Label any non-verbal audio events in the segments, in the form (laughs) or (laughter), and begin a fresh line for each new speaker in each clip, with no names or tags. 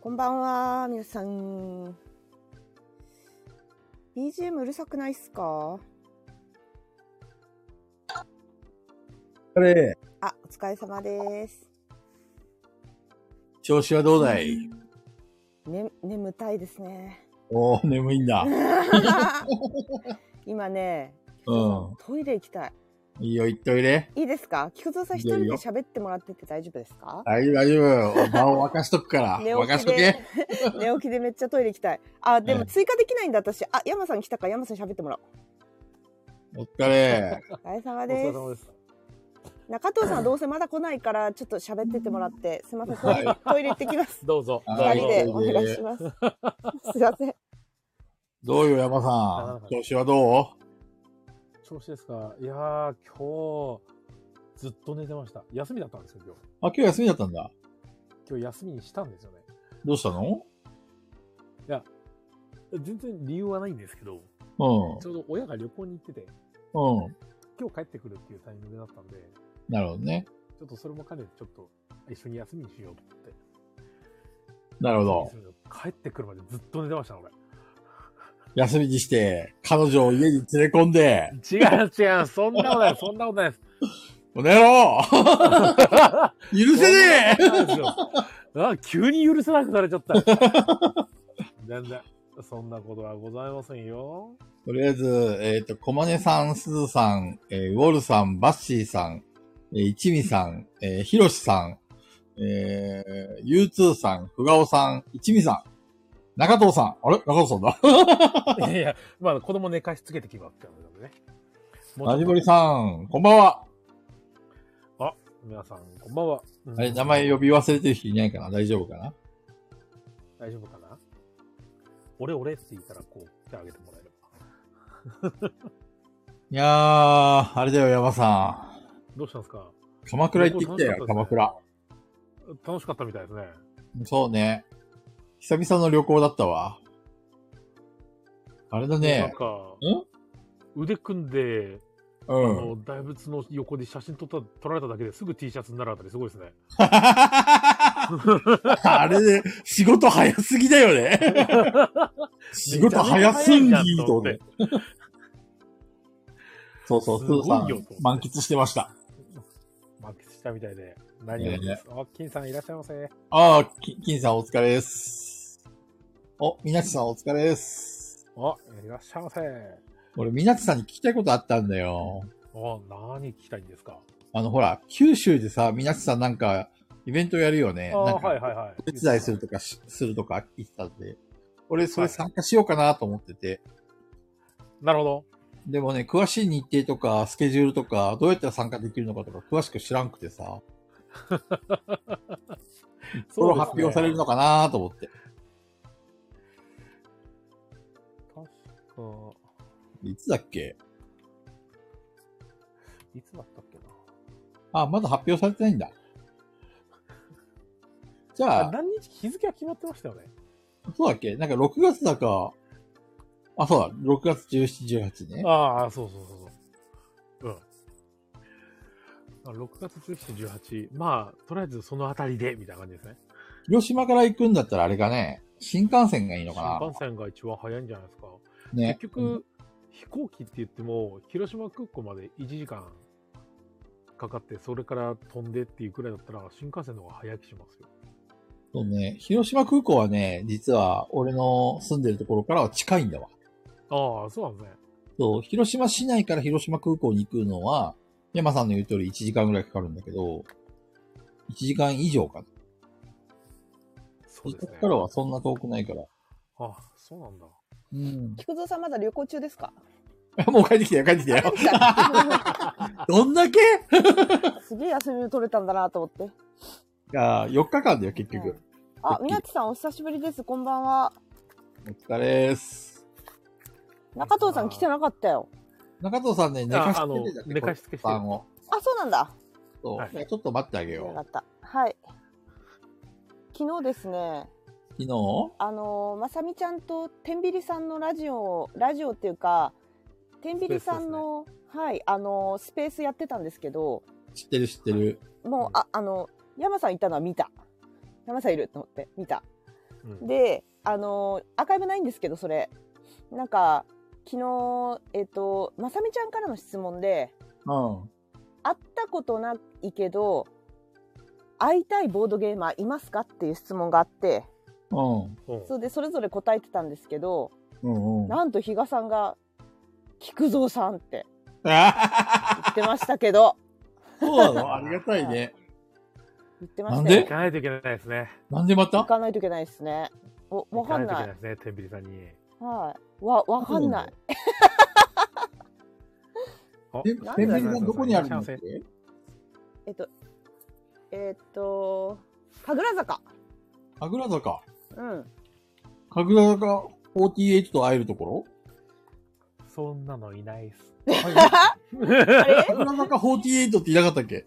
こんばんは、皆さん。BGM うるさくないっすか
あれ、
あ、お疲れ様です。
調子はどうだい
ね、眠たいですね。
おー、眠いんだ。
今ね、
う
トイレ行きたい。
ん。いいよ、言っといれ。
いいですか菊蔵さん
い
一
いよ
人
いい
で
よ
喋ってもらってて大丈夫ですか
大丈夫、大丈夫。場を沸かしとくから。
寝
沸か
起
し
き
と
で
け。、
(laughs) 寝起きでめっちゃトイレ行きたい。あ、でも
うん
追加できないんだ私。あ、山さん来たから山さん喋ってもらおう。
お疲れ。
お疲れ様
お疲
で
れ
す。
様です。
中藤さんはどうせまだ来ないから、ちょっと喋っててもらって、すいません、トイレ、トイレ行ってきます。
どうぞ。
あ
二
はい
人でお願いします。すいません。
どうよ、山さ
(laughs)
ん。調子はど
調子ですかいやー、今日、ずっと寝てました。休みだったんですよ、今日。
うあ、今日休みだったんだ。
今日休みにしたんですよね。
どうしたの
全然理由はないんですけど、ちょうど親が旅行に行ってて、
うん。うん。
今日帰ってくるっていうタイミングだったんで、
なるほどね。
ちょっとそれも兼ねて、ちょっと一緒に休みにしようと思って。
なるほど。
帰ってくるまでずっと寝てました、俺。
休みにして、彼女を家に連れ込んで、
違う違う、そんなことない、そんなことないです。
この野
(laughs)
郎許せねえ
そんなことないですよあ急に許せなくなれちゃった。全然、そんなことはございませんよ。
とりあえず、えっ、と、コマネさん、すずさん、えーウォルさん、バッシーさん、えー、いちみさん、えー、ひろしさん、えー、ゆうつーさん、ふがおさん、いちみさん、中藤さん、あれ中藤さん (laughs) だ。
いやいや、まあ子供寝かしつけてきまったのでね。もうちょ
な
っと
じぼりさん、こんばんは。
皆さん、こんばんは。うん
あれ、名前呼び忘れてる人いないかな大丈夫かな
大丈夫かな俺、俺って言ったら、こう、手挙げてもらえれば。
いやー、あれだよ、山さ
どうしたんですか
ん。鎌倉行ってきたよ、鎌倉。。
楽しかったみたいですね。
そうね。久々の旅行だったわ。あれだ
なん
ね。
か、腕組んで、
う
あ
ん。
の、大仏の横で写真撮った、撮られただけですぐ T シャツになるあたりすごいですね。
あれで、仕事早すぎだよ (laughs) ね。仕事早すぎーと思って。そうそう、
す
す
ご
ず
い
さん
よと思って、
満喫してました。
満喫したみたいで。何よりです。あ、金さんいらっしゃいませ。
ああ、き金さんお疲れです。お、みなちさんお疲れです。
あ、いらっしゃいませ。あ、
俺、みなちさんに聞きたいことあったんだよ。
何聞きたいんですか
あの、ほら、九州でさ、みなちさんなんか、イベントやるよね。
あ
なんか
はいはいはい。
お手伝いするとかし、するとか言ってたんで。俺、それ
はい
参加しようかなと思ってて。
なるほど。
でもね、詳しい日程とか、スケジュールとか、どうやったら参加できるのかとか、詳しく知らんくてさ、それを発表されるのかなと思って。
確か、
いつだっけ
いつだったっけな。
あ、まだ発表されてないんだ。じ
あ
ゃあ、
何日日付は決まってましたよね。
そうだっけなんか6月だか、あ、そうだ、6月17、18ね。
ああ、そうそうそうそう。うん。まあ6月17、18。まあ、とりあえずそのあたりで、みたいな感じですね。
広島から行くんだったらあれかね、新幹線がいいの
新
か
幹線が一番早いんじゃないですか。
なね。
結局、飛行機って言っても、広島空港まで1時間かかって、それから飛んでっていうくらいだったら、新幹線の方が早くしますよ。
そうね、広島空港はね、実は俺の住んでるところからは近いんだわ。
ああ、そうなんですね。
そう、広島市内から広島空港に行くのは、山さんの言う通り1時間ぐらいかかるんだけど、1時間以上かな。
そう
自
ですね
宅。からはそんな遠くないから。
ああ、そうなんだ。
うん。
菊蔵さんまだ旅行中ですか
(laughs) もう帰ってきたよ、帰ってきた
(laughs)
よ。どんだけい
すげえ休みを取れたんだなと思って。
や、4日間だよ、結局。
あ、宮地さんお久しぶりです。こんばんは。
お疲れです。
中藤さん来てなかったよ。
中藤さんね、寝かしつけてた
ああの寝かしつけして
さんを。
あ、そうなんだ。
そう、
はい
ねちょっと待ってあ
来
げ
てなか
よう。
った。はい。昨日ですね、
昨日
あのーまさみちゃんと天秤さんのラジオ、ラジオっていうか、天秤さんの、はい、あのースペースやってたんですけど、
知ってる知ってる。
もう、あ、あの、山さんいたのは見た。山さんいると思って、見た。
うん
で、あのアーカイブないんですけど、それ。なんか、昨日、えっと、まさみちゃんからの質問で、
うん。
会ったことないけど、会いたいボードゲーマーいますかっていう質問があって、
うん。
うん
それでそれぞれ答えてたんですけど、
うんうん。
なんと比嘉さんが、菊蔵さんって
あ
言ってましたけど、
(laughs) そうなのありがたいね。
言ってましたよ。
なんで
行かないといけないですね。
なんでま
行
た
かないといけないですね。お、わかん
行
な
か
い。
ないといけないですね、天秤さんに。
はい。わ、わかんない。
あ
え、
なん
天
でだ
秤さんどこにあるんだっけ
えっと、えっと、神楽坂。
神楽坂。
うん。
神楽坂48と会えるとこ
そんなのいないっす。
ろは
あ
い
れ
神楽坂48っていなかったっけ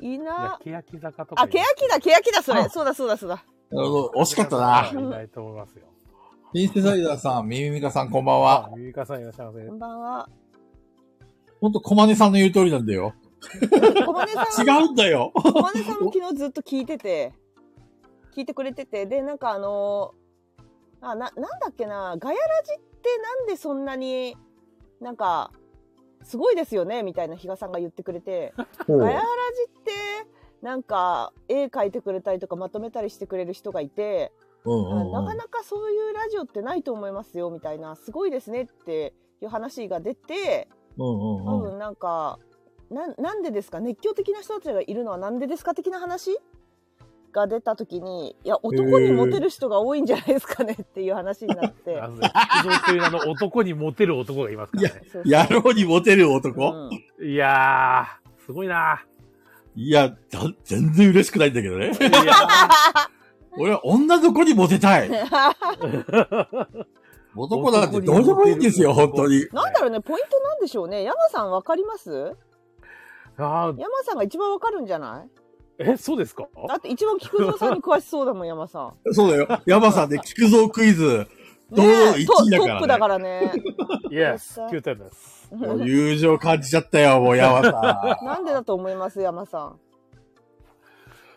いいな
焼。き焼き坂とか。
あ、ケヤキだ、ケヤキだ、そ
あ
れ。そうだ、そうだ、そうだ。
なるほど。惜しかったな。
いないと思いますよ。
シンセサイザーさん、ミミミカさん、こんばんは。
ミミカさんいらっしゃいませ。
こんばん
(laughs)
は。
ほんと、コマネさんの言う通りなんだよ。
小金
違
さん、
うんだよ。
小金さんも昨日ずっと聞いてて、聞いてくれてて、で、なんかあのあ、な、なんだっけな、ガヤラジってなんでそんなに、なんか、すごいですよね、みたいな比嘉さんが言ってくれて。ガヤラジってなんか絵描いてくれたりとかまとめたりしてくれる人がいて、
うんうん
あな
う
か
ん
なかそういうラジオってないと思いますよみたいなすごいですねっていう話が出て
うん
多
うんうん
分なんか、なんなんでですか熱狂的な人たちがいるのはなんでですか的な話が出た時にいや男にモテる人が多いんじゃないですかね (laughs) っていう話にな
(laughs)
って。
あのね陸上という名の男にモテる男がいますからね。
そうそう
野郎にモテる男
うん
いやー、すごいな。
いや、だ全然嬉しくないんだけどね。
(laughs) いや
俺は女の子にモテたい。
(laughs)
男なんてどうでもいいんですよ、本当に。
(laughs) なんだろうね、ポイントなんでしょうね。山さんわかります
(laughs) あー
山さんが一番わかるんじゃない
え、そうですか
だって一番菊蔵さんに詳しそうだもん、山さ
そうだよ。山さんで菊蔵ク
(laughs)
イズ。
ん。
(laughs) どう
ねえ
一位だ
ト
からね
トップだから
(laughs)
ね。
イエス、9点です。
もう友情感じちゃったよ、もう山さ
なんでだと思います、山さん。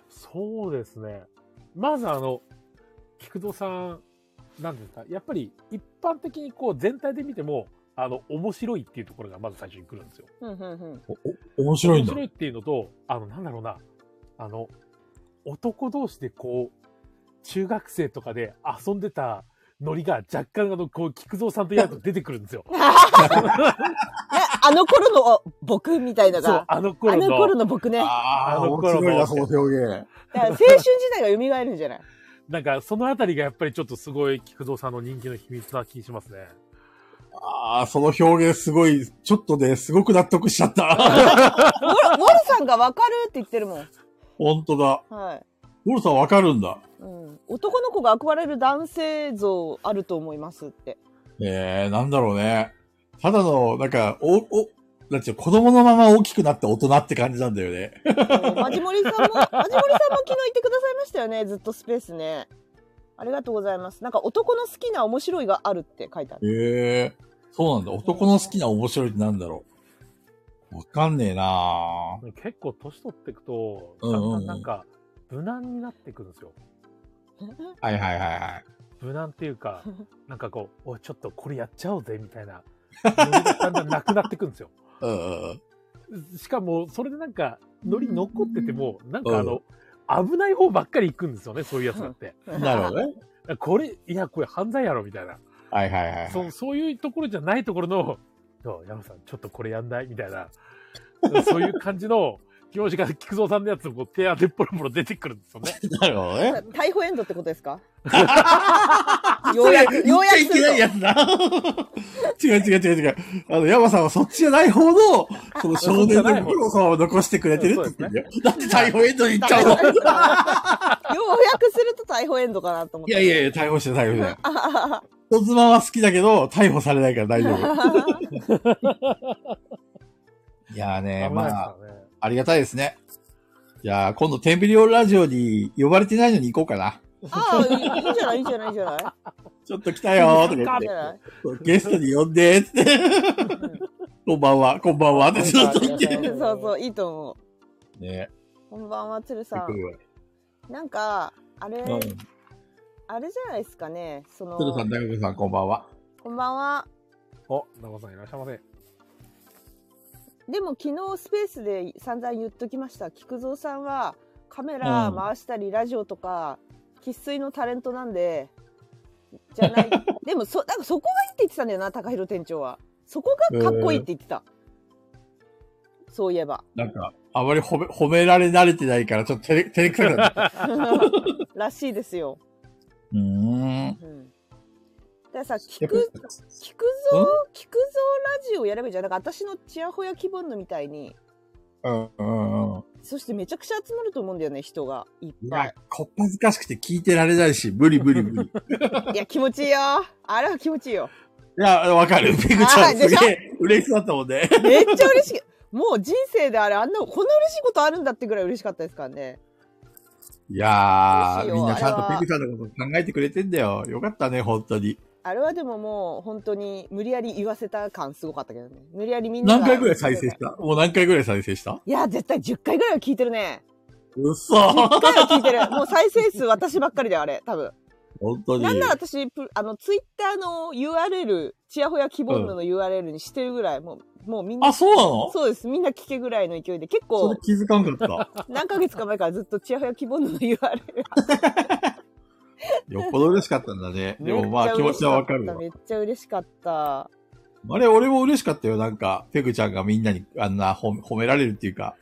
そうですね。まずあの、菊蔵さん、なんですか、やっぱり一般的にこう全体で見ても、あの、面白いっていうところがまず最初に来るんですよ。
うんうんうん。
ん。面白いん
面
だ
白。いっていうのと、あの、なんだろうな、あの、男同士でこう、中学生とかで遊んでたノリが若干あの、こう、菊蔵さんとやると出てくるんで
(laughs)
すよ。
え、あの頃の僕みたいな
そう
が、。
あの
あ
頃
の頃
の、
の僕ね。
ああ、
あの
面
頃
白いな、
の
その表現。
だから青春時代が蘇るんじゃない
なんかそのあたりがやっぱりちょっとすごい菊蔵さんの人気の秘密な気しますね。
ああ、その表現すごい、ちょっとね、すごく納得しちゃった。
(laughs)
ウォルウォルさんがわかるって言ってるもん。
本当だ。
はい。
ウォルさんわかるんだ。
うん、男の子が憧れる男性像あると思いますって。
ええー、なんだろうね。ただの、なんか、お、お、なんていうの子供のまま大きくなった大人って感じなんだよね。 (laughs)
うんマジモリさんも、マジモリさんも昨日言ってくださいましたよね、ずっとスペースね。ありがとうございます。なんか男の好きな面白いがあるって書いてある。 (laughs)
ええそうなんだ。男の好きな面白いってなんだろう。わかんねえなぁ。
結構年取っていくと、
うんう
だ
んうん
んだんなんか、無難になってくるんですよ。
はいはいはいはい。
無難ってい
(laughs)
うか、なんかこう、おい、ちょっとこれやっちゃおうぜ、みたいな。 (laughs) だんだんなくなってくるんですよ。
うんうんうん。
しかも、それでなんか、ノリ残ってても、なんかあの、危ない方ばっかり行くんですよね、そういうやつだって。
なるほどね。
これ、いや、これ犯罪やろ、みたいな。
はいはいはい。
そう、そういうところじゃないところの、どう山さん、ちょっとこれやんないみたいな。そういう感じの、気持ちが菊蔵さんのやつも手当てポロポロ出てくるんですよね。
(laughs) なるほどね。
逮捕エンドってことです
(laughs)
かようやく、ようやく
言っちゃいけない
する
やつだ。 (laughs) 違う違う違う違う。あの、山さんはそっちじゃない方の、その少年の苦労さを残してくれてるって言ってるよ。だって逮捕エンドに行っ
(laughs)
ちゃうの。
逮捕エンドだなようやくすると逮捕エンドかなと思っ
い
て。
やいやいや、逮捕して逮捕して。人妻は好きだけど、逮捕されないから大丈 (laughs) 夫。いやー (laughs) ね、
危ないです
まあ
か、らね。
ありがたいですね。じゃあ、今度、テンビリオラジオに呼ばれてないのに行こうかな。
(laughs) ああ、いいいいんじゃないいいんじゃないいいんじゃない
ちょっと来たよーと
いい
か
んじゃ
言
な
っ
い
て、そうゲストに呼んでーって
ん。
(laughs) こんばんは、こんばんはってずっと言って。
(laughs) そうそう、いいと思う。
ね
こんばんは、鶴さ
来
ん。
るわ
なんか、あれ、
うん
あれじゃないですかね。その、
鶴さん、大学さん、こんばんは。
こんばんは。
お、ナコさんいらっしゃいませ。
でも昨日スペースで散々言っときました。菊蔵さんはカメラ回したり、ラジオとか、生粋のタレントなんで、じゃ (laughs) ない。でもそ、なんかそこがいいって言ってたんだよな、高弘店長は。そこがかっこいいって言ってた。そういえ (laughs) ば。
なんか、あまり褒め、褒められ慣れてないから、ちょっと照れ、照れくさくなった。
らしいですよ。
うーん。
うん。だからさ、
やっ
菊
ぱ
蔵、菊蔵、菊蔵ラジオやればいいじゃん。なんか私のちやほや気分のみたいに。
うんうんうん。
そしてめちゃくちゃ集まると思うんだよね、人が。いっ
い
ぱ
や
い。、
こっぱずかしくて聞いてられないし、無理無理無理。い
いや、気持ちいいよ。あれは気持ちいいよ。
や、わかる。ペグち
は
ゃ
い
ん、
ですしょ
げえ、嬉しそうだったもんね。
めっちゃ嬉しい。もう人生であれ、あんな、こんな嬉しいことあるんだってぐらい嬉しかったですからね。
いや
嬉しいよ
ー、みんなちゃん
あ
と
れは
ペグちゃんのこと考えてくれてんだよ。よかったね、本当に。
あれはでももう、本当に無理やり言わせた感すごかったけどね。無理やりみんなが。
何回ぐらい再生したもう何回ぐらい再生した
いや、絶対10回ぐらいは聞いてるね。
うっそー
10回は聞いて
(laughs)
る。もう再生数私ばっかりだよ、あれ。多分。
本当に。
なんなら私、プあの、ツイッターの URL、ちやほや希望のの URL にしてるぐらい、もう、もうみんな
あ、、そうなの
そうです。みんな聞けぐらいの勢いで、結
そ
構
れ、気づかんかった。
何ヶ月か前からずっとちやほや希望のの URL
よっぽど嬉しかったんだね。 (laughs) でもまあ気持ちはわかるわ。
めっちゃ嬉しかった。
あれ、俺も嬉しかったよ。なんか、ペグちゃんがみんなにあんな褒め褒められるっていうか、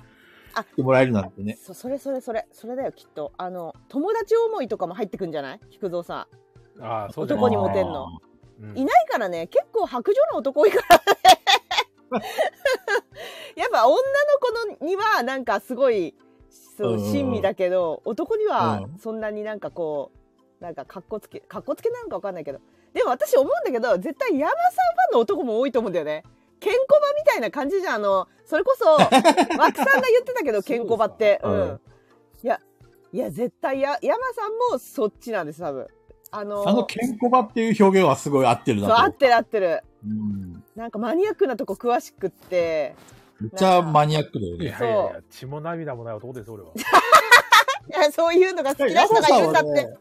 あ
言ってもらえるなんてね。
そそれそれそれ、それだよ、きっと。あの、友達思いとかも入ってくんじゃない菊蔵さ
ああ、そうじゃ
どこ
ない
にモテんの
うん
ん。いないからね、結構白状の男多いからね。 (laughs) やっぱ女の子のには、なんかすごい、そ
うんうんう
の
ん
親身だけど、男には
うん
そんなになんかこう、なんかかっこつけ、かっこつけなのかわかんないけど。でも私思うんだけど、絶対山さんファンの男も多いと思うんだよね。ケンコバみたいな感じじゃん。あの、それこ
(laughs)
そ、枠さんが言ってたけど、ケンコバって。う
うん
ん。いや、いや、絶対や、山さんもそっちなんです、多分。あの、
あの、ケンコバっていう表現はすごい合ってる
そ
な
う、
と思
合
っ。
っててる合ってる。
うん。
なんかマニアックなとこ詳しく
(laughs)
って。
めっちゃマニアックだよ
い
ね。
やいやいや、血も涙もない男です、俺は。
いやそういうのが好きな人がいるんだって。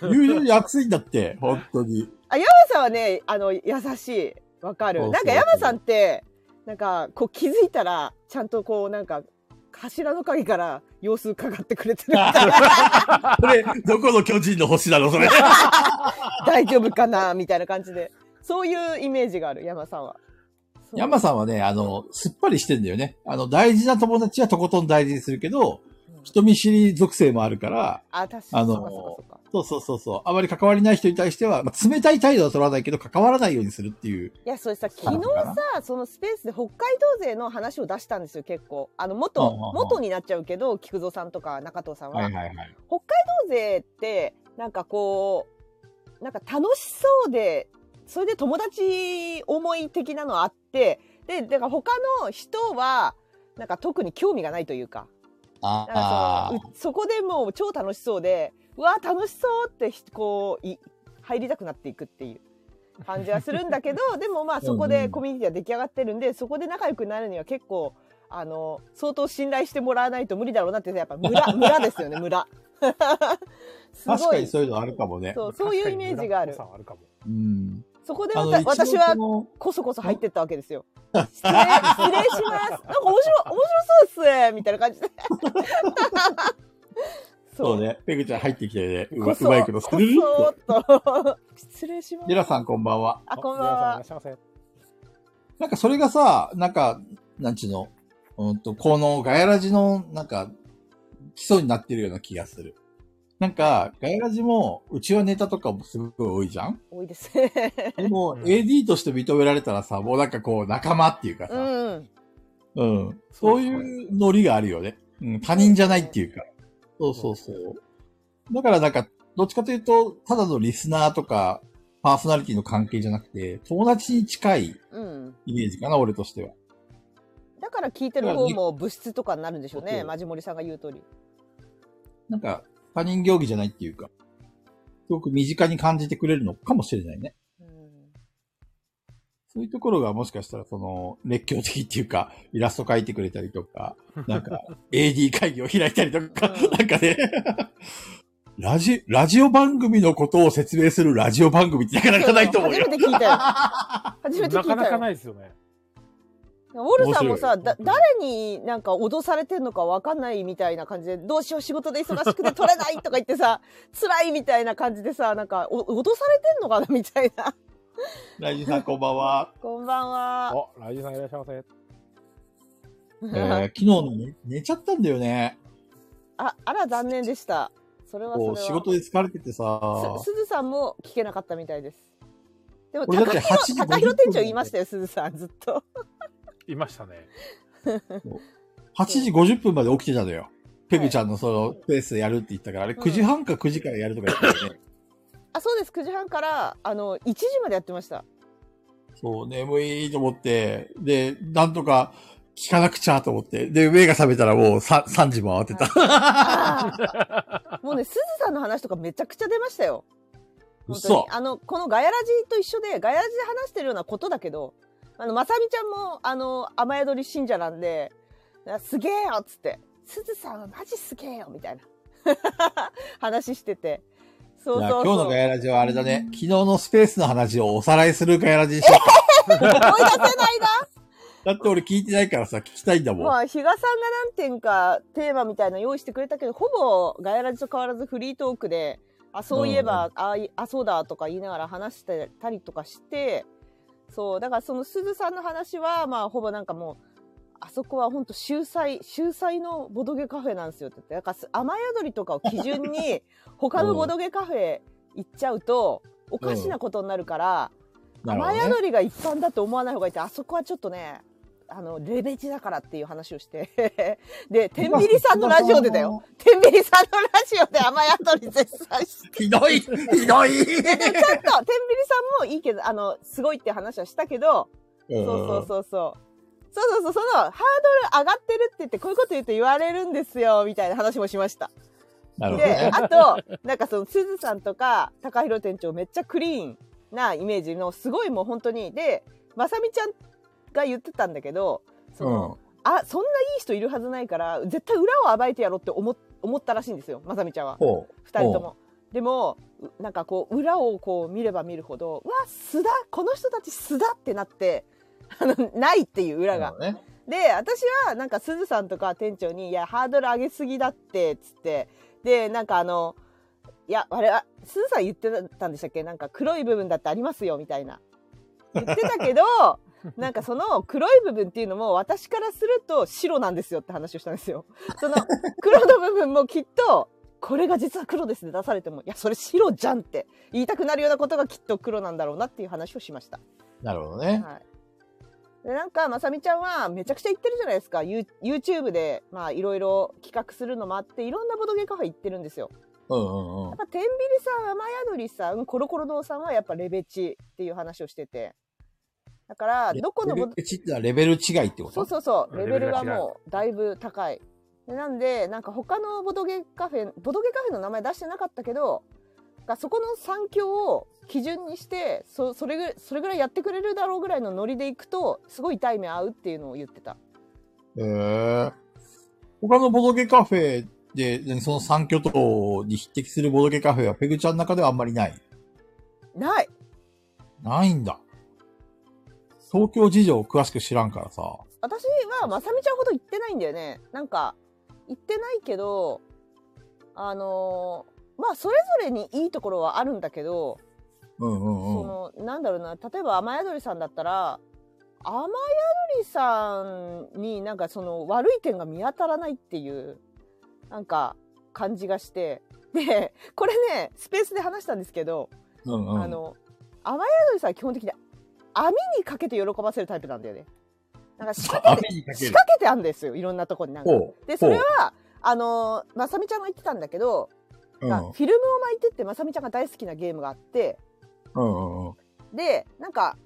山、
友情に熱いんだって、
(laughs)
本当に。
あ山さんはね、あの、優しい。わか
そう
る。
そう
なんか山さんって、なんかこう気づいたら、ちゃんとこうなんか、柱の陰から様子伺ってくれてるみたいな。
(laughs) それ、どこの巨人の星なの
(laughs)
それ。
大丈夫かなみたいな感じで。そういうイメージがある、山さんは。そう
山さんはね、あの、すっぱりしてんだよね。あの、大事な友達はとことん大事にするけど、人見知り属性もあるから、
あ、確か
あ
に。
の
そうかそうかそうか。
そうそうそうそう。あまり関わりない人に対しては、まあ冷たい態度は取らないけど、関わらないようにするっていう。
いや、それさ、昨日さ、そのスペースで北海道勢の話を出したんですよ、結構。あの、元、
うんうんうん
元になっちゃうけど、菊蔵さんとか中藤さんは。
はいはい。
北海道勢って、なんかこう、なんか楽しそうで、それで友達思い的なのあって、で、だから他の人は、なんか特に興味がないというか。
あ
なんか
あ
そのうそこでもう超楽しそうでうわー楽しそうってひこうい入りたくなっていくっていう感じはするんだ
(laughs)
けどでもまあそこ
うんう
で
ん
コミュニティが出来上がってるんでそこで仲良くなるには結構あの相当信頼してもらわないと無理だろうなってやっぱ
(laughs)
村村ですよね村 (laughs) すごい
確かにそういうのあるかもね。
そうそういうイメージがある
確かに村っぽさはあるかも。
うん。
そこで
あ
わ
の
た
一応
私は
その
こそこそ入ってったわけです
(laughs)
よ失礼失礼しますなんか面白面白そうっすねみたいな感じで
(laughs) そうね。ペグちゃん入ってきてね。うま
こ
う
そ
まいことす
こ
るっ
そ
と。
っと。 (laughs) 失礼しま
ジェ
す。
ラさんこんばんは。
あ、こんばん
あ
は
皆。さんいらっしゃいませ。
なんかそれがさ、なんか、なんちゅうの、うんと、このガヤラジの、なんか、基礎になってるような気がする。なんか、ガヤラジも、うちはネタとかもすごく多いじゃん
多いですね。
でも、
うん
AD として認められたらさ、もうなんかこう、仲間っていうか
う
さ、
ん。
うん。そういうノリがあるよね。うん、他人じゃないっていうか。そうそうそう。だからなんか、どっちかというと、ただのリスナーとか、パーソナリティの関係じゃなくて、友達に近い
うん。
イメージかな、俺としては。
だから聞いてる方も物質とかになるんでしょう
そう
ね。
そう
マジモリさんが言う通り。
なんか、他人行儀じゃないっていうか、すごく身近に感じてくれるのかもしれないね。
うん
そういうところがもしかしたら、その、熱狂的っていうか、イラスト描いてくれたりとか、なんか、AD 会議を開いたりとか、
うん
なんかね、ラジ、ラジオ番組のことを説明するラジオ番組ってなかなかないと思うよ。
初めて聞いたよ。初めて聞た
ない
よ。
かなかないですよね。
ウォルさんもさ、
面
だ
白い
誰になんか脅されてんのかわかんないみたいな感じで、どうしよう仕事で忙しくて取れないとか言ってさ、 (laughs) 辛いみたいな感じでさ、なんかお脅されてんのかなみたいな。
ラジさんこんばんは。
(laughs) こんばん
あ
は。、
ラジさんいらっしゃいませ。
えー、昨日の寝寝ちゃったんだよね。
(laughs) あ、あら残念でした。それはそれ
こ
は。
う、仕事で疲れててさ。
すすずさんも聞けなかったみたいです。でも
俺だっ
高
て8時
広
50分
高広店長言いましたよ、すずさんずっと。
いましたね。
8時50分まで起きてたのよ。ペグちゃんのそのペースでやるって言ったから、あれ
うん
9時半か9時からやるとか言ってたよね。
あ、そうです。9時半からあの1時までやってました。
そう、眠いと思って、で、なんとか聞かなくちゃと思って、で、目が覚めたらもう 3, 3時回ってた。
あー (laughs) もうね、すずさんの話とかめちゃくちゃ出ましたよ。本当に
嘘
あの、このガヤラジと一緒で、ガヤラジで話してるようなことだけど、あの、まさみちゃんも、あの、雨宿り信者なんで、あすげえよっつって、すずさんはマジすげえよみたいな、 (laughs) 話してて。そう
いや
そう
今
そ
日
う。
の
思
ガ
い
ヤラジはあれだね、昨日のスペースの話をおさらいするガヤラジにしようか。
出
(laughs)
せないな
だって俺聞いてないからさ、聞きたいんだもん。
まあ、比嘉さんが何点かテーマみたいな用意してくれたけど、ほぼガヤラジと変わらずフリートークで、あ、そういえば、あいあ、そうだとか言いながら話してたりとかして、そう、だからその鈴さんの話は、まあ、ほぼなんかもう、あそこは本当秀才、秀才のボドゲカフェなんですよって言って、だからす雨宿りとかを基準に、他のボドゲカフェ行っちゃうと、おかしなことになるから、
なるほど
雨
ね。
宿りが一般だと思わない方がいいってあそこはちょっとねあのレベチだからっていう話をして (laughs) で天秤さんのラジオでだよ天秤さんのラジオで雨宿り絶賛 (laughs) して
ひどいひ
(laughs)
ど
で
い
もちょっと天秤さんもいいけどあのすごいって話はしたけどそうそうそうそう。そうそうそう、その、ハードル上がってるって言って、こういうこと言うと言われるんですよ、みたいな話もしました。
なるほど
で、
ね。
あと、なんかその、すずさんとか、高弘店長めっちゃクリーンなイメージの、すごいもう本当に、で、まさみちゃんが言ってたんだけど、そ
うん
の、。あ、そんないい人いるはずないから、絶対裏を暴いてやろうって思っ思ったらしいんですよ、まさみちゃんは。
ほう。
二人とも。でも、うなんかこう、裏をこう見れば見るほど、うわ、素だこの人たち素だってなって、あの、ないっていう裏が。
なるほどね。
で私はなんかすずさんとか店長に「いやハードル上げすぎだって」っつってでなんかあのいやあれはすずさん言ってたんでしたっけなんか黒い部分だってありますよみたいな言ってたけどなんかその黒い部分っていうのも私からすると白なんですよって話をしたんですよ。その黒の部分もきっとこれが実は黒ですね出されてもいやそれ白じゃんって言いたくなるようなことがきっと黒なんだろうなっていう話をしました。
なるほどね。
はい、でなんかまさみちゃんはめちゃくちゃ行ってるじゃないですかユー YouTube でまあいろいろ企画するのもあっていろんなボドゲカフェ行ってるんですよ
うんうんうん
やっ。ぱ天秤さん雨宿りさんコロコロ堂さんはやっぱレベチっていう話をしててだからどこのボド
レベル1ってのはレベル違いってこと
そうそうそうレベ
レベ
ル
ル
が
が違う
もうだいぶ高いでなんでなんか他のボドゲカフェボドゲカフェの名前出してなかったけどがそこの3強を基準にしてそそれぐそれぐらいやってくれるだろうぐらいのノリでいくとすごい痛い目合うっていうのを言ってた
へえ。他のボドゲカフェで、何その三巨頭に匹敵するボドゲカフェはペグちゃんの中ではあんまりない。
ない
ないんだ。東京事情を詳しく知らんからさ。
私はまさみちゃんほど行ってないんだよねなんか行ってないけどあのーまあそれぞれにいいところはあるんだけど
うんうん
そ
うん。
のなんだろうな例えば雨宿りさんだったら雨宿りさんになんかその悪い点が見当たらないっていうなんか感じがしてでこれねスペースで話したんですけど、
うんうん。
あの雨宿りさんは基本的に網にかけて喜ばせるタイプなんだよね。なんか仕掛けて
雨にか
仕
ける。
掛けてあるんですよいろんなとこになんか。
ほう。
でそれはあのまさみちゃんが言ってたんだけど、
ほう、
がフィルムを巻いてってまさみちゃんが大好きなゲームがあって。
うん。うんうんうん。
でなんか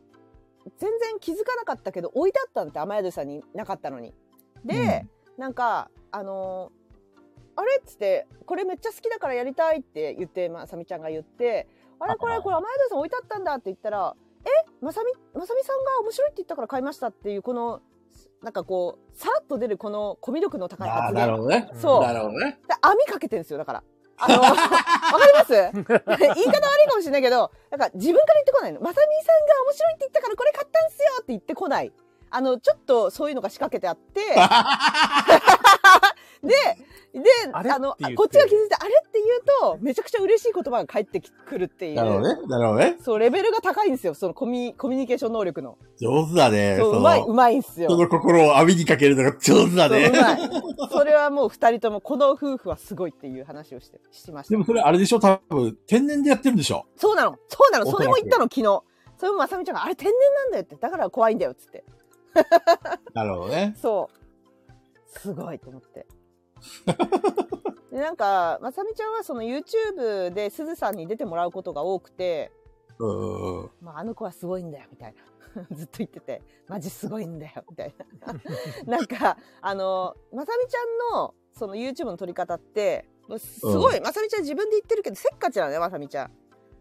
全然気づかなかったけど置いてあったんだって雨宿りさんになかったのに。で、なんかあのーあれ?」っつって「これめっちゃ好きだからやりたい」って言ってまさみちゃんが言って「あれこれこれ雨宿りさん置いてあったんだ」って言ったら「えまさみまさみさんが面白いって言ったから買いました」っていうこのなんかこうさらっと出るこのコミュ力の高い
ああ、
発
なる
言
ほどね。
そう
なるほどね。
で網かけてるんですよだからあ
(laughs)
の、わかります (laughs) 言い方悪いかもしれないけど、なんか自分から言ってこないの。まさみさんが面白いって言ったからこれ買ったんすよって言ってこない。あの、ちょっとそういうのが仕掛けてあ
(laughs)
って、で、で、
あ
あ
れ
の
って言って
こっちが気づいて、あれって言うと、めちゃくちゃ嬉しい言葉が返ってくるっていう。
なるほどね。なるほどね。
そう、レベルが高いんですよ。そのコミコミュニケーション能力の。
上手だね。
そう、
の
うまい、うまいんですよ。
人の心を網にかけるのが上手だ
そうう
ね。
まい。それはもう二人とも、この夫婦はすごいっていう話をして、しました
でも。それあれでしょ多分、天然でやってるんでしょ
そうなの、そうなの、
おそらく
それも言ったの、昨日。それもまさみちゃんが、あれ天然なんだよって、だから怖いんだよっつって。
なるほどね。
そう。すごいと思 (laughs) って。でなんか、まさみちゃんはその YouTube で鈴さんに出てもらうことが多くて、
うんうん。
まあ、あの子はすごいんだよみたいな (laughs) ずっと言っててマジすごいんだよみたい (laughs) ななんかあのまさみちゃんのその YouTube の撮り方ってもうすすごい、まさみちゃん自分で言ってるけどせっかちなのねまさみちゃん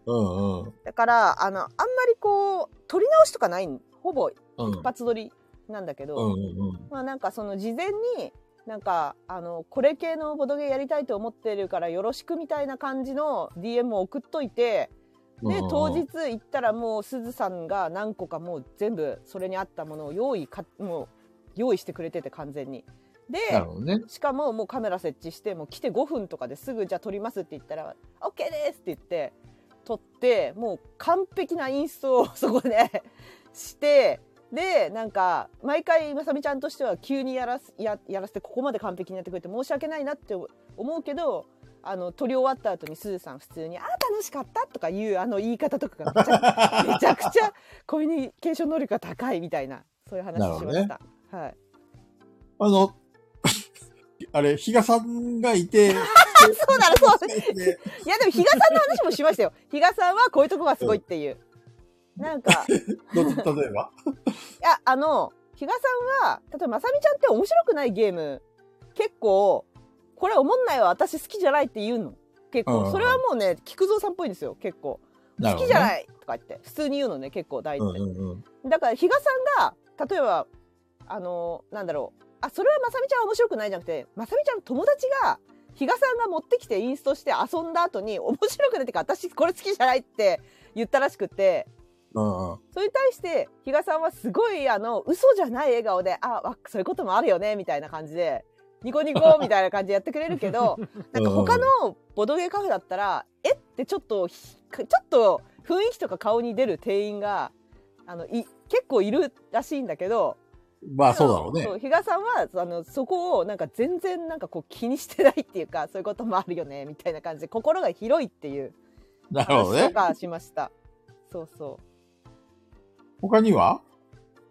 うんうん。
だからあのあんまりこう撮り直しとかないほぼ
うん
一発撮りなんだけど、
うんうんうん。
まあなんかその事前になんかあのこれ系のボドゲやりたいと思ってるからよろしくみたいな感じの DM を送っといてで
うん
当日行ったらもうすずさんが何個かもう全部それに合ったものを用意かもう用意してくれてて完全に。
な
で
るほどね。
しかももうカメラ設置してもう来て5分とかですぐじゃあ撮りますって言ったら「OK です」って言って撮ってもう完璧なインストをそこで (laughs) してでなんか毎回まさみちゃんとしては急にやらすややらせてここまで完璧にやってくれて申し訳ないなって思うけどあの撮り終わった後にすずさん普通に「あー楽しかった」とかいうあの言い方とかがめち
(laughs)
ゃめちゃくちゃコミュニケーション能力が高いみたいなそういう話
なるほ
し
ど
ま
ね
した。はい
あの、 (laughs) あれ、比嘉さんがいて、
(laughs) (laughs) そうなのそう
で
いやでも比嘉さんの話もしました
(laughs)
よ。比嘉さんはこういうとこがすごいっていう。なんか、い
どう例えば
や、あの、比嘉さんは、例えばまさみちゃんって面白くないゲーム、結構、これおもんないわ、私好きじゃないって言うの。結
うんうんう
構。
ん
それはもうね、菊蔵さんっぽいんですよ、結構。(laughs)
な
好
る
きじ
ほどね
ゃないとか言って、普通に言うのね、結構大
う
体。
んうんうん。
だから比嘉さんが例えばあのなんだろうあそれはまさみちゃんは面白くないじゃなくてまさみちゃんの友達が比嘉さんが持ってきてインストして遊んだ後に面白くないっていうか私これ好きじゃないって言ったらしくて
うんうん。
それに対して比嘉さんはすごいあの嘘じゃない笑顔であわそういうこともあるよねみたいな感じでニコニ
(laughs)
コみたいな感じでやってくれるけどなんか他のボドゲカフェだったらえってちょっとひちょっと雰囲気とか顔に出る店員があのい結構いるらしいんだけど
まあ、そうだろうね。
そう比嘉さんはあのそこをなんか全然なんかこう気にしてないっていうかそういうこともあるよねみたいな感じで心が広いっていう
なるほど
話と
ね。
かしました。そうそう
他には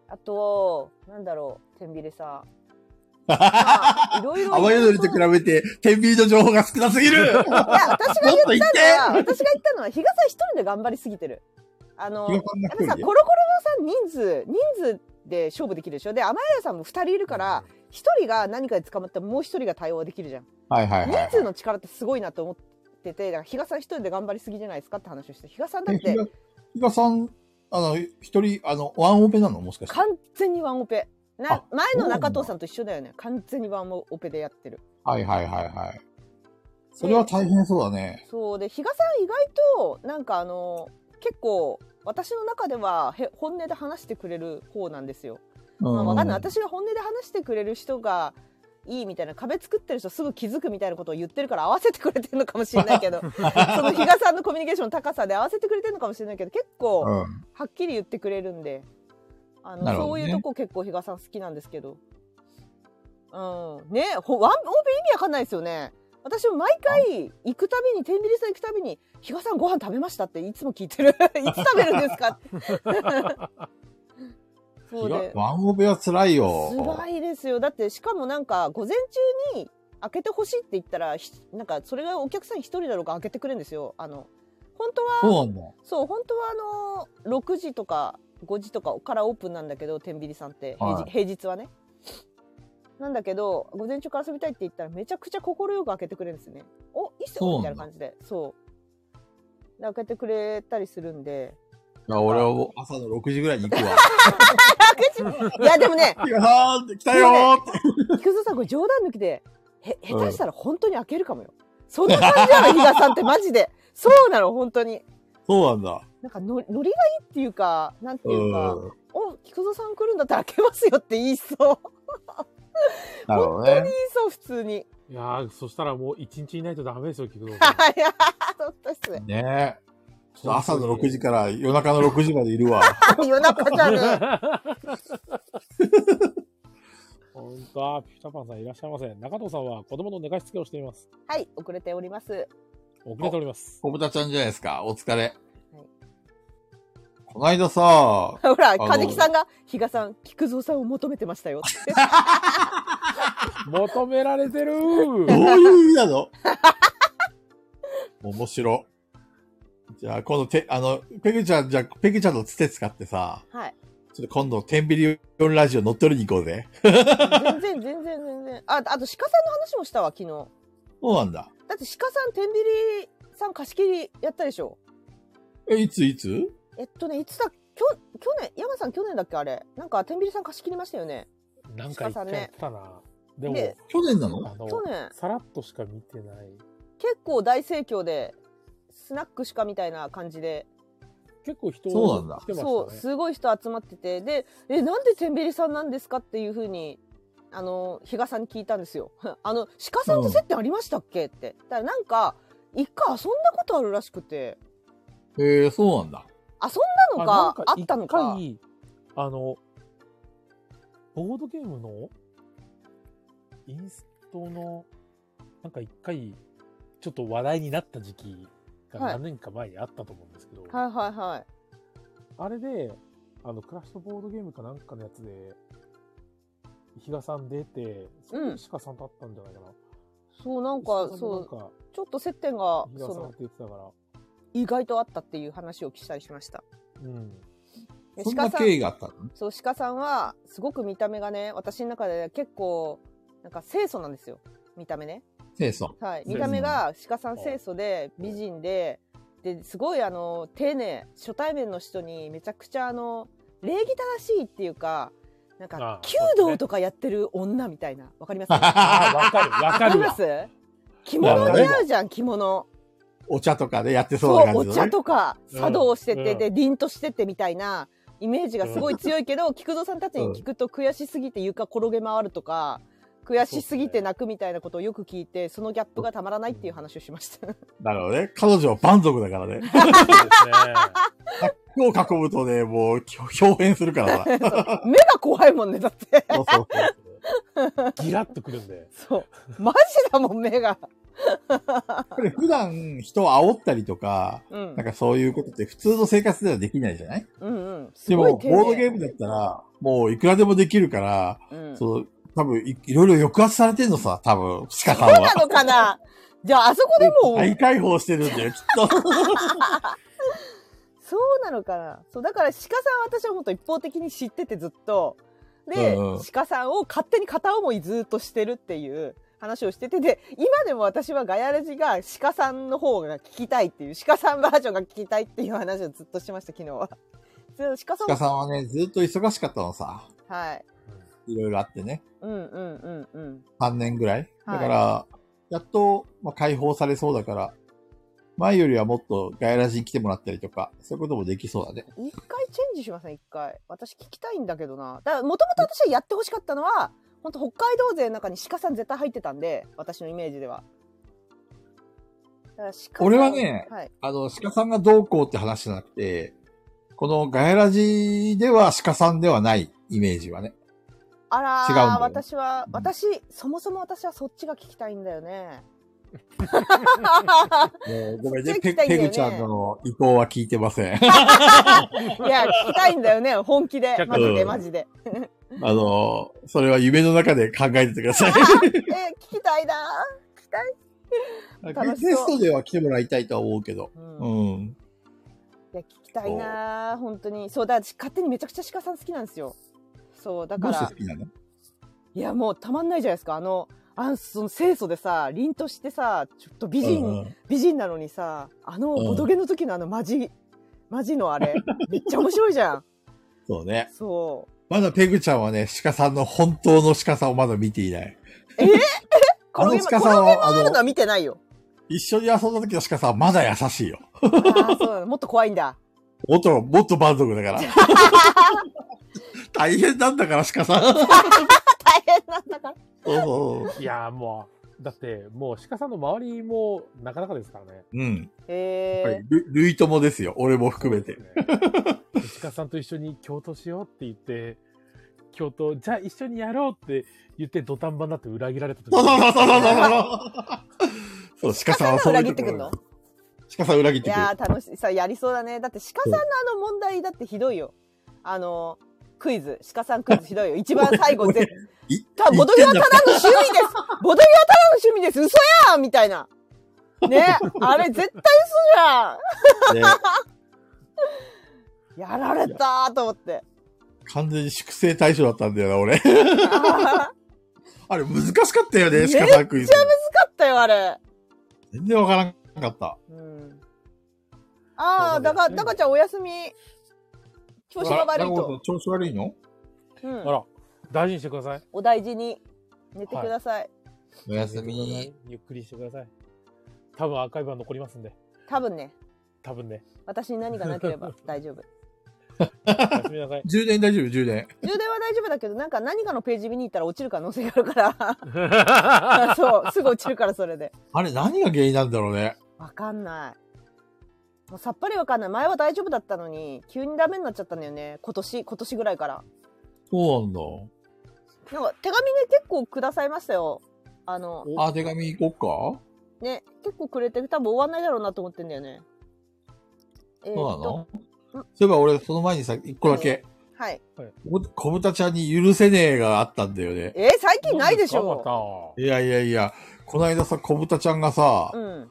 あと、なんだろう、天秤で
(laughs)
さん。まあいろいろ。
雨宿りと比
い
べて、天秤の情報が少なす
(laughs)
ぎるもっ
や、私が言
と言っ
った
て
のは、私が言ったのは、比嘉さん一人で頑張りすぎてる。あの、
比
や
嘉
っ
さんが
ぱ
一
さ、コ
人で
ロコロのさ、人数、人数で勝負できるでしょで、雨宿りさんも二人いるから、、一人が何かで捕まってももう一人が対応できるじゃん。
はいはいはい。
人数の力ってすごいなと思ってて、だから比嘉さん一人で頑張りすぎじゃないですかって話をして、比嘉さんだっ
え
て
比嘉比嘉さん、あの、一人、あの、ワンオペなのもしかして。
完全にワンオペ。な
あ
前
そ
の
うなんだ
中藤さんと一緒だよね。完全にワンオペでやってる。
はいはいはいはい。それは大変そうだね。
そうで比嘉さん意外となんかあの結構私の中ではへ本音で話してくれる方なんですよ。
うん
まあ、わかんない私が本音で話してくれる人がいいみたいな壁作ってる人すぐ気づくみたいなことを言ってるから合わせてくれてるのかもしれないけ
(laughs)
どその比嘉さんのコミュニケーションの高さで合わせてくれてるのかもしれないけど結構
う
は
ん。
っきり言ってくれるんであの、
なるほ
そ
ど
う
ね
いうとこ結構比嘉さん好きなんですけど。うん、ねほワンオペ意味わかんないですよね私も毎回行くたびに天秤さん行くたびに「比嘉さんご飯食べました?」っていつも聞いてる (laughs) いつ食べるんです
(laughs)
かそう
比
で
嘉ワンオペは辛いよ。
辛いですよだってしかもなんか午前中に開けてほしいって言ったらひなんかそれがお客さん一人だろうが開けてくれるんですよあの本当は
そうなんだ。
そう本当はあの6時とか5時とかからオープンなんだけど天秤さんって平日,、
は
平日はねなんだけど午前中から遊びたいって言ったらめちゃくちゃ快く開けてくれるんですねおいいっすよ
そ
み
う
た
ないんだ
な感じでそうで開けてくれたりするんで
いや、俺はもう朝の6時ぐらいに行 (laughs) くわ。
(laughs) いやでもね
比嘉さん来たよーって。
菊蔵さんこれ冗談抜きでへ下手したら本当に開けるかもよ、そんな感じなの、比嘉さんってマジで。そうなの、本当に。
そうなんだ。
なんかの、ノリがいいっていうか、なんて
う
いうか、
ん。
お、菊蔵さん来るんだったら開けますよって言いそう。 (laughs)
なるほどね
言い。そう、普通に。 (laughs)
いやー、そしたらもう一日いないとダメです
(laughs)
よ、菊蔵さん。
はい、やー、本当っすね。
ねえ。ちょっと朝の6時
(laughs)
から夜中の6時までいるわ。
夜中じゃね
本当は、ピピタパンさんいらっしゃいません。中藤さんは子供の寝かしつけをしています。
え。はい、遅れております。 (laughs)
遅れてお
(laughs)
ります。
小豚ちゃんじゃないですか。お疲れ。こないださ、
ほら、
の
金木さんが、比嘉さん、菊蔵さんを求めてましたよって。
求められてる
(laughs) どう
ー
いう意味なの
(laughs)
面白。じゃあ、今度て、あの、ペグちゃん、じゃあペグちゃんのつて使ってさ、
はい。
ちょっと今度、テンビリオンラジオ乗っ取りに行こうぜ。
全然、全然、全然。あ、あと、鹿さんの話もしたわ、昨日。
そうなんだ。
だって鹿さん、天秤さん貸し切りやったでしょ。
え、いついつ
えっとね、いつだ、きょ去年、山さん去年だっけあれ。なんか、天秤さん貸し切りましたよね。
なんか一回やってたな。でも、
ね
去年な
あ
の
の、
去年
さらっとしか見てない。
結構大盛況で、スナックしかみたいな感じで、
結構人
そうなんだ
来てましたね。
そう、すごい人集まってて、で、え、なんで天秤さんなんですかっていうふうに、あの、比嘉さんに聞いたんですよ。 (laughs) あの、鹿さんと接点ありましたっけって。だからなんか、一回遊んだことあるらしくて、
えー、そうなんだ。
遊んだの
なん
か、あったのか。
一回あの、ボードゲームのインストの、なんか一回、ちょっと話題になった時期が
はい
何年か前にあったと思うんですけど、
はいはいはい。
あれで、あの、クラッシュボードゲームかなんかのやつで、比嘉さん出て、そこ
うん
で鹿さんと会ったんじゃないかな。
そう、なん
鹿さ
か、
ん
そ
も
う
なん、か、
ちょっと接点が
比嘉さん
そ
っ
の
て言ってたから、
意外とあったっていう話をしたりしました。
うん。
で
そん
鹿
な
さ
経
ん
緯があったの
そう鹿さんはすごく見た目がね私の中で結構なんか清楚なんですよ見た目ね。
清楚。
はい、
清
見
楚
た目が鹿さん清楚で美人でですごいあの丁寧初対面の人にめちゃくちゃあの礼儀正しいっていうかなん
ああ
か
そうで
弓
すね
道とかやってる女みたいなわかります
ああ、わかる、わ
(laughs)
か
わかり
る
ま
わ。
す着物似合うじゃん着物。
お茶とかでやってそう
そ
な
う
感
お
じのね
茶とか
うん
茶道をしてて、
うん
で凛としててみたいなイメージがすごい強いけど、菊蔵さんたちに聞くと悔しすぎて床転げ回るとか悔しすぎて泣くみたいなことをよく聞いてそのギャップがたまらないっていう話をしました
なるほどね。彼女は蛮族だから
(laughs)
ね。
そうですね。
服を囲むとね、もう、表変するから
(laughs)
さ。
目が怖いもんねだって
そうそうそう
ギラッとくるんで。
(laughs) そうマジだもん目が
やっぱり普段、人を煽ったりとか、
うん
なんかそういうことって普通の生活ではできないじゃない
うんうんす
で
ご
も、
い丁寧
ボードゲームだったら、もういくらでもできるから、
うんそう
その、多分い、いろいろ抑圧されてんのさ、多分、シカさん
な
は。
のかなじゃああそこでも
大解放してるんだよ、きっと。
そうなのかなそうだから鹿さんは私はもっと一方的に知っててずっとで、
うんうん
鹿さんを勝手に片思いずっとしてるっていう話をしててで今でも私はガヤラジが鹿さんの方が聞きたいっていう鹿さんバージョンが聞きたいっていう話をずっとしました昨日は。そう鹿さ
シ
ん
カ
も
さんはね、ずっと忙しかったのさ。
はい
いろいろあってね。
うんうんうんうん
3年ぐらい。
は
だ
い
から、やっと、まあ、解放されそうだから、前よりはもっとガヤラジに来てもらったりとか、そういうこともできそうだね。
一回チェンジしません一回私聞きたいんだけどなだからもともと私はやってほしかったのは本当北海道勢の中に鹿さん絶対入ってたんで私のイメージではだから鹿さん
俺はね
はい、
あの、鹿さんがどうこうって話じゃなくて、このガヤラジでは鹿さんではないイメージ
(laughs)
はね。
あら
違うんだよ
ー私は
うん
私そもそも私はそっちが聞きたいんだよ
(laughs)
ね
もうごめんね
そっち
ペ
行きたいんだ
ペ
よね
グちゃんの意向は聞いてま
(laughs)
せ
いや
ん。
聞きたいんだよね本気でマジでマジで
あの、それは夢の中で考えててください。
えー聞きたいな (laughs) 楽しそう
ゲストでは来てもらいたいとは思うけど。
ー、うん
うん。
いや聞きたいなー本当にそうだ私勝手にめちゃくちゃ鹿さん好きなんですよそうだか
どうして
ら
好きなの
いやもうたまんないじゃないですかあのあのその清楚でさ凛としてさちょっと美人、
うんうん
美人なのにさあの
うん
ボドゲの時のあのマジ、マジのあれめっちゃ面白いじゃん
そうね。
そ
まだペグちゃんはね、鹿さんの本当の鹿さんをまだ見ていない。
うこ
あの
の
鹿
今
さ
こ
ん
の
は、
ある
あ
の
の、
は見てないよ
一緒に遊んだ時の鹿さん、まだ優しいよ。
あーそうなのもっと怖いんだ。
もっと、もっと満足だから。大変なんだから、鹿さん。そう
大変なんだから。
そうそ
いやーもう、だってもう鹿さんの周りもなかなかですからね。
う。うん。
え
は
ー
いる類ともですよ。俺も含めて。
で鹿さんと一緒に京都しようって言って、京都、じゃあ一緒にやろうって言って土壇場になって裏切られた時
そうそうそうそうそうそう。そう、鹿さんはそういう
鹿さんが裏切って
ところ
くんの
鹿さん裏切っ
い
てくる。
やー楽しいさやりそうだねだって鹿さんのあの問題だってひどいよあのクイズ鹿さんクイズひどいよ一番最後絶
い
対ボドゲはただの趣味ですボドゲはただの趣味です嘘やんみたいなねあれ絶対嘘
ね
じゃんやられたーと思って
完全に粛清対象だったんだよな、俺。
あー難
あれ難しかったよね、
めっちゃ
鹿さんクイズ。
かったよあれ、
全然わからんかった。
うん、ああだからだかちゃんお休み調子が悪い
あら中
と
本、調子悪いの
う
あ
ん、
ら、大事にしてください。
お大事に寝てください、
おやす
寝てくださ
み。
い。ゆっくりしてください。多分アーカイブは残りますんで。
多分ね
多分ね。
私に何がなければ (laughs) 大丈夫
おやすみなさい
充電大丈夫、充電。
充電は大丈夫だけど、なんか何かのページ見に行ったら落ちる可能性があるか
あ
ら。そう、すぐ落ちるからそれで。
あれ何が原因なんだろうね。
わかんない。もうさっぱりわかんない。前は大丈夫だったのに、急にダメになっちゃったんだよね。今年、今年ぐらいから。
そうなん
なんか手紙ね、結構くださいましたよ。あの、
だ。あ、手紙行こっ
ね、結構くれて、多分終わんないだろうなと思ってんだよね。えー
かそうな
っと
のそういえば俺、その前にさ、一個だけ、
はい。
小豚ちゃんに許せねえがあったんだよね。
えー最近ないでしょ。
ょ
いやいやいや、こないださ、小豚ちゃんがさ、
うん。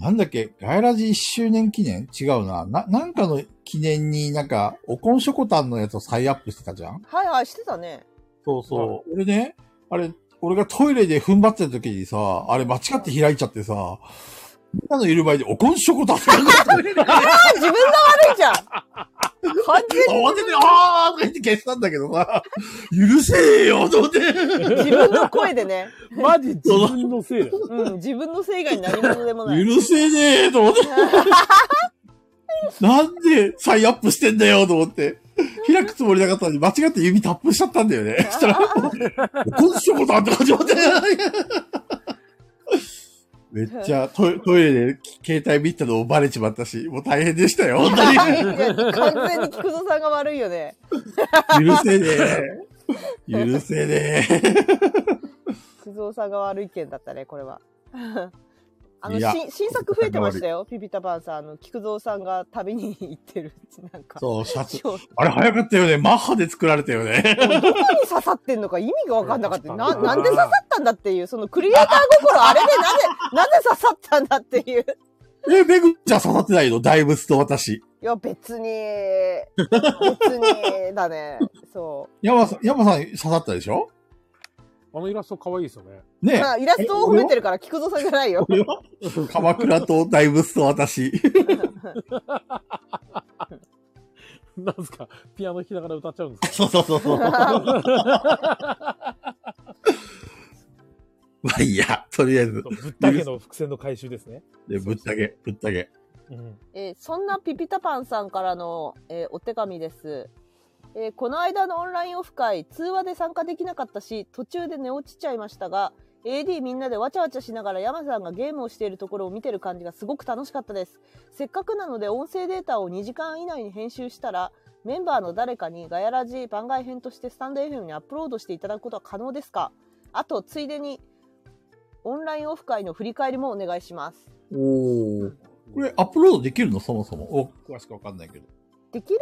なんだっけ、ガイラジ1周年記念違うな。な、なんかの記念になんか、おこんしょこたんのやつを再アップしてたじゃん
はいはい、してたね。
そうそう。俺ね、あれ、俺がトイレで踏ん張ってた時にさ、あれ間違って開いちゃってさ、みんなのいる前でおこんしょこたんって言われて
ああ、自分が悪いじゃん完全に
慌てて、あーとか言って消したんだけどさ、 (laughs) 許せねえよと思って。
自分の声でね。
マジ自分のせい (laughs) だ。
うん、自分のせい以外に何者でも
(laughs)
ない。
許せねえと思って。なんで再アップしてんだよと思って。開くつもりなかったのに間違って指タップしちゃったんだよね。そしたら、こんしょこたんって始まって。めっちゃトイトイレで携帯見たのをバレちまったし、もう大変でしたよ、本当
(laughs) いや完全に菊蔵さんが悪いよね。
に。許せねえ。許せね
菊蔵さんが悪い件だったね、これは。 (laughs) あの
いや
新新作増えてましたよ、ピピタパンさん。あの菊蔵さんが旅に行ってる (laughs) うちなん
え。
か。
そう、シャツ。
今日
あれ早かったよね。マッハで作られたよね。
何刺さってんのか意味が分かんなか
(laughs)
った。ななんで刺さ
っ
ったんだっていう、そのクリエイター心、あれでなぜ、なぜ刺さったんだっていう。 (laughs)
え、めぐちゃん刺さってないの大仏と私。
いや、別に、別に、だね。そ
山さん、山さん刺さったでしょ
あのイラスト可愛いですよね。
う。
ねえ
ま。あ、イラストを褒めてるから、菊蔵さんじゃないよ。
俺は鎌倉と大仏と私。
なんですかピアノ弾きながら歌っちゃうんですか
そうそうそうそう。まあいいや、とりあえず。
ぶったけの伏線の回収ですね。
でぶったけ、ぶったけ。
うん。
えーそんなピピタパンさんからの、えーお手紙です、えーこの間のオンラインオフ会通話で参加できなかったし途中で寝落ちちゃいましたが AD みんなでわちゃわちゃしながら山さんがゲームをしているところを見てる感じがすごく楽しかったですせっかくなので音声データを2時間以内に編集したらメンバーの誰かにガヤラジ番外編としてスタンド FM にアップロードしていただくことは可能ですかあとついでにオンラインオフ会の振り返りもお願いします
おお。これアップロードできるのそもそも。お、詳しくわかんないけど。
できる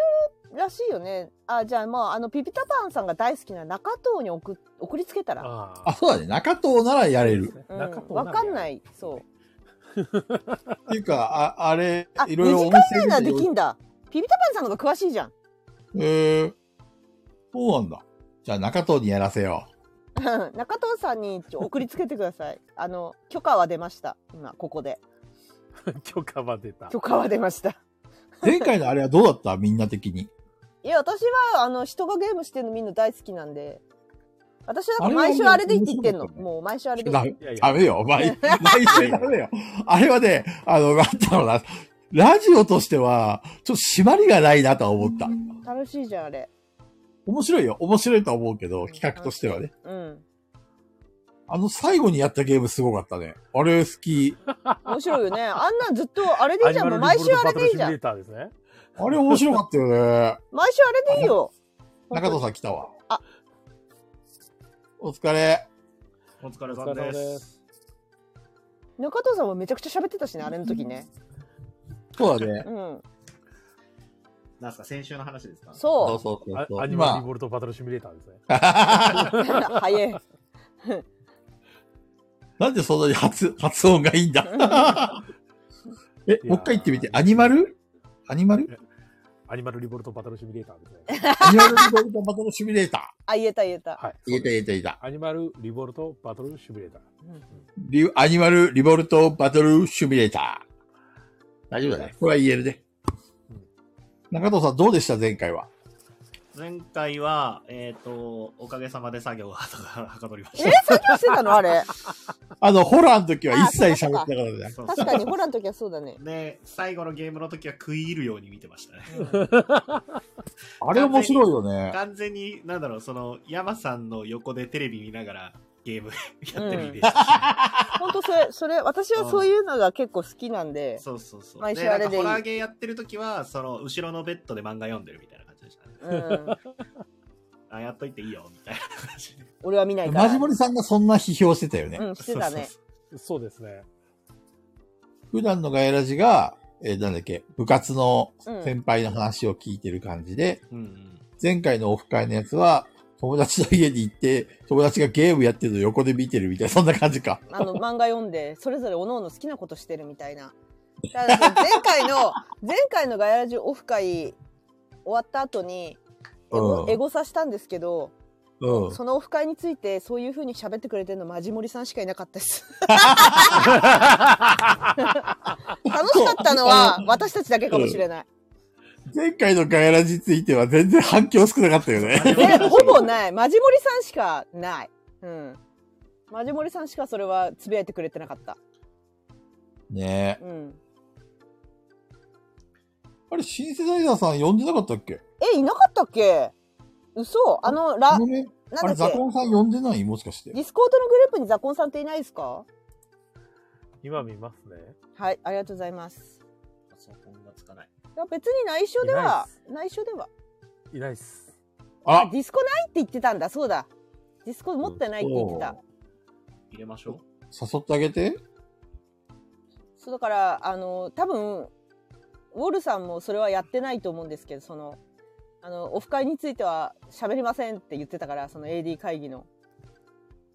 らしいよね。あ、じゃあまあ、あの、ピピタパンさんが大好きな中藤に送送りつけたら。
あ
あ、そうだね。中藤ならやれる。
うん、
中藤
わかんない。そう。
っていうか、あ、あれ
あ、、
い
2
ろいろ
時
お
間
店
以内ならで
見て
きんだ。ピピタパンさんの方が詳しいじゃん。 (laughs)
えー、そうなんだ。じゃあ中藤にやらせよ
中藤さんに一応送りつけてください。あの、許可は出ました。今、ここで。
許可は出た。
許可は出ました。 (laughs)
う。前回のあれはどうだったみんな的に。
いや、私は、あの、人がゲームしてるのみんな大好きなんで、私なんか毎週あれでいいって言ってん
あ
の。
れはね
もう毎週あれでいい
ダ
って。
メ
いやいや
ダメよ。 (laughs) 毎、毎週ダメよ。あれはね、あの、なんだろうな。ラジオとしては、ちょっと締まりがないなとは思った。
楽しいじゃん、あれ。
面白いよ。面白いとは思うけど、企画としてはね。
うん。
あの、最後にやったゲームすごかったね。あれ好き。
面白いよね。あんなんずっと、あれでい
ア
いじ
ニ
ゃ
マ
ん。も
ル
う毎
リボルト
週あ
バ
れ
ト
で
ル
いい
シミ
じゃ
ュレ
ん
ー。ターですね。
あれ面白かった
(laughs)
よね。
毎週あれでいいよ。
中藤さん来たわ。
あ
お疲れ。
お疲れさんで。
お疲れ様です
中藤さんもめちゃくちゃ喋ってたしね、あれの時ね。
そうだね。
うん。
なんすか、先週の話ですか
そ
そう
そうそう
あ
そう。
アニマルリ
今、
ボルトバトルシミュレーターですね。
う。 (laughs) 早い。
(laughs)
なんでそんなに発、発音がいいんだ。え、もう一回言ってみて。アニマルアニマル
アニマルリボルトバトルシミュレーター (laughs) ですね。
アニマルリボルトバトルシミュレータ
あ、言えた言えた。
はい。
ー。言えた言えた言えた。
アニマルリボルトバトルシミュレーター。
リアニマルリボルトバトルシミュレーター。大丈夫だね。これは言えるね
うん。
中藤さんどうでした前回は。
前回は、えっ、と、おかげさまで作業がはかどりまし
え、作業してたのあ
(laughs)
れ。
あの、ホラーの時は一切喋ってなかったじゃ
た。
ん。
そうそう
確かに、ホラーの時はそうだね。
で、最後のゲームの時は食い入るように見てましたね。
あれ面白いよね。
完全に、なんだろう、その、山さんの横でテレビ見ながらゲーム (laughs) やってるイメージでした、
本当それ、それ、私はそういうのが結構好きなんで。
(laughs) そうそうそう。
毎週
で
あれでいい
なんかホラーゲーやってる時は、その、後ろのベッドで漫画読んでるみたいな感じでしたね。
うん。
あ、やっといていいよ、みたいな感じで。
俺は見ないから。
マジモリさんがそんな批評してたよね。
うん、してたね。
そう
そうですね。
普段のガヤラジが、えーなんだっけ、部活の
うん
先輩の話を聞いてる感じで、
そうそう。うんうん。
前回のオフ会のやつは、友達の家に行って、友達がゲームやってるの横で見てるみたいな、そんな感じか。
あの漫画読んでそれぞれ各々好きなことしてるみたいな。だから前回の前回のガヤラジオフ会終わった後にエゴ,、
うん
エゴサしたんですけど、
うん。
そのオフ会についてそういう風に喋ってくれてるのマジモリさんしかいなかったです。楽しかったのは私たちだけかもしれない。
前回のガヤラジについては全然反響少なかったよね。
え、ほぼない。マジモリさんしかない。うん。マジモリさんしかそれはつぶやいてくれてなかった。
ねえ。
うん。
あれ、シンセサイザーさん呼んでなかったっけ
え、いなかったっけ嘘あの、ラ
ご、めんあ
なん
れ、
だ
ザ
っけ
コンさん呼んでないもしかして
デ。ィスコードのグループにザコンさんっていないですか
今見ますね。
はい、ありがとうございます。
パソコンがつかない。
いや別に内緒では、内緒では。
いないっす。
あ
あ、
ディスコないって言ってたんだ、そうだ。ディスコ持ってないって言ってた。
入れましょ
誘ってあげて。
そうだから、あの、多分、ウォルさんもそれはやってないと思うんですけど、その、あの、オフ会については喋りませんって言ってたから、その AD 会議の、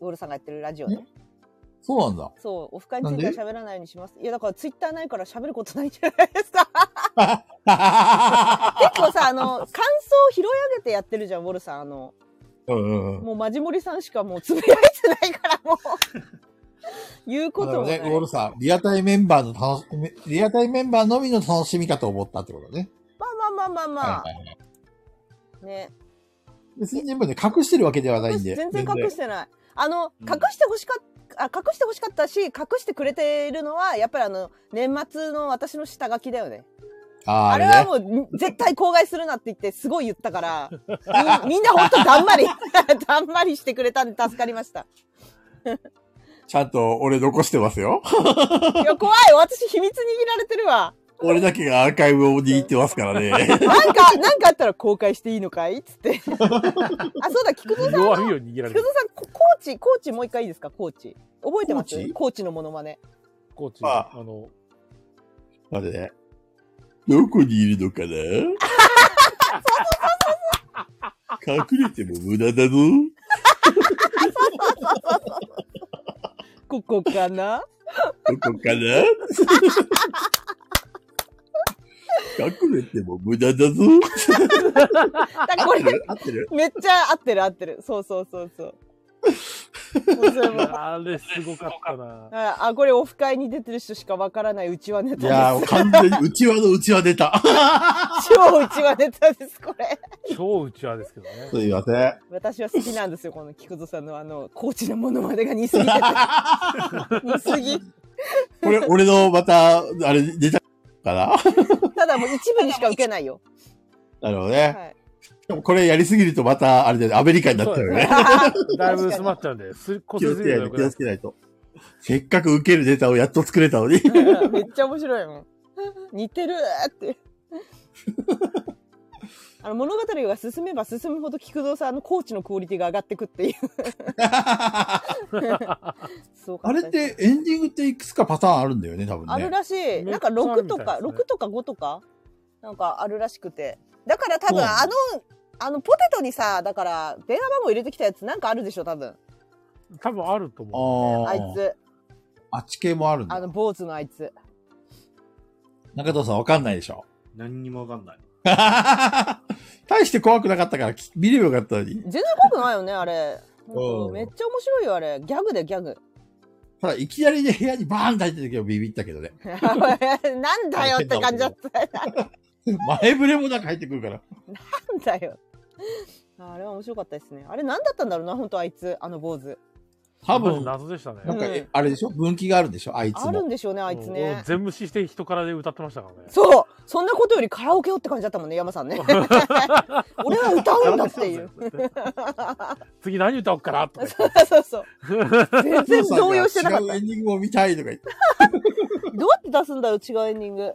ウォルさんがやってるラジオね。
そう
(laughs)
なんだ。
そう、オフ会については喋らないようにします。いや、だからツイッターないから喋ることないんじゃないです
(laughs)
か。結構さ、あの、感想を拾い上げてやってるじゃん、ウォルさん。あの、
うんうんうん。
もうマジモリさんしかもうつぶやいてないからもう
(laughs)
言うこ
だか
と
ら
もない、
ね、ゴールさん、リアタイメンバーの楽し、リアタイメンバーのみの楽しみかと思ったってことね。
まあまあまあまあまあ、
はいはいはい。
ね
別に全部ね、隠してるわけではないんで。
全然隠してないあの
うん
隠してほしかった、あ隠してほしかったし隠してくれているのはやっぱりあの年末の私の下書きだよね
あー
あ
あ
れ
れ
は
ね。
もう絶対口外するなって言ってすごい言ったからみみんなほんとだんまり (laughs) だんまりしてくれたんで助かりました
ちゃんと俺残してますよ。
いや怖い私秘密握られてるわ
俺だけがアーカイブを握ってますからね。
なんかなんかあったら公開していいのかいっつってあそうだ菊蔵さん
弱みを握られ
菊
る。
蔵さんココーチコーチもう一回いいですかコーチ覚えてます
コー
コ
チ
ーチのモノマネ
コーチ、
あ
あの、
あれね。どこにいるのかな隠れても無駄だぞ。
ここかな
どこかな隠れても無駄だぞ。
だからこれ
合ってる
めっちゃ合ってる合ってるそうそうそうそうもうそれも
あれすごかったな。
ああ、これオフ会に出てる人しかわからないうちわネ
いや
タで
ー、
す。
完全に、うちわのうちわ出た。
超うちわネタです、これ。
超うちわですけどね。
すいません。
私は好きなんですよ、この菊蔵さんのあの、高知のものまでが似す
(laughs)
ぎてて。似すぎ。
これ、俺の、また、あれ、出たかな
ただもう一部にしか受けないよ。
なるほどね。 (laughs)
はい。 (laughs)
でもこれやりすぎるとまた、あれでアメリカになっちゃうよね。
だいぶ詰まっちゃうんで、すっこ
気
す
を
ず
つ
り
け
が
ないと、
良
気
くな
を
い
つけないと。せっかく受けるネタをやっと作れたのに。
うんめっちゃ面白いもん。似てるー
(laughs)
って。あの物語が進めば進むほど菊蔵さんのコーチのクオリティが上がってくって
(laughs)
いう。
あ
そうか
れ
った
っ
です
て、エンディングっていくつかパターンあるんだよね、多分ね。
あるらしい。
ね
なんか6とか、
めっちゃあるみたいですね
6とか5とか、なんかあるらしくて。だから多分、
うん
あの、あの、ポテトにさ、だから、電話番号入れてきたやつなんかあるでしょ、多分。
多分あると思
あ
あい
ー
つ。
あっち系もあるん
あ
だ
の、。坊主のあいつ。
中藤さんわかんないでしょ。 (laughs)
何にもわかんない。
大して怖くなかったからき見ればよかったのに。
全然怖くないよね、あれ。ほんとめっちゃ面白いよ、あれ。ギャグでギャグ。
ただ、いきなりね、部屋にバーンって入った時はビビったけどね。 (laughs)
なんだよって感じだった。
前触れもなんか入ってくるから。
なんだよ。あれは面白かったですね。あれ何だったんだろうな、本当あいつ、あの坊主。
う。
多
マジ
分、な
謎でしたね。
んか、え
うん
あれでしょ分岐があるんでしょあいつ
あるん
も。
でしょうね、あいつ
もう
ね。
全無視して人からで歌ってましたからね。
そうそんなことよりカラオケをって感じだったもんね、山 (laughs) さんね。俺は歌うんだっていう。
次何歌おうかなとか言って。
そうそう。全然動揺してなかっ
違う
た。
エンディングを見たいとか言って。
どうやって出すんだよ、違うエンディング。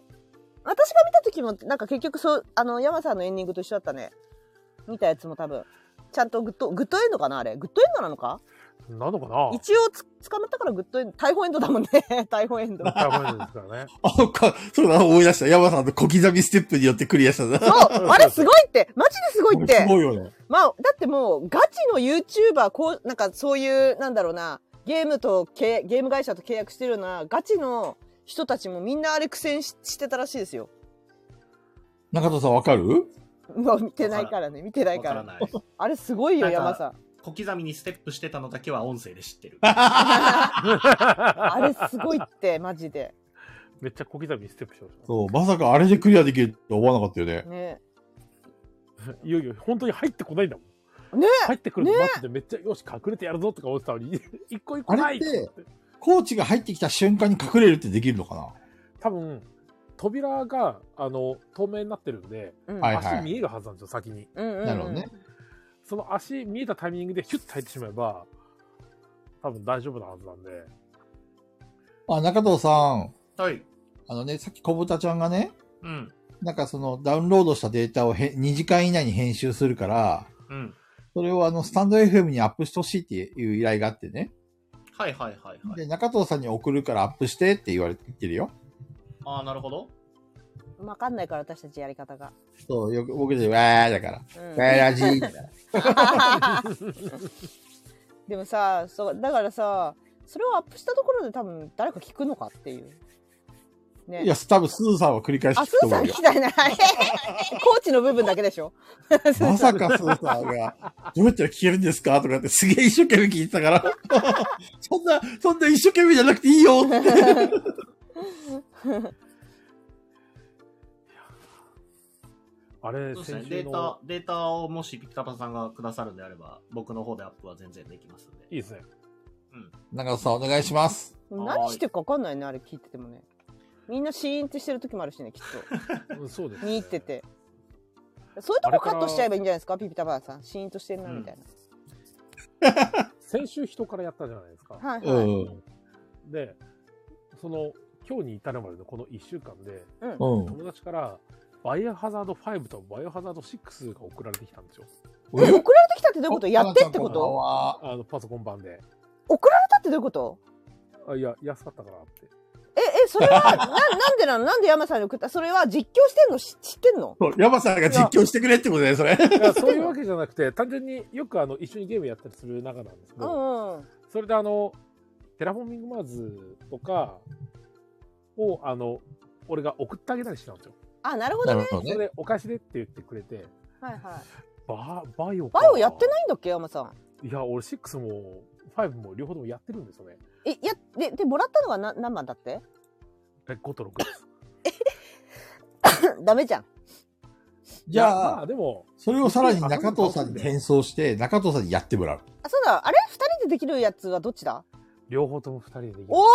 私が見た時も、なんか結局そう、あの、山さんのエンディングと一緒だったね。見たやつも多分。ちゃんとグッド、グッドエンドかなあれ。グッドエンドなのか
なのかな
(laughs) 一応つ捕まったからグッドエンド、逮捕エンドだもんね。 (laughs) 逮捕エンド。そう
ダメですからね。
あ、そっか、そうだ、思い出した。山さんの小刻みステップによってクリアしたんだ。
あれすごいってマジですごいっ
す
て
ごいよね。
まあ、だってもう、ガチの YouTuber、こう、なんかそういう、なんだろうな、ゲームとけ、ゲーム会社と契約してるような、ガチの人たちもみんなあれ苦戦ししてたらしいですよ。
中藤さんわかる
もう見てないからね、見てない
わ
か。
かららない。
あれすごいよ、
なんか
山さん。
小刻みにステップしてたのだけは音声で知っ
(laughs)
てる。
あれすごいって、マジで。
(laughs) めっちゃ小刻みにステップしてました。
そう、まさかあれでクリアできると思わなかったよね。
ね。
いよいよ本当に入ってこないんだもん。
ね
入ってくるの待っててめっちゃ、よし、隠れてやるぞとか思ってたのに、 (laughs) 一個一個ない
あれってコーチが入ってきた瞬間に隠れるってできるのかな
多分、扉が、あの、透明になってるんで、
うん
はい
足見えるはずなんですよ、先に。
うんうんうん
なるほどね。。
その足見えたタイミングでヒュッと入ってしまえば、多分大丈夫なはずなんで。
まあ、中藤さん、
はい。
あのね、さっき小豚ちゃんがね、
うん。
なんかそのダウンロードしたデータをへ2時間以内に編集するから、
うん。
それをあの、スタンド FM にアップしてほしいっていう依頼があってね。
はいはいはいはい。
で、中藤さんに送るからアップしてって言われて言ってるよ。
ああ、なるほど。
わかんないから、私たちやり方が。
そう、よく、僕で、わーだから。
うん
わーらじーだから。
でもさそうだからさそれをアップしたところで多分誰か聞くのかっていうね
いや、多分スーさんは繰り返し
あ
聞
ス
くと
ーさ
思
ん聞
うよ
き。たいな (laughs) コーチの部分だけでしょスーさん
(laughs) まさかスーさんが、どうやったら聞けるんですかとかってすげえ一生懸命聞いてたから。 (laughs) そんな、そんな一生懸命じゃなくていいよって。
あれ、
そうですね
先。週
データ
の、、
データをもしピピタパさんがくださるんであれば、僕の方でアップは全然できますんで。
いいですね。
中藤さんお願いします。
何してるか分かんないねあれ聞いててもねみんなシーンってしてる時もあるしねきっ
うんそうです、
と
ね。
見入っててそういうとこカットしちゃえばいいんじゃないですかピピタバーさんシーンとしてるなみたい
先週人からやったじゃないですか。
な、はいは
う
い、
ん。
で、その、今日に至るまでのこの1週間で、
うん
うん。
友達から、バイオハザード5とバイオハザード6が送られてきたんですよ。
え送られてきたってどういうことやってってこ
中藤さんんばん
と
は
あの、パソコン版で。
送られたってどういうこと
あいや、安かったからって。
ええそれはななんでなのなんで山さんに送ったそれは実況してんのし知ってんの
そう山さんが実況してくれってことだよ、それ。
いやそういうわけじゃなくて単純によくあの一緒にゲームやったりする仲なんですけ
う
ど、
んうん
それであのテラフォーミングマーズとかをあの俺が送ってあげたりしてたんですよ。
あなるほど
な
ね
るほど
それ
ね。
でお返しでって言ってくれて
はいはい
ババイオか
バイオやってないんだっけ山さん
いや俺6も5も両方ともやってるんですよね。
え、いや、で、で、もらったのはな何番だって (laughs)
え5と6です。
ダメじゃん。
じ
いや
ゃ
ま
あ
あ、でも、
それをさらに中藤さんに転送して、中藤さんにやってもらう。
あ、そうだ、あれ二人でできるやつはどっちだ
両方とも2人でできる。
おー、中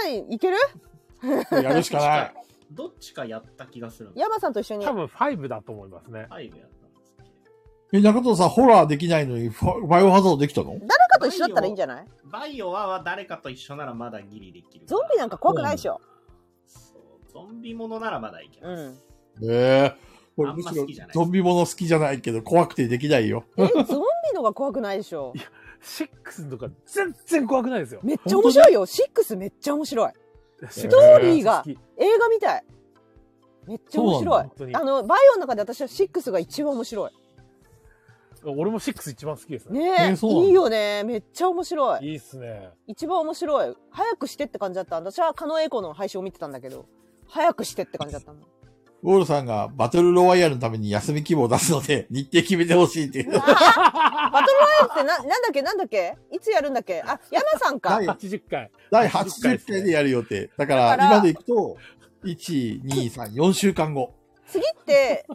藤さんいける
(laughs) やるしかない。
どっちかやった気がするんです。
山さんと一緒に
多。分5だと思いますね。
5やったんですけど。
え、中藤さん、ホラーできないのに、ファバイオハザードできたの
誰かと一緒だったらいいんじゃない
バイオはは誰かと一緒ならまだギリできる。
ゾンビなんか怖くないでしょ。
そう、ゾンビものならまだいけ
う
ます。
ん。
ええ俺
あん
む
ま
し
好
ろ
きじゃない
ゾンビもの好きじゃないけど、怖くてできないよ。
え、ゾンビのが怖くないでしょ。
6とか全然怖くないですよ。
めっちゃ面白いよ。シックスめっちゃ面白い。
ス
トー
リーが映画みたい。めっちゃ面白い
本。当に
あの、バイオの中で私はシックスが一番面白い。
俺も6一番好きですね。
ねえ、
えーそうなの
いいよね。めっちゃ面白い。
いいっすね。
一番面白い。早くしてって感じだった。私は狩野英孝の配信を見てたんだけど、早くしてって感じだったの。
ウォールさんがバトルロワイヤルのために休み規模を出すので、日程決めてほしいっていう。
バトルロイヤルってな、なんだっけなんだっけいつやるんだっけあ、山さんか。
(laughs)
第
80回。
第80回でやる予定。だか、
だからら
今でいくと、1、2、3、4週間後。
次って、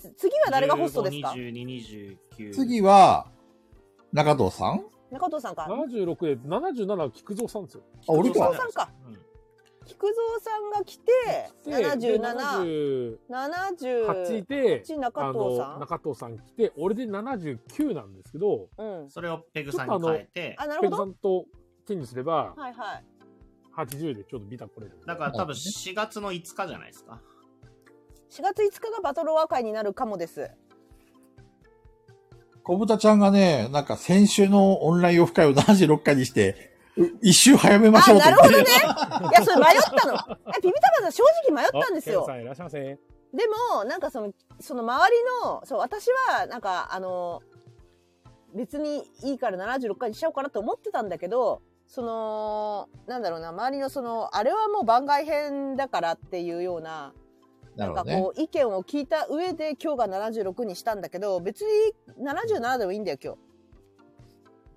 つ次は誰がホストですか
?22、29。
次は、中藤さん
中藤さんか。
76で77は菊蔵さんですよ。
あ、俺
菊蔵
か。
さんか。
うん
菊蔵さんが来て、
で
77、
78
70、
で、
中藤さ
あの
ん
中藤さん来て、俺で79なんですけど、
うん。
それをペグさんに変えて、
あ、な
ペ
る
グ
ほど。
さんと手にすれば、
はいはい。
80でちょうどビタ来れるんで。
だから多分4月の5日じゃないですか。
4月5日がバトルワー会になるかもです。
小豚ちゃんがね、なんか先週のオンラインオフ会を76回にして、う一周早めまし
あ、
ょうと
な
言
る
って。
ほどね。いや、それ迷ったの。え、ピピタパンさん正直迷ったんです
あケン
よ
さ。んいらっしゃいませ。
でも、なんかその、その周りの、そう、私は、なんか、あの、別にいいから76回にしちゃおうかなと思ってたんだけど、その、なんだろうな、周りのその、あれはもう番外編だからっていうような、
な
な
る
ん
ほど
か
ね。
こう、意見を聞いた上で今日が76にしたんだけど、別に77でもいいんだよ、今日。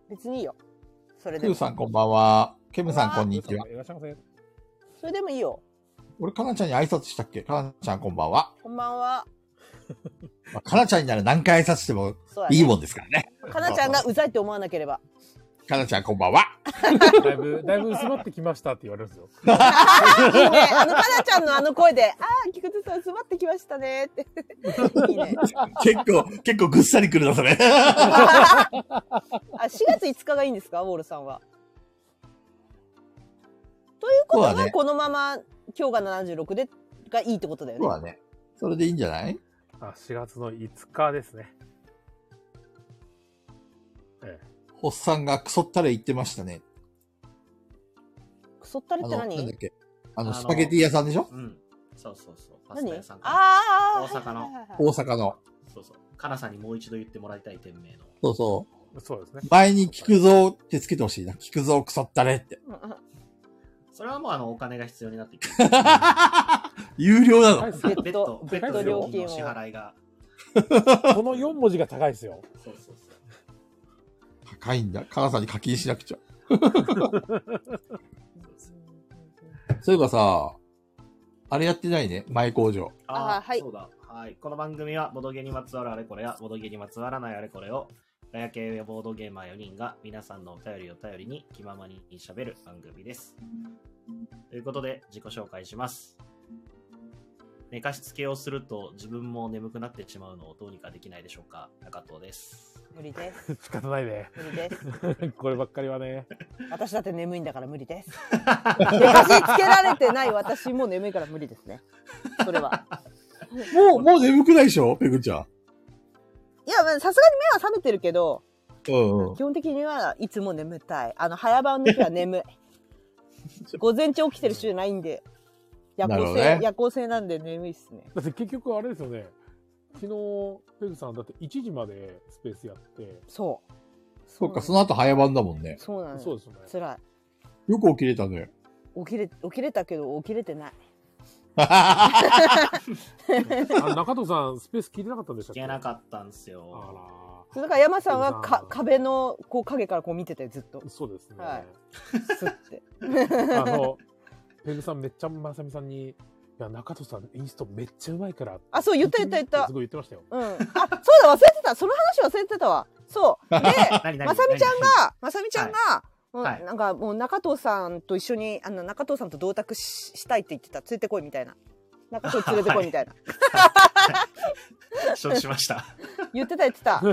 別にいいよ。それ
ク
で
ー
も。
さ
そ
んこんばんは。ケムさんこんにちは。
いらっしゃいませ。
れでもいいよ。
俺、かなちゃんに挨拶したっけかなちゃんこんばんは。
こんばんは。
まあ、かなちゃんになら何回挨拶しても
そうや、ね。
いいもんですからね。
かなちゃんがうざいって思わなければ。
かなちゃんこんばんは。
だいぶ、だいぶ薄まってきましたって言われるんですよ。
いいね。あの、かなちゃんのあの声で、ああ、菊池さん、詰まってきましたねって。いいね。
結構、結構ぐっさりくるな、それ。
あ、4月5日がいいんですか、ウォールさんは。ということ
そうだ
は、
ね
このまま、今日が76で、がいいってことだよ
そ
ね
う。だね。それでいいんじゃない
あ、4月の5日ですね。え
おっさんがクソったれ言ってましたね。
クソったれ
あ
って
の、なんだ
何
っけ。あの、
あの
スパゲティ屋さんでしょ
うん。そうそうそう。パスタ
何
屋さんから。
ああー、
大阪の
はいはいはい
大阪の。
そうそう。かなさんにもう一度言ってもらいたい店名の。
そうそ
えそうですね
う。。前に菊蔵ってつけてほしいな。菊蔵クソったれって。 (laughs)
うんうん
それはもうあのお金が必要になってきて、
有料な
高
の
いっす
ベ
よ
ッ
ベッド
ド、、
ベ
ベッ
ッド
ド
料
料
金
金
の
を。
支払いが。
この4文字が高いですよ。
そうそうそう。
高いんだ。母さんに課金しなくちゃ。そういえばさ、あれやってないね。前工場。
ああ、
あーはい
そうだ。はい。この番組は、ボドゲにまつわるあれこれや、ボドゲにまつわらないあれこれを、ガヤ系ボードゲーマー4人が皆さんのお便りを頼りに気ままに喋る番組です。ということで、自己紹介します。寝かしつけをすると自分も眠くなってしまうのをどうにかできないでしょうか中藤です。
無理です。
(laughs) 仕方ないね。
無理です。
(laughs) こればっかりはね。
私だって眠いんだから無理です。寝かしつけられてない私も眠いから無理ですね。それは。
もう、もう眠くないでしょペグちゃん。
いや、まあさすがに目は覚めてるけど、
うんうん。
基本的にはいつも眠たい。あの、早番の日は眠い。
(laughs)
午前中起きてる週ないんで、夜
なる
行
ほど
性、
ね
夜行性なんで眠いっすね。
だって結局あれですよね。昨日、ペグさんだって1時までスペースやって。
そう。
そっか、その後早番だもんね。
そうなの
そ
よ。
うですよね。
辛い。
よく起きれた (laughs) ね。
起きれ、起きれたけど起きれてない。
あ中藤さん、スペース聞いてなかったんでした
聞
っけ
けな
っ
かったんです
たあ
よ。
ら
そうだから山さんは
う
か
ん
壁のこう影からこう見ててずっと
そうですね。
はいスッて
あの、ペグさんめっちゃまさみさんに、いや、中戸さんインストめっちゃうまいから。
あそう言った言った言った
すごい言ってましたよ。
うん、あそうだ忘れてたその話忘れてたわそう
(laughs)
で
何々
まさみちゃんがまさみちゃんが、もう
はい
なんかもう中藤さんと一緒にあの中藤さんと同卓ししたいって言ってた連れてこいみたいな中藤連れてこいみ
(laughs)
たいな、
何々承知しました。
言ってた言ってた
は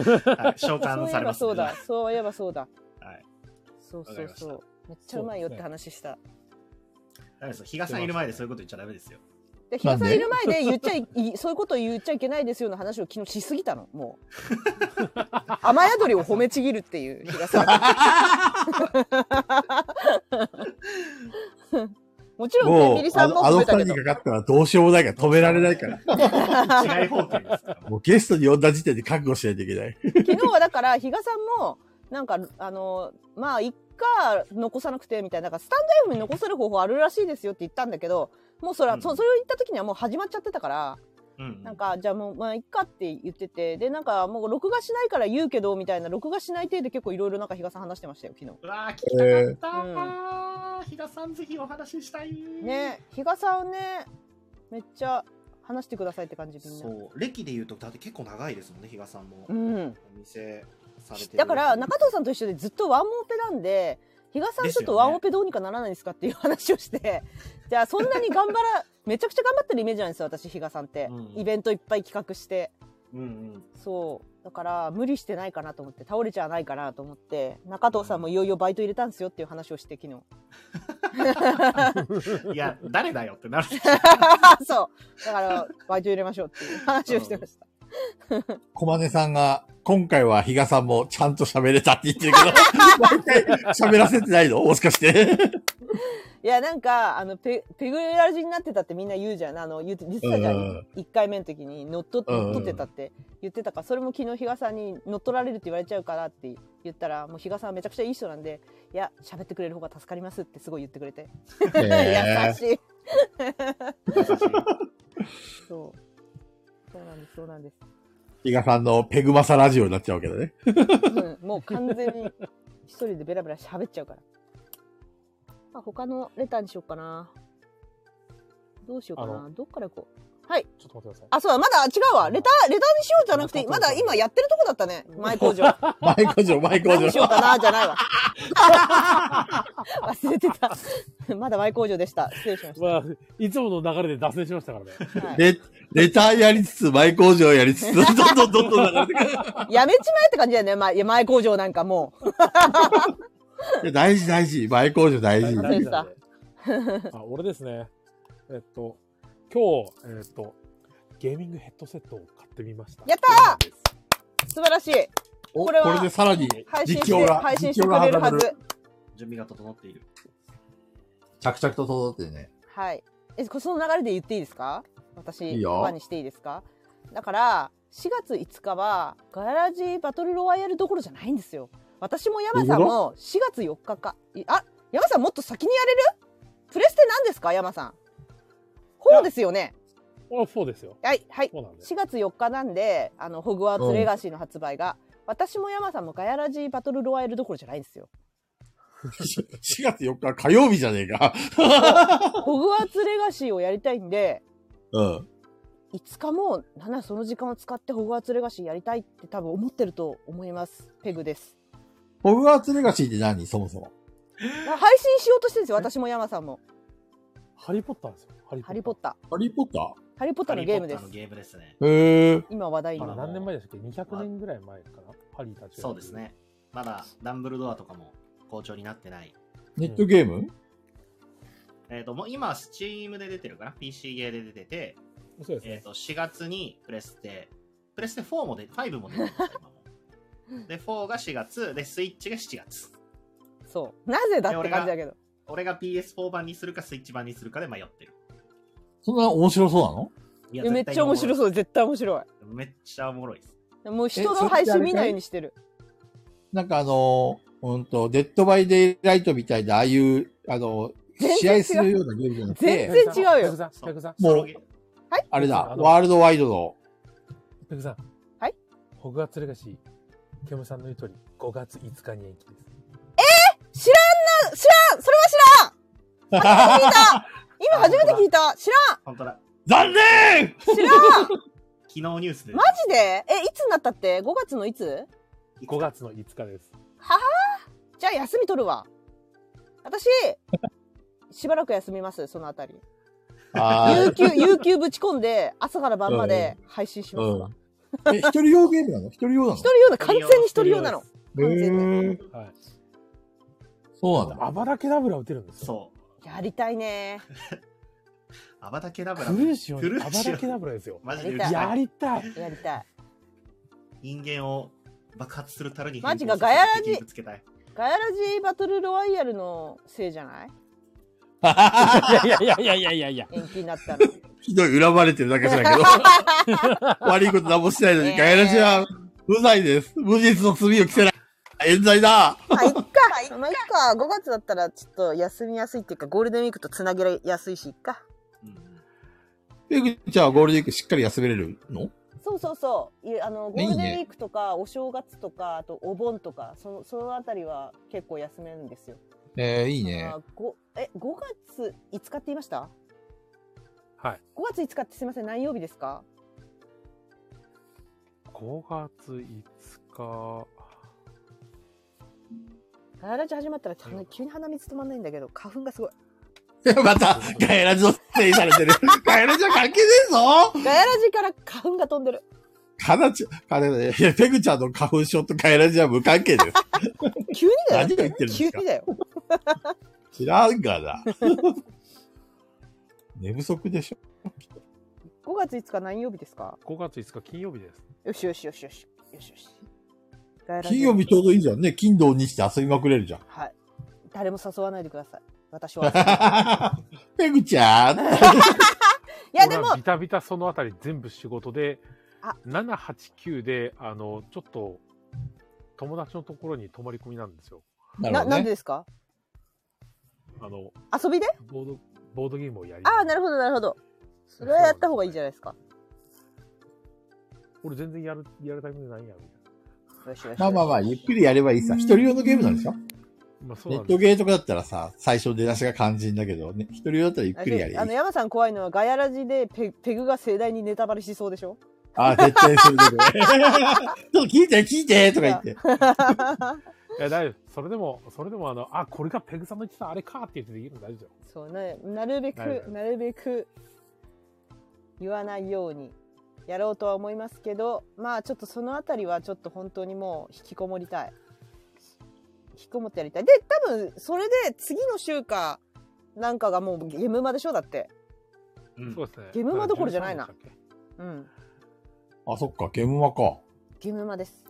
い召喚
そういえ
され
ば
ますね
そうだそういえばそうだ
はい。
そうそ
わかり
う
まし
そ
た
うめっちゃうまいよって話した、
ダメですよ比嘉さんいる前でそういうこと言っちゃダメですよ。
で日
な
野
ん
さ
で
んいる前で言っちゃいい (laughs) そういうこと言っちゃいけないですよの話を昨日しすぎたのもう (laughs) 雨宿りを褒めちぎるっていう日野さ
(laughs)
(laughs) んもちろん
も
千
う
リ、さ
あ
んも
の、あ
褒
の
め
二
た
人
け
に
ど
かかったらどうしようもないから止められないから。
(laughs) 違い方向ですから。
もうゲストに呼んだ時点で覚悟しないといけない。
昨日はだから比嘉さんもなんかあのまあ一回残さなくてみたいななんかスタンド F に残せる方法あるらしいですよって言ったんだけどもうそれは、
うん
そそれを言った時にはもう始まっちゃってたから
うん
なんか、じゃあもう、まあ、いっかって言ってて、で、なんか、もう、録画しないから言うけど、みたいな、録画しない程度結構いろいろなんか、比嘉さん話してましたよ、昨
うわー聞きたかったー、比嘉さんぜひお話ししたい
日。ね、比嘉さんね、めっちゃ話してくださいって感じ、みんな。
そう歴で言うとだって結構長いですもんね比嘉さんも、
うん。
お店されてる
だから、中藤さんと一緒でずっとワンオペなんで、比嘉さん
です
ちょっ
よね
とワンオペどうにかならないですかっていう話を
(laughs)
して、じゃあそんなに頑張ら、めちゃくちゃ頑張ってるイメージなんですよ、私、比嘉さんって。
うん
イベントいっぱい企画して。
うんうん
そう。だから、無理してないかなと思って、倒れちゃわないかなと思って、中藤さんもいよいよバイト入れたんですよっていう話をして、昨
(laughs)
日。
いや誰だよっ
(laughs)
てなる
そう。だから、バイト入れましょうっていう話をしてました。
小金さんが、今回は比嘉さんもちゃんと喋れたって言ってるけ
(laughs)
ど、毎回喋らせてないのもしかして。
いや、なんか、あの、ペペグラジになってたってみんな言うじゃん。あの、言って、実はじゃ
うんうん
ん、1回目の時に乗っと
うんうん
乗っ取ってたって言ってたから、それも昨日比嘉さんに乗っ取られるって言われちゃうからって言ったら、もう比嘉さんはめちゃくちゃいい人なんで、いや、喋ってくれる方が助かりますってすごい言ってくれて。優しい。そう。そうなんです、そうなんです。
比嘉さんのペグマサラジオになっちゃうわけだね。
うん、もう完全に一人でベラベラ喋っちゃうから。あ、他のレターにしようかな。どうしようか
あ
な。
の
どっから行こう。
ちょっと待ってください。
あ、そうだ、まだ違うわ。レター、レターにしようじゃなくて、まだ今やってるとこだったね。前工場。
前工場、前工
何しよう
場。
かな、じゃ (laughs) ないわ。忘れてた。 (laughs) まだ前工場でした。失礼しまし
まあ、いつもの流れで脱線しまし
(laughs)
たからね。
た。はい
レ、レターやりつつ、前工場やりつつ、どんどんどんどん流れてくる。
やめちまえって感じだよね。ま、いや前工場なんかもう。
いや大事大事。前工場大事。
はい
なんであ、俺ですね。えっと、今日、えっと、ゲーミングヘッドセットを買ってみました。
やった
ー
素晴らしい。
お
これは
これでさらに
配信し
実況
て、
が、
配信して
実況
く
が
れる
始ま
は
る。
ず。
準備が整っている
着々と届ってね。
はい。え、こその流れで言っていいですか私、
いいよ
パパにしていいですかだから、4月5日は、ガヤラジーバトルロワイヤルどころじゃないんですよ。私も山さんも4月4日か。いあ、山さんもっと先にやれるプレステ何ですか山さん。ほうですよね。
あ、そうですよ。
はい、はい。
そうなんです。
4月4日なんで、あの、ホグワーツレガシーの発売が。私も山さんもガヤラジーバトルロワイヤルどころじゃないんですよ。
4月4日火曜日じゃねえか。
ホグワーツレガシーをやりたいんで、
うん。
いつかもなんならその時間を使ってホグワーツレガシーやりたいって多分思ってると思いますペグです
ホグワーツレガシーって何そもそも。
な配信しようとしてるんですよ私も山さんも
ハリーポッターですよ。ハリ
ハリーポッ
タ
ター
ハリーポッタ
ハリーポッターのゲームです
ハリーポッターのゲームですね
ーへえ。
今話題
ー。あ
の
何年前でしたっけ ?200 年ぐらい前かなハリーたちが
そうです。ねまだダンブルドアとかも好調になってない
ネットゲーム
えっ、ともう今 Steam で出てるかな PC ゲーで出てて
そうです
えっ
ね。
と4月にプレステ、プレステ4もで、5も出てるんですよ今も。で、4が4月、で、スイッチが7月。
そうなぜだって感じだけど
俺が PS4 版にするかスイッチ版にするかで迷ってる。
そんな面白そうなの
いや
えめっちゃ面白
う。
そう絶対面白
めっちゃおもろいです。
いもう人
えそ
の
れってあ
配
れかい
信見ないようにしてる
なんかあのー、うんと、デッドバイデイライトみたいな、ああいう、あのー、試合するようなゲームじゃなく
全
て、
然違うよ
ペグさん、ペグさん、
もう
ソロゲー
あれだ、
あの
ワールドワイドの、
ペグさん。
はい
ホグワーツレガシー、ケムさんの言う通り、5月5日に延期です。
知らんな、知らんそれは知らん今初めて聞いた今初めて聞いた知らん
本当だ。
(laughs) 残念
知らん
昨日ニュースで。
マジでえ、いつになったって ?5 月のいつ
5月の5日です。
じゃあ休み取るわ。私、しばらく休みます、そのあたり。
は
有給、有給ぶち込んで、朝から晩まで配信しますわ。
い。え、一人用ゲームなの一人用なの
一人用な、完全に一人用なの。。
へ
完全
ー
はい。
そうなんだ。
アバダケダブラ打てるんですよ。
そう。
やりたいね。
アバタケダブラ。
クルーシオン
クル
に
ー
ア
シオ
バ
ン
ダケダブラですよ。
マジで
やりたい
やりたい。
やりたい。
人間を爆発するために。
マジかガヤラジ
ぶつけたい。
ガヤラジバトルロワイヤルのせいじゃない
いやいやいやいやいやいや。
延期になったの。
ひどい恨まれてるだけじゃないけど。
(laughs)
悪いこと何もしてないのに、ガヤラジは無罪です。無実の罪を着せない。冤罪だ。
まあ、いっか。まあ、いっか。5月だったら、ちょっと休みやすいっていうか、ゴールデンウィークとつなげやすいし、いっか。
うん
ペグちゃんはゴールデンウィークしっかり休めれるの
そうそうそう。いあの、ゴ
いい
ー
ね
ルデンウィークとか、お正月とか、あとお盆とか、その、そのあたりは結構休めるんですよ。
えー、いいね
あ。ごえ、5月5日って言いました
はい。
?5 月5日ってすいません、何曜日ですか
5月5日。
ガヤラジ始まったら、急に鼻水止まんないんだけど、花粉がすごい。
(laughs) また、ガヤラジのせいにされてる。 (laughs) ガヤラジは関係ねえぞ
(laughs) ガヤラジから花粉が飛んでる。
かなちゃん、かね、いや、ペグちゃんの花粉症とガヤラジは無関係です。
(laughs) 急にだよ。
何を言ってるんです
急
か
にだよ。
(laughs) 知らんがな。寝不足でしょ
5月5日何曜日ですか
5月5日金曜日です。
よしよしよしよし。よしよし。ガヤラジ
金曜日ちょうどいいじゃんね。金土にして遊びまくれるじゃん。 (laughs)
はい。誰も誘わないでください。私は。
ペグちゃん
いや、でも
俺は、ビタビタそのあたり全部仕事で
あ、
7、8、9で、あの、ちょっと、友達のところに泊まり込みなんですよ。
なる
な、
ほ
なん
ど
で
ね。
ですか
あの、
遊びで
ボード、ボードゲームをやり。
ああ、なるほど、なるほど。それはやった方がいいじゃないですか。
俺全然やる、やるタイミングないやん、みたい
よしよし。
まあまあまあ、ゆっくりやればいいさ。一人用のゲームなんでしょ
な。まあそう
ネ
なん
ッ
で
ト
す。
ゲーとかだったらさ、最初出だしが肝心だけど、ね、一人用だったらゆっくりやりゃ
あ
い
の、
い。
山さん怖いのはガヤラジでペペグが盛大にネタバレしそうでしょ
ああ、絶対するけどね。 (laughs) ちょっと聞いて、聞いてとか言って。
いや、大丈夫。それでも、それでも、あの、あ、これがペグさんの言ってたあれかって言ってできるの大丈夫だよ。
そうね、なるべ
なる
く、なるべく言わないようにやろうとは思いますけど、まあちょっとそのあたりはちょっと本当にもう引きこもりたい。引きこもってやりたい。で、多分それで次の週かなんかがもうゲームマでしょだって。
うん
そうですね。
ゲームマどころじゃないな
13でしたっけ。
うん。
あ、そっか、ゲームマか。
ゲームマです。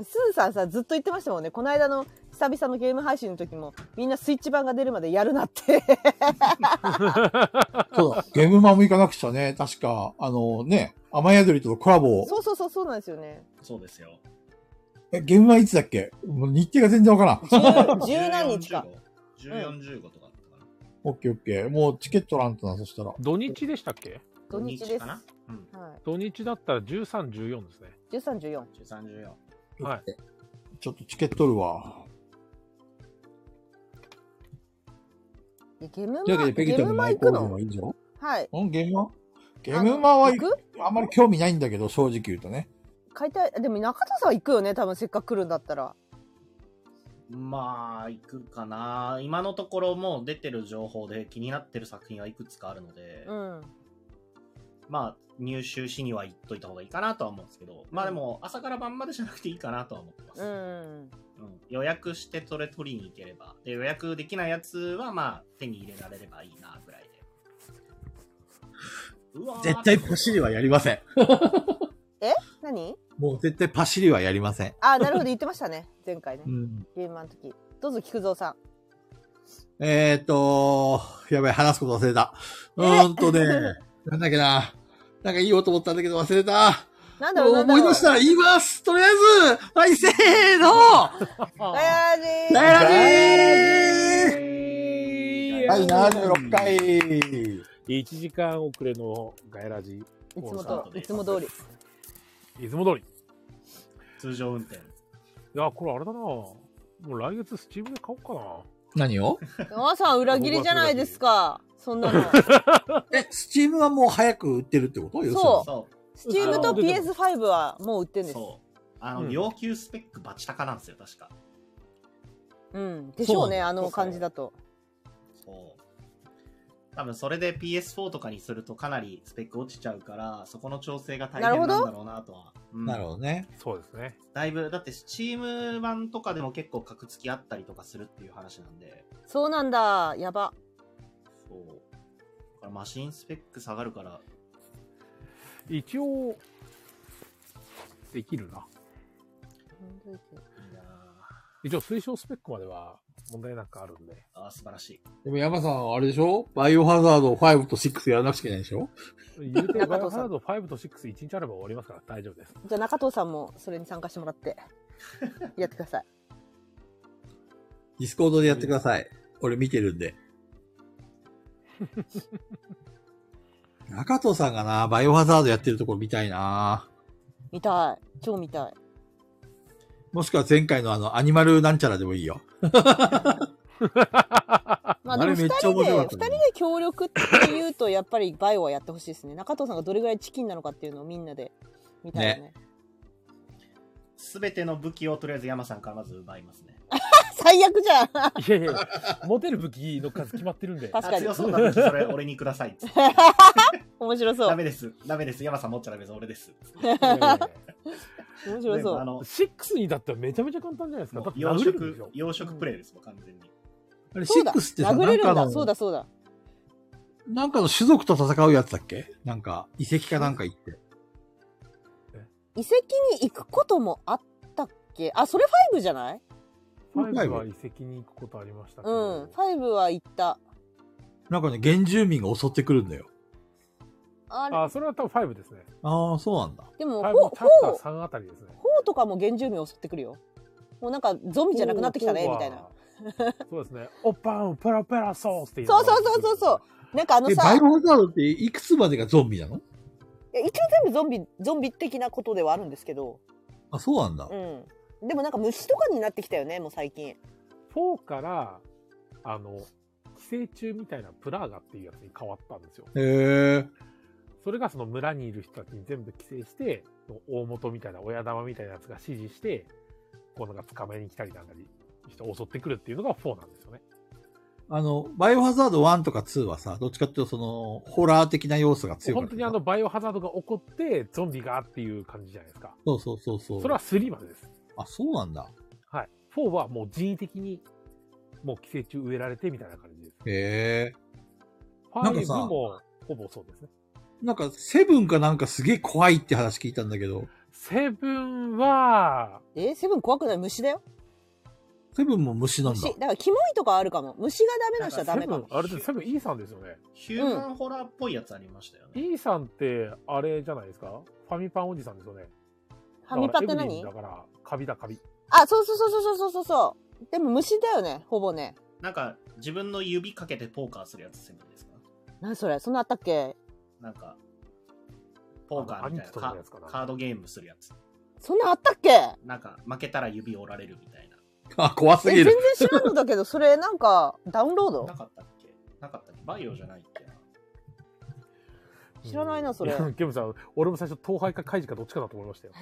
すずさんさ、ずっと言ってましたもんね。この間の久々のゲーム配信の時も、みんなスイッチ版が出るまでやるなって。
そうだ、ゲームマも行かなくちゃね。確か、あのね、雨宿りとのコラボを
そうそうそう、そうなんですよね。
そうですよ。
え、ゲームはいつだっけもう日程が全然わからん。
十十何日か。
14。15とかだったかな。
オッケーオッケー。もうチケットランとな、そしたら。
土日でしたっけ
土日です。
か
は
な。うん。
土日だったら13、14ですね。
い。13、14。
13、14。
はい。
ちょっとチケット取るわ。
いやゲームマ、
というわけで、ペギ
ゲ
ちゃ
ー
ん
ム
の
マ
マイ
行
コー
く
ルも
の
いいぞ。
はい。
んゲームマゲームマは
あの行く
あんまり興味ないんだけど、正直言うとね。
買いたい。でも中田さんは行くよね。多分せっかく来るんだったら。
まあ、行くかな。今のところもう出てる情報で気になってる作品はいくつかあるので、
うん。
まあ、入手しには行っといた方がいいかなとは思うんですけど、まあでも、朝から晩までじゃなくていいかなとは思ってます。
うん。
うん予約してそれ取りに行ければ。で、予約できないやつは、まあ、手に入れられればいいな、ぐらいで。うわー
パシリはやりません。
何
もう絶対パシリはやりません。
あー、なるほど。言ってましたね。 (laughs) 前回ね
う。ん。
ゲームマの時。どうぞ、菊蔵さん。
えーっと、やばい、話すこと忘れた。うーんとね、なんだっけな。なんかいいようと思ったんだけど忘れた。
なんだろう、なんだ
思い
ろう
出し。たら言いますとりあえずはい、せーの
(laughs) ガヤラジー
ガヤラジー
は
第
い
76回。
1時間遅れのガヤラジ、
いつも
大阪
と
と、で
いつも通り。
いつも通り。
通常運転。
いや、これあれだな。もう来月スチームで買おうかな。
何を
山さん裏切りじゃないですか。そんな
(laughs)
の。
え、スチームはもう早く売ってるってこと要するに
そ
そ
スチームと PS5 はもう売って
う。
んです。
そう。あの、
うん
要求スペックバチ高なんですよ、確か。
うん。でしょうね、
そう
あの感じだと。
そう。多分それで PS4 とかにするとかなりスペック落ちちゃうから、そこの調整が大変なんだろうなとは。うん
なるほどね。
そうですね。
だいぶ、だってスチーム版とかでも結構格付きあったりとかするっていう話なんで。
そうなんだ。やば。
そう。だからマシンスペック下がるから、
一応、できるな。
いいな
一応推奨スペックまでは問題なくあるん (laughs) で。
ああー、素晴らしい。
でも山さん、あれでしょバイオハザード5と6やらなくちゃいけないでしょ
言うて、バ
中
イオ
藤さん
ハザード5と6、一日あれば終わりますから大丈夫です。
じゃあ中藤さんもそれに参加してもらって、
(laughs)
やってください。
ディスコードでやってください。俺見てる (laughs) んで。中藤さんがな、バイオハザードやってるところ見たいな
見たい。超見たい。
もしくは前回のあの、アニマルなんちゃらでもいいよ。
まあでも
あれめ
二
っちゃ
人
面
で、
白か
二
っ
人
たね
で協力って言うと、やっぱりバイオはやってほしいですね。中藤さんがどれぐらいチキンなのかっていうのをみんなで見たいよね。
すべての武器をとりあえず山さんからまず奪いますね。
最悪じゃ
(laughs)
ん
(laughs) いやいやいや、持てる武器の数決まってるんで。
確か
あ
に
強そうな武器、それ俺にくださいっつって。
面白 (laughs) そ
ダ
う。
メです。ダメです。山さん持っちゃダメです。俺です。
(laughs)
いやいやいや
面白
でも
そ
あ
う。
の、
6にだってはめちゃめちゃ簡単じゃないですか。
も
だっ
う
て
洋
殴れるんです
食
よ、。
洋食プレイですもん、完全に。
あれ、
そうだ。
6ってさ、
殴
な
れ
ん
る
か
んだ。そう
の、
だ、そうだ。
なんかの種族と戦うやつだっけなんか、遺跡かなんか行って。
遺跡に行くこともあったっけあ、それ5じゃない
5は遺跡に行くことありましたけ
う
ど。
ん。5は行った。
なんかね、原住民が襲ってくるんだよ。
あれ
あ、それは多分5ですね。
ああ、そうなんだ。
でも、
5
ほ
の
う、
チ
ほ
ャプター
う、
3あたりですね。
ほうとかも原住民襲ってくるよ。もうなんかゾンビじゃなくなってきたね、みたいな。。
そうですね。おっぱん、ペラペラソースって言
そうそうそうそうそう。なんかあの
え、バ
さ、
イ
い
オハザードっていくつまでがゾンビなの
や一応全部ゾンビ、ゾンビ的なことではあるんですけど、
あ、そうなんだ
う。ん。でもなんか虫とかになってきたよね、もう最近。
4から、あの、寄生虫みたいなプラーガっていうやつに変わったんですよ。
へえ。
それがその村にいる人たちに全部寄生して、大元みたいな親玉みたいなやつが指示して、こうなんか捕まえに来たりなんかにして襲ってくるっていうのが4なんですよね。
あの、バイオハザード1とか2はさ、どっちかっていうとその、ホラー的な要素が強かっ
本
た
当にあの、バイオハザードが起こって、ゾンビがっていう感じじゃないですか。
そうそうそうそう。
それは3までです。
あ、そうなんだ。
はい。4はもう人為的に、もう寄生虫植えられてみたいな感じです。
へえ。なんかさ
5もほぼそうですね。
なんか、セブンかなんかすげえ怖いって話聞いたんだけど、
7は、
えー、セブン怖くない虫だよ。
セブンも虫なん
虫。
だ
だ。からキモいとかあるかも。虫がダメな人はダメか
7
も。
あれで7 E さんですよね。
ヒューマンホラーっぽいやつありましたよね。
E さんって、あれじゃないですかファミパンおじさんですよね。
ハミパって
だからエブリン
何
だから、カビだ、カビ。
あ、そうそうそうそうそうそうそう。でも虫だよね、ほぼね。
なんか、自分の指かけてポーカーするやつセブンですか
何それそんなあったっけ
なんか、ポーカーみ
あのア
たいな
ニキとのやつかな
カカードゲームするやつ。
そんなあったっけ
なんか、負けたら指折られるみたいな。
あ、怖す
え
ぎ
全然
る。
知らんのだけどそれなんかダウンロー
(laughs)
ド
なかったっけなかったっけバイオじゃないっけな
知らないなそれ
やゲームさん、俺も最初、東廃か開示かどっちかなと思いましたよ。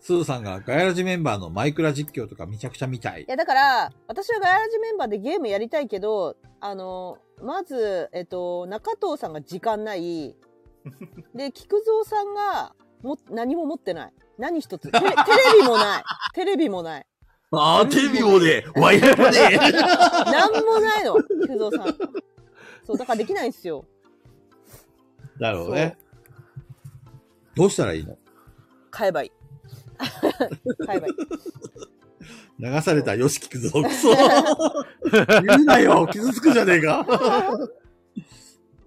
スーさんがガヤラジメンバーのマイクラ実況とかめちゃくちゃ見たい
い。やだから私はガヤラジメンバーでゲームやりたいけどあのまず、えっと、中藤さんが時間ないで菊蔵さんがも何も持ってない何一つテレテレビもないテレビもない
あー、テレビもね、ワイヤーもね。
何もないの菊蔵さんそうだからできないんですよ
なるほどね。どうしたらいいの
買えばいい買えばいい (laughs)
流された、よし聞くぞ。くそ言うなよ傷つくじゃねえか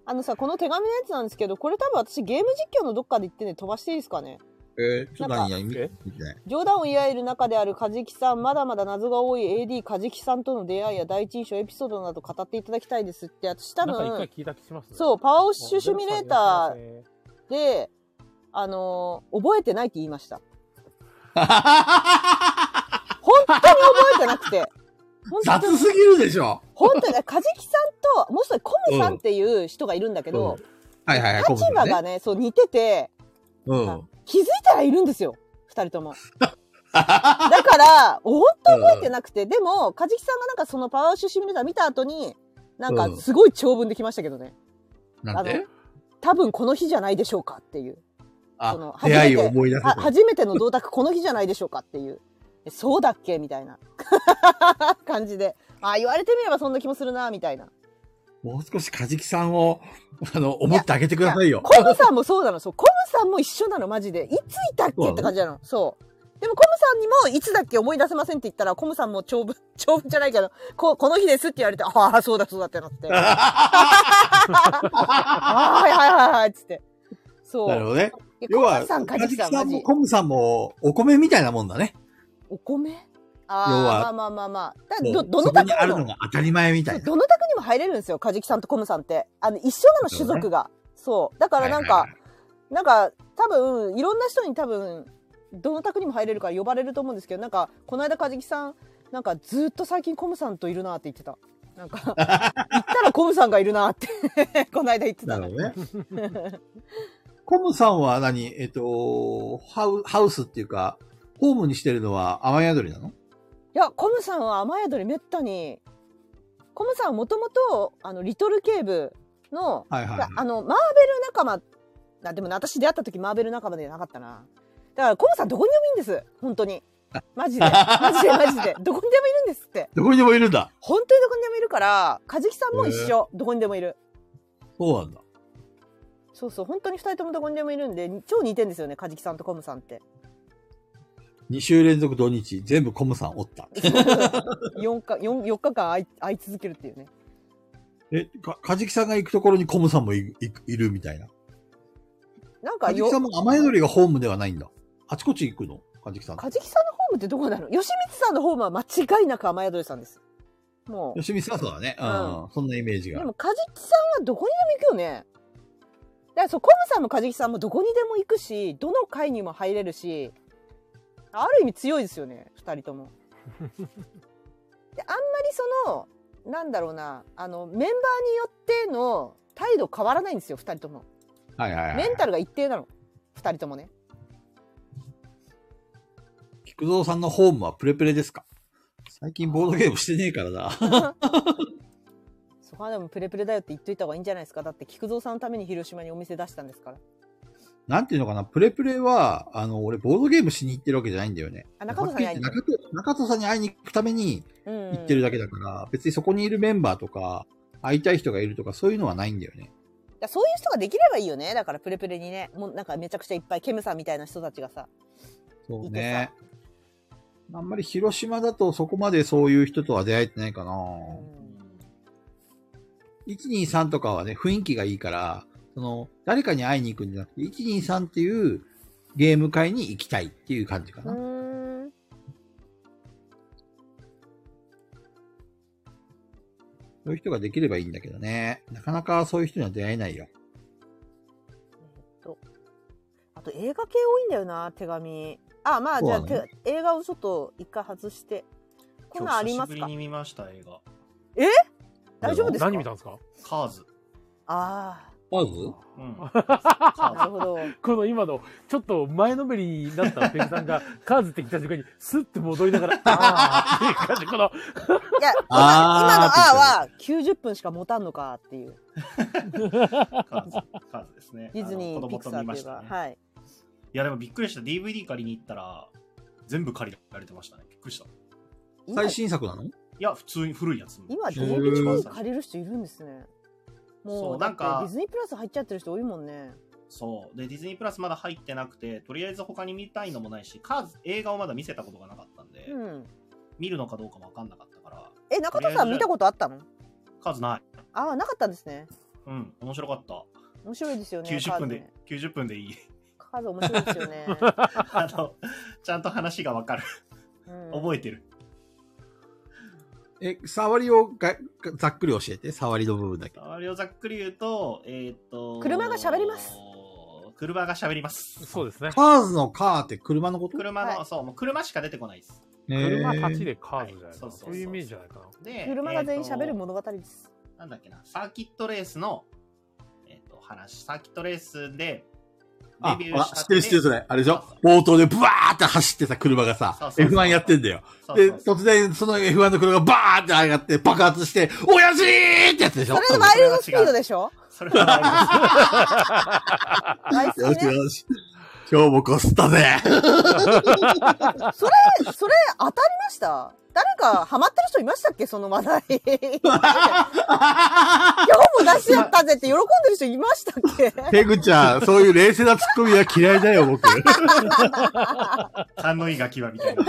あのさこの手紙のやつなんですけどこれ多分私ゲーム実況のどっかで言ってね飛ばしていいですかね
えー、ちょっと何や、見
え
てない。
冗談を言い合える中であるカジキさんまだまだ謎が多い AD カジキさんとの出会いや第一印象エピソードなど語っていただきたいですって私多
なんか一回
分
聞いた気しますね。、
そううパワーオッシュシミュレーターであのー覚えてないって言いました。本当に覚えてなくて。本当
(laughs) 雑すぎるでしょ。
本当に、カジキさんと、もう一人コムさんっていう人がいるんだけど、
はいはいはい。
立場がね、そう似てて、
うん。
気づいたらいるんですよ。二人とも。だから、本当覚えてなくて、でも、カジキさんがなんかそのパワーシュシミュレーター見た後に、なん
う
か
ん
すごい長文できましたけどね。
なんで
多分この日じゃないでしょうかって
(laughs)
いう。
あ
その初めて
出会いを思い出せ
あ、
た。
初めての同卓この日じゃないでしょうかっていう。えそうだっけみたいな (laughs) 感じで。あ、言われてみればそんな気もするな、みたいな。
もう少しカジキさんを、あの、思ってあげてくださいよ。
コムさんもそうなの。そう。コムさんも一緒なの、マジで。いついたっけって感じなの。そう。でも、コムさんにも、いつだっけ思い出せませんって言ったら、コムさんも長文、 (laughs) 長文じゃないけど、ここの日ですって言われて、ああ、そうだそうだってなって、ああ、はいはいはいはい、つって。そう。
なるほどね。
いや
要
コ
は、
ムさん、カ
カ
ジキ
ジキ
さん、
さ
マ
んも
ジ。
コムさんも、お米みたいなもんだね。
お米
要
あ
は
あ、まあまあまあまあ。だ
も
ど、
う
ど
そ
の
こ
卓
にあ
に
るの
も、
が当たり前みた
そ
いうな。
どの卓にも入れるんですよ、カジキさんとコムさんって。あの、一緒なの、種族が。そう。だからなんか、
はいはい
なんか多分いろんな人に多分どの宅にも入れるから呼ばれると思うんですけどなんかこの間カジキさんなんかずっと最近コムさんといるなって言ってたなん
(laughs)
か行ったらコムさんがいるなって (laughs) この間言ってたの
なるほどね。コムさんは何えっと、ハウハウスっていうか、ホームにしてるのは雨宿りなの
いやコムさんは雨宿りめったにコムさんはもともとあのリトルケーブの、
はいはい
いやあのマーベル仲間あでもね私出会った時マーベル仲間でなかったなだからコムさんどこにでもいいんです本当にマ
(laughs)
ジでマジでマジでどこにでもいるんですって
どこにでもいるんだ。
本当にどこにでもいるから、カジキさんも一緒、どこにでもいる。
そうなんだ。
そうそう、本当に二人ともどこにでもいるんで、超似てんですよね、カジキさんとコムさん
(laughs)
って。
2週連続土日、全部コムさんおった。
4, 日四四日間会い会い続けるっていうね。
え、か、かじきさんが行くところにコムさんもいいいるみたいな。
なんか
かじきさんも雨宿りがホームではないんだ。あちこち行くのかじきさん。
カジキさんのホームってどこなの吉光さんのホームは間違いなく雨宿りさんです。もう。
よしみさんそうだね。うん。そんなイメージ
で
が。
も、カジキさんはどこにでも行くよね。だからそう、コムさんもカジキさんもどこにでも行くし、どの会にも入れるし、ある意味強いですよね、二人とも。であんまりその、なんだろうな、あの、メンバーによっての態度変わらないんですよ、二人とも。
はいはいはい。
メンタルが一定なの、二人ともね。
菊蔵さんのホームはプレプレですか最近ボードゲームしてねえか
(laughs)
らな。
そこはでもプレプレだよって言っといた方がいいんじゃないですか。だって、菊蔵さんのために広島にお店出したんですから。
なんていうのかな、プレプレは、あの、俺ボードゲームしに行ってるわけじゃないんだよね。
あ、中戸さんに会いに行
はっきり言って中戸中戸さんに会いに行くために行ってるだけだから、別にそこにいるメンバーとか、会いたい人がいるとか、そういうのはないんだよね。
だからそういう人ができればいいよねだからプレプレにねもうなんかめちゃくちゃいっぱいケムさんみたいな人たちがさ
そうね。あんまり広島だとそこまでそういう人とは出会えてないかな。123とかはね、雰囲気がいいから、その、誰かに会いに行くんじゃなくて、123っていうゲーム会に行きたいっていう感じか
う
な。
んん
そういう人ができればいいんだけどね。なかなかそういう人には出会えないよ。
あと映画系多いんだよな手紙あまあじゃあ、
そうなの
て映画をちょっと一回外してこんなんあります
今日久しぶ
か
りに見ました、映画。
大丈夫ですか
何見たんですか
カーズ。
あ
まず
うん。
あなるほ
(laughs)
ど
この今の、ちょっと前のめりになったペグさんが、カーズって来た瞬間に、スッて戻りながら、あーっていう感じ、この、
いや今今の「あ」は90分しか持たんのかっていう
カーズ。カーズですね。
ディズニ
あ
ー
の
ピ
子
ク
供
サ
と
ーっ
見ま
てい
し
う
た
か、
ね。
はい
いや、でもびっくりした。DVD 借りに行ったら、全部借りられてましたね。びっくりした。い
今
最新作なの
や、普通に古いやつ。
今
へー
DVD 借りる人いるんですねも
そうう
な
なんん
か
か
ディズニープラス入っちゃってる人多いもんね
そう。で、ディズニープラスまだ入ってなくて、とりあえず他に見たいのもないし、カーズ、映画をまだ見せたことがなかったんで、
うん
見るのかどうかもわかんなかったから、
え中田さん見たことあったの
カーズない。
ああなかったんですね
うん、面白かった。
面白いですよね
90分
カーズ
で
ね、
90分でいい。
(laughs) カーズ面白いですよね、
(laughs) あの、ちゃんと話がわかる。覚えてる。
え、触りをがざっくり教えて、触りの部分だけ。
あれをざっくり言うと、えーっと、
車が喋ります。
車が喋ります。
(laughs) そうですね。
カーズのカーって車のこと
車の、
はい
そう、もう車しか出てこないです。
車
え
立ち
ー
でカーズじゃないか
はいそうそ
な。
うそう
そういうイメージじゃないかな。
で、
車が全員
えーと
喋る物語です。
なんだっけな、サーキットレースの、えっ、と、話、サーキットレースで、
あ、
デビュー
あ
した
知ってる知ってるそれ。あれでしょ
そう
冒頭でブワーって走ってさ、車が
そう
さ、
そうそう
F1 やってんだよ。
そう
で、
そうそう
突然その F1 の車がバーって上がって爆発して、親父ーってやつでしょ
それがマイルドスピードでしょ
それはないです
大好き
よし
ね。
よし。今日もこすったぜ。
それ、それ当たりました誰かハマってる人いましたっけその話
(laughs)
題。今日も出しやったぜって喜んでる人いましたっ
(laughs)
け
ペグちゃん、そういう冷静なツッコミは嫌いだよ、僕。 (laughs)
勘のいいガキはみたいな。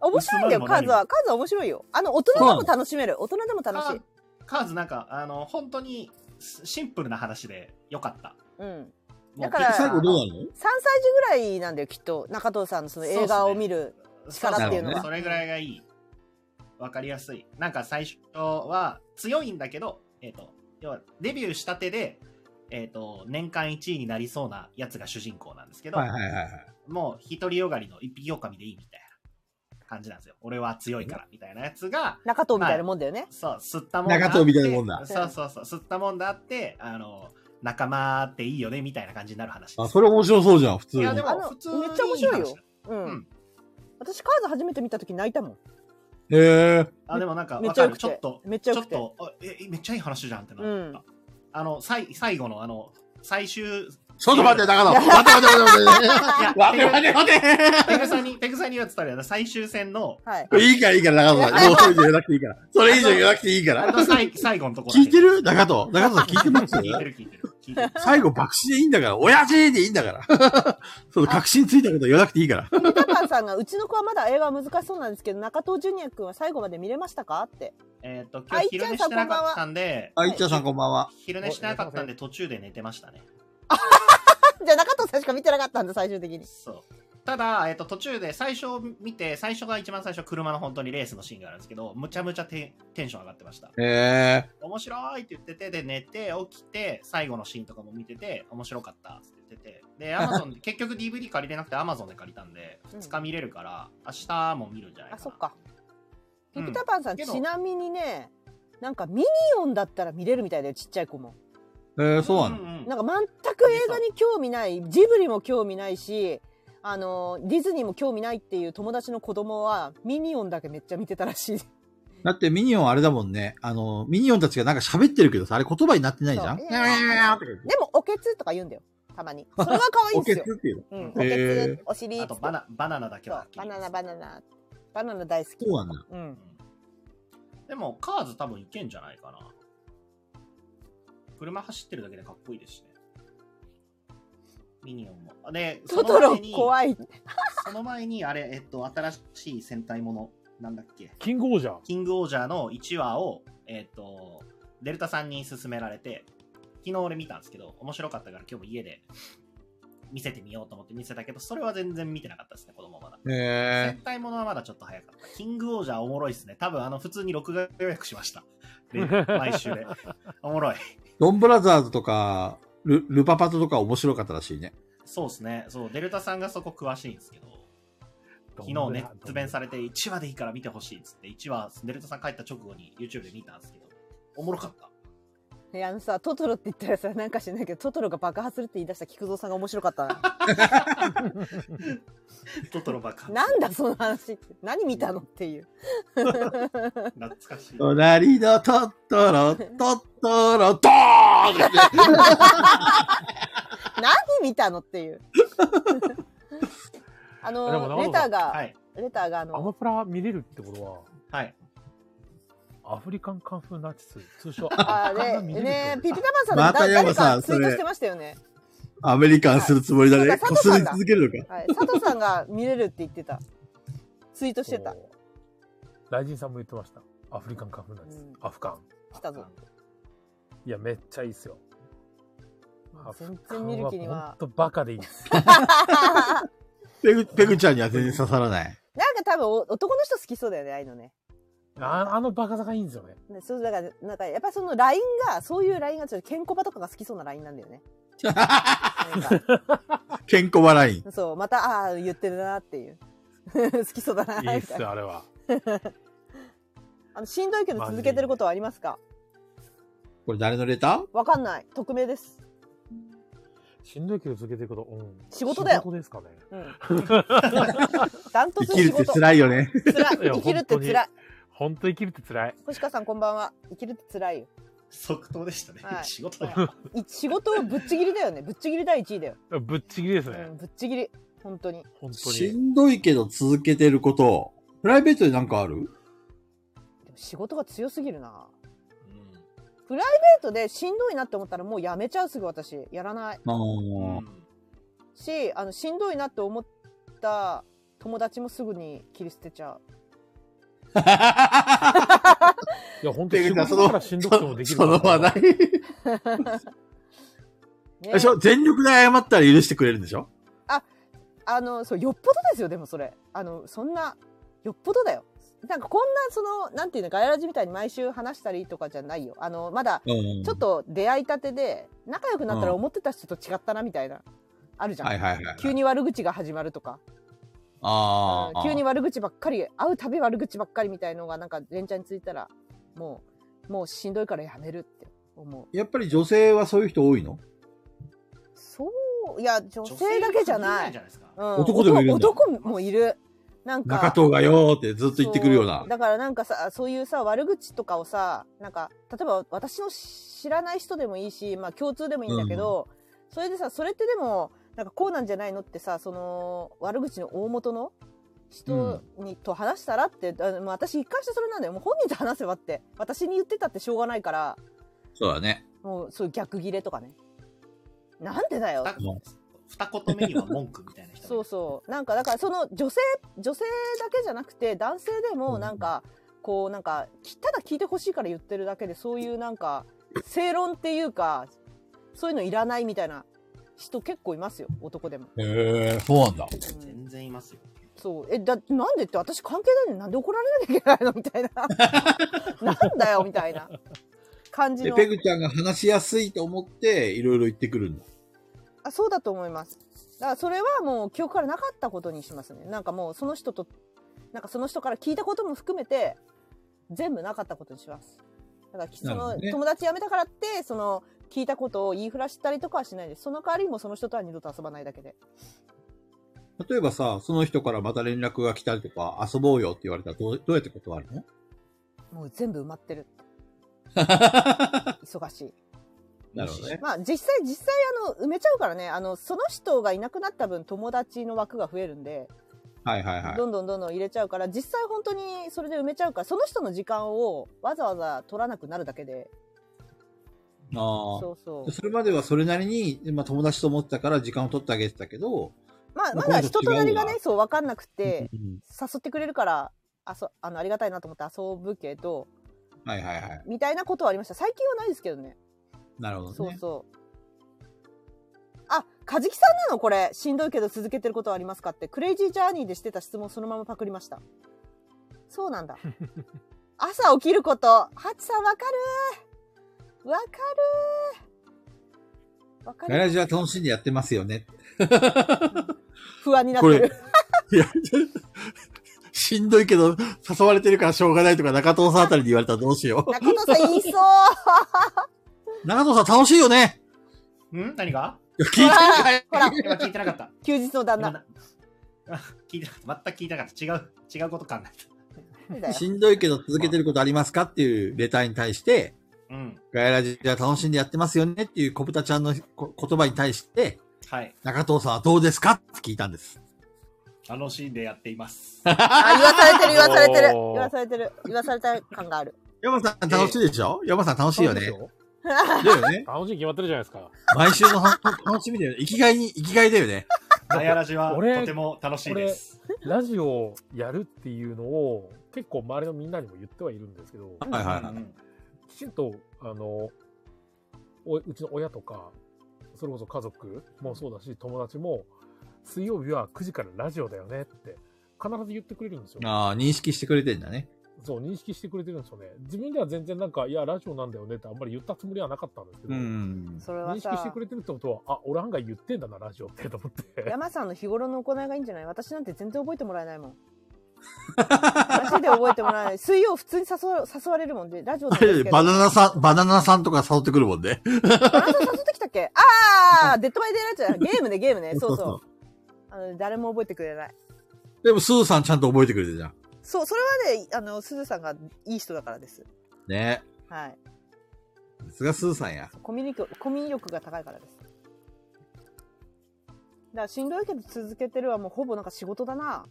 面白いんだよ、
盗
カ
ま
ー
れ
ズ
も何
は。カーズは面白いよ。あの、大人でも楽しめる。大人でも楽しい。
カーズなんか、あの、本当にシシンプルな話でよかった。
うん。
も
だ
う
から
最後どうなの
3歳児ぐらいなんだよ、きっと。中藤さんのその映画を見る。力
っていうのは
それぐらいがいい。わかりやすい。なんか最初は強いんだけど、えっ、と、要はデビューしたてで、えっ、と、年間1位になりそうなやつが主人公なんですけど、
はいはいはいはい。
もう独りよがりの一匹狼でいいみたいな感じなんですよ。俺は強いからみたいなやつが、
中藤みたいなもんだよね。
そう、吸ったもんだ
中藤みたいなもんだ
そうそうそう、吸ったもんだあって、あの、仲間っていいよねみたいな感じになる話です。
あ、それ面白そうじゃん、普通
い
に。
や、でも
あの
普通に
めっちゃ面白いよ
話だ
うん。
うん
私、カーズ初めて見た時泣いたもん。
へえ。
あ、でもなんか、
め
わ
っちゃ
か
良
る。
くて
ちょっと、
めっちゃ良くて
ちょっと、あえ、めっちゃいい話じゃんってなった。
うん
あの、さい、最後の、あの、最終、い
ちょっと待って、中野。待って待って待って待って。
や、
待って待って待って。
ペグさんに、ペグさんに言われてたら、最終戦の、
はい。
いいからいいから、中藤さん。もうそれ以上言わなくていいから。それ以上言わなくていいか
あ
ら。
れの最、最後のところ。
聞いてる中藤。中藤さん聞いてます
聞いてる、聞いてる。聞いてる。
最後爆死でいいんだから。親父でいいんだから。そう、確信ついたこと言わなくていいから。
ピタパンさんが、うちの子はまだ映画は難しそうなんですけど、中藤ジュニア君は最後まで見れましたかって。 (laughs)
えっと、今日昼寝
あいっちゃんさ
し
ん
てなかったんで、
あ、いっちゃんさんこんばんは。
昼寝してなかったんで、途中で寝てましたね。
じゃあ中藤さんしか見てなかったんだ、最終的に。
そう。ただ、えっと、途中で最初見て、最初が一番最初、車の本当にレースのシーンがあるんですけど、むちゃむちゃテンテンション上がってました。
へえ。
面白いって言ってて、で、寝て、起きて、最後のシーンとかも見てて、面白かったって言ってて、で、ア
(laughs)
マゾンで、結局 DVD 借りれなくて、アマゾンで借りたんで、
うん
2日見れるから、明日も見るんじゃないか
あ、
な。
そっか。
うん
ピピタパンさん、
けど
ちなみにね、なんかミニオンだったら見れるみたいだよ、ちっちゃい子も。
えー、そうなの
ん
なんか全く映画に興味ない、ジブリも興味ないし、あの、ディズニーも興味ないっていう友達の子供は、ミニオンだけめっちゃ見てたら (laughs) しい。
だってミニオンあれだもんね。あの、ミニオンたちがなんか喋ってるけどさ、あれ言葉になってないじゃん
そういやいやいやいやでも、おけつとか言うんだよ、たまに。 (laughs) それが可愛いん
お
で
け
す
つ
よ。
っていう
うん、お
へ
け
ー
つ、お尻
あとバナ、バナナだけ
そ
は
う
はっきり
バ
言い
ナ
ま
ナ
す
バナナバナナ大好き
の。そうなんだ。
うん
うんでも、カーズ多分いけんじゃないかな。車走ってるだけでかっこいいですしね。ミニオンも。で、
トトロ
い。
怖い
その前に、あれ、えっと、新しい戦隊もの、なんだっけ。
キングオージャー。
キングオージャーの1話を、えっと、デルタさんに勧められて、昨日俺見たんですけど、面白かったから今日も家で見せてみようと思って見せたけど、それは全然見てなかったですね、子供まだ。
へえ
戦。隊ものはまだちょっと早かった。キングオージャーおもろいですね。多分あの、普通に録画予約しました。
(laughs)
で毎週で。おもろい。
ドンブラザーズとか、ル、ルパパトとか面白かったらしいね。
そうですね。そう、デルタさんがそこ詳しいんですけど、昨日熱弁されて1話でいいから見てほしいっつって、1話、デルタさん帰った直後に YouTube で見たんですけど、おもろかった。
いやあのさトトロって言ったらさなんか知らないけどトトロが爆発するって言い出した菊蔵さんが面白かったな
トトロバカ。
なんだその話って何見たのっていう
懐かしい。
隣のトットロ、トットロ、ドーンって
何見たのっていう (laughs) あ
でもな
の
んか
レターが、
はい。
レターがあ
アマ
の
プラ見れるってことは、
はい。
アフリカンカンフーナチス、通称
(laughs) あ
アフリカン
で
が見れる
ね
って
ピ
こ
ピ
と
タマンさんだ
また
誰
山さ
か
ん
ツイー
そ
ト
れ
してましたよね、
アメリカンするつもりだね。
はい
こすり続けるのか。
はい、佐藤さんが見れるって言ってたツイートしてた
こう雷神さんも言ってました。アフリカンカンフーナチス、
うん
アフカン。
来たぞ
いや、めっちゃいいっすよ。アフ
全
カ
然
ン
見る
は
気には
ほんとバカでいい
(laughs)
っす。
ペグ、ペグちゃんには全然刺さらない。
なんか多分お男の人好きそうだよね、ああいうのね。
ああのバカさがいいんで
(laughs)
すよね。
ねそうだからなんかやっぱりそのラインがそういうラインがちょっとケンコバとかが好きそうなラインなんだよ
(laughs)
ね。なんか
健康笑い。
そうまたああー言ってるなっていう (laughs) 好きそうだない
い
み
っす
たいな
よ、あれは。
あのしんどいけど続けてることはありますか
これ誰のレター
わかんない匿名です。
しんどいけど続けていくこと、うん。
仕事だよ
仕事ですかね。
うん、ダント
生
ツ
きる
仕
って
事
辛いよね。
辛い
いや
生きるって辛い
本当生きるって辛い。
星川さんこんばんは生きるって辛いよ
即答でしたね。
はい
仕事だよ。
い仕事ぶっちぎりだよねぶっちぎり第一位だよ、
ぶっちぎりです
う
ね。
ん、ぶっちぎり本当に
本当
し
に。
んどいけど続けてること。プライベートでなんかある
でも仕事が強すぎるな
う
デートでしんどいなって思ったらもうやめちゃうすぐ私やらない
あ
んう
ー
ん
しあのしんどいなって思った友達もすぐに切り捨てちゃう
(laughs) いや、本当に
て
仕
いうか
事だからしんどくてもできる
その話題。
ね
でしょ全力で謝ったら許してくれるんでしょ
あのそうよっぽどですよでもそれあのそんなよっぽどだよなんかこんなそのなんていうのガヤラジみたいに毎週話したりとかじゃないよあのまだ
うん
ちょっと出会いたてで仲良くなったら
うん
思ってた人と違ったなみたいな、あるじゃん、
はいはいはい。
急に悪口が始まるとか、
あ
うん
あ。
急に悪口ばっかり会うたび悪口ばっかりみたいのがなんか連チャンについたらもうもうしんどいからやめるって思う
やっぱり女性はそういう人多いの
そういや女性だけじゃない
女性だけじゃないですか。
うん
男でもいるんだ
男男もいるなんか
中藤がよーってずっと言ってくるような
そ。だからなんかさそういうさ悪口とかをさなんか例えば私の知らない人でもいいし、まあ、共通でもいいんだけど、それでさそれってでもなんかこうなんじゃないのってさその悪口の大元の人に、と話したらってあのまあ私一貫してそれなんだよもう本人と話せばって私に言ってたってしょうがないから
そうだね。
もうそういう逆ギレとかねなんでだよ
二二言目には文句みたいな人。
そうそうなんかだからその女性女性だけじゃなくて男性でもなんか、こうなんかきただ聞いてほしいから言ってるだけでそういうなんか正論っていうかそういうのいらないみたいな人結構いますよ男でも、
へえ、そうなんだ。
うん
全然いますよ。
そうえだなんでって私関係ないのになんで怒られなきゃいけないのみ
(laughs)
たいななんだよみたいな感じ
で、
の
ペグちゃんが話しやすいと思って、いろいろ言ってくるんだ。
あそうだと思いますだからそれはもう記憶からなかったことにしますねなんかもうその人となんかその人から聞いたことも含めて全部なかったことにしますだからきそ
なるほ
の
どね
友達辞めたからってその聞いたことを言いふらしたりとかはしないですその代わりもうその人とは二度と遊ばないだけで
例えばさ、その人からまた連絡が来たりとか、遊ぼうよって言われたらどう、どうやって断る (laughs) の
もう全部埋まってる忙し
(laughs)
い
なるほどね。
まあ実際実際あの埋めちゃうからねあのその人がいなくなった分友達の枠が増えるんで
はいはいはい。
どんどんどんどん入れちゃうから実際本当にそれで埋めちゃうからその人の時間をわざわざ取らなくなるだけで
ああ。
そうそ
でそれまではそれなりに、まあ、友達と思ってたから時間を取ってあげてたけど、
うまあ
ま
ま
あ
だ人となりが
今度違う
ね
わ
そう分かんなくて
うん
誘ってくれるからあそあのありがたいなと思って遊ぶけど
はいはいはい。
みたいなことはありました最近はないですけどね
なるほど
そう
ね。
そうあカジキさんなのこれしんどいけど続けてることはありますかってクレイジージャーニーでしてた質問そのままパクりましたそうなん
(laughs)
だ朝起きることハチさんわかるわかるわか
ガヤ
る
ラジは楽しんでやってますよね。
不安になっ
こ
て
れ
る、
いや、しんどいけど、誘われてるからしょうがないとか、中藤さんあたりに言われたらどうしよ
中野さん言いそう
う。中藤さん楽しいよね
ん何が
いや聞
ほ
いて
らほら
(laughs) 今聞いてなかった。
休日の旦那
今なあ (laughs) 聞いてなかった。全く聞いてなかった。違う、違うこと考
そうだよ
しんどいけど続けてることありますかっていうレターに対して、
えた。うん。
ガヤラジは楽しんでやってますよねっていう小豚ちゃんのこ言葉に対して、
はい。
中藤さんはどうですかって聞いたんです。
楽しんでやって
(laughs)
います。
あ言わされてる言わされてる言
おー
わされてる言わされた感がある
山さん楽しいでしょ、山さん楽しいよね。
楽し
だよね。
楽しいに決まってるじゃないですか。
毎週のは楽しみだよね。生きがいに、生きがいだよね。
ガヤラジは
俺
とても楽しいです。
ラジオをやるっていうのを結構周りのみんなにも言ってはいるんですけど、
はいはいはい。
うん
きちんと、あの、おうちの親とか、それこそ家族もそうだし、友達も、水曜日は9時からラジオだよねって、必ず言ってくれるんですよ。
ああ、認識してくれてんだね。
そう、認識してくれてるんですよね。自分では全然なんか、いや、ラジオなんだよねってあんまり言ったつもりはなかったんですけど、
うん。
それは
認識して
さ
くれてるってことは、あ、俺案外言ってんだな、ラジオって、と思って。
山さんの日頃の行いがいいんじゃない私なんて全然覚えてもらえないもんマジで覚えてもらえない水曜普通に誘わ誘われるもんでラジオなんですけど
バナナさん、バナナさんとか誘ってくるもんね。
あなた誘ってきたっけああデッドバイデイライトじゃないゲームねゲームねそう
そう
そうあの誰も覚えてくれない
でも、スーさんちゃんと覚えてくれてるじゃん。
そうそれはねあのすずさんがいい人だからです
ね。
はい
さすがスーさんや。
コミュニケコミュニ力が高いからですだからしんどいけど続けてるはもうほぼなんか仕事だな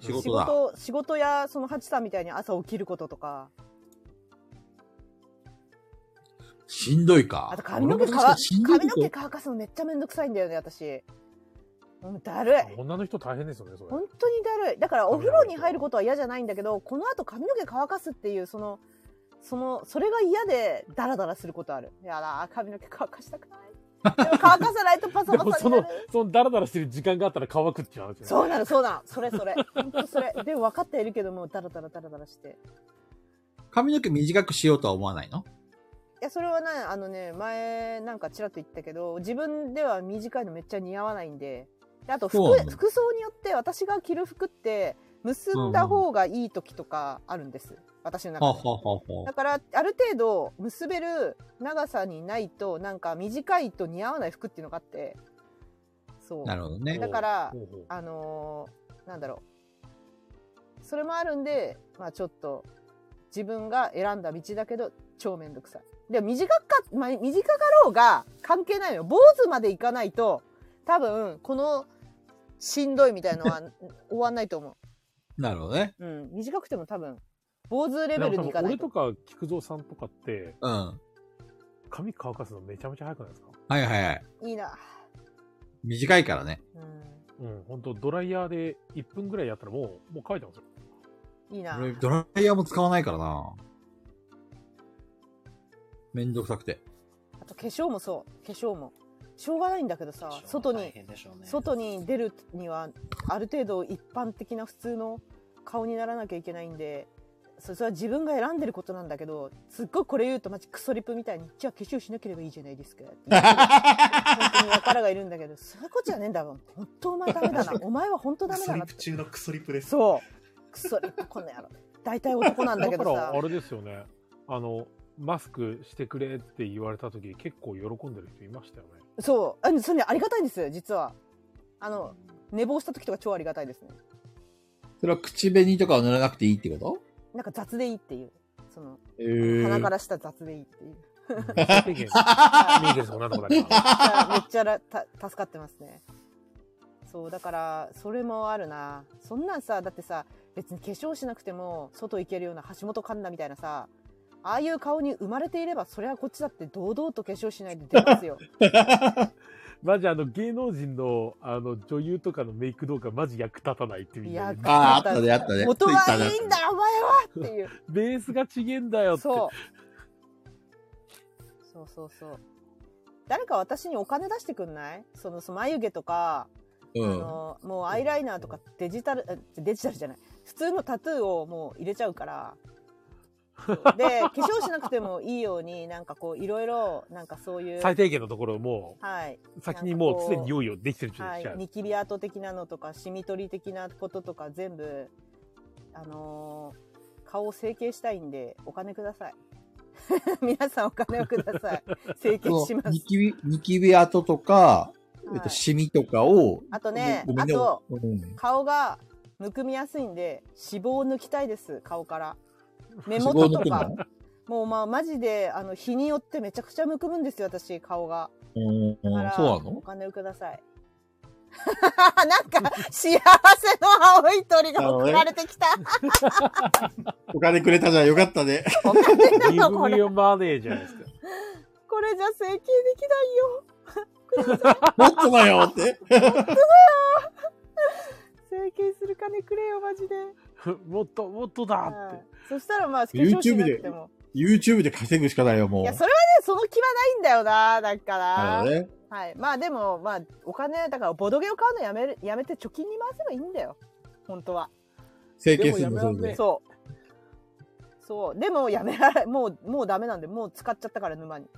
仕事だ。
仕事仕事やそのハチさんみたいに朝起きることとか
しんどいか。
あと髪の毛
俺
乾
も確かにしんどい
髪の毛乾かすのめっちゃめんどくさいんだよね私もうだるい
女の人大変ですよね、それ。
本当にだるいだからお風呂に入ることは嫌じゃないんだけどこの後髪の毛乾かすっていうそのそのそれが嫌でダラダラすることあるやだ髪の毛乾かしたく
(laughs)
ないでも乾かさないとパサ
でも
パサ
そ
にな
の
る、
そのダラダラしてる時間があったら乾くっていう話ね
そうなのそうなのそれそれ本当それで分かっているけどもダラダラダラダラして
髪の毛短くしようとは思わないの
いやそれはねあのね前なんかちらっと言ったけど自分では短いのめっちゃ似合わないんでであと服
そうなの
服装によって私が着る服って結んだ方がいい時とかあるんです、私の
はあ、
中
は
で。
あはあは
だからある程度結べる長さにないとなんか短いと似合わない服っていうのがあってそう
あ、なるほどね。
だから
ほうほう
あのーなんだろうそれもあるんでまあちょっと自分が選んだ道だけど超めんどくさいでも短か,、まあ、短かろうが関係ないのよ坊主までいかないと多分このしんどいみたいのは終わんないと思
なるほどね。
う、うん、短くても多分坊主レベルにいか
で
な
も
いと
多分俺とか菊蔵さんとかって、
うん。は
髪乾かすのめちゃめちゃ早くないですか
いはいはい。
いいな、
短いからね。
う
うん、本当ドライヤーで1分ぐらいやったらもう、もう乾いてますよ。
ん、いいな
俺、ドライヤーも使わないからな。めんどくさくて。
あと化粧もそう化粧もしょうがないんだけどさ外に
大変でしょうね
外に出るにはある程度一般的な普通の顔にならなきゃいけないんでそそれは自分が選んでることなんだけどすっごいこれ言うとマジクソリプみたいにじゃあ化粧しなければいいじゃないですかって言って本当にやからがいるんだけどそういうことじゃねえんだもん本当お前ダメ
(laughs)
だなお前は本当
ク
ダメ
ソ
だ
リ
なっ
プ
て
中のクソリプです。
そうクソリプこの野郎大体男なんだけ
だ
ど
から、
さ
あれですよね。あの、マスクしてくれって言われた時、結構喜んでる人いましたよね。
そうあそれねありがたいんですよ実はあの寝坊した時とか超ありがたいですね
それは口紅とかを塗らなくていいってこと
なんか雑でいいっていうその
え
鼻か
ー。
らした雑でいいってい
(laughs)
う
うん最低限、
はい
いいです、女の子だか
めっちゃらた助かってますねそうだからそれもあるなそんなんさだってさ別に化粧しなくても外行けるような橋本環奈みたいなさああいう顔に生まれていればそれはこっちだって堂々と化粧しないで出ますよ
マジあの、芸能人の、あの、女優とかのメイク動画、マジ役立たないってみんな言う
役
ああ、あったね、あ (laughs) ったね。
元はい
ね
いんだお前はって
(laughs)
いう
ベースがちげんだよって。
そう。そうそうそう。誰か私にお金出してくんないその、その眉毛とか、
う
あ
ん。
の、もうアイライナーとかデジタル、えデジタルじゃない。普通のタトゥーをもう入れちゃう
(laughs)
から。で、化粧しなくてもいいように、なんかこう、いろいろ、なんかそういう、
最低限のところをも
はい、
う、先にもうすでに用意をできてる人に
は
しちゃ
い、
う。
ニキビアート的なのとか、シミ取り的なこととか全部、あのー顔を整形したいんで、お金ください。 (laughs) 皆さんお金をください。整形します
ニ。キビ、ニキビ跡とか、
はい
えっと、シミとかを、
あとね
ご、め
あ
んね
と、
うん
顔がむくみやすいんで、脂肪を抜きたいです、顔から。目
脂肪
元
抜
と
く
か
の。
もうまあ、マジで、あの、日によってめちゃくちゃむくむんですよ、私、顔が。
うん
だから、
そうな
お
の
金をください。 (laughs) なんか、幸せの青い鳥が送られてきた。
お金くれたじゃんよかった (laughs) ね。
お金な
ギブ
の、こ
ミ
れ。
ーマネーじゃない
(laughs)
ですか。
これじゃ整形できないよ。
もっとだよって。
整形する金くれよ、マジで。
もっともっとだっ
はい
て。
そしたらまあ、化粧しなくても。
YouTube で稼ぐしかないよ、もう。
いや、それはね、その気はないんだよな、だから。
なるほどね。
はい。まあでも、まあ、お金、だから、ボドゲを買うのやめる、やめて貯金に回せばいいんだよ。本当は。
整形するのそれ
でもやめらんね
で。
そそう。でもやめられ、 (laughs) もう、もうダメなんで、もう使っちゃったから沼に。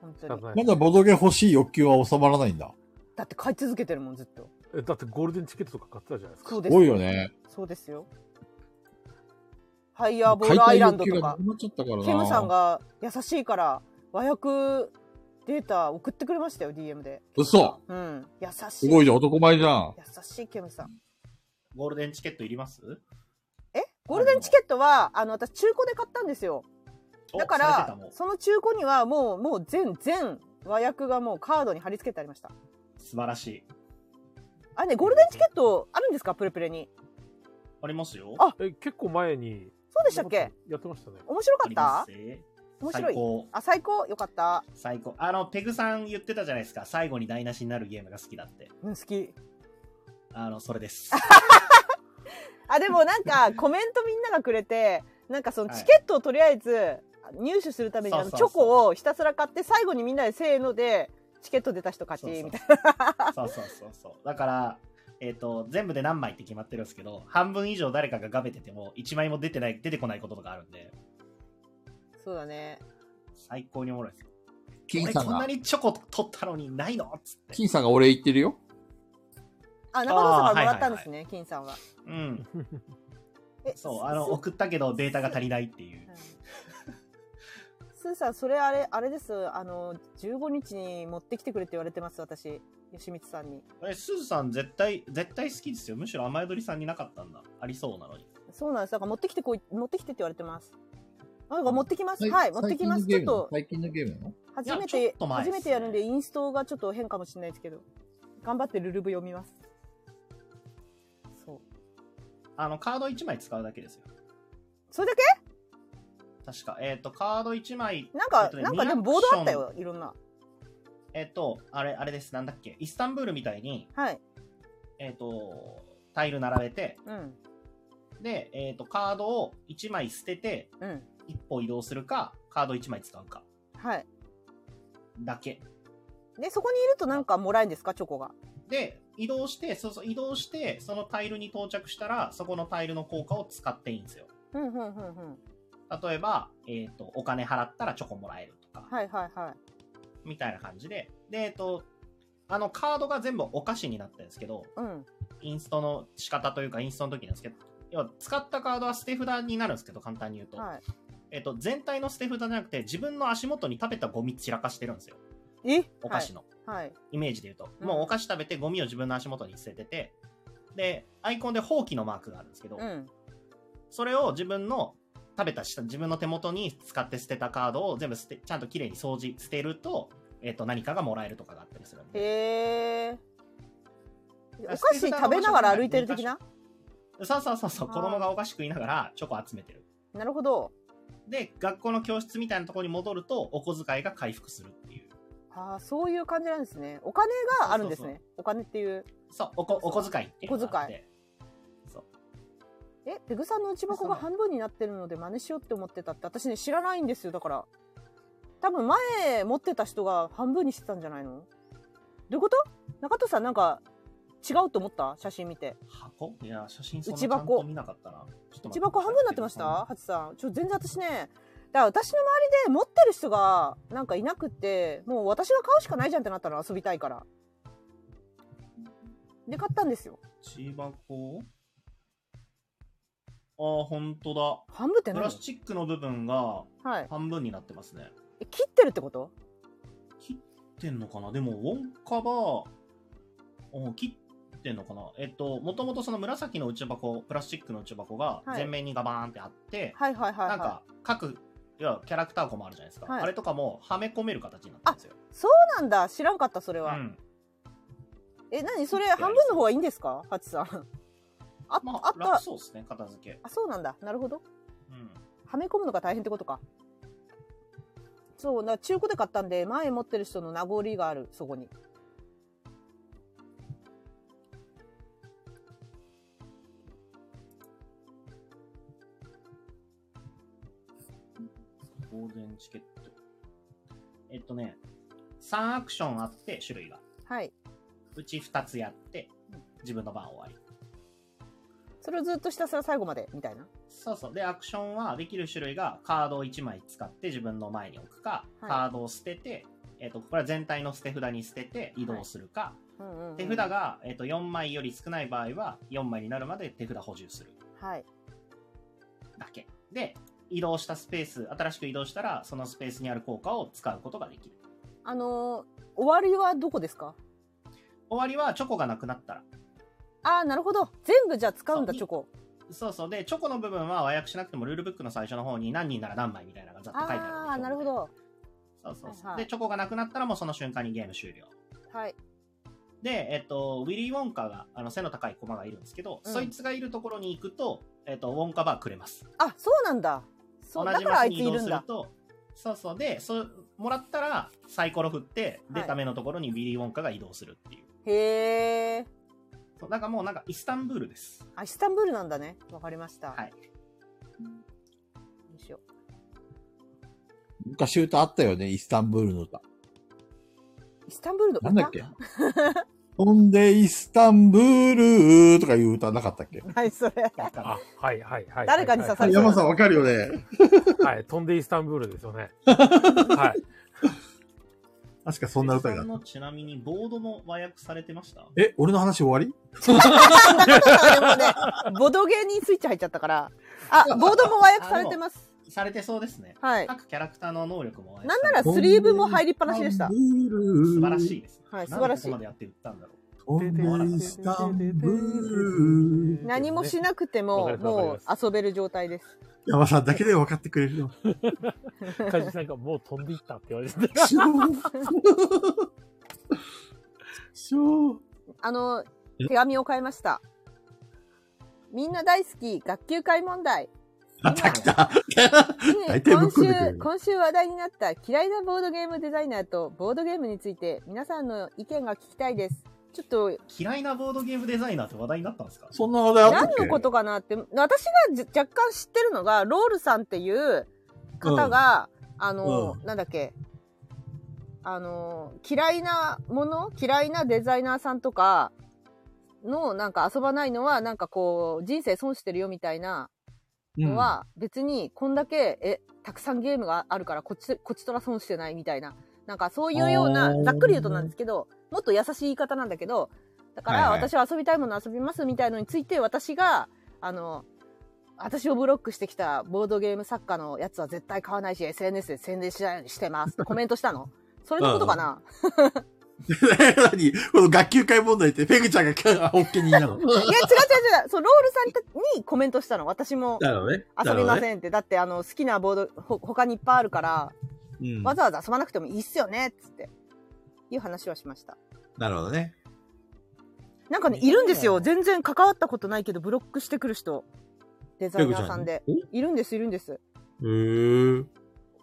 本当
だ
に。
か
ま
らね
だボドゲ欲しい欲求は収まらないんだ。
だって買い続けてるもん、ずっと。
えだってゴールデンチケットとか買ってたじゃないですか。
そうです。
多いよね。
そうですよ。ハイヤーボールアイランドと
買いたい
か
欲求がな。くなっちゃったからな。
ケムさんが優しいから和訳データ送ってくれましたよ DM で
嘘
うん優しい
すごいじゃん、男前じゃん。
優しいケムさん
ゴールデンチケットいります
えゴールデンチケットはあの私中古で買ったんですよ
お
だか
されてた
ら
もん
その中古にはもうもう全全和訳がもうカードに貼り付けてありました
素晴らしい。
あれねゴールデンチケットあるんですかプレプレに
ありますよ。
あ
え結構前に。
そうでしたっけ
やってましたね。
面白か
あ
っ
りま
た
すぜ
面白
最
い
高。
あ最高よかった
最高。あの、ペグさん言ってたじゃないですか。最後に台無しになるゲームが好きだって。
うん好き
あの、それです。
(laughs) あでもなん
(laughs)
かコメントみんながくれてなんかその
はい
チケットをとりあえず入手するために
そう
あの
そう
チ
そう
ョコをひたすら買って最後にみんなでせーのでチケット出た人勝ち
そ
み
うそう
たい
そうそうそうそう。だから、えっ、と、全部で何枚って決まってるんですけど、半分以上誰かがガベてても、1枚も出てない、出てこないこととかあるんで、
なそうだね
最高におもろいです。
金
俺
さん
こんな
が、
にチョコ取ったのにないのっつって。
金さんが俺言ってるよ。
あ中野さんから
あー
もらったんですね、金さんは
うん。
え
そう、あの、
す
送ったけどデータが足りないっていう
う。んスーさんそれあれあれですあの15日に持ってきてくれって言われてます私吉光さんに
え、すずさん絶対、絶対好きですよ。むしろ甘えどりさんになかったんだ。ありそうなのに。
そうなんですだから持ってきてこい持ってきてって言われてますあだから持ってきます
最
はい持ってきますちょっと
最近のゲームなの
初め
いやちょ
て
っ、と前っす
初
ね
めてやるんでインストがちょっと変かもしれないですけど頑張ってルルブ読みますそう
あの、カード1枚使うだけですよ。
それだ
確か。えっ、と、カード1枚
けなんか、
えっとね
なんかでもボードあったよいろんな
えっ、と、あれ、あれです。なんだっけ。イスタンブールみたいに、
はい
えっ、と、タイル並べて、
うん
で、えっ、と、カードを1枚捨てて、
うん
一歩移動するか、カード1枚使うか、
はい
だけ。
でそこにいるとなんかもらえるんですかチョコが
で、移動して、そうそう、移動して、そのタイルに到着したら、そこのタイルの効果を使っていいんですよ。
うんうんうんうん
例えば、えっ、と、お金払ったらチョコもらえるとか、
はいはいはい
みたいな感じで。で、えっ、と、あの、カードが全部お菓子になってるんですけど、
うん
インストの仕方というか、インストの時なんですけど、要は、使ったカードは捨て札になるんですけど、簡単に言うと。
は
えっ、と、全体の捨て札じゃなくて、自分の足元に食べたゴミ散らかしてるんですよ。
いえ
お菓子の。
はい
イメージで言うと、
うん
もうお菓子食べてゴミを自分の足元に捨ててて、で、アイコンで放棄のマークがあるんですけど、
はいうん
それを自分の食べた下、自分の手元に使って捨てたカードを全部捨て、ちゃんと綺麗に掃除、捨てると、えっ、と、何かがもらえるとかがあったりするんで。
へえお菓子食べながら歩いてる的な
そうそうそうそう、
あー
子供がお菓子食いながらチョコ集めてる。
なるほど
で、学校の教室みたいなところに戻ると、お小遣いが回復するっていう。
ああそういう感じなんですねお金があるんですね
そう
お金っていう
そう、おこお小遣いっていうのがあって。そう。
えペグさんの内箱が半分になってるので真似しようって思ってたって私ね知らないんですよだから多分前持ってた人が半分にしてたんじゃないのどういうこと中戸さんなんか違うと思った写真見て
箱いや、写真そんなち
内
ゃん
箱
と見なかったな。ちょっと待って
内箱半分になってましたハチさんちょ全然私ねだから私の周りで持ってる人がなんかいなくってもう私が買うしかないじゃんってなったら遊びたいからで買ったんですよ
内箱ああ、本当
半分って
だ。プ
何
ラスチックの部分が
はい
半分になってますね。
え切ってるってこと
切ってんのかなでも、ウォンカバー、うん切ってんのかなえっと、もともとその紫の内箱、プラスチックの内箱が
はい
全面にガバーンってあって、
はいはいはいは
ないんか各、要はキャラクター個もあるじゃないですか。
はい
あれとかもはめ込める形になってるんですよ。
そうなんだ知らんかったそれ
う
は、
ん。
え、なにそれ半分の方がいいんですかハチさん。あ、
ま
あ
あ、
った
楽。そうですね、片付け。
あ、そうなんだ。なるほど。
うん。
はめ込むのが大変ってことか。そう、な中古で買ったんで、前持ってる人の名残がある、そこに。
ゴールデンチケット。えっとね、3アクションあって、種類が。
はい。
うち2つやって、自分の番終わり。
それをずっとひたすら最後まで、みたいな。
そうそう。で、アクションはできる種類がカードを1枚使って自分の前に置くか、
はい
カードを捨てて、えっ、と、これは全体の捨て札に捨てて移動するか、
うんうんうん
手札が、えっと4枚より少ない場合は4枚になるまで手札補充する
はい
だけで移動したスペース新しく移動したらそのスペースにある効果を使うことができる
あのー終わりはどこですか
終わりはチョコがなくなったら
ああなるほど全部じゃあ使うんだ
そう
チョコ
そうそうでチョコの部分は和訳しなくてもルールブックの最初の方に何人なら何枚みたいなのがざっと書いてある
ああーなるほど
そうそうそう、
はいはい
でチョコがなくなったらもうその瞬間にゲーム終了
はい
で、えっと、ウィリー・ウォンカがあの背の高い駒がいるんですけど、
うん
そいつがいるところに行くと、えっと、ウォンカバーくれます
あそうなんだそう
同
だ
じ
からあ
マス
い
に
つ
移
い
動
るん
する
だ
と、そうそう。で、そう、もらったらサイコロ振って、
はい
出た目のところにウィリー・ウォンカが移動するっていう。
へえ
そう、なんかもうなんかイスタンブールです。
あイスタンブールなんだねわかりました
はい
よいしょ
昔歌あったよね、イスタンブールの歌。
イスタンブールの歌
なんだっけ飛んでイスタンブールとかいう歌なかったっけ
はい
(laughs)
それ
なんか
あ、はいはいはい。
誰かに刺さ
はい
れてる
山さんわかるよね。
はい、飛んでイスタンブールですよ
(laughs)
ね。はい。
確かそんな歌
さ
があ
ん
った。
のちなみにボードも和訳されてました
え、俺の話終わり
でもね、ボドゲにスイッチ入っちゃったから。あ、ボードも和訳されてます。
されてそうですね。
はい。
各キャラクターの能力も和訳
なんな
さ
ら
れて
スリーブも入りっぱなしでした
イ。スタンブール
素晴らしいですね。
はい素
なん
晴
で
らしい
ここまでやって売ったんだろう。
飛んでイスタンブール。
何もしなくて
わか
も、
りますわか
も
り
う遊べる状態です。
山さんだけで分かってくれるの。
カジさんがもう飛んでいったって言われてた。
しょう。しょう。
あの、
え
手紙を変えました。みんな大好き、学級会問題。
あ、たきた。
ね
大体ぶ
今
っ込ん
週
でくれる、
今週話題になった嫌いなボードゲームデザイナーとボードゲームについて皆さんの意見が聞きたいです。ちょっと
嫌いなボードゲームデザイナーって話題になったんですか
そんな話題あったっ
何
け
のことかなって私がじ若干知ってるのがロールさんっていう方が、あの、
う
なんだっけあの嫌いなもの嫌いなデザイナーさんとかのなんか遊ばないのはなんかこう人生損してるよみたいなのは、別にこんだけえたくさんゲームがあるからこっちこっちとら損してないみたいななんかそういうよう
あ
な
ー
ざっくり言うとなんですけどもっと優しい言い方なんだけどだか
は
ら
いはい
私は遊びたいもの遊びますみたいのについて私があの私をブロックしてきたボードゲーム作家のやつは絶対買わないし SNS で宣伝しないようにしてますってコメントしたのそれのことか
(laughs)
な、
え (laughs) 何この学級会問題ってペグちゃんが (laughs) ホッケにな
(laughs)
の
いや違う違う違うそうロールさんにコメントしたの私も
なるほどね。
遊びま
ん。
せんって、だってあの好きなボードほ他にいっぱいあるから
うん
わざわざ遊ばなくてもいいっすよねっつっていう話はしました
なるほどね。
なんかねいるんですよ全然関わったことないけどブロックしてくる人デザイナーさんで
ペグち
いるんですいるんです
へー。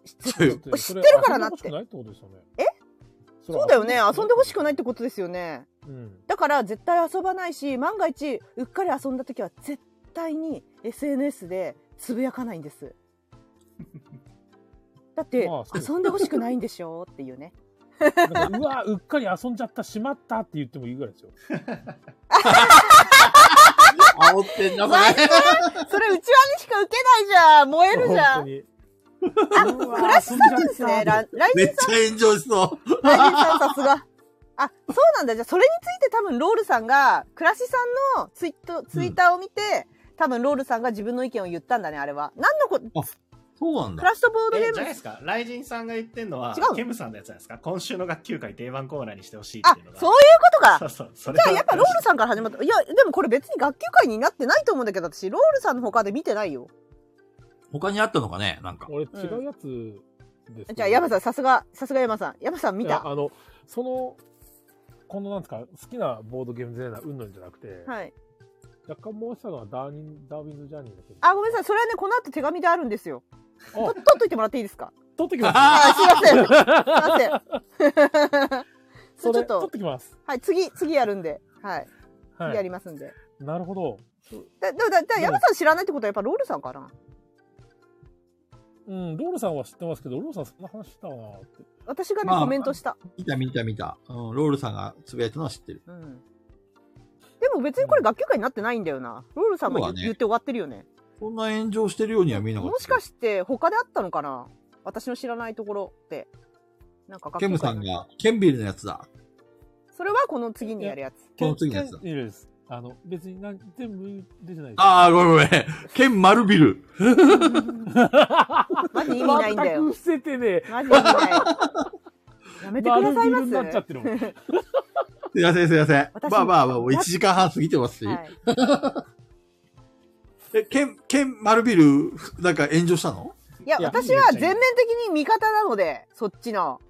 知
そうよ
知ってるからなっ
そ
て
れ遊んでほしくないってことですよね。
え
それ
そうだよね遊んでほしくない
い。
ってことですよね
うん。
だから絶対遊ばないし万が一うっかり遊んだ時は絶対に SNS でつぶやかないんですだって、
まあそうです
遊んでほしくないんでしょっていうね
なんかうわ、うっかり遊んじゃった、しまったって言ってもいいぐらいですよ。
煽ってんな、それ。
それうちわにしか受けないじゃん燃えるじゃん
に。
あ、クラシさんですね。
(laughs)
ラライジ
(laughs) め
ン
っちゃ炎上しそう。
ライジンさんさすが。あ、そうなんだ。じゃあ、それについて多分ロールさんが、クラシさんのツイット、ツイッターを見て、多分ロールさんが自分の意見を言ったんだね、あれは。何のこ、ク
そうなん。
ラシとボードゲ
え
ー
じゃないで
ム
すかライジンさんが言ってんのは
違うの
ケムさんのやつなんですか今週の学級会定番コーナーにしてほしいっ
あ
ていうの、が
そういうこと
そ
か。
うそうそれ
じゃあ、
は
やっぱロールさんから始まった。いや、でもこれ別に学級会になってないと思うんだけど、私、ロールさんの他で見てないよ。
他にあったのかねなんか。
俺、違うやつですけど。
じゃあ、山さん、さすが、さすが山さん。山さん見
いや
た
あの、その、このなんですか、好きなボードゲームデザイナー、うんぬんじゃなくて、
はい。
若干申したのはダーニン、ダーウィンズ・ジャーニーの件
あ、ごめんなさい。それはね、この後手紙であるんですよ。と
(laughs) あ
取っといてもらっていいですか
取ってきます。
あ、
あ
すいません。すいません。 (laughs) そ
(laughs) そ
れちょ
れ、
っ
取っ
と、
てきます。
はい、次、次やるんで、はい、
は
次やり
い。
ますんで。
なるほど。
だ、だ、だ、だ山さん知らないってことはやっぱロールさんかな
うん、ロールさんは知ってますけど、ロールさんそんな話したかなって。
私がね、
まあ
コメントした。
(laughs) 見た見た見た。うん、ロールさんがつぶやいたのは知ってる。
うん。でも別にこれ学級会になってないんだよな。ロールさんが言,、
そうだね
言って終わってるよね。
そんな炎上してるようには見えなかった。
もしかして他であったのかな私の知らないところって。なんか学校
ケムさんが、ケンビルのやつだ。
それはこの次にやるやつ。
この次のやつだ
ケンビルです。あの、別に何全部出てないです。
ああ、ごめんごめん。 (laughs) ケンマルビル。
(laughs)
マジ意味ないんだよ
全く伏せてね。
マジ意味ない。やめてください
丸ビルにな
ま
っ
す。
ちゃってるもん。
すいません、すいません。
私
まあまあまあ、もう1時間半過ぎてますし。
はい
え、ケン、ケンマルビル、なんか炎上したの
いや、
いや
私は全面的に味方なので、そっちの。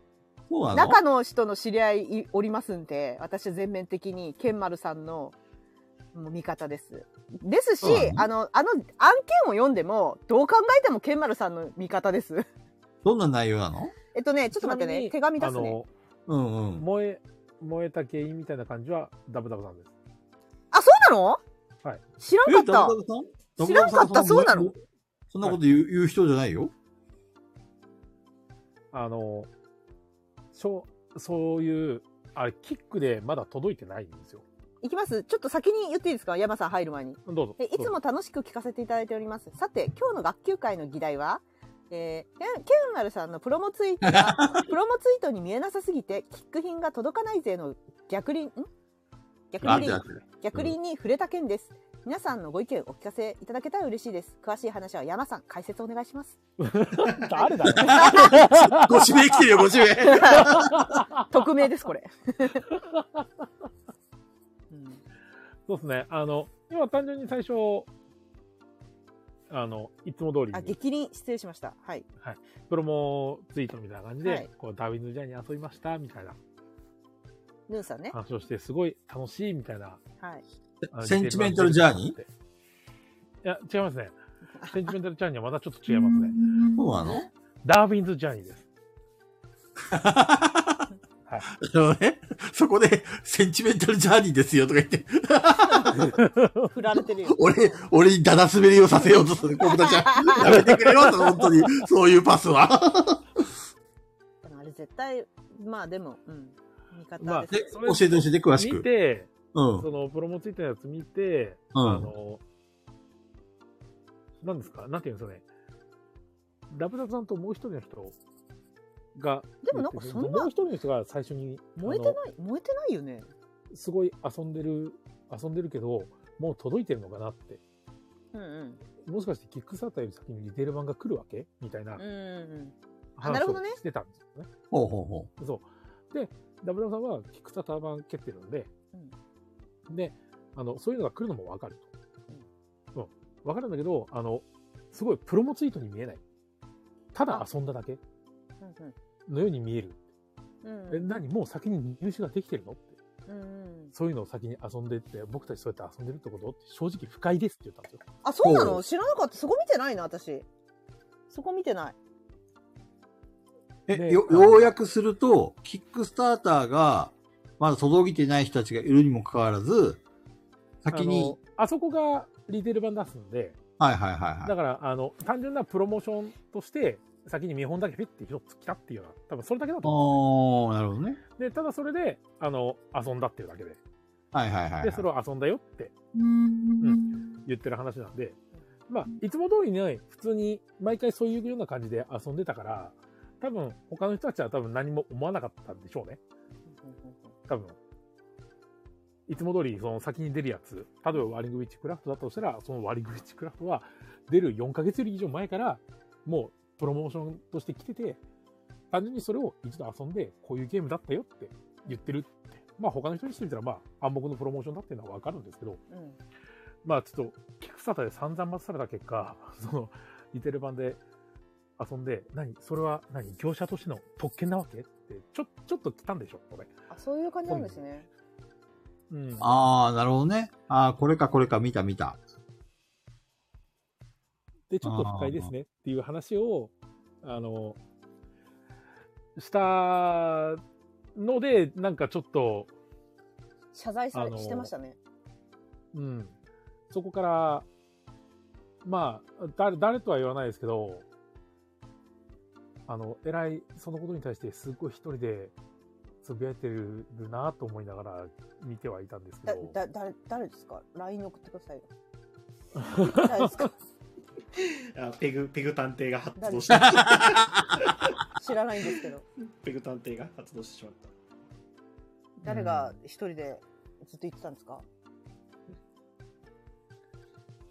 そうなの
中の人の知り合いいおりますんで、私は全面的に、ケンマルさんのもう味方です。ですし
そうな、の
あの、あの案件を読んでも、どう考えてもケンマルさんの味方です。 (laughs)
どんな内容なの
えっとね、ちょっと待ってね、手紙出すね。
あ
うんう
の、
ん。
燃え、燃えた原因みたいな感じはダブダブさんです。
あ、そうなの
はい
知らんか
ダ
っ
ブダブさん
知らんかった
ダブダブさん
そうなの
そんなこと言う言う人じゃないよ。
あの、そう、そういう、あれ、キックでまだ届いてないんですよ。
た。いきます。ちょっと先に言っていいですか山さん入る前に。
どうぞ。
えい
どう
つ
ぞ
も楽しく聞かせていただいております。さて、今日の学級会の議題は、えー、ケンケンマルさんのプロモツイート
(laughs)
が、プロモツイートに見えなさすぎて、キック品が届かない勢の逆輪、ん逆
あ、
輪
違う違う。
逆輪に触れた件です。皆さんのご意見お聞かせいただけたら嬉しいです。詳しい話は山さん、解説お願いします。
誰だよ。
(laughs) ご指名来てるよ、ご指名。
(laughs) 匿名です、こ
(laughs)
れ。うん
そうですね。あの、今単純に最初、あの、いつも通り
あ、
に、
激輪失礼しました。はい。
プロモツイートみたいな感じで、
はい
こう、ダーウィンズジャーに遊びました、みたいな
ヌンさんね。
話をして、すごい楽しい、みたいな。
はい。
あの
センチメンタルジャーニ
いや、違います
(laughs)
ね。センチメンタルジャーニーはまたちょっと違いますね。
ーそうなの
ダーウィンズジャーニーです。
(laughs) あのね、そこで、センチメンタルジャーニーですよとか言って、
振られてるよ。
俺、俺にダダ滑りをさせようとする、コブタちゃ (laughs) ん。やめてくれよ、その本当に。そういうパスは。
(laughs)
でもあれ絶対、まあでも、うん。味
ま
方
あ
です。
で教えて教えて、詳し
見
く。
て、
うん。
その、プロモついたやつ見て、
うん
あの、なんですかなんていうんですかね。ラブダブさんともう一人の人が、
でもなんかそんな
もう一人の人が最初に、
燃えてない、燃えてないよね。
いすごい遊んでる、遊んでるけど、もう届いてるのかなって。
うんうん。
もしかしてキックスターターより先にリテール版が来るわけみたいな
うんうんあな
話
るほ
を
どね
してたんですよね。
ほうほうほ
そう。で、ダブダブさんはキックスターター版蹴ってるんで、
うん。
で、あの、そういうのが来るのもわかると。うん。わかるんだけど、あの、すごいプロモツイートに見えない。ただ遊んだだけ
うん
のように見える。
うん。
え、何もう先に入手ができてるのって。
うんうん。
そういうのを先に遊んでって、僕たちそうやって遊んでるってことって正直不快ですって言ったんですよ。
あ、そうな
ほ
の
う
知らなかった。そこ見てないな、私。そこ見てない。
う。え、
で
よ、
あの
ようやくすると、キックスターターが、まだ届いてない人たちがいるにもかかわらず、先に、
あのあそこがリテール版出すんで、
はいはいはいはい。
だから、あの、単純なプロモーションとして、先に見本だけピッて拾ってきたっていうのは、多分それだけだと思
おー、なるほどね。
う。で、ただそれで、あの、遊んだっていうだけで。
はいはいはいはい。
で、それを遊んだよって
うん。
言ってる話なんで、まあ、いつも通りね、普通に毎回そういうような感じで遊んでたから、多分、他の人たちは多分何も思わなかったんでしょうね。多分。いつも通り、その先に出るやつ、例えばワリングウィッチクラフトだとしたら、そのワリングウィッチクラフトは出る4ヶ月より以上前から、もうプロモーションとして来てて、単純にそれを一度遊んで、こういうゲームだったよって言ってるって。まあ他の人にしてみたら、まあ暗黙のプロモーションだっていうのはわかるんですけど、
うん。
まあちょっと、キクサタで散々待たされた結果、 (laughs) その、リテール版で遊んで、何それは何業者としての特権なわけって、ちょ、ちょっと来たんでしょこれ。
あ、そういう感じなんですね。
うん。
あー、なるほどね。あー、これかこれか、見た見た。
で、ちょっと不快ですねっていう話を、あの、したので、なんかちょっと、
謝罪さ
あ
れ
のー
してましたね。
うん、そこから、まあ、誰、誰とは言わないですけど、あの、偉い、そのことに対してすっごい一人で、つぶやいてるなと思いながら見てはいたんですけ
だ
ど、
(laughs) だだ誰ですか ?LINE 送ってくださいよ。誰ですか
あペグ、ペグ探偵が発動した。
知らないんですけど。
ペグ探偵が発動してしまった。
誰が一人でずっと言ってたんですか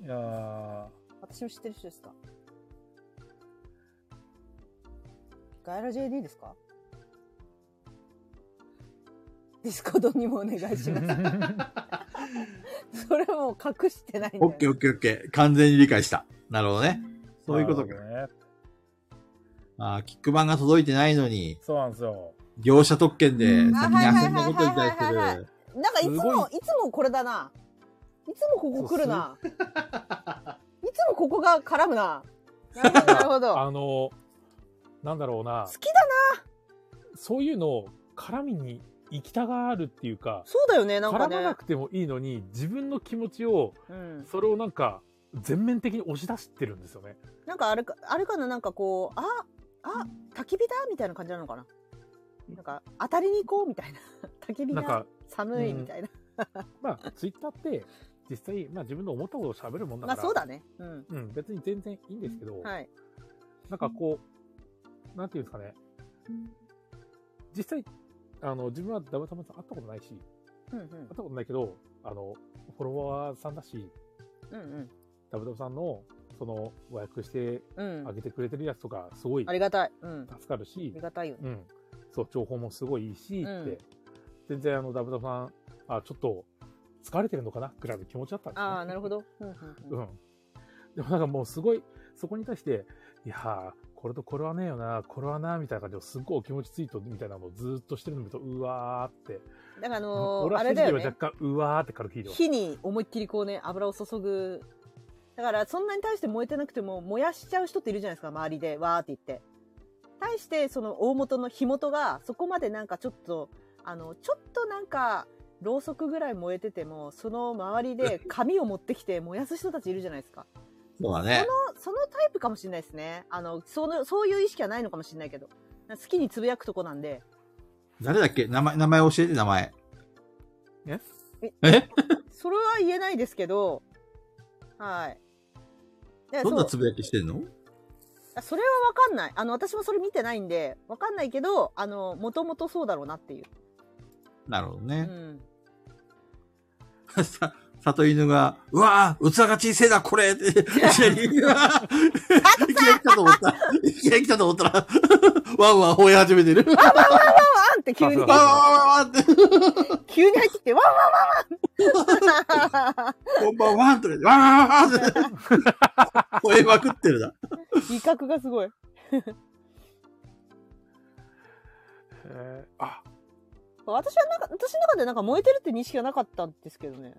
いやー
私の知ってる人ですかガイラ JD ですかディスコードにもお願い
(laughs)
します。それはもう隠してないん
オッ
で
ケーオッケーオッケー。完全に理解した。なるほどね。そういうことか
な。るほどね。
ああ、キック版が届いてないのに、
そうなんですよ。
業者特権で先に
あはい
遊んだことに対
はいはいはいはい
する。
なんかいつ
すご
も、いつもこれだな。いつもここ来るな。いつもここが絡むな。なるほど、なるほど。
あの、なんだろうな
好。きだな。
そういうのを絡みに行きたがるっていうか、
そうだよね、なんか
絡ま
ね
な。くてもいいのに、自分の気持ちを、
うん。
それをなんか、全面的に押し出してるんですよね。
なんかあれか、あれかな、なんかこう、あ、あ、焚き火だみたいな感じなのかな。なんか、当たりに行こうみたいな。 (laughs) 焚き火
なんか
だ。、寒いみたいな。
まあ、ツイッターって、実際、まあ自分の思ったことを喋るもんだ
ま
か
あ
ら。
そうだね。うん。
うん、別に全然いいんですけど、
はい。
なんかこう、なんていうんですかね。実際、あの、自分はダブタマさん会ったことないし、
うんう
会
ん
っ。たことないけど、あの、フォロワーさんだし、
うん
ダブダブさんの、その、和訳して
うん。う
あ
ん。
げてくれてるやつとか、すごい
あ
助
りがたい。うん。あ
かるし
り、がたいよね。
うん。そう、情報もすごいいいし、
うん
って、全然あの、ダブダブさん、あ、ちょっと、疲れてるのかなぐらいの気持ちだったんですよね
ああ、なるほど。うんうんうん
うん。でもなんかもうすごい、そこに対して、いやー、これとこれはねえよな、これはな、みたいな感じをすっごいお気持ちツイートみたいなのをずーっとしてるのを見ると、うわーって。
だからあのー、
俺は
あ
正
れだ
直
よ
は
ね。
若干、うわーって軽く聞いてます。
火に思いっきりこうね、油を注ぐ。だから、そんなに対して燃えてなくても、燃やしちゃう人っているじゃないですか、周りで、わーって言って。対して、その大元の火元が、そこまでなんかちょっと、あの、ちょっとなんか、ろうそくぐらい燃えてても、その周り
(laughs)
で紙を持ってきて燃やす人たちいるじゃないですか。
そうだね。
そのタイプかもしれないですね。あの、その、そういう意識はないのかもしれないけど。好きにつぶやくとこなんで。
誰だっけ名前、名前教えて、名前。
それは言えないですけど、はい。いや
どんな
そう
つぶやきしてんの
あそれはわかんない。あの、私もそれ見てないんで、わかんないけど、あの、もともとそうだろうなっていう。
なるほど
う
ね。
ん。
さ、里犬が、うわぁ、器が小せえな、
(laughs)
これって、いきなり、うわぁいきなり来たと思った。いきなり来たと思ったら、ワンワン吠え始めてる。
パンって急に
あ、
わわわわって、
急に入ってきて、わんわんわんわん
こんばんはとか言って、わわわわ
(laughs)
って、吠えまくってるな。
威嚇がすごい。
えーあ、
私はなんか、私の中でなんか燃えてるって認識はなかったんですけどね。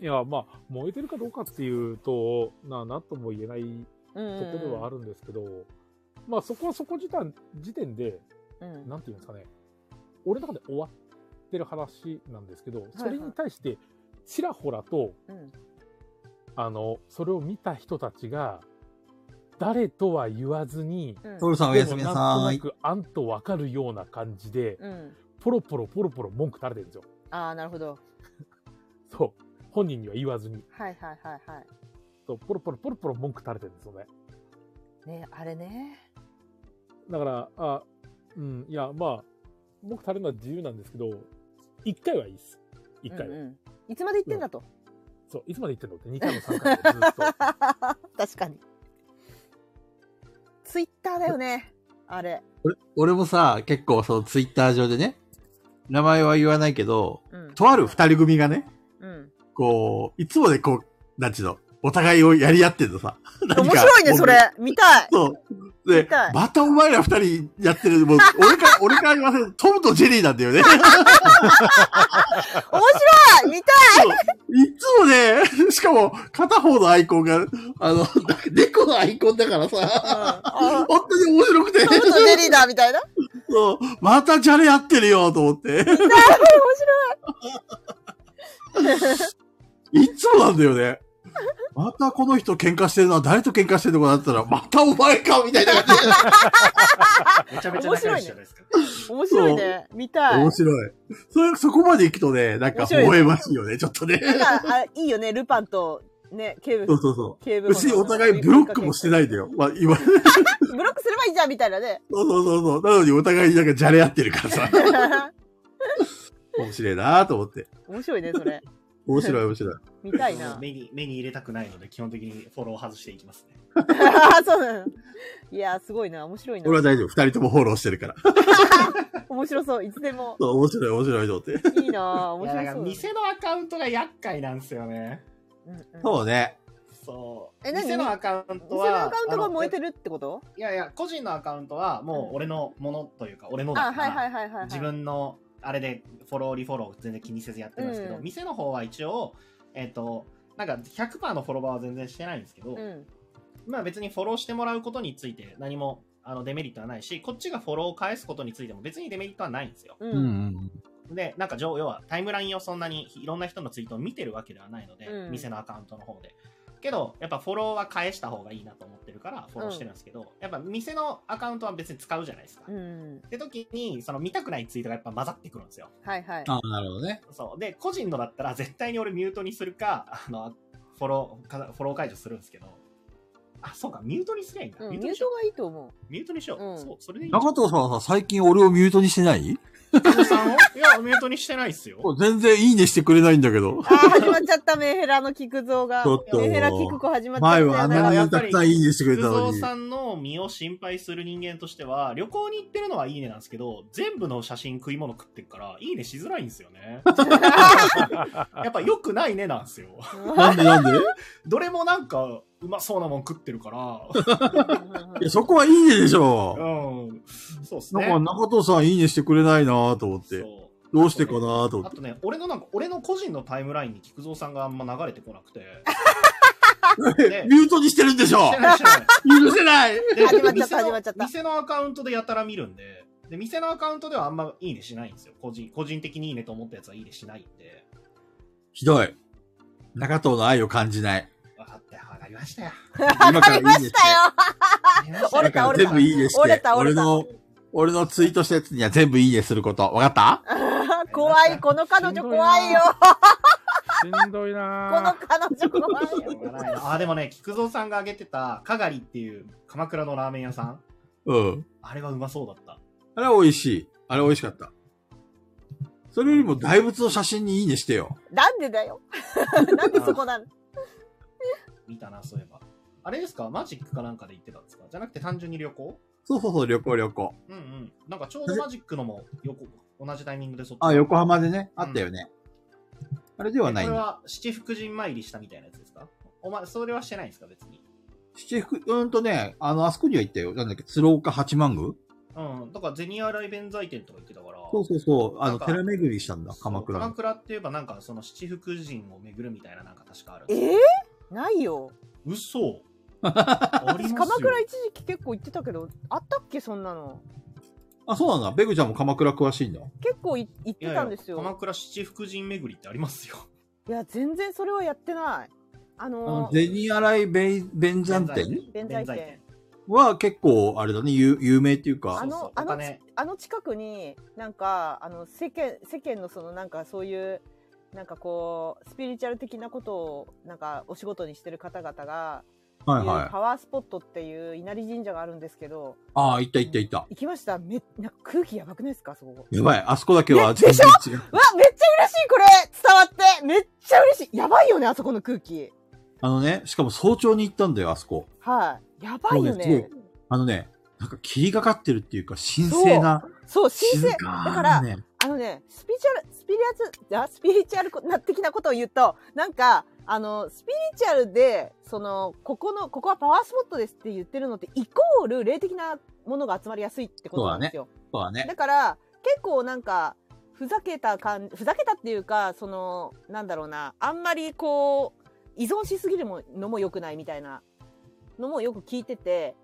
いや、まあ、燃えてるかどうかっていうと、な、なんとも言えない
うん
ところはあ
る。
るんですけど、まあそこはそこ時点時点で、
うん。
なんていうんですかね、俺の中で終わってる話なんですけど、それに対して、ちらほらと、
うん
あの、それを見た人たちが、誰とは言わずに、
うん
ト。ルさんおやすみな
なんと
さ。
ないく、あんとわかるような感じで、
うん。
ポロポロポロポロ文句垂れてるんですよ。
ああ、なるほど。
そう。本人には言わずに。
はいはいはいは
そう、ポロポロポロポロ文句垂れてるんですよね。
い。ね、あれね。
だから、あ、うん、いや、まあ、僕垂れるのは自由なんですけど、一回はいいです。一
う
回は、
んうんいつまで言ってんだと。
そう、いつまで言ってんのって、二回も三回もずっと。
確かに。ツイッターだよね。あれ。
俺俺もさ、結構そのツイッター上でね、名前は言わないけど、
うん。
とある二人組がね、
うん。
こう、いつもね、こう、なんちゅうの、お互いをやり合ってんのさ。 (laughs) 面
面白いね、それ。。見たい。
そう。で
見たい、
またお前ら二人やってる。も
(laughs)
う、俺から、俺から言わせると、トムとジェリーなんだよね。
面白い見たい
いつもね、しかも、片方のアイコンが、あの、 (laughs) 猫のアイコンだか
(laughs)
らさ、
あ
本当に面白くて、
トムとジェリーだみたいな。
そう、またじゃれ合ってるよ、と思
(laughs)
って。いつもなんだよね。またこの人喧嘩してるのは誰と喧嘩してるのかなって言ったら、またお前かみたいな感じで。
めちゃめちゃ仲良しじゃないですか。
面白いね。見たい。
面白い。それ、そこまで行くとね、なんか
面白い (laughs)
微笑ましいよね、ちょっとね。
なんか、あいいよね、ルパンとね、ケー
そ
ブ
うそうそう。
ケーブル。
うし、お互いブロックもしてないんだよ。まあ、今、そう
ブロックすればいいじゃんみたいな
(laughs)
ね。
そうそうそう。なのにお互いなんかじゃれ合ってる
(laughs)
からさ。面白いなぁと思って。
面白いね、それ。
面白い面白い。
見たいな。
目に、目に入れたくないので、基本的にフォロー外していきますね。
あーそうなの。いやー、すごいな。面白いな
俺。は大丈夫。二人ともフォローしてるから。
面白そう。いつでも。
そう、面白い面白いと思って。
いいなー。
い
面
や、だか
白
ら
そう
店のアカウントが厄介なんですよね。
だ。うんうん
そうね。
そう。
え何
店のアカウント
店
は。
のアカウントが燃え
る
てるってこと
いやいや、個人のアカウントはもう俺のものというか、俺の
あ
だか
はいはい
ら、
はいはいはい。
自分のあれでフォロー、リフォロー全然気にせずやってるんですけど、
うん
店の方は一応、えっ、と、なんか100%のフォロワーは全然してないんですけど、
うん。
まあ別にフォローしてもらうことについて何もあのデメリットはないし、こっちがフォローを返すことについても別にデメリットはないんですよ。
う
うん
ん。
で、なんか上、要はタイムラインをそんなにいろんな人のツイートを見てるわけではないので、
うん
店のアカウントの方で。けど、やっぱフォローは返した方がいいなと思ってるから、フォローしてるんですけど、やっぱ店のアカウントは別に使うじゃないですか。
う
っ
ん。
て時に、その見たくないツイートがやっぱ混ざってくるんですよ。
はいはい。
ああ、なるほどね。
そう。で、個人のだったら絶対に俺ミュートにするか、あの、フォロー、かフォロー解除するんですけど、あ、そうか、ミュートにすりゃいいんだ。
うん
ミュート
ミュー
にしよ
ト
う。
がいいと思う。
ミュートにしよう。
うん
そう、それでいい。
中藤さんはさ、最近俺をミュートにしてない
藤さんをいや、ミュートにしてないっすよ。
全然いいねしてくれないんだけど。
あー始まっちゃった、メンヘラの菊蔵が
ちょっ。と
メンヘラ菊子始まっちゃった
前
よ。
はあん
なん
な
か
にたくさんいいねしてくれ
菊
たの
蔵
に。
さんの身を心配する人間としては、旅行に行ってるのはいいねなんですけど、全部の写真食い物食ってるから、いいねしづらいんですよ
(laughs)
ね。やっぱ良くないねなんですよ。
なんでなんで (laughs)
どれもなんか、うまそうなもん食ってるから、
いや、そこはいいねでし
う
ょ。
ん、そうっす
なん
ね。
か中藤さんいいねしてくれないなぁと思って。
そう
どうしてかなぁと思
あ
って。
とね、俺のなんか、俺の個人のタイムラインに菊蔵さんがあんま流れてこな
(laughs)
くて。ね
ミュートにしてるんでしょ
してないしてない
許せない
で
始まっちゃった
店の
始まっちゃった
店のアカウントでやたら見るんで、で、店のアカウントではあんまいいねしないんですよ。個人、個人的にいいねと思ったやつはいいねしないんで。
ひどい。中藤の愛を感じない。
分かったよ、分かりましたよ。
今からいいねして。
わかりました
(laughs)
よ
折れた
今から
折れた
全部いいねして。
折れた折れた
俺の、俺のツイートしたやつには全部いいねすること。わかった
怖い、この彼女怖いよ。
(laughs) しんどい
こ
な
の
ぁ。
彼女怖いよ。
しょうがないなあ、でもね、菊蔵さんが挙げてた、かがりっていう鎌倉のラーメン屋さん。
うん。
あれはうまそうだった。
あれは美味しい。あれは美味しかった。それよりも大仏の写真にいいねしてよ。
なんでだよ。なんでそこ (laughs) なの
見たな、そういえば。あれですかマジックかなんかで行ってたんですかじゃなくて単純に旅行
そうそうそう、旅行旅行。
うんうん。なんかちょうどマジックのも横、同じタイミングでそっち
あ、横浜でね、あったよね。あれでは
え
ないん
これ
だ。
は七福神参りしたみたいなやつですかお前、それはしてないんですか別に。
七福、うーんとね、あの、あそこには行ったよ。なんだっけ、鶴岡八幡宮
うん。だから、銭洗い弁財天とか言ってたから。
そうそうそう。あ
な
の、
んか
寺巡りしたんだ、鎌倉
そう鎌
の。
倉っていえば、なんか、その七福神を巡るみたいな、なんか確かあるん
え
ですよ。
ーないよ。
(laughs)
嘘あります
私、
よ
鎌倉一時期結構行ってたけど、あったっけ、そんなの。
あ、そうなんだ。ベグちゃんも鎌倉詳しいんだ。
結構い行っ
い
て
やい
た
や
んですよ。
鎌倉七福神巡りってありますよ。
いや、全然それはやってない。あ
あ
の
の、
ー、
銭洗い弁弁山店
弁財天。
は結構、あれだね、有有名っていう
あ
の
か、
の、
あ
あ
の
のね、
あの近くに、なんか、あの、世間、世間のその、なんかそういう、なんかこう、スピリチュアル的なことを、なんかお仕事にしてる方々が、
はい
い
は
う
い。
パワースポットっていう稲荷神社があるんですけど、
ああ、行った行った行った。
行きました。め、なんか空気やばくないですか、そこ。
やばい、あそこだけは
ね
全然違う。
うわ、めっちゃ嬉しい、これ伝わってめっちゃ嬉しいやばいよね、あそこの空気。
あのね、しかも早朝に行ったんだよ、あそこ。
はい。やばいよ
そう
ね
で。あのね、なんか霧がかってるっていうか、神聖な、
そう、神聖。だ
か
から
な、ね、
あのね、スピリチュアル、スピリアツ、あスピリチュアルこな的なことを言うと、なんか、あの、スピリチュアルで、その、ここの、ここはパワースポットですって言ってるのって、イコール霊的なものが集まりやすいってことなんですよ。
そうだね。
だから結構なんかふざけた感ふざけたっていうかそのなんだろうなあんまりこう依存しすぎるものも良くないみたいなのもよく聞いてて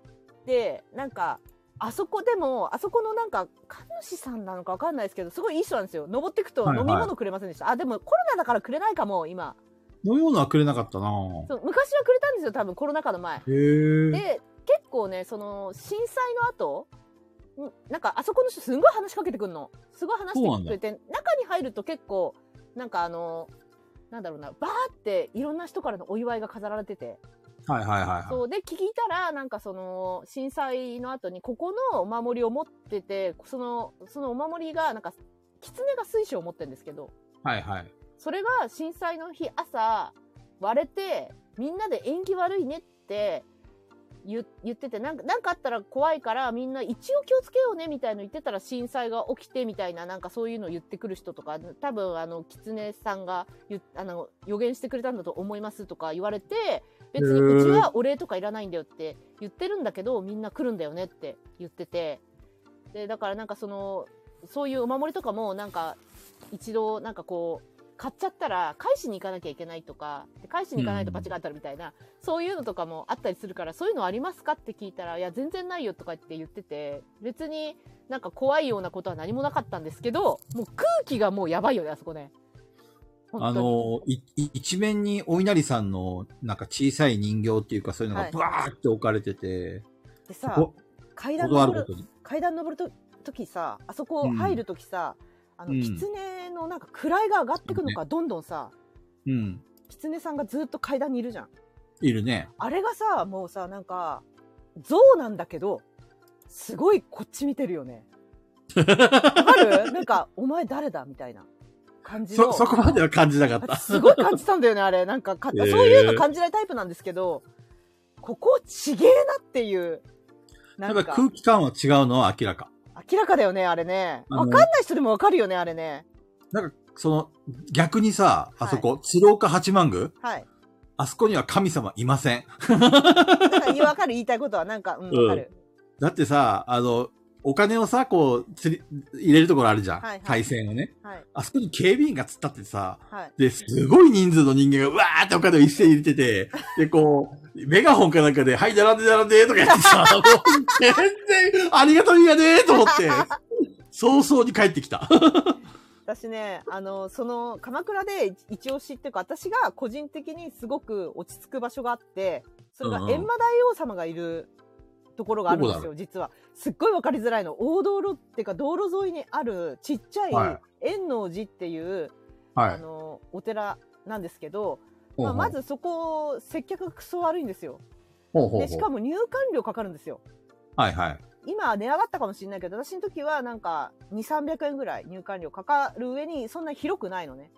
でなんかあそこでもあそこのなんか神主さんなのかわかんないですけどすごいいい人なんですよ登ってくと
はい
飲
はい
み物くれませんでした、あでもコロナだからくれないかも今
飲み物はくれなかったなぁ。
そう昔はくれたんですよ多分コロナ禍の前
へえ。
で結構ねその震災の後んなんかあそこの人すんごい話しかけてくんのすごい話してくれて中に入ると結構なんかあの
なんだろうな、バーっていろんな人からのお祝いが飾られてて、
はいはいはいは
そう、で、聞いたら、なんかその、震災の後に、ここのお守りを持ってて、その、そのお守りが、なんか、狐が水晶を持ってるんですけど、
い。はいはい。
それが震災の日朝、割れて、みんなで縁起悪いねって言言っててなんか、なんかあったら怖いから、みんな一応気をつけようねみたいの言ってたら震災が起きてみたいな、なんかそういうのを言ってくる人とか、多分あの、狐さんが言っあの予言してくれたんだと思いますとか言われて、別に
へー
うちはお礼とかいらないんだよって言ってるんだけど、みんな来るんだよねって言ってて、で、だからなんかその、そういうお守りとかもなんか一度なんかこう買っちゃったら返しに行かなきゃいけないとかで返しに行かないとバチが当たるみたいな、そういうのとかもあったりするからそういうのありますかって聞いたらいや全然ないよとかって言ってて別になんか怖いようなことは何もなかったんですけどもう空気がもうやばいよねあそこね。本当
あ
に
の、いい一面にお稲荷さんの、なんか小さい人形っていうか、そういうの
は
が
い
バーって置かれてて、
でさ
こ
階段
断る
登
こ
る
とに。
階段登ると時さあそこ
うん
入る時さ、あの
うん
狐のなんか位が上がってくのか、どんどんさ
うん。
狐さんがずっと階段にいるじゃん
いるね。
あれがさもうさなんか象なんだけどすごいこっち見てるよねわかるなんかお前誰だみたいな感じの
(laughs)
そ、そこまでは感じなかった。
すごい感じたんだよね、あれ。なんかか、
えー
そういうの感じないタイプなんですけど、ここちげえなっていう。な
やっ
ん
ぱ
か、
空気感は違うのは明らか。
明らかだよね、あれね。
あの
わかんない人でもわかるよね、あれね。
なんか、その、逆にさ、あそこ、
は
鶴岡八幡宮
はい。
あそこには神様いません。
なんか言い、わかる、言いたいことは、なんか、うん、
うん
わかる。
だってさ、あの、お金をさ、こう、釣り、入れるところあるじゃん。
はいはい
対戦をね。
はい。
あそこに警備員が突っ立ってさ、
はい。
で、すごい人数の人間がうわーってお金を一斉に入れてて、で、こう、メガホンかなんかで、はい、並んで並んで、とか言って
(laughs)
さ、もう全然、ありがたみがねーと思って、早々に帰ってきた。
私ね、あの、その、鎌倉で一押しっていうか、私が個人的にすごく落ち着く場所があって、それが
うんうん
閻魔大王様がいるところがあるんで
ど
す
こだ
よ、実は。すっごいわかりづらいの。大道路っていうか、道路沿いにあるちっちゃい
は
円能寺っていう、
は
あ。のお寺なんですけど、
ほう
まあ、
ほう
まずそこ接客がクソ悪いんですよ
ほうほう
でしか
ほう
も入館料かかるんですよ
はいはい。
今は値上がったかもしれないけど私の時はなんか2300円ぐらい入館料かかる上にそんな広くないのね、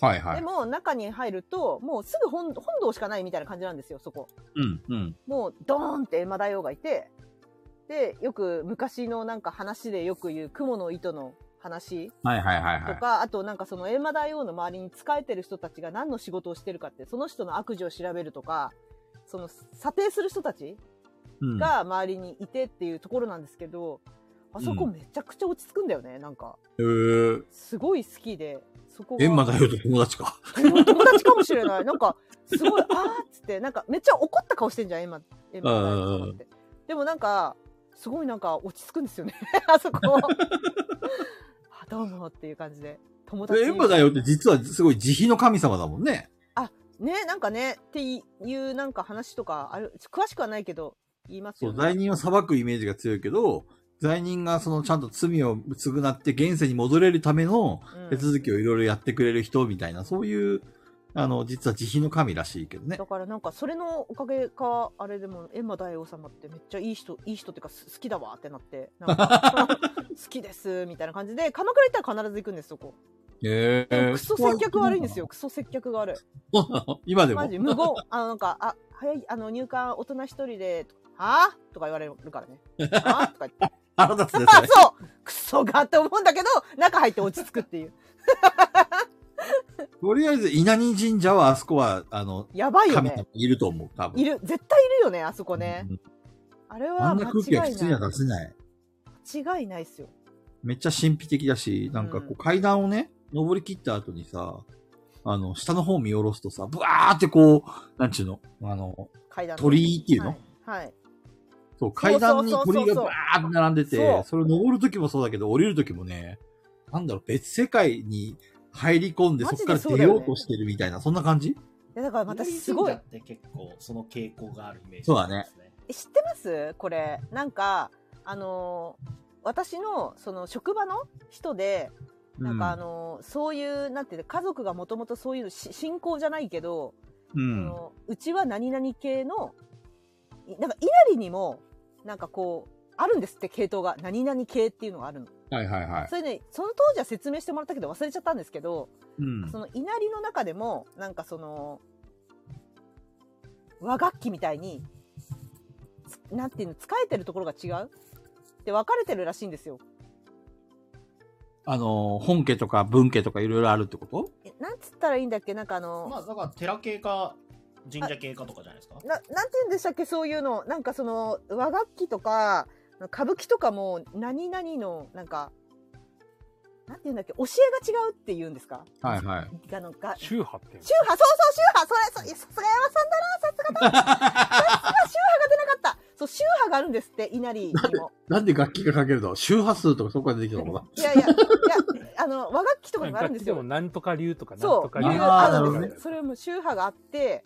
はいは
で
い。
も中に入るともうすぐ本本堂しかないみたいな感じなんですよそこ
うん、うん。
もうドーンって閻魔大王がいてでよく昔のなんか話でよく言う雲の糸の話
はいはいはいは
と
い。
か、あとなんかその閻魔大王の周りに仕えてる人たちが何の仕事をしてるかって、その人の悪事を調べるとか、その査定する人たち
うん、
が周りにいてっていうところなんですけど、あそこ
うん
めちゃくちゃ落ち着くんだよね、なんか。
えー、
すごい好きで、そこが
エンマ大王と友達か。
友達かもしれない。なんか、すごい、あーっつって、なんかめっちゃ怒った顔してんじゃん、閻魔、閻魔大王様って。でもなんか、すごいなんか落ち着くんですよね、 (laughs) あそこ。あどうもっていう感じで。友達
エンマ大王って実はすごい慈悲の神様だもんね。
ねなんかねっていうなんか話とかある詳しくはないけど言います
そ
よ
う、
ね
罪人を裁くイメージが強いけど、罪人がそのちゃんと罪を償って現世に戻れるための
うん
手続きをいろいろやってくれる人みたいな、そういう、あの、実は慈悲の神らしいけどね
だ。からなんかそれのおかげかあれでもエンマ大王様ってめっちゃいい人いい人っていうかす好きだわってなってなんか
(laughs)
好きですみたいな感じで鎌倉行ったら必ず行くんですそこ
へ
でもクソ接客悪いんですよ。クソ接客が悪い
そうなの (laughs) 今でも。
マジ無言あのなんかあ早いあの入館大人一人ではあとか言われるからね。あとか言って。
腹立つね、そ
あ、 (laughs)
れ。
そうクソがって思うんだけど、中入って落ち着くっていう。
とりあえず、稲荷神社はあそこは、あの、
やばいよ
神
ね
様。いると思う、多分。
いる、絶対いるよね、あそこ
うん
ね。あれ
あ
は
んな空気は
間違い
普通に
な。
はい出せない。
間違いないっすよ。
めっちゃ神秘的だし、なんかこ
うん
う階段をね、登り切った後にさ、あの、下の方見下ろすとさ、ブワーってこう、なんちゅうの、あの、
階段。
鳥居っていうの、
はい。はい
そう、階段に鳥居が
そうそうそうそう
ブワーって並んでて、
そう
それ登る時もそうだけど、降りる時もね、なんだろう、別世界に入り込んで、
マ
そ
ジで
こから
そう
出
だよね
ようとしてるみたいな、そんな感じ
いやだから私すごい
稲荷神社って結構その傾向があるイメージ
そうだね
ですね。
え知ってますこれなんかあのー私のその職場の人でなんかあのそういうなんていうの家族がもともとそういうし信仰じゃないけど、
う。
うんうちは何々系のいなんか稲荷にもなんかこうあるんですって系統が何々系っていうのがあるの。
はいはいはい。
それでその当時は説明してもらったけど忘れちゃったんですけど、
うん
そ。の稲荷の中でもなんかその和楽器みたいにつなんていうの使えてるところが違うで分かれてるらしいんですよ。
あのー、本家とか文家とかいろいろあるってこと
えなんつったらいいんだっけなんかあの、
まあ、だから寺系か神社系かとかじゃないですか。
ななんて言うんでしたっけそういうのなんかその和楽器とか歌舞伎とかも何々のなんかなんて言うんだっけ教えが違うって言うんですか
はいはい。
あのが宗
宗派ってい
派そうそ
う
う宗派それそさすが山さんだなさすがだなさすが宗派が出なかったそう宗派があるんですって稲荷にも
なんで楽器が書けるの周波数とかそこから出てきたのか
いやいやいやあの和楽器とかにもあるん
楽
で
器
す
で
よ
もなんとか流とかなん
そ
と
う、
か
理
流
由
と
が
か
あ
な
る
る
ん
ほ
です
どね
よ。それも宗派があって、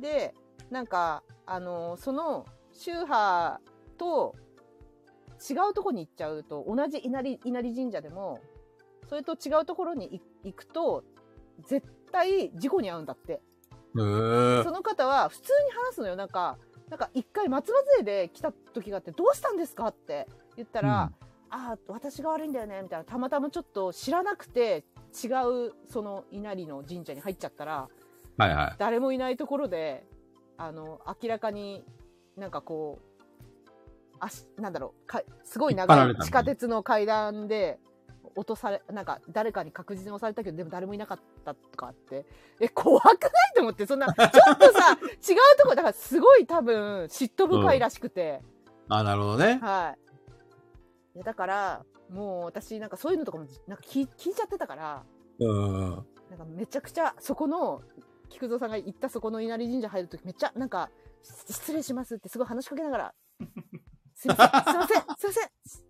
で、なんか、あのーその宗派と違うとこに行っちゃうと、同じ稲荷稲荷神社でも、それと違うところに行くと、絶対事故に遭うんだって。
なへえ
そ。の方は普通に話すのよ。なんか、なんか一回松葉杖で来た時があって、どうしたんですかって言ったら、ああ、私が悪いんだよね、みたいな。たまたまちょっと知らなくて、違う、その稲荷の神社に入っちゃったら、
はいは
誰もいないところで、あの、明らかになんかこう、あし、なんだろう、かすごい
引っ張ら
長
れ
い
たの
地下鉄の階段で、落とされ、なんか誰かに確実に押されたけど、でも誰もいなかったとかあって、え、怖くないと思って、そんな、ちょっと
(laughs)
さ、違うとこ、だからすごい多分、嫉妬深いらしくて、
い。あ、なるほどね。
はい。いや、だから、もう私なんかそういうのとかも、なんか聞い聞いちゃってたから、
うん。
なんかめちゃくちゃそこの菊蔵さんが行ったそこの稲荷神社入るときめっちゃなんかし失礼しますってすごい話しかけな
(laughs)
がらすいませんすいませんすいません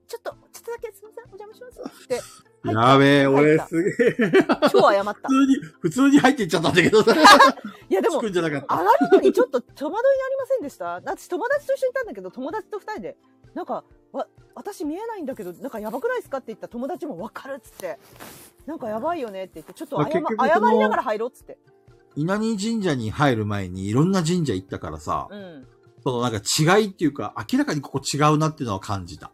ちょっとちょっとだけすいませんお邪魔しますって入った
やべえ、
入っ
俺
た
すげえ。普
超謝った
通に、普通に入っていっちゃったんだけどさ。
いやで
(laughs) つ
も
くんじゃなかった。
上がるのにちょっと戸惑いありませんでした私友達と一緒にいたんだけど友達と二人でなんかわ私見えないんだけどなんかやばくないですかって言ったら友達も分かるっつってなんかやばいよねって言ってちょっと謝
まあ結局
謝
その
りながら入ろうっつって
稲荷神社に入る前にいろんな神社行ったからさ、
うん
そのなんか違いっていうか、明らかにここ違うなっていうのは感じた。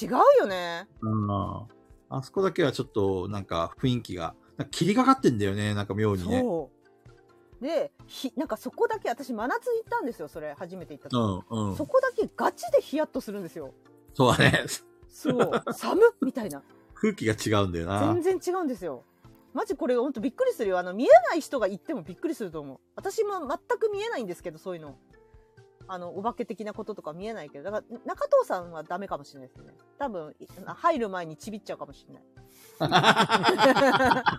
違うよね
うん。あそこだけはちょっとなんか雰囲気が、なんか霧がかってんだよね、なんか妙にね。う
そう。で、ひ、なんかそこだけ、私真夏に行ったんですよ、それ、初めて行った時、
んうん。
そこだけガチでヒヤッとするんですよ。
そうだね。 (laughs)
そう。寒っみたいな。
空気が違うんだよな
全。然違うんですよ。マジこれほんとびっくりするよ。あの、見えない人が行ってもびっくりすると思う。私も全く見えないんですけど、そういうの。あの、お化け的なこととか見えないけど。だから、中藤さんはダメかもしれないですね。多分、い入る前にちびっちゃうかもしれない。
(laughs)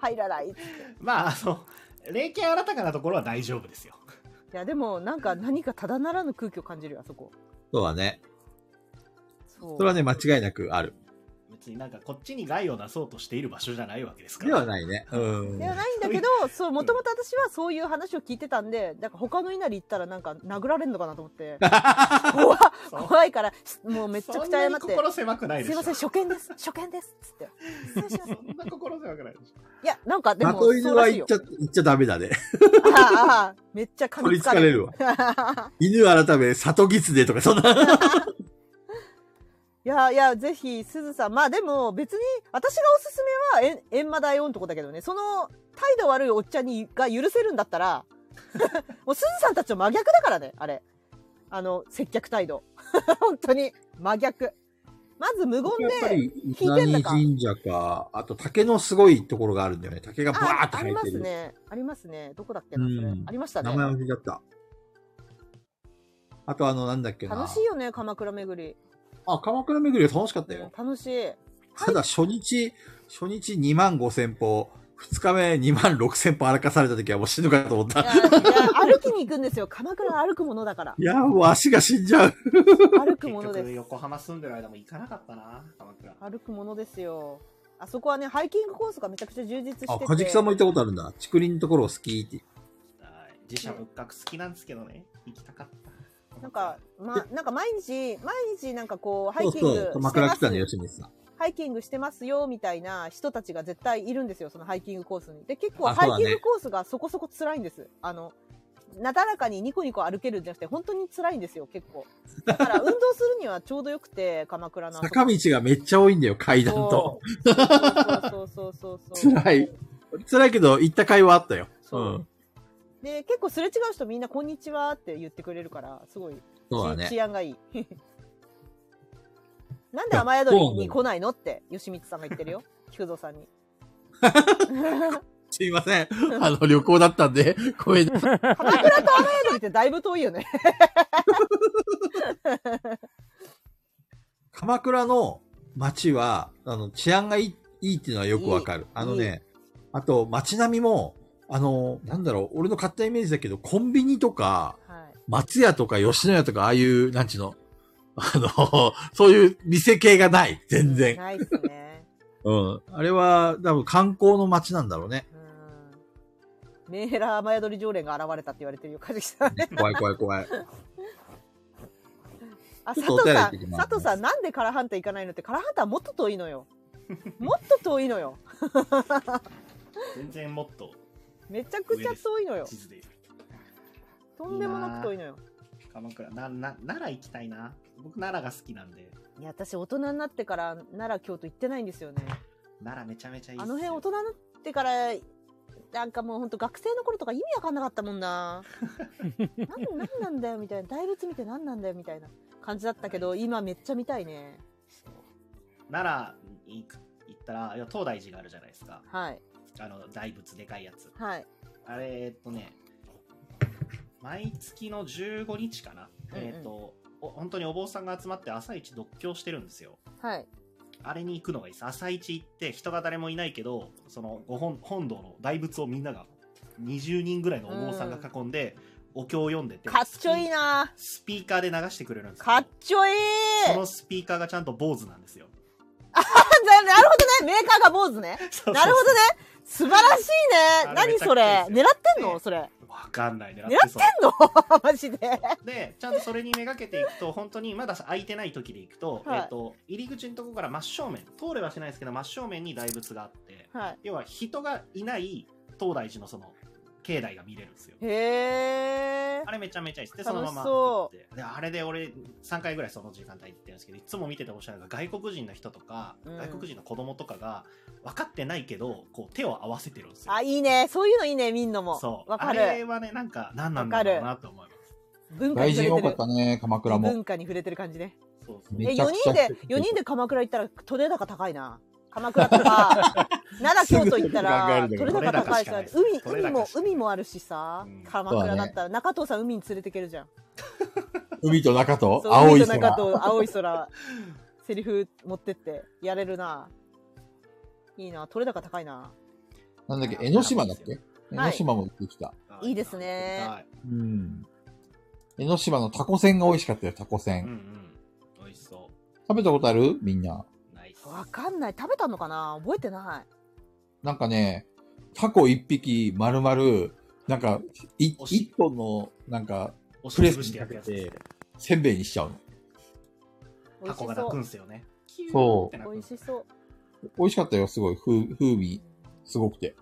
入らない。
まあ、あの、霊気新たかなところは大丈夫ですよ。
いやでもなんか何かただならぬ空気を感じるよあそこ
そうだね。
そう
それはね、間違いなくある。
別になんかこっちに害を出そうとしている場所じゃないわけですか
で
ら。
はないね。うん
で。はないんだけどそうもともと私はそういう話を聞いてたんでなんか他の稲荷行ったらなんか殴られるのかなと思って
(laughs)
怖っ
そう
(laughs) 怖いからもうめっちゃ
そ
く
ん
ちゃ
な
謝
に
って
心狭くない
す
で
い
しょ。
ません初見です初見ですっつって失礼します
そんな心狭くないでしょ。
いやなんかで
ま
も
とい
そう
ぬ
ら
は
しい
言
よ
っちゃ、言っちゃダメだね。
ああああめっちゃ噛
取
み
り
つ
つか
か
れ
れ
る
る
わ。犬改め、里狐とかそんな。
(laughs) いやいやぜひすずさんまあでも別に私がおすすめはえ閻魔大王のとこだけどねその態度悪いおっちゃんにが許せるんだったら (laughs) もうすずさんたちと真逆だからねあれあの接客態度 (laughs) 本当に真逆まず無言
やっぱ
で
り、稲荷神社か、あと竹のすごいところがあるんだよね。竹がバー
あ
って
あ
生
り
え
ま
て
す
る。
ねありますねどこだっけなそれ
うん
ありましたね
名前忘れちゃった。あとあの、なんだっけな。
楽しいよね鎌倉巡り
あ、鎌倉巡りは楽しかったよ。
楽しい
ただ初日、初日2万5千歩、2日目2万6千歩歩かされた時はもう死ぬかと思っ
い
た。
やいや歩きに行くんですよ鎌倉は歩くものだ
(laughs)
から
いや、もう足が死んじゃう。
歩くもので
結
す
局横浜住んでる間も行かなかったな、鎌倉。
歩くものですよ。あそこはね、ハイキングコースがめちゃくちゃ充実してて。
あ、かじきさんも行ったことあるんだ。竹林のところを好きって。
はい自社仏閣好きなんですけどね。行きたかった。
なんか、ま、なんか毎日、毎日なんかこう、ハイキン
そ
グ
うそう、
して
鎌
ま
倉
す。
来たね、吉光さん。
ハイキングしてますよ、みたいな人たちが絶対いるんですよ、そのハイキングコースに。で、結構
あそ
ハ
う
イ
だ
キ
ね
ングコースがそこそこ辛いんです。あの、なだらかにニコニコ歩けるんじゃなくて、本当に辛いんですよ、結構。だ
(laughs)
から、運動するにはちょうどよくて、鎌倉のあそこ。
坂道がめっちゃ多いんだよ、階段と
そ。うそうそうそうそうそう。
辛い。辛いけど、行った会はあったよ。うん。
で、結構すれ違う人みんな、こんにちはって言ってくれるから、すごい、
そうだね
ち治安が
(laughs)
いい。なんで雨宿りに来ないのって、吉光さんが言って
(laughs)
るよ。菊蔵さんに。
すいま
(laughs)
せん。あの、旅行だったんで、声で。
鎌倉と雨宿りってだいぶ遠いよね。
鎌倉の街は、あの、治安がいいいいっていうのはよくわかる。あのね、あと街並みも、あの、なんだろう、俺の勝手なイメージだけど、コンビニとか、
はい。
松屋とか吉野家とか、ああいう、なんちゅうの、あの、 (laughs) そういう店系がない。全然。
ないっすね。
うん。あれは、多分観光の街なんだろうね。
うん。メンヘラ雨宿り常連が現れたって言われてるよ、和樹さんね。
怖い怖い
(laughs)
怖い。
あ、
ちょっ
佐
とお手
藤
洗い行
さ
っ
ん
てき、ます
佐藤さん、なんでカラハンタ行かないのって、カラハンタはもっと遠い
(laughs)
のよ。もっと遠いのよ。
全然もっと
めちゃくちゃ遠いのよ
地。図で
とんでもなく遠いのよ。
鎌倉なな奈良行きたいな僕奈良が好きなんで
いや、私大人になってから奈良京都行ってないんですよね。
奈良めちゃめちゃいいっ
あ
す
の辺大
よ
人になってから、なんかもうほんと学生の頃とか意味わかんなかったもんな。 (laughs) なん、なんなんだよみたいな。大仏見てなんなんだよみたいな感じだったけど、今めっちゃ見たいね。
奈良に行く行ったらいや東大寺があるじゃないですか
はい。
あの大仏でかいやつ
はい。
あれえっとね毎月の15日かな、
うんうん
えっとお本当にお坊さんが集まって朝一読経してるんですよ
はい。
あれに行くのがいいです朝一行って人が誰もいないけどそのご本本堂の大仏をみんなが20人ぐらいのお坊さんが囲んで、お経を読んでて
かっちょいいな
スピーカーで流してくれるんですよ
かっちょいい
そのスピーカーがちゃんと坊主なんですよ。 (laughs)
ななるほどねメーカーが坊主ね
そうそうそう
なるほどね素晴らしいね
あれ
何それ
め
狙
ちゃ
って
くちゃいいですよ
んのそれ
わかんないね。狙
狙ってんの (laughs) マジで
で、ちゃんとそれにめがけていくと、本当にまだ空いてない時で行くと、
はい
えっと、入り口のところから真正面、通れはしないですけど、真正面に大仏があって、
はい
要は人がいない東大寺のその、境内が見れるんですよ。
へえ
あれめちゃめちゃいいです。で、そ
楽
の
しそ
ま
う
ま行って。で、あれで俺、3回ぐらいその時間帯行ってるんですけど、いつも見てて面白いのが、外国人の人とか、
うん
外国人の子供とかが、分かってないけど、こう、手を合わせてるんですよ。
あいいねそういうのいいねみんのも
そう。
わか
あれ
る
はね、なんか、何なんだろうなと思いま
文化
外
に触
人
れ
多
て
か
る
ったね、鎌倉も。
文化に触れてる感じね
す。そうそう。
め
え
ちゃ
4
くち
人
ゃ
で4人で鎌倉行ったら取れ高高いな鎌倉と
(laughs)
か奈良京都行ったら取
すぐ
れ高高いしさ
取れ高しかな
海
い
海も海もあるしさ
うん
鎌倉だったら中藤さん海に連れてけるじゃん
海と中と
そう
青い
海と中
空。
と青い空セリフ持ってってやれるないいな取れ高高いな
なんだっけ、江ノ島だっけ江
はい
ノ島も行ってきた。
いいですね
はい
うん。江ノ島のタコ船が美味しかったよ、タコ
うんう
船。
ん。美味しそ
食べたことあるみんな。
う。ナイス。
わかんない食べたのかな覚えてない
なんかね、タコ一匹丸々、なんか、い
おし
一トンの、なんか、
おし
プレス
潰し
に
て
か
やる
け
やつ。
て、せんべいにしちゃうの。
美
タ
味し
コが鳴く
そ
んすよね。
そ
キューって鳴
う
く
美
ん
味しそう
美味しかったよ、すごい。風風味、すごくて。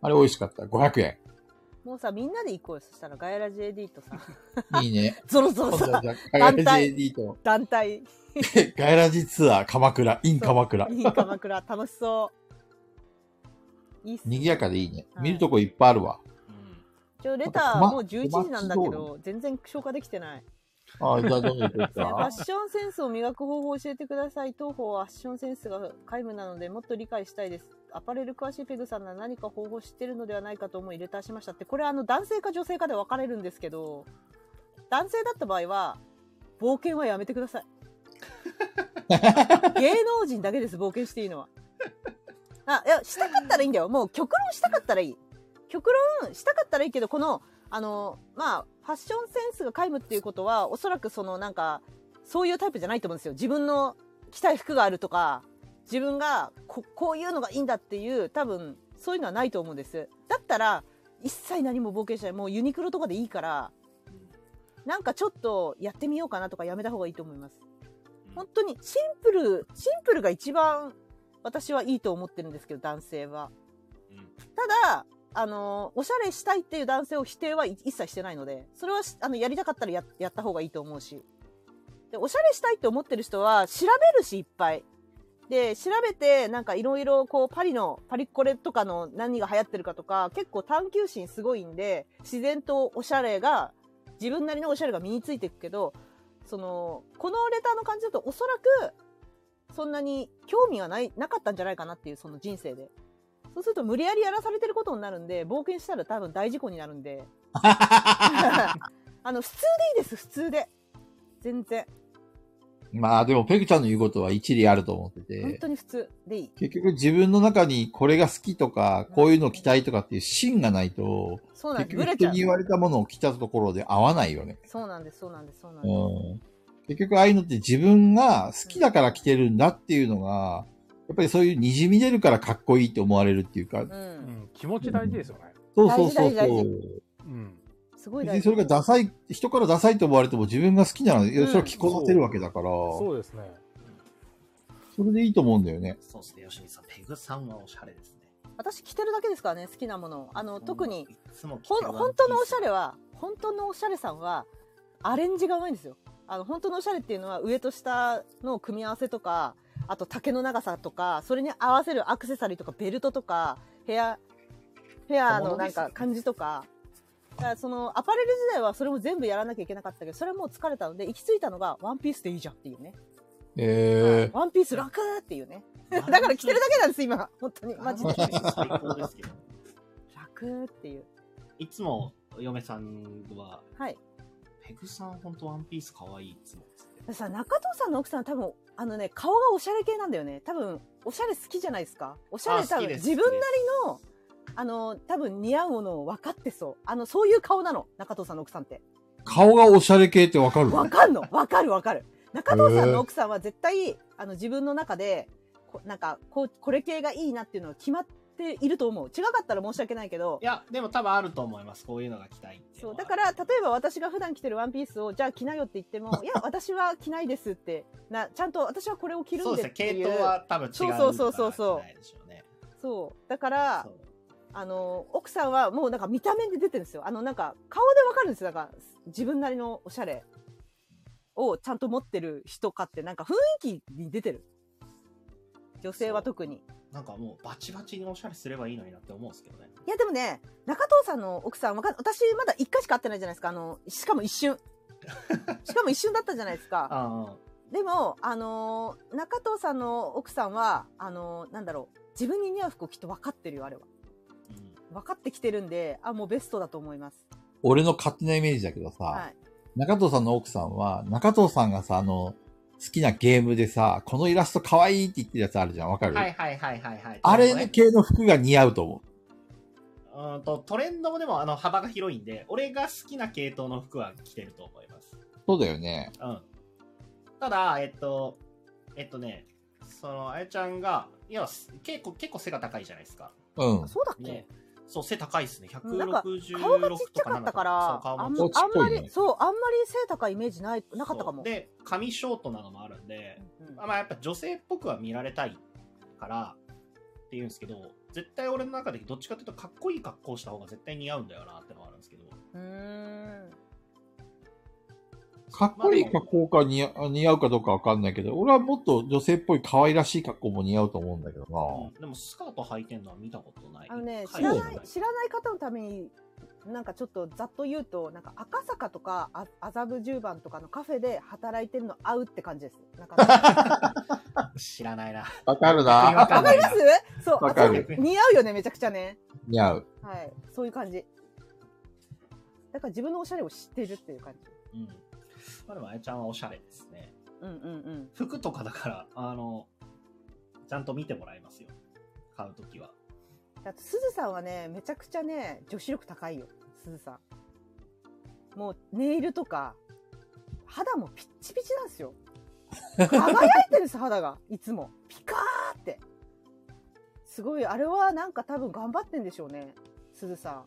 あれ美味しかった。500円。
(laughs) もうさみんなで行こうよそしたらガヤラジ AD とさ (laughs)
いいね。
ゾロゾロ
今度
さ
はじゃあ、ガイ
団
ラ
体
ジ AD と、
団体
ガイラジツアー鎌倉、in
そう
鎌倉。
いい鎌倉楽しそういいっす
賑やかでいいね。
はい
見るとこいっぱいあるわ。
ちょレタ
あと
ー
ま
もう11時なんだけ
小
ど全然消化できてない
ああ、じゃあどんどん行こう
ファ
か
ッ。ションセンスを磨く方法を教えてください。当方はファッションセンスが皆無なので、もっと理解したいです。アパレル詳しいペグさんなら何か方法を知ってるのではないかと思い、レターしましたって、これあの男性か女性かで分かれるんですけど、男性だった場合は、冒険はやめてください。芸能人だけです、冒険していいのは。あ、いや、したかったらいいんだよ。もう極論したかったらいい。極論したかったらいいけど、この、あの、まあ、ファッションセンスが皆無っていうことは、おそらくそのなんか、そういうタイプじゃないと思うんですよ。自分の着たい服があるとか、自分がここういうのがいいんだっていう、多分、そういうのはないと思うんです。だったら、一切何も冒険しない。もうユニクロとかでいいから、なんかちょっとやってみようかなとかやめた方がいいと思います。
う
本当にシンプル、シンプルが一番私はいいと思ってるんですけど、男性は。ただ、あの、おしゃれしたいっていう男性を否定はい一切してないので、それはし、あの、やりたかったらややった方がいいと思うし。で、おしゃれしたいって思ってる人は調べるし、いっぱい。で、調べて、なんかいろいろこう、パリの、パリコレとかの何が流行ってるかとか、結構探求心すごいんで、自然とおしゃれが、自分なりのおしゃれが身についていくけど、その、このレターの感じだとおそらく、そんなに興味がない、なかったんじゃないかなっていう、その人生で。そうすると無理やりやらされてることになるんで、冒険したら多分大事故になるん
(laughs)
で。あの、普通でいいです、普通で。全然。
まあでも、ペグちゃんの言うことは一理あると思って
本
て、
当に普通でいい。
結局自分の中にこれが好きとか、こういうの着たいとかっていう芯がないと、
そうなん
結
です。ブ
局
レち
人
ゃう
に。言われたものを着たところで合わないよね。
そうなんです、そうなんです、そうなんです。
うん結局ああいうのって自分が好きだから着てるんだっていうのが、やっぱりそういう滲み出るからかっこいいって思われるっていうか、
う。
うんん、気持ち大事ですよね。
そうそうそう
大事大事
そ
大
う。
うん。
すごい
別
大
に
事
そ。れがダサい、人からダサいと思われても自分が好きなので、いやそれは着こなせるわけだから、
そうですね。
それでいいと思うんだよね。
そうですね、吉見さん。ペグさんはおしゃれですね。
私着てるだけですからね、好きなものを。あの、特に、
いつも着て
ほん
るワンピース
本当のおしゃれは、本当のおしゃれさんは、アレンジがうまいんですよ。あの、本当のおしゃれっていうのは、上と下の組み合わせとか、あと丈の長さとか、それに合わせるアクセサリーとか、ベルトとか、ヘア、ヘアのなんか感じとか、だからそのアパレル時代はそれも全部やらなきゃいけなかったけど、それはもう疲れたので、行き着いたのがワンピースでいいじゃんっていうね。
え
ワンピース楽っていうね。だから着てるだけなんです、今。本当に。マジで。
(laughs) 最高ですけど。
楽っていう。
いつも嫁さんは、
はい。
ペグさん本当ワンピース可愛いいつもっつって。
さ中藤さんの奥さんは多分あのね顔がおしゃれ系なんだよね多分おしゃれ好きじゃないですかおしゃれ
あ
多
好き
分
です
自分なりのあの多分似合うものを分かってそうあのそういう顔なの中藤さんの奥さんって
ー、顔がオシャレ系ってわかる
分かんの分かる分かる中藤さんの奥さんは絶対あの自分の中でこなんかこうこれ系がいいなっていうのは決まっていると思う違かったら申し訳ないけど
いや、でも多分あると思います。こういうのが着たいってい
そう
のは。
うだから例えば私が普段着てるワンピースをじゃあ着なよって言ってもいや私は着ないですってなちゃんと私はこれを着る
そ
ん
うで
ですすっ
ね。
て
系
いう
統は多分違うから
そうそうそうそう
着ないでしょうね。
そう。だから、
そう
あの、奥さんはもうなんか見た目で出てるんですよ。あの、なんか顔でわかるんですよ。なんか自分なりのおしゃれをちゃんと持ってる人かって、なんか雰囲気に出てる。女性は特に。
なんかもうバチバチにおしゃれすればいいのになって思うんですけどね。
いやでもね、中藤さんの奥さんわかん、私まだ一回しか会ってないじゃないですか。あの、しかも一
(laughs)
瞬。しかも一瞬だったじゃないですか。
あ
でも、あのー中藤さんの奥さんは、あのーなんだろう。自分に似合う服をきっと分かってるよ、あれは。
あ、うん。
分かってきてるんで、あ、もうベストだと思います。
俺の勝手なイメージだけどさ、
はい。
中藤さんの奥さんは、中藤さんがさ、あの、好きなゲームでさ、このイラスト可愛いって言ってるやつあるじゃん、わかる、
はいはいはいはいはい。
あれ
でもね
系の服が似合うと思
うんと、トレンドもでもあの幅が広いんで、俺が好きな系統の服は着てると思います。
う。そうだよね。
うん。ただ、えっと、えっとね、その、あやちゃんが、いや、す結構、結構背が高いじゃないですか。
うん。
そうだっけ、
ね。そう、背高いですね。
なんか
166
顔がちっち
と
ゃ
か
か
なん
ったから、
そう、
あ
顔
ん
も
ま
ちっちゃ
あんま
ちっちゃい
り、
ね
そう、あんまり背高いイメージない、なかったか
そ
も。
うで、髪ショートなのもあるんで、
うん
まあ、やっぱ女性っぽくは見られたいから、っていうんですけど、絶対俺の中でどっちかっていうと、かっこいい格好した方が絶対似合うんだよなってのはあるんですけど。
うーん。
かっこいい格好か似合似合うかどうかわかんないけど、俺はもっと女性っぽい可愛らしい格好も似合うと思うんだけど
うんでも、スカート履いてんのは見たことない。
あのね、
一
知
回
ら
も
ない、知らない方のために、なんかちょっとざっと言うと、なんか赤坂とかあ麻布十番とかのカフェで働いてるの合うって感じです。なんか
知らないな。
な。わかる
わ
わ
か
か
んない
り
な
ますそう、
わか
る
あそう似合うよね、めちゃくちゃね。
似合う。
はい、そういう感じ。だから自分のおしゃれを知ってるっていう感じ。
うん。まあでも、あやちゃんはおしゃれですね。
うんうんうん。
服とかだから、あの、ちゃんと見てもらいますよ。買うときは。
だってすずさんはねめちゃくちゃね女子力高いよすずさんもうネイルとか肌もピッチピチなんですよ輝いてるんです肌がいつもピカーってすごいあれはなんか多分頑張ってんでしょうねすずさん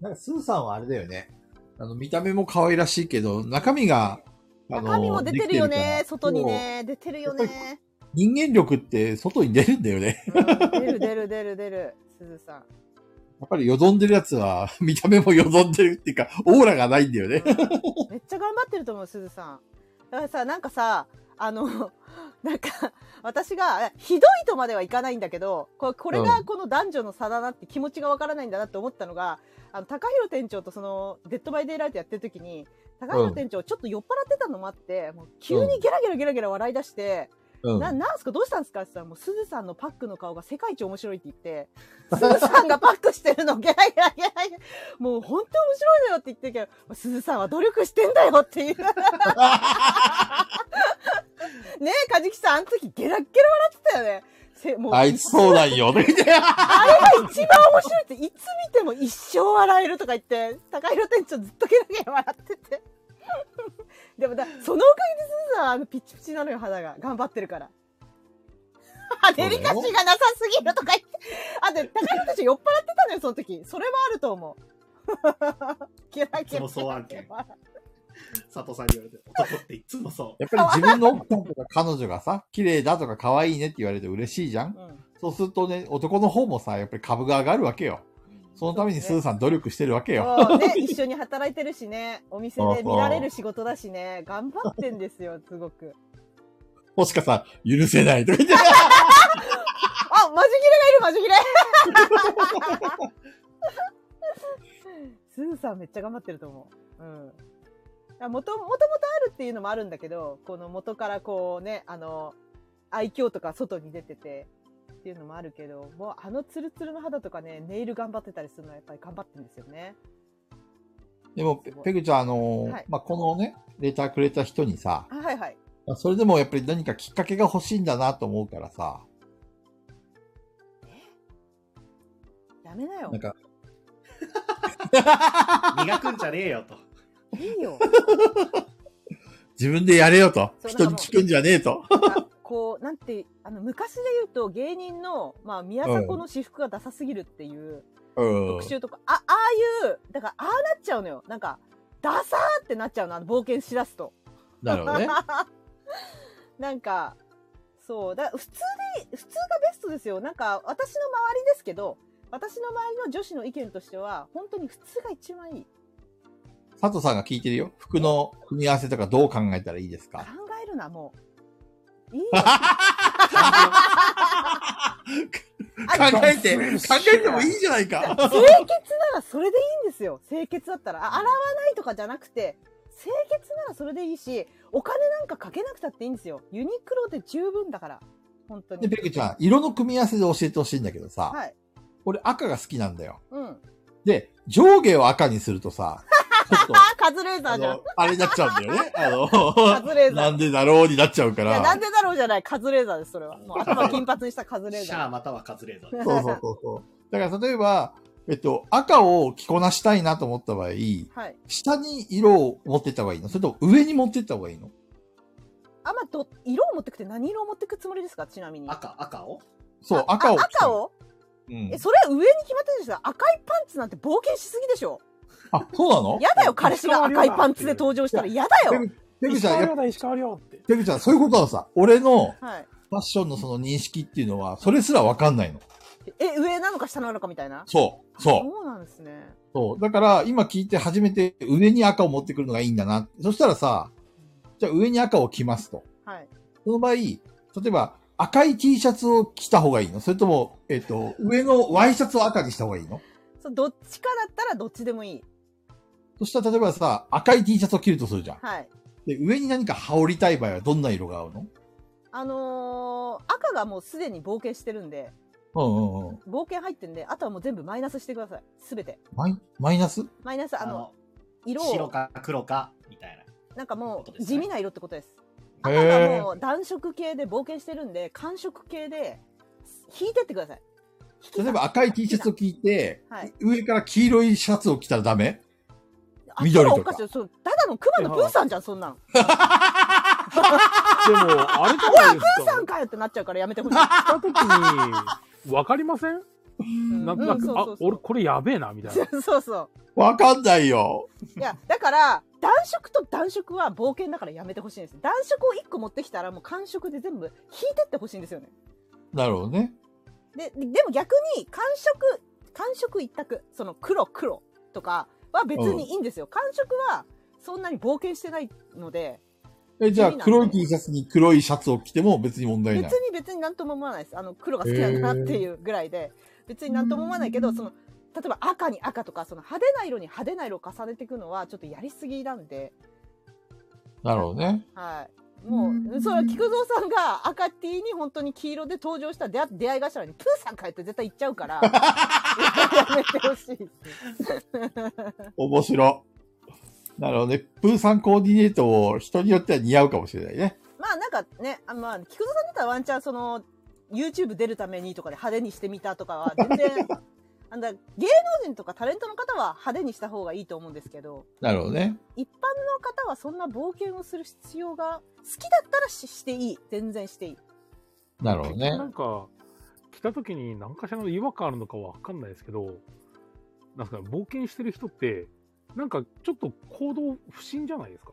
なんか、スーさんはあれだよね。あの、見た目も可愛らしいけど、中身があの
中身も出てるよね
できてるから
外にね出てるよね
人間力って外に出るんだよね。
うん出る出る出る出るすずさん
やっぱりよどんでるやつは、 (laughs) 見た目もよどんでるっていうか、オーラがないんだよね。
(laughs) めっちゃ頑張ってると思うすずさんだからさなんかさあの (laughs) なんか私がひどいとまではいかないんだけどここれ
う
が
ん
この男女の差だなって気持ちがわからないんだなって思ったのが、あの高弘店長とその「デッド・バイ・デイ・ライト」やってる時に高
う
弘
ん
店長ちょっと酔っ払ってたのもあってもう急にゲラゲラゲラゲラ笑い出して。
うん。
ななんすかどうしたんですかって言ったらもうすずさんのパックの顔が世界一面白いって言ってすずさんがパックしてるのゲラゲラゲラゲラもう本当面白いのよって言ってるけどまあすずさんは努力してんだよっていう (laughs) ねえカジキさんあの時ゲラッゲラ笑ってたよねせもう
あいつそうなんよ、
(laughs)
ね。
あれが一番面白いっていつ見ても一生笑えるとか言って高弘店長ずっとゲラゲラ笑ってて (laughs) でもだそのおかげですずさんはあのピチピチなのよ肌が頑張ってるからデリカシーがなさすぎるとか言ってあで高弘店長酔っ払ってたのよその時それもあると思う (laughs) ゲラゲ
そ
ラ
も
ゲ
そう
ラ
案
ゲ (laughs) ラ
件佐藤さんに言われて、男っていつもそう。
やっぱり自分の奥さんとか彼女がさ、綺麗だとか可愛いねって言われて嬉しいじゃん。
うん
そうするとね、男の方もさ、やっぱり株が上がるわけよ。そのためにスーさん努力してるわけよ。
そうね、一緒に働いてるしね、お店で見られる仕事だしね、頑張ってんですよ、すごく。
もしかさ、許せないとか言って。
(laughs) あ、マジギレがいる、マジ (laughs) ギレ。すずさんめっちゃ頑張ってると思う。うん。あもと、もともとあるっていうのもあるんだけど、この元からこうね、あの、愛嬌とか外に出ててっていうのもあるけど、もうあのツルツルの肌とかね、ネイル頑張ってたりするのはやっぱり頑張ってるんですよね。
でも、ペペグちゃん、あのー
はい
まあ、このね、レターくれた人にさ、
あ、はいはい。
まあそれでもやっぱり何かきっかけが欲しいんだなと思うからさ、
やめなよ (laughs)
なん。か、
磨くんじゃねえよと。
いい (laughs) よ。
自分でやれよと。
そう
人
なん
に
かもう
聞くんじゃね
(laughs)
えと。
あこう、なんて、あの、昔で言うと芸人の、まあ、宮迫の私服がダサすぎるっていう、
うん
特。集とか、あ、ああいう、だから、ああなっちゃうのよ。なんか、ダサーってなっちゃうの、あの、冒険しだすと。
なるほ
(laughs)
どね。
なんか、そう、だ普通で、普通がベストですよ。なんか、私の周りですけど、私の周りの女子の意見としては、本当に普通が一番いい。
佐藤さんが聞いてるよ。服の組み合わせとかどう考えたらいいです
考
か
えるな、も
(laughs)
う。いいよ。
考えて、考えてもいいじゃな
(laughs)
いか。
清潔ならそれでいいんですよ。清潔だったら。あ洗わないとかじゃなくて、清潔ならそれでいいし、お金なんかかけなくたっていいんですよ。ユニクロで十分だから。本当
で、
に。
ペグちゃん、色の組み合わせで教えてほしいんだけどさ、
はい。
俺赤が好きなんだよ。
うん。あ
で、上下を赤にするとさ、ち
(laughs)
ょっと、
ー、カズレーザ
あ
ーじゃん。い
の、あれになっちゃうん
(laughs)
だよね。あ
カズレー
の、
ザー
なんでだろうになっちゃうか
や、な
ら
ん。でだろうじゃない。カズレーザーです、それは。もう頭金髪にしたカズレー
シ
ザ
ャアまたはカズレーザー。
ー。
そうそうそうそう。だから例えば、えっと、赤を着こなしたいなと思った場合、
はい。
下に色を持ってった方がいいのそれとも上に持ってった方がいいの
あんまど、色を持ってくって何色を持ってくつもりですかちなみに。
赤、赤を
そう、
あ
赤を着たい。
赤を
うん
え、それ上に決まってるんですよ。赤いパンツなんて冒険しすぎでしょ。
あ、そうなの
やだよ、彼氏が赤いパンツで登場したら。やだよ。
ペグ
石
ちゃん、
川
やっ
遼
ぱ
だ、石川遼って。
ペグちゃん、そういうことはさ、俺の
はい。
ファッションのその認識っていうのは、それすらわかんないの。
え、上なのか下なのかみたいな。
そう、そう、
そうなんですね。
そう。だから、今聞いて初めて上に赤を持ってくるのがいいんだな。そしたらさ、じゃあ上に赤を着ますと。
はい。
その場合、例えば、赤い T シャツを着た方がいいのそれとも、えっ、と、上のワイシャツを赤にした方がいいの
そうどっちかだったらどっちでもいい。
そしたら、例えばさ、赤い T シャツを着るとするじゃん。
はい。
で、上に何か羽織りたい場合はどんな色が合うの
あのー赤がもうすでに冒険してるんで、
うんうんうん。
冒険入ってんで、あとはもう全部マイナスしてください。すべて。
マイマイナス
マイナス、あ
あ
の、
の、
色
白
を、
か黒か、みたいな。
なんかも
ってことで
う
すね
地味な色ってことです。
へ
赤
ー
がもう暖色系で冒険してるんで、寒色系で、引いてってください。
例えば赤い T シャツを着いて、
はい
上から黄色いシャツを着たらダメ
あ
緑と
そ
か
れはおかしいよそう、ただの熊のプーさんじゃん、そんなん。
でも、あれじゃないです
プーさ
か
ん。かよってなっちゃうからやめてほしい。
来た時に、わかりませんなんとな
うんそうそ
く、
う (laughs)
あ
そう、
俺これやべえな、みたいな。
そうそう。
わかんないよ。
いや、だから、暖色と暖色は冒険だからやめてほしいんです。暖色を1個持ってきたらもう寒色で全部引いてってほしいんですよね。
なるほどね。
で、ででも逆に、寒色、寒色一択、その黒黒とかは別にいいんですよ。寒色はそんなに冒険してないので、
え、じゃあ
いいな
黒い T シャツに黒いシャツを着ても別に問題
別
ない。
に別になんとも思わないです。あの、黒が好きなんだなっていうぐらいで、別になんとも思わないけど、その、例えば赤に赤とか、その派手な色に派手な色を重ねていくのはちょっとやりすぎなんで、
なるほどね。
はい。もう、それは菊蔵さんが赤 T に本当に黄色で登場した出会出会い頭にプーさんかいって絶対言っちゃうから、やめてほしい。
面白。なるほどね。プーさんコーディネートを人によっては似合うかもしれないね。
まあなんかね、あまあ、菊蔵さんだったらワンチャンその、YouTube 出るためにとかで派手にしてみたとかは全然、あんだ芸能人とかタレントの方は派手にした方がいいと思うんですけど、
なるほどね。
一般の方はそんな冒険をする必要が、好きだったらししていい。全然していい。
なるほどね
な。んか、来た時に何かしらの違和感あるのかはわかんないですけど、なんか冒険してる人って、なんかちょっと行動不審じゃないですか。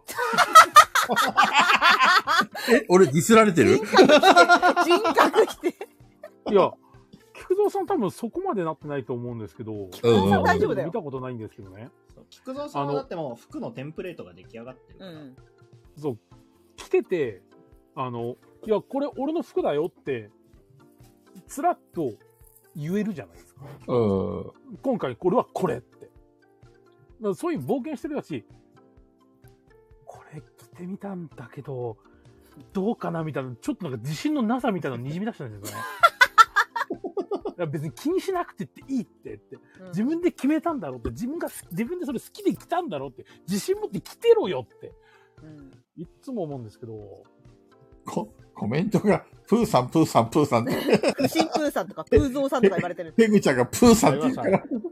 え、俺ディスられてる
人格否定。人格否定。
いや、菊蔵さん多分そこまでなってないと思うんですけど、
うんうん
菊蔵さん大丈夫だよ
見たことないんですけどね。
そう菊蔵さん
あ
は
の
だってもう服のテンプレートが出来上がってるか
う
ら、
ん。
そう、来てて、あの、いや、これ俺の服だよって、つらっと言えるじゃないですか。
うん。
今回これはこれって。だからそういう冒険してるだし、これ着てみたんだけど、どうかなみたいな、ちょっとなんか自信のなさみたいなのにじみ出したんです (laughs) よね。いや別に気にしなくてっていいってって、
うん
自分で決めたんだろうって、自分が好き、自分でそれ好きで着たんだろうって、自信持って着てろよって、
うん
いっつも思うんですけど、
こコメントが、プーさん、プーさん、プーさんって、
不審プーさんとかプーゾーさんとか言われて
(laughs)
る。
ペグちゃんがプーさ
あ
んっ
り
て
ま
言う
した
か
ね
ら。。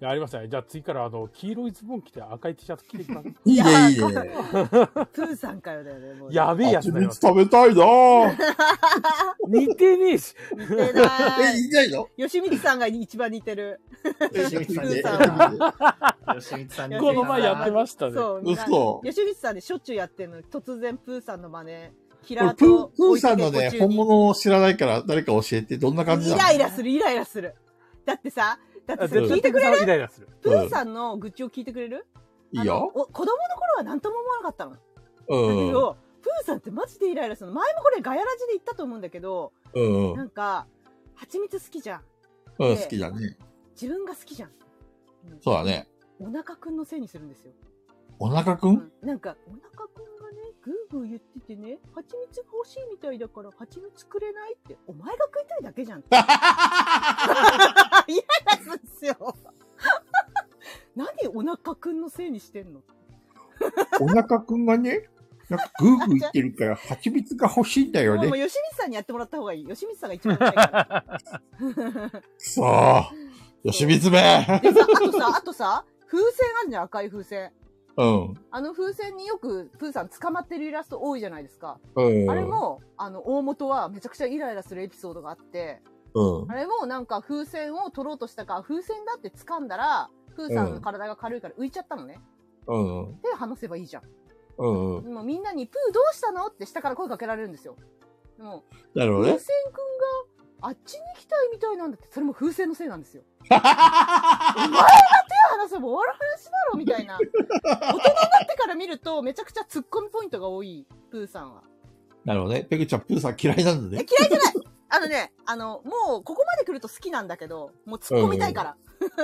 いやありましたね。じゃあ次からあの、黄色いズボン着て赤い T シャツ着てください。
いいね、いいね。
プーさんかよだよね。もう
(laughs) やべえやつ
蜂
だよ
蜜。食べたいなぁ。
似てねえし。
似てな
え、
い。
いないの
吉光さんが一番似てる。
吉光さん
プ
に
ーさんは。
吉光さんに
この前やってましたね。
そう。
(laughs) 嘘。
吉光さんでしょっちゅうやってんのに突然プーさんの真似キ
俺
ラー
プー、
と
プーさんのね、本物を知らないから誰か教えて、どんな感じ
イ
なの
ライラするイライラするだってさだって
あ
さ聞いてくれ
絶対イライラする。
プーさんの愚痴を聞いてくれる
いい
あの
よ。
お子供の頃は何とも思わなかったのだ
うん。
けどプーさんってマジでイライラするの前もこれガヤラジで言ったと思うんだけど
うん。うん
なんか蜂蜜好きじゃん
好きだね。
自分が好きじゃん、うん
そうだね。
お腹くんのせいにするんですよ
お腹くん
なんか、お腹くんがね、ぐーぐー言っててね、蜂蜜が欲しいみたいだから蜂蜜くれないって、お前が食いたいだけ
(laughs)
じゃんって。嫌なんですよ。 (laughs) 何お腹くんのせいにしてんの
お腹くんがね、なんかグーグー言ってるから、蜂蜜が欲しいんだよ
もう、も
ね。
う、吉光さんにやってもらった方がいい。吉光さんが一番うまい
(laughs)
から。
くそー。吉光め。
でさ、あとさ、あとさ、風船あるじゃん、赤い風船。
うん。
あの風船によく、プーさん捕まってるイラスト多いじゃないですか。
うん。
あれも、あの、大元はめちゃくちゃイライラするエピソードがあって、
うん。
あれもなんか風船を取ろうとしたから、風船だって掴んだら、風さんの体が軽いから浮いちゃったのね。
うん。うん。
手離せばいいじゃん。
うん。
でもみんなに、プーどうしたのって下から声かけられるんですよ。でも、
なるほど
風
ね。
船くんがあっちに行きたいみたいなんだって、それも風船のせいなんですよ。手離せば終わる話だろみたいな。大人になってから見ると、めちゃくちゃ突っ込みポイントが多い、プーさんは。
なるほどね。ペグちゃん、プーさん嫌いなんだ
え、
ね。
嫌いじゃないあのね、あの、もうここまで来ると好きなんだけど、もう突っ込みたいから。 (laughs)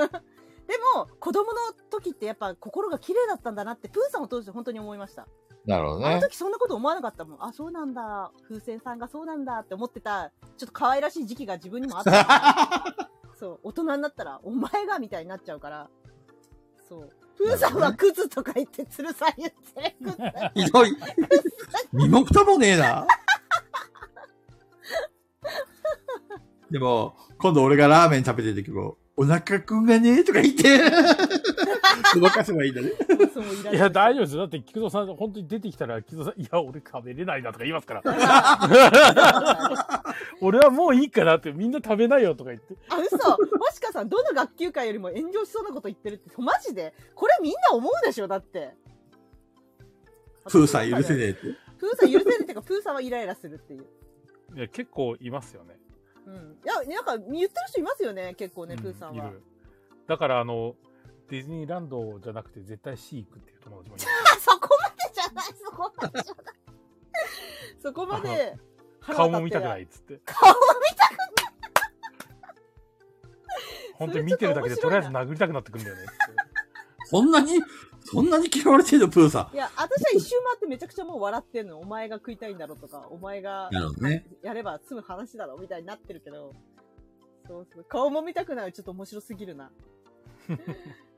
でも、子供の時ってやっぱ心が綺麗だったんだなって、プーさんを通して本当に思いました。
なるほど
あの
ね。
時そんなこと思わなかったもん。あ、そうなんだ。風船さんがそうなんだって思ってた、ちょっと可愛らしい時期が自分にもあったか
(laughs)
ら。そう、大人になったら、お前がみたいになっちゃうから。そう。プーさんはクズとか言って、鶴さん言
(laughs)
って、クズ
ひ
(laughs)
どい。身も蓋もねえな。でも、今度俺がラーメン食べてる時も、お腹くんがねえとか言っ
(laughs)
て、ごまかせばいいんだね。
そういらな
い
い
や、大丈夫ですよ。だって、菊蔵さん、本当に出てきたら、菊蔵さん、いや、俺食べれないなとか言いますから。 (laughs) 俺はもういいからって、みんな食べないよとか言って。
あ、嘘。もしかさん、どの学級会よりも炎上しそうなこと言ってるって、マジでこれみんな思うでしょだって。
プーさん許せねえって。
(laughs) プーさん許せないっていうか、プーさんはイライラするっていう。
いや、結構いますよね。
うん。いや、なんか言ってる人いますよね、結構ね、プーさん
い
は。
る。だから、あの、ディズニーランドじゃなくて絶対シー行くっていう友達もいる。
(laughs) あ、 (laughs) そこまでじゃない、そこまでじゃない。そこまで腹立って
顔も見たくないっつって。
顔も見たく
本当に見てるだけでとりあえず殴りたくなってくるんだよねっつって。
そんなに、そんなに嫌われてるの、プーさ
いや、私は一周回ってめちゃくちゃもう笑ってんの。お前が食いたいんだろとか、お前が
ん。なるほどね。
やれば済む話だろみたいになってるけど、そうそう。顔も見たくない。ちょっと面白すぎるな。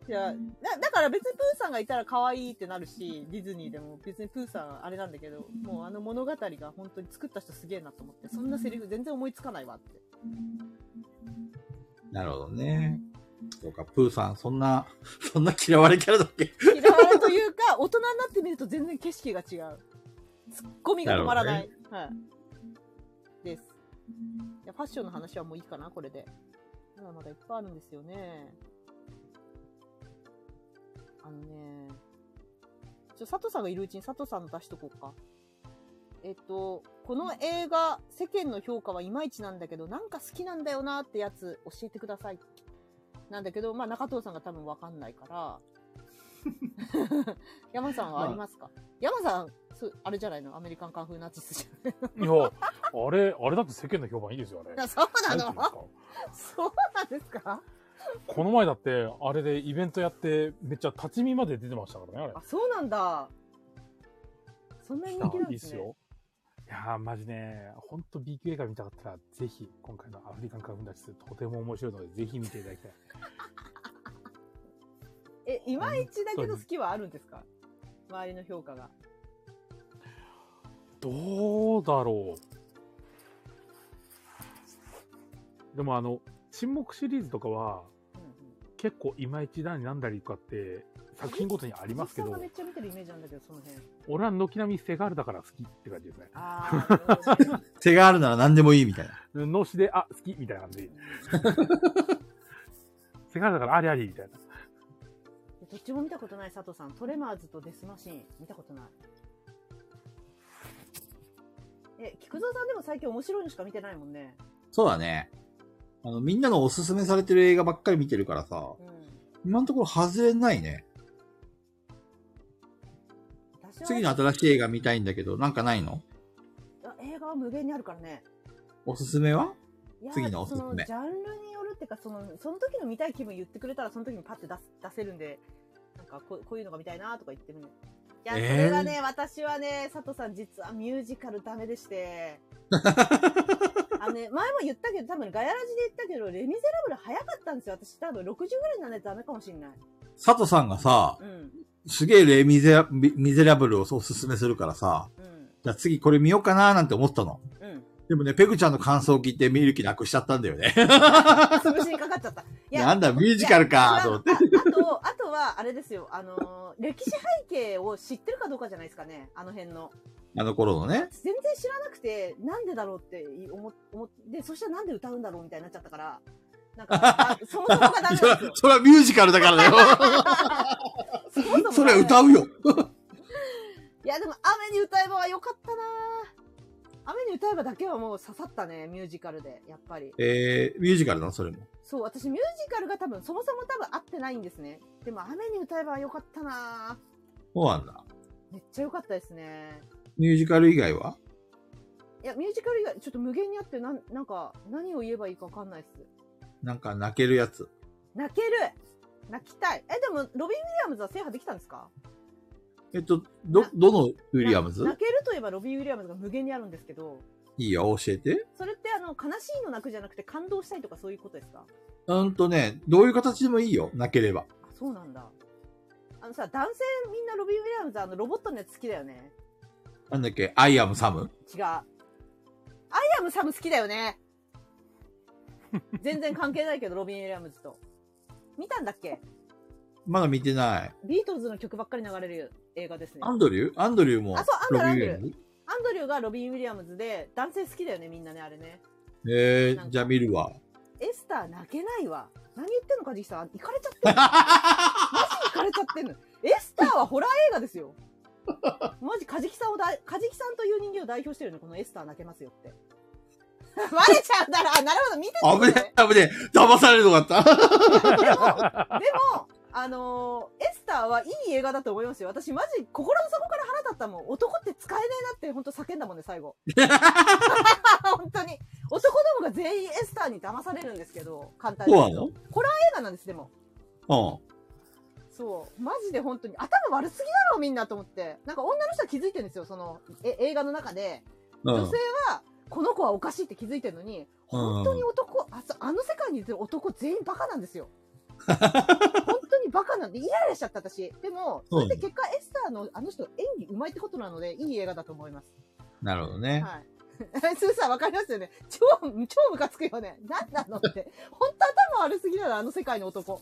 いや、だだから別にプーさんがいたら可愛いってなるし、ディズニーでも別にプーさんあれなんだけど、もうあの物語が本当に作った人すげえなと思って、そんなセリフ全然思いつかないわって。
なるほどね。そうか、プーさん、そんな、そんな嫌われキャラだっけ
嫌われというか、大人になってみると全然景色が違う。ツッコミが止まらない。はい。です。いや、ファッションの話はもういいかな、これで。まだまだいっぱいあるんですよね。あのね、ちょ、佐藤さんがいるうちに佐藤さんの出しとこうか。えっと、この映画、世間の評価はいまいちなんだけど、なんか好きなんだよなってやつ教えてください。なんだけど、まあ中藤さんが多分わかんないから、 (laughs) 山さんはありますか、山さん、すあれじゃないのアメリカンカンフーナチスじゃない
いや、あれ、あれだって世間の評判いいですよ、あれ。
(laughs) のそうな
なんていうんで
の
すか
そうなんですか
この前だって、あれでイベントやって、めっちゃ立ち見まで出てましたからね、あ
あ、そうなんだ。そんなに人気なん
れ。いい
で
っ
す
す
ね。
よ。いやー、マジね、ほんと B 級映画見たかったら、ぜひ、今回のアフリカンカフンダチス、とても面白いので、ぜひ見ていただ
(laughs)
きたい。
え、いまいちだけど好きはあるんですか周りの評価が。
どうだろう。でもあの、沈黙シリーズとかは、
うんうん
結構いまいちだになんだりとかって、作品ごとにありますけ
おじさんが、
ど
めっちゃ見てるイメージなんだけど、その
(laughs)
辺。
俺は軒並みセガールだから好きって感じですね。
ああ、なるほどね
手があるなら何でもいいみたいな。
脳死で、あ、好きみたいな感じ。セガールだからありありみたいな。
どっちも見たことない佐藤さん。トレマーズとデスマシン、見たことない。え、菊蔵さんでも最近面白いのしか見てないもんね。
そうだね。あの、みんなのおすすめされてる映画ばっかり見てるからさ、
うん。
今のところ外れないね。
私は
次の新しい映画見たいんだけど、なんかないの
あ映画は無限にあるからね。
おすすめはい
や
次のおすすめ
そのジャンルによるっていうかそのその時の見たい気分言ってくれたらその時にパッて出す出せるんでなんかこうこういうのが見たいなとか言ってるねいや、
えー
それはね私はね佐藤さん実はミュージカルダメでしてあ
(laughs)
の、ね、前も言ったけど多分ガヤラジで言ったけど「レ・ミゼラブル」早かったんですよ私多分60ぐらいにならないとダメかもしれない、
佐藤さんがさ
う、ん
すげえレミゼラミミゼラブルをおすすめするからさ、
うん
じゃあ次これ見ようかなーなんて思ったの。 (laughs)
うん
でもね、ペグちゃんの感想を聞いて見る気なくしちゃったんだよね。
潰しにかかっちゃったい
なんだ、ミュージカルかーと思って。
あと、あとは、あれですよ、あのー歴史背景を知ってるかどうかじゃないですかね、あの辺の。
あの頃のね。
全然知らなくて、なんでだろうって思思って、そしたらなんで歌うんだろうみたいになっちゃったから、なんか、あそもそもがダメなんです
(laughs) いや
よ。
それはミュージカルだからだよ。
そもそも
それは歌
う。
うよ。
いや、でも、雨に歌えばは良かったな雨に歌えばだけはもう刺さったね、ミュージカルで、やっぱり。
えー、ミュージカルなのそれも。
そう、私ミュージカルが多分、そもそも多分合ってないんですね。でも、雨に歌えばは良かったな
そうなんだ。
めっちゃ良かったですね。
ミュージカル以外はい
や、ミュージカル以外、ちょっと無限にあって、なん、なんか、何を言えばいいかわかんないです。
なんか泣けるやつ。
泣ける泣きたい。え、でも、ロビン・ウィリアムズは制覇できたんですか
えっと、ど
な、
どのウィリアムズ
な泣けるといえばロビン・ウィリアムズが無限にあるんですけど、
いいよ、教えて。
それってあの、悲しいの泣くじゃなくて感動したいとかそういうことですか
うんとね、どういう形でもいいよ、泣ければ。
あ、そうなんだ。あのさ、男性みんなロビン・ウィリアムズあの、ロボットのやつ好きだよね。
なんだっけ、アイアムサム。
違う。アイアムサム好きだよ
(laughs)
ね。全然関係ないけど、ロビン・ウィリアムズと。見たんだっけ
まだ見てない。
ビートルズの曲ばっかり流れる映画ですね。
アンドリューアンドリューも
あそうアンドリュー
ロビンウィリアムズ
アンドリューがロビン・ウィリアムズで、男性好きだよね、みんなね、あれね。
え
なん
ー、
か
じゃあ見るわ。
エスター泣けないわ。何言ってんのか、じき (laughs) (laughs) さん。行かれちゃってんの。マジ行かれちゃってんの。エスターはホラー映画ですよ。マジ、カジキさんをだ、カジキさんという人間を代表してるね、このエスター泣けますよって。バレちゃうだろあなるほど、見てたん
危
だね
ねえ、危ねえ。騙されるのがあった。 (laughs)
でも、あのーエスターはいい映画だと思いますよ。私マジ心の底から腹立ったもん。男って使えねえなって本当叫んだもんね、最
(laughs)
後。本当に。男どもが全員エスターに騙されるんですけど、簡単に言う
そう
と
な。
ホラー映画なんです、でも。
うん。
そう。マジで本当に。頭悪すぎだろ、みんなと思って。なんか女の人は気づいてるんですよ、その、え映画の中で。
うん
女性は、この子はおかしいって気づいてるのに、本当に男、あそあの世界にいる男全員バカなんですよ。本当にバカなんで、イライラしちゃった私。でも、それで結果、エスターのあの人演技うまいってことなので、いい映画だと思います。
なるほどね。
はい。 (laughs) スーさんわかりますよね。超、超ムカつくよね。なんなのって。本当頭悪すぎだな、あの世界の男。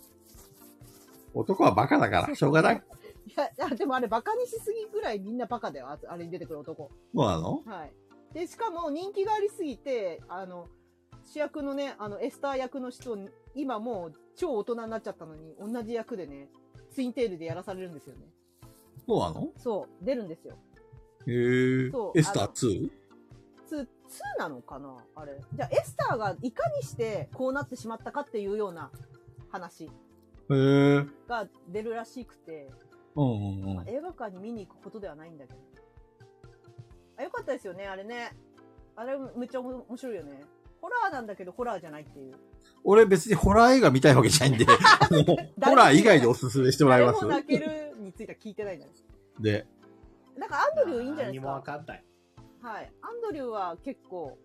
男はバカだから、しょうがない。
いや、あでもあれ、バカにしすぎぐらいみんなバカだよ、ああれに出てくる男。
そうなの
はい。で、しかも人気がありすぎて、あの、主役のね、あの、エスター役の人、今もう超大人になっちゃったのに、同じ役でね、ツインテールでやらされるんですよね。
そうなの
そう、出るんですよ。
へえ
そ。う
エスタ
あ
ー 2?
2、2なのかなあれ。じゃあ、エスターがいかにしてこうなってしまったかっていうような話
へえ。
が出るらしくて、
うんうんうん。
映画館に見に行くことではないんだけど。あ、よかったですよね、あれね。あれ、めっちゃ面白いよね。ホラーなんだけど、ホラーじゃないっていう。
俺別にホラー映画見たいわけじ
(laughs)
ゃないんで、ホラー以外でおすすめしてもらい
誰
ま
も
す。
泣けるについては聞いてないじゃないですか。
で、
なんかアンドリューいいんじゃないですか。
何もわかんない。
はい。アンドリューは結構、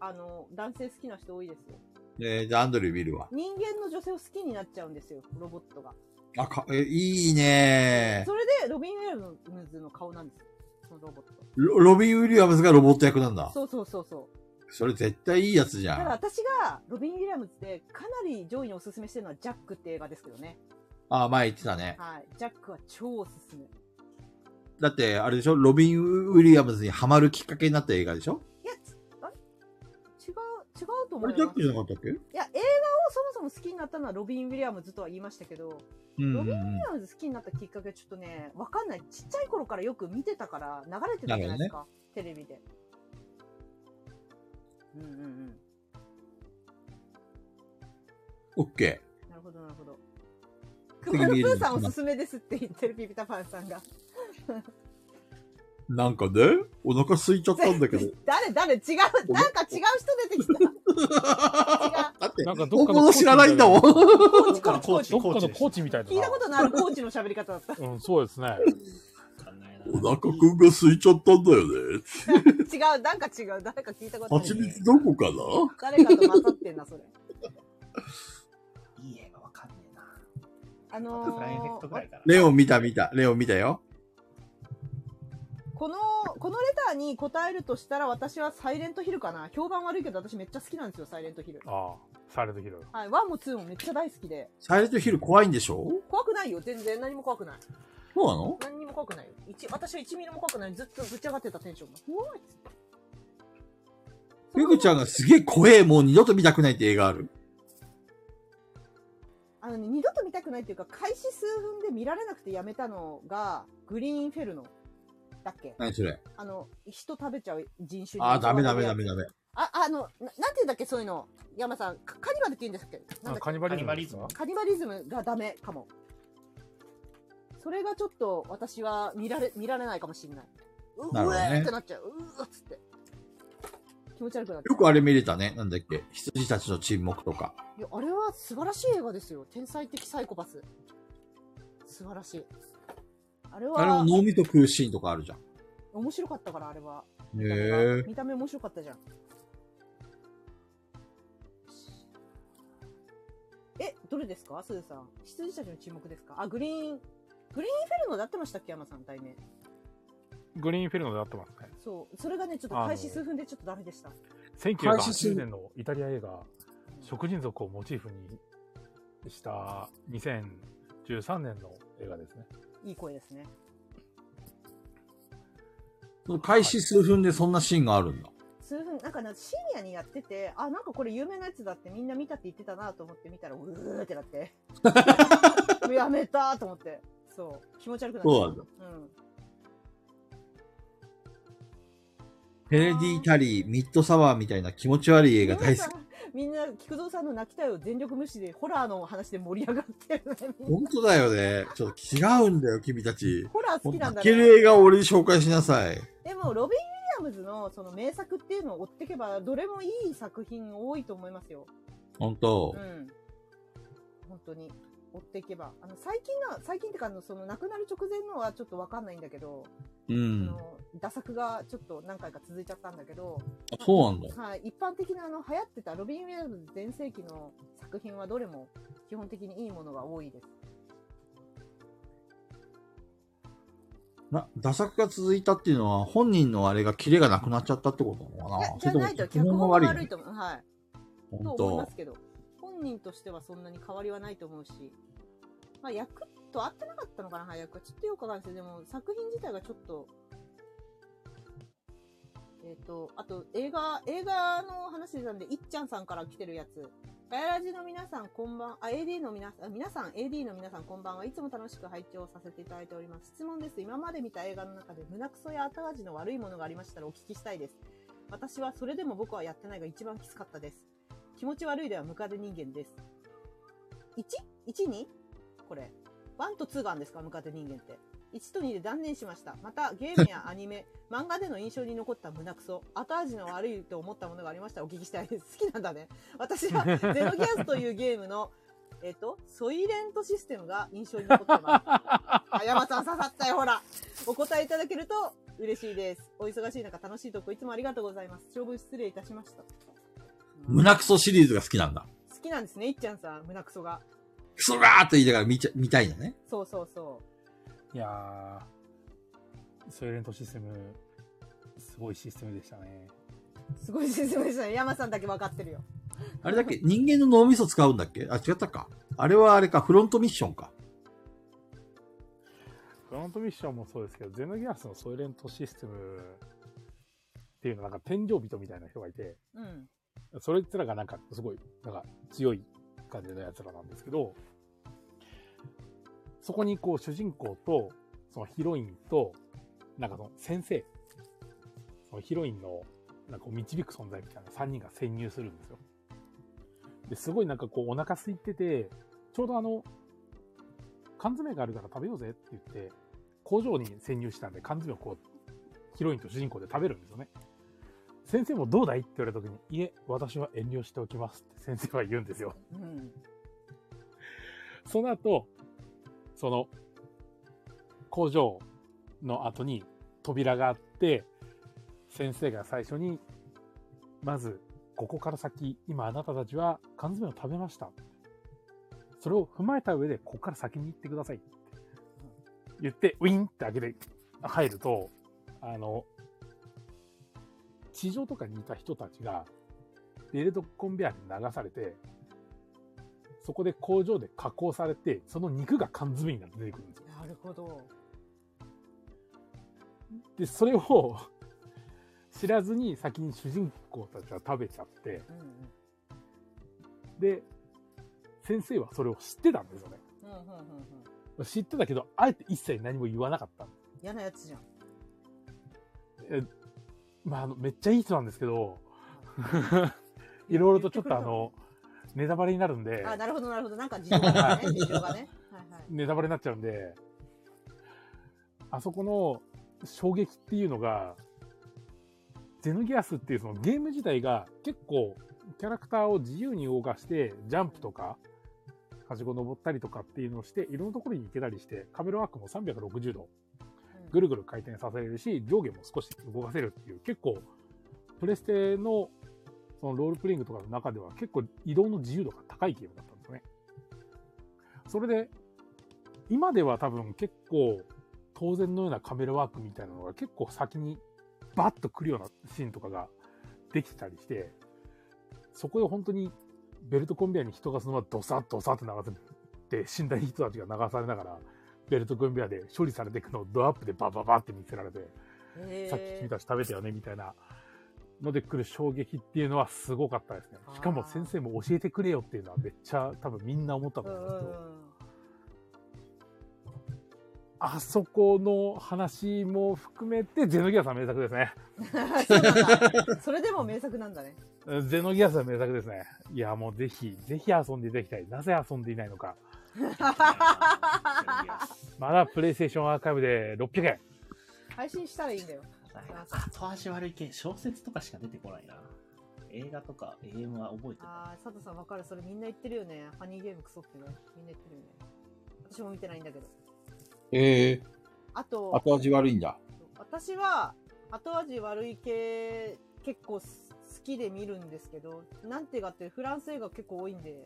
あの、男性好きな人多いですよ。
えーじゃあアンドリュー見るわ。
人間の女性を好きになっちゃうんですよ、ロボットが。
あ、か、えいいね
それで、ロビン・ウェルムズの顔なんですよ。そのロボット。
ロロビン・ウィリアムズがロボット役なんだ。
そうそうそうそう。
それ絶対いいやつじ
ただ
ゃん。
私が、ロビン・ウィリアムズでかなり上位におすすめしてるのはジャックって映画ですけどね。
あ、前言ってたね。
はい。ジャックは超おすすめ。
だって、あれでしょロビン・ウィリアムズにハマるきっかけになった映画でしょ
いや、つあれ違う、違うと
あ
思いま
れジ
す
ャッ。クじゃなかったっけう
いや、映画をそもそも好きになったのはロビン・ウィリアムズとは言いましたけど、
んう
ロ
ん
ビ
う
ン・ウィ
ん
リ。アムズ好きになったきっかけはちょっとね、わかんない。ちっちゃい頃からよく見てたから、流れてたじゃないですか。テレビで。うんうんうん。
オッケ
なるほど、なるほど。
次
熊野プ
見える
ー
の
さんおすすめですって言ってるピピタパンさんが。
ー。なんかね、お腹空いちゃったんだけ (laughs) ど。
誰誰違うなんか違う人出てきた。
だって、
なんかど
本
っかのコー
物
チ
知らないんだもん。
どっかのコーチ、
どっ
コー
か
チ
の
で
コーチみたいな。
聞いたことのあるコーチの喋り方だった。
うん、そうですね。
す。わかんない
お
な
腹くんが空いちゃったんだよね。
違う、なんか違う。誰か聞いたことあ
蜂
る。
蜜どこかな
誰かと混ざってんな、それ。
いい映画わかんねえな。
あ
バ
の
タフライエフェクトぐら
ー
い、かな。
レオン見た見た。レオン見たよ。
この、このレターに答えるとしたら私はサイレントヒルかな。評判悪いけど私めっちゃ好きなんですよ、サイレントヒル。
ああ、されてきる。
はい、1も2もめっちゃ大好きで。
サイレントヒル怖いんでしょ
怖くないよ、全然。何も怖くない。
そうなの
何にも怖くないよ。一私は1ミリも怖くない。ずっとぶち上がってたテンションが。うわーっつって
ペグちゃんがすげえ怖え、もう二度と見たくないって映画ある。
あのね、二度と見たくないっていうか、開始数分で見られなくてやめたのが、グリーンインフェルノ。だっけ
何それ
あの、人食べちゃう人種に
あー、ダメダメダメダメ。
あ、あの、ななんていうんだっけ、そういうの。山さん、カカニバルって言うんですっけなんだ
あ
っ
カ
け
ニバリズム。
カニバリズム
カニバリズムがダメかも。それがちょっと私は見られ、見られないかもしれない。う
なるほどね
うえーってなっちゃう。うーっつって。気持ち悪くなっちゃ
よくあれ見れたね。なんだっけ羊たちの沈黙とか。
う。いや、あれは素晴らしい映画ですよ。天才的サイコパス。素晴らしい。あれ
あれも
は、
脳みと食うシーンとかあるじゃん。
面白かったから、あれは。見た目が
へえ。
見た目面白かったじゃん。え、どれですかすずさん。羊たちの注目ですかあ、グリーン、グリーンフェルノで合ってましたっけ山さん、対面。
グリーンフェルノであってますね。
そう。それがね、ちょっと開始数分でちょっとダメでした。
開始する
1980年のイタリア映画、食人族をモチーフにした2013年の映画ですね。
いい声ですね。
その開始数分でそんなシーンがあるんだ。
数分、なんかな、深夜にやってて、あ、なんかこれ有名なやつだってみんな見たって言ってたなと思って見たら、うーってなって。やめたーと思って。そう。気持ち悪くなっちゃ
そうなんだ
うん。
ヘレディタリー、ミッドサワーみたいな気持ち悪い映画大好き。
みんな菊蔵さんの泣きたいを全力無視でホラーの話で盛り上がってるねみんな
本当だよね。ちょっと違うんだよ、君たち。
ホラー好きなんだ
泣
ね
ける映画を俺に紹介しなさい。
でもロビン・ウィリアムズのその名作っていうのを追っていけばどれもいい作品多いと思いますよ
本当
う。ん本当に追っていけばあの最近の最近ってかあのその亡くなる直前のはちょっとわかんないんだけど、
うん。
あの打作がちょっと何回か続いちゃったんだけど、
あそうなんだ。
はい、一般的なあの流行ってたロビン・ウィリアムズ全盛期の作品はどれも基本的にいいものが多いです。
な、打作が続いたっていうのは、本人のあれがキレがなくなっちゃったってことなのかな
じゃないと
そ
脚
れとも脚
本
本
が
が
悪
悪
い
い
と
の
思う。はい。と
本
思いま
当
す。けど、本人としてはそんなに変わりはないと思うし、まあ役と合ってなかったのかな、早く。ちょっとよくわかんないですけど、でも作品自体がちょっと、えっ、と、あと映画、映画の話でたんで、いっちゃんさんから来てるやつ。ガヤラジの皆さんこんばん、あ、AD の皆さん、あ皆さん、AD の皆さんこんばんはいつも楽しく拝聴させていただいております。質問です。今まで見た映画の中で胸クソや後味の悪いものがありましたらお聞きしたいです。私はそれでも僕はやってないが一番きつかったです。気持ち悪いではムカデ人間です。1?1 にこれ。1と2があるんですかムカデ人間って。1と2で断念しました。また、ゲームやアニメ、漫画での印象に残った胸クソ、後味の悪いと思ったものがありましたらお聞きしたいです。好きなんだね。私は、ゼロギアスというゲームの、えっと、ソイレントシステムが印象に残ってます。あ、山さん刺さったよ、ほら。お答えいただけると嬉しいです。お忙しい中、楽しいとこいつもありがとうございます。長文失礼いたしました。
胸クソシリーズが好きなんだ。
好きなんですね、いっちゃんさん、胸クソが。
クソガーって言いながら見ちゃ、見たいのね。
そうそうそ
いやー、ソイレントシステム、すごいシステムでしたね。
う。すごいシステムでしたね。山さんだけ分かってるよ。
あれだっけ人間の脳みそ使うんだっけあ、違ったか。あれはあれか、フロントミッションか。
フロントミッションもそうですけど、ゼノギアスのソイレントシステムっていうのはなんか天井人みたいな人がいて、
うん。
それってらがなんかすごい、なんか強い感じの奴らなんですけど、そこにこう主人公と、そのヒロインと、なんかその先生、そのヒロインの、なんかこう導く存在みたいな3人が潜入するんですよ。ですごいなんかこうお腹空いてて、ちょうどあの、缶詰があるから食べようぜって言って、工場に潜入したんで缶詰をこう、ヒロインと主人公で食べるんですよね。先生もどうだいって言われた時に、いえ、私は遠慮しておきますって先生は言うんですよ。
うん。
(laughs) その後、その、工場の後に扉があって、先生が最初に、まず、ここから先、今あなたたちは缶詰を食べました。それを踏まえた上で、ここから先に行ってください。言って、ウィンって開けて入ると、あの、地上とかにいた人たちが、ベルトコンベアに流されて、そこで工場で加工されて、その肉が缶詰になって出てくるんですよ。
なるほど。
で、それを (laughs) 知らずに先に主人公たちは食べちゃって、
うんうん。
で、先生はそれを知ってたんですよね。
うんうんうんうん。
知ってたけど、あえて一切何も言わなかったんで
嫌なやつじゃん。
す。えまあ、あの、めっちゃいい人なんですけど、いろいろとちょっとあの、ネタバレになるんで、
あ、なるほどなるほど。なんか事情がね。事情がね。はいはい。
ネタバレになっちゃうんで、あそこの衝撃っていうのが、ゼノギアスっていうそのゲーム自体が結構キャラクターを自由に動かして、ジャンプとか、はしご登ったりとかっていうのをして、いろんなところに行けたりして、カメラワークも360度ぐるぐる回転させれるし、上下も少し動かせるっていう、結構、プレステのそのロールプレイングとかの中では結構移動の自由度が高いゲームだったんですよね。それで、今では多分結構当然のようなカメラワークみたいなのが結構先にバッと来るようなシーンとかができてたりして、そこで本当にベルトコンベアに人がそのままドサッドサッて流せて、死んだ人たちが流されながら、ベルトコンベアで処理されていくのをドアップでバババって見せられて、
へー
さっき君たち食べたよねみたいなので来る衝撃っていうのはすごかったですね。しかも先生も教えてくれよっていうのはめっちゃ多分みんな思ったと
う
思うん
ん
です
う
けど、
んうん。
あそこの話も含めて、ゼノギアスは名作ですね。
そうなんだ。それでも名作なんだね。
ゼノギアスは名作ですね。いや、もうぜひ、ぜひ遊んでいただきたい。なぜ遊んでいないのか。まだプレイステーションアーカイブで600円。
配信したらいいんだよ。
後味悪い系、小説とかしか出てこないな。映画とか AM は覚えてない。
ああ、佐藤さんわかる。それみんな言ってるよね。ハニーゲームクソってね。みんな言ってるよね。私も見てないんだけど。
ええ
あと、
後味悪いんだ。
私は後味悪い系結構す好きで見るんですけど、なんていうかってフランス映画結構多いんで、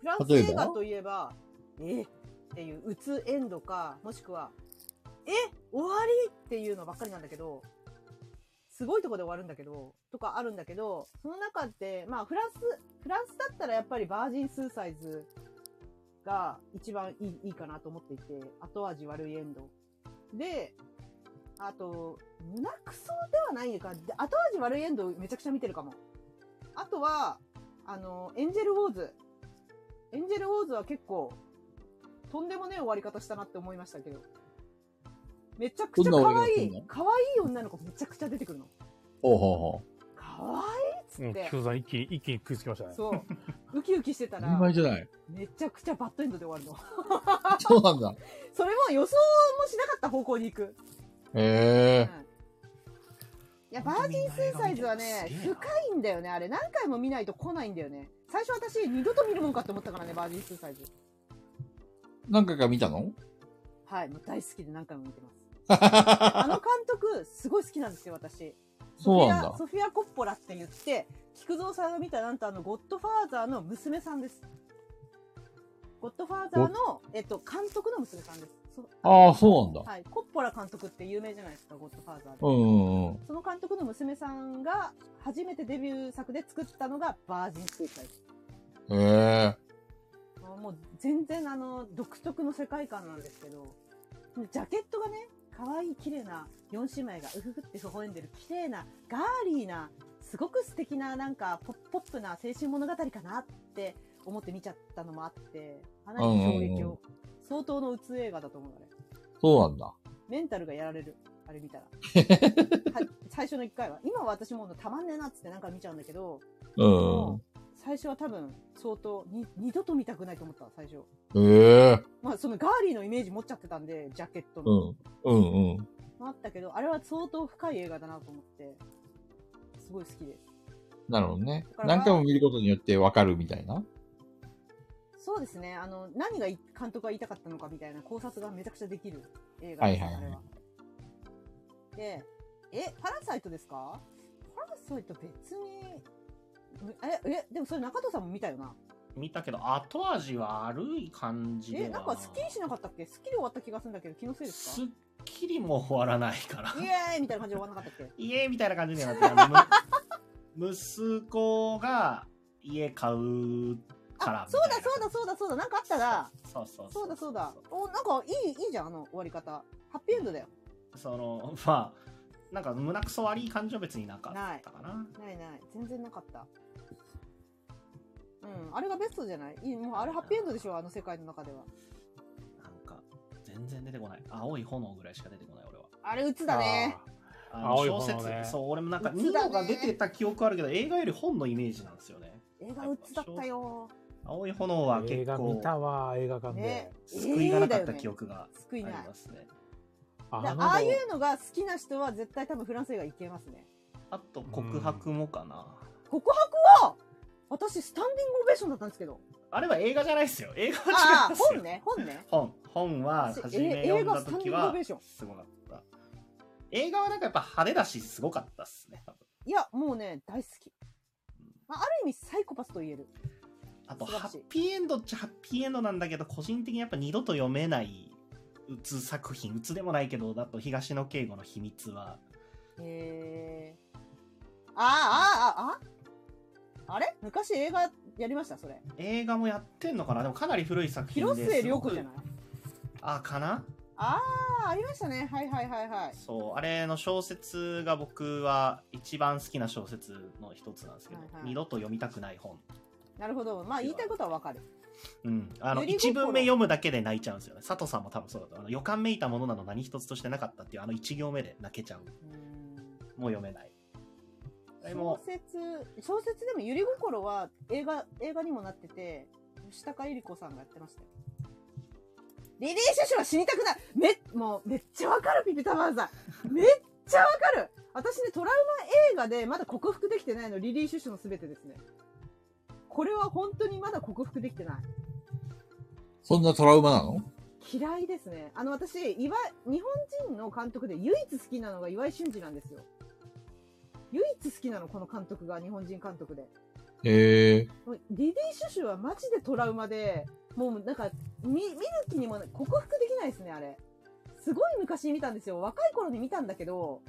フランス
例えば
映画といえば、えっていう、うつエンドか、もしくは、え終わりっていうのばっかりなんだけど、すごいとこで終わるんだけど、とかあるんだけど、その中って、まあフランス、フランスだったらやっぱりバージンスーサイズが一番いいいいかなと思っていて、後味悪いエンド。で、あと、胸くそではないか、で後味悪いエンドめちゃくちゃ見てるかも。あとは、あの、エンジェルウォーズ。エンジェルウォーズは結構、とんでもねえ終わり方したなって思いましたけど。めちゃくちゃ
どんな終
可
わり
愛
方す
い
んの、
可愛い女の子めちゃくちゃ出てくるの。
ほうほうほ
可愛いっつ
う
っ
ん、
て
菊。蔵さん一気に、一気に食いつきましたね。
そう。ウキウキしてた
う。曖
ら、
昧じゃない。 (laughs)
めちゃくちゃバッドエンドで終わるの。
そうなんだ。
それも予想もしなかった方向に行く。
へえ。
いや、バージンスーサイズはね、深いんだよね、あれ。何回も見ないと来ないんだよね。最初私、二度と見るもんかって思ったからね、バージンスーサイズ。
何回か見たの
はい、もう大好きで何回も見てます。 (laughs) あの監督、すごい好きなんですよ、私。
そうなんだ
ソフィア・ソフィアコッポラって言って、菊蔵さんが見たなんとあの、ゴッドファーザーの娘さんです。ゴッドファーザーの、えっと、監督の娘さんです。そ
ああ、そうなんだ。
はい、コッポラ監督って有名じゃないですか、ゴッドファーザーで。
うんうんうん。
その監督の娘さんが初めてデビュー作で作ったのがバージンスイカイです。
へえ。
もう全然あの独特の世界観なんですけど、ジャケットがね、可愛い綺麗な4姉妹がうふふって微笑んでる綺麗なガーリーな、すごく素敵ななんかポッポップな青春物語かなって思って見ちゃったのもあって、かなり衝撃
うんうんうん
を。相当のうつ映画だと思うあれ。
そうなんだ。
メンタルがやられる。あれ見た
(laughs)
ら。は最初の1回は。今は私もうたまんねえなっつってなんか見ちゃうんだけど、
うん。
最初は多分相当に、二度と見たくないと思った、最初。
へえ。
まあそのガーリーのイメージ持っちゃってたんで、ジャケット
う
の。
ん。うんうん。
あったけど、あれは相当深い映画だなと思って、すごい好きで
なるほどね
だ。から
何回も見ることによってわかるみたいな。
す。そうですね、あの、何がい監督が言いたかったのかみたいな考察がめちゃくちゃできる映画
は
で
い
す、
はいは
あれ
い
は。。で、え、パラサイトですかパラサイト別に、え、え、でもそれ中藤さんも見たよな。
見たけど、後味悪い感じでは。
え、なんかスッキリしなかったっけスッキリ終わった気がするんだけど、気のせいです
す
か
っきりも終わらないから。
イエーイみたいな感じで終わらなかったっけ
イエーイみたいな感じにはなってる、む (laughs) 息子が家買うから
あ、
み
そう
た
だ
いな
そうだそうだそうだ、なんかあったな。
そうそう
そうだそうだ。お、なんかいい、いいじゃん、あの終わり方。ハッピーエンドだよ。
そのまあなんか胸くそ悪い感じは別になか
な
っ
い
たかな
ないない。全然なかった。うん、あれがベストじゃないいい、もうあれハッピーエンドでしょ、あの世界の中では。
なんか全然出てこない青い炎ぐらいしか出てこない俺は
あれ、鬱だね。
あ
青い
小
炎
説、
ね
そう俺もなんか
う
ニ
つだね
ノが出てた記憶あるけど映画より本のイメージなんですよね
映画鬱だったよ。
青い炎は
映
結
画見
構
たわ、映画館で。
ね。
救いがなかった
えーだよね
記憶があ
救
り
いない
ますね
だ
あの
ああいうのが好きな人は絶対多分フランス映画行けますね。
あと告白もかな、
告白は私、スタンディングオベーションだったんですけど。
あれは映画じゃないですよ映画は違
あ
うん
あ、
ですよ
本ね、本 (laughs) ね。
本本は
私
初め
え
読ん
映
だ
画スタンディ
時
ングオ
は
ベーション
すごかった映画はなんかやっぱ派手だしすごかったっすね多分
いや、もうね、大好き。まあ、ある意味、サイコパスと言える。
あと
素晴
ハ
らしい
ッピーエンドっちゃハッピーエンドなんだけど個人的にやっぱ二度と読めないうつ作品うつでもないけどだと東野圭吾の秘密は
へえ。あーあー、ああ、あれ昔映画やりました、それ。
映画もやってんのかなでもかなり古い作品で
広末涼子じゃない
すごくあかな
ああ、ありましたね。はいはいはいはい。
そうあれの小説が僕は一番好きな小説の一つなんですけど、
はいはい
二度と読みたくない本
なるほど。まあ言いたいことはわかる。
うん、あの
塗り心
1文目読むだけで泣いちゃうんですよね。佐藤さんも多分そうだと思う。あの予感めいたものなど何一つとしてなかったっていうあの1行目で泣けちゃう。もう読めない。あれ
小
も
説、小説でもゆり心は映画、映画にもなってて、吉高由里子さんがやってましたよ。リリー・シュシュは死にたくないめ、もうめっちゃわかる、ピピタマンさん。めっちゃわかる私ね、トラウマ映画でまだ克服できてないの、リリー・シュシュのすべてですね。これは本当にまだ克服できてない。
そんなトラウマなの
嫌いですね。あの、私、岩、日本人の監督で唯一好きなのが岩井俊二なんですよ。唯一好きなの、この監督が、日本人監督で。
へえ。
もうリリー・シュシュはマジでトラウマで、もうなんか、見、見る気にもな克服できないですね、あれ。すごい昔に見たんですよ。若い頃に見たんだけど、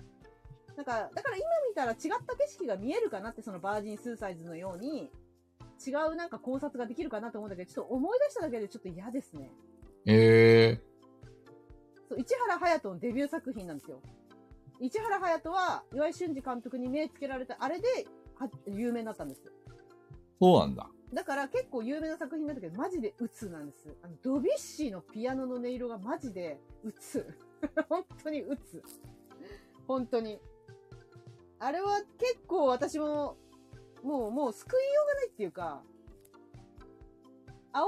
なんか、だから今見たら違った景色が見えるかなって、そのバージンスーサイズのように、違うなんか考察ができるかなと思うんだけど、ちょっと思い出しただけでちょっと嫌ですね。
へえ。
そう、市原隼人のデビュー作品なんですよ。市原隼人は、岩井俊二監督に目つけられたあれで、は有名になったんですよ。
そうなんだ。
だから結構有名な作品なんだけど、マジで鬱なんです。あの、ドビュッシーのピアノの音色がマジで鬱。 (laughs) 本当に鬱。本当に。あれは結構私も、もう、もう救いようがないっていうか、葵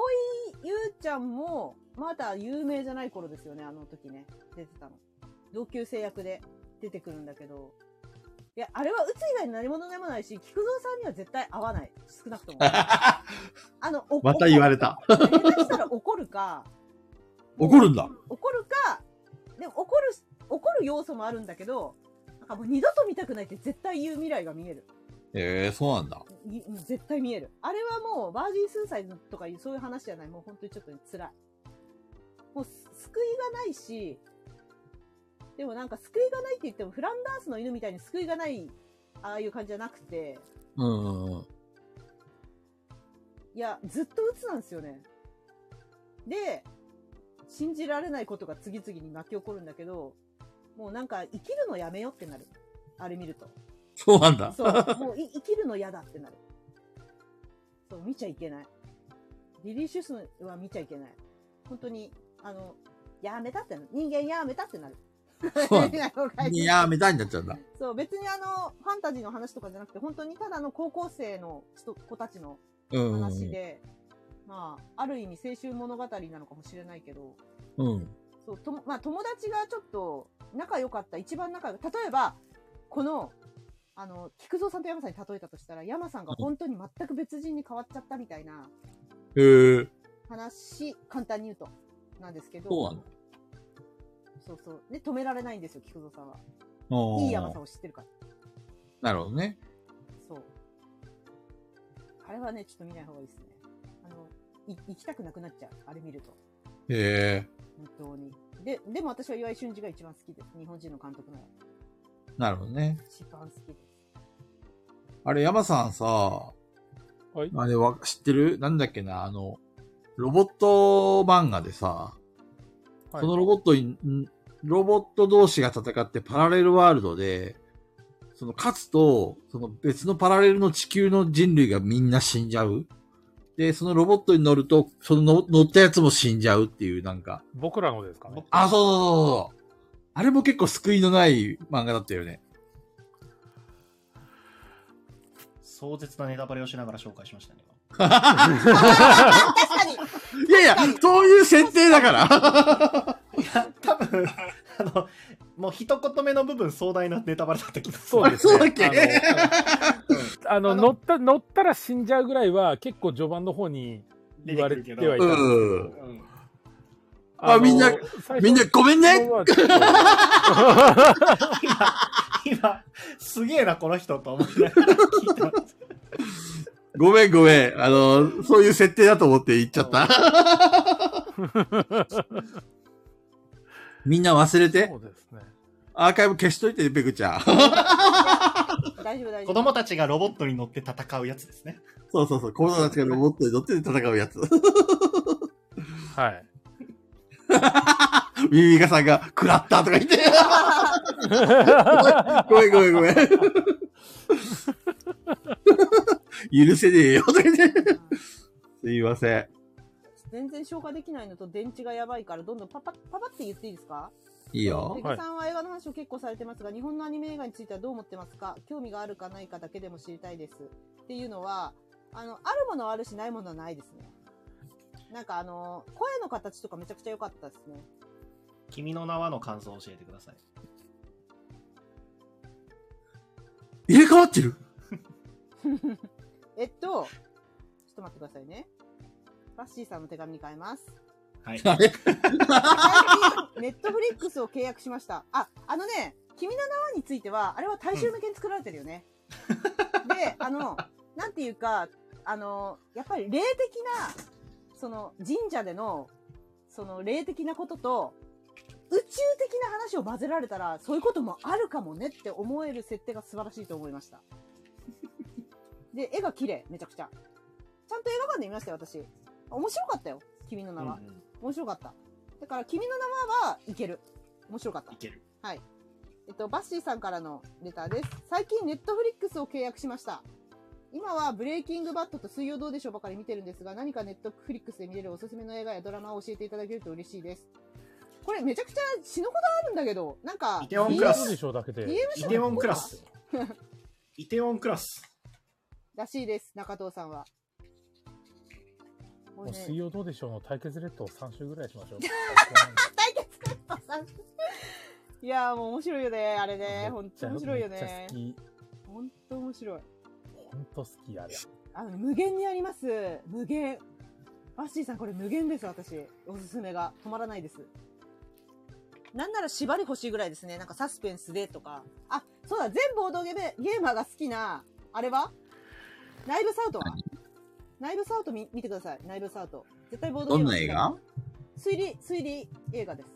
ゆうちゃんも、まだ有名じゃない頃ですよね、あの時ね。出てたの。同級生役で出てくるんだけど。いや、あれは鬱以外に何者でもないし、菊蔵さんには絶対合わない。少なくとも。あの、お
(laughs) また言われた。
下手したら怒るか、
怒るんだ。
怒るか、でも怒る、怒る要素もあるんだけど、なんかもう二度と見たくないって絶対言う未来が見える。
ええそうなんだ。
いうん絶対見える。あれはもう、バージンスーサイズとかいうそういう話じゃない。もう本当にちょっと辛い。もう、す救いがないし、でもなんか救いがないって言っても、フランダースの犬みたいに救いがない、ああいう感じじゃなくて、
うんうんうん。
いや、ずっと鬱なんですよね。で、信じられないことが次々に巻き起こるんだけど、もうなんか生きるのやめよってなる。あれ見ると。
そうなんだ。
そう。もうい生きるの嫌だってなる。そう、見ちゃいけない。リリー・シュスは見ちゃいけない。本当に、あの、やめたってなる。人間やめたってなる。 (laughs)
そうなん
なんかおかしい
いやー、めたいになっちゃうんだ。
そう、別にあの、ファンタジーの話とかじゃなくて、本当にただの高校生の人子たちの
うんうんうん
話で、まあ、ある意味青春物語なのかもしれないけど、
うん。
そう、とも、まあ友達がちょっと仲良かった、一番仲良かった。例えば、この、あの、菊蔵さんと山さんに例えたとしたら、山さんが本当に全く別人に変わっちゃったみたいな
へえ。
話、簡単に言うと、なんですけど。
そうなんだ。
そうそう。で、止められないんですよ、菊蔵さんは。
おー
いい山さんを知ってるから。
なるほどね。
そう。あれはね、ちょっと見ない方がいいですね。あの、い行きたくなくなっちゃう。あれ見ると。
へえ。
本当に。で、でも私は岩井俊二が一番好きです。日本人の監督なら。
なるほどね。
一番好きです。
あれ、山さんさ、
はい。
あれは、知ってるなんだっけな、あの、ロボット漫画でさ、
はい
そのロボットに、んロボット同士が戦ってパラレルワールドで、その勝つと、その別のパラレルの地球の人類がみんな死んじゃう。で、そのロボットに乗ると、そのの乗ったやつも死んじゃうっていう、なんか。
僕らのですかね。
あ、そうそうそうそう。あれも結構救いのない漫画だったよね。
壮絶なネタバレをしながら紹介しましたね。
いやいや、そういう設定だ (laughs) から。
多分 (laughs) あの、もう一言目の部分壮大なネタバレだった気がする。
そうですね。
そうだっけ
あの、あの乗った、乗ったら死んじゃうぐらいは結構序盤の方に言われてはいたんですけ
う
ど
ん。
うん
まあみんな、みんなごめんね
今、すげえな、この人と思いながら聞いてます。
ごめんごめん。あの、そういう設定だと思って言っちゃ (laughs) った。みんな忘れて
そ。うですね。
アーカイブ消しといて、ペグちゃん。
大丈夫、大丈
子
夫。
供たちがロボットに乗って戦うやつですね。
そうそうそう。子供たちがロボットに乗って戦うやつ。 (laughs)
はい。
ミミカさんが、食らったとか言 (laughs) って。 (laughs) ごめんごめんごめん。許せねえよ、とか言って。すいません。
全然消化できないのと電池がやばいから、どんどんパパパパって言っていいですか
いいよ
ペグさんは映画の話を結構されてますが、日本のアニメ映画についてはどう思ってますか興味があるかないかだけでも知りたいです。っていうのは、あの、あるものはあるし、ないものはないですね。なんかあの、声の形とかめちゃくちゃ良かったですね。
君の名はの感想を教えてください。
入れ替わってる
えっと、ちょっと待ってくださいね。バッシーさんの手紙に変えます。
(laughs)
はい。
ネットフリックスを契約しました。あ、あのね、君の名はについては、あれは大衆向けに作られてるよね。で、あの、なんていうか、あの、やっぱり霊的な、その神社での、その霊的なことと、宇宙的な話を混ぜられたら、そういうこともあるかもねって思える設定が素晴らしいと思いました。で、絵が綺麗、めちゃくちゃ。ちゃんと映画館で見ましたよ、私。面白かったよ、君の名は。
うんうん
面白かった。だから、君の名は、いける。面白かった
い。ける。
はい。えっと、バッシーさんからのレターです。最近、ネットフリックスを契約しました。今は、ブレイキングバットと水曜どうでしょうばかり見てるんですが、何かネットフリックスで見れるおすすめの映画やドラマを教えていただけると嬉しいです。これ、めちゃくちゃ死ぬほどあるんだけど、なんか、
イテウォンクラス
どうでしょうだけで。
DM
イテウォンクラス。 (laughs) イテウォンクラス。
らしいです、中藤さんは。こ
も
れ
う
ね
水曜どうでしょうの対決レッドを3週ぐらいしましょう。
(laughs) いやーもう面白いよね、あれね。ほんと面白いよ
めっちゃ
ね
好。き。
ほんと面白い。
ほんと好き、あれ。
あの、無限にあります。無限。バッシーさん、これ無限です、私。おすすめが。止まらないです。なんなら縛り欲しいぐらいですね。なんかサスペンスでとか。あ、そうだ、全ボードゲームゲーマーが好きな、あれはナイブサウトはナイブサウト見見てください。ナイブサウト。絶対ボードゲー
ど
ム
んな映画
推理、推理映画です。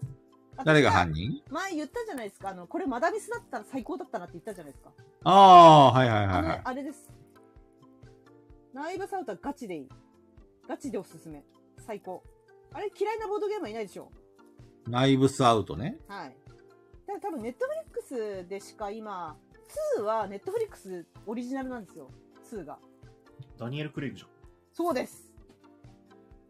誰が犯人
前言ったじゃないですか。あの、これマダミスだったら最高だったなって言ったじゃないですか。
ああー、はいはいは
あ
いは
れ
い。
あれです。ナイブサウトはガチでいい。ガチでおすすめ。最高。あれ嫌いなボードゲームはいないでしょ
ナイブスアウトね。
はい。ただ多分ネットフリックスでしか今、2はネットフリックスオリジナルなんですよ。2が。
ダニエル・クレイグじゃん。
そうです。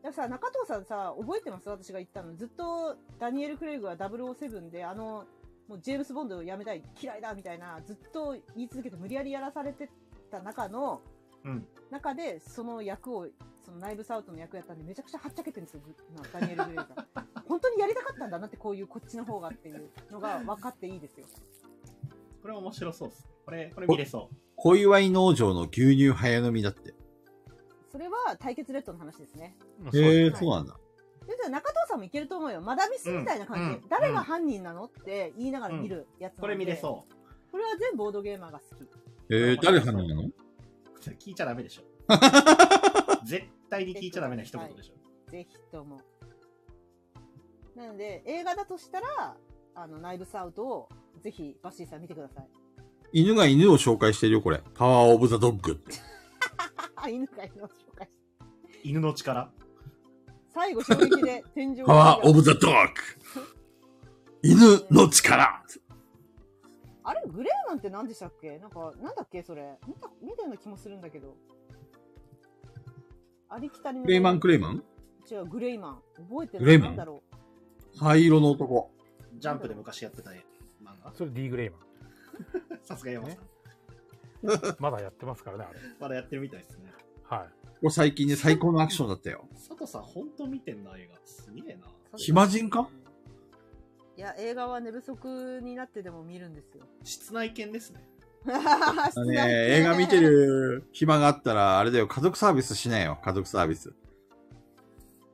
だからさ、中藤さんさ、覚えてます私が言ったの。ずっとダニエル・クレイグは007で、あの、もうジェームス・ボンドをやめたい、嫌いだ、みたいな、ずっと言い続けて無理やりやらされてた中の、
うん。
中で、その役を、その内部サウトの役やったんで、めちゃくちゃはっちゃけてるんですよ、ぐダニエル・グレイが。
(laughs)
本当にやりたかったんだなって、こういうこっちの方がっていうのが分かっていいですよ。
これ面白そうっす。これ、これ見れそう。
小祝農場の牛乳早飲みだって。
それは対決レッドの話ですね。
へえ、
す
そうなんだ。
で、じゃあ中藤さんもいけると思うよ。マダミスみたいな感じで、
うんうん
誰が犯人なのって言いながら見るやつなので、。
これ見れそう
これは全ボードゲーマーが好き。
えー、誰犯人なの
う。それ聞いちゃダメ (laughs) でしょ。絶対に聞いちゃダメな一言でしょ。
ぜひとも。なので、映画だとしたら、あの、内部サウトを、ぜひ、バッシーさん見てください。
犬が犬を紹介してるよ、これ。パワーオブザドッグって。
あ、犬飼いの紹介して
犬の力。
最後衝撃
(laughs)
で天井
パワーオブザドッグ犬の力
あれグレーマンって何でしたっけなんか、なんだっけそれ。見た、見たような気もするんだけど。ありきたりの。
クレイマン・クレイマン
違う、グレイマン。覚えて
グレ
ない。
イマン
なんだろう。
灰色の男。
ジャンプで昔やってた絵漫画。
それ D グレイマン。
さすが山さん。
まだやってますからね、あれ。
まだやってるみたいですね。
はい。
これ最近で最高のアクションだったよ。
佐藤さん、ほんと見てんな、映画。すげえな。
暇人か
いや、映画は寝不足になってでも見るん
(laughs)
ですよ。
室内犬ですね。
室内 (laughs)
ね
系
映画見て。る暇があったら、あれだよ、家族サービスしないよ、家族サービ (laughs) ス。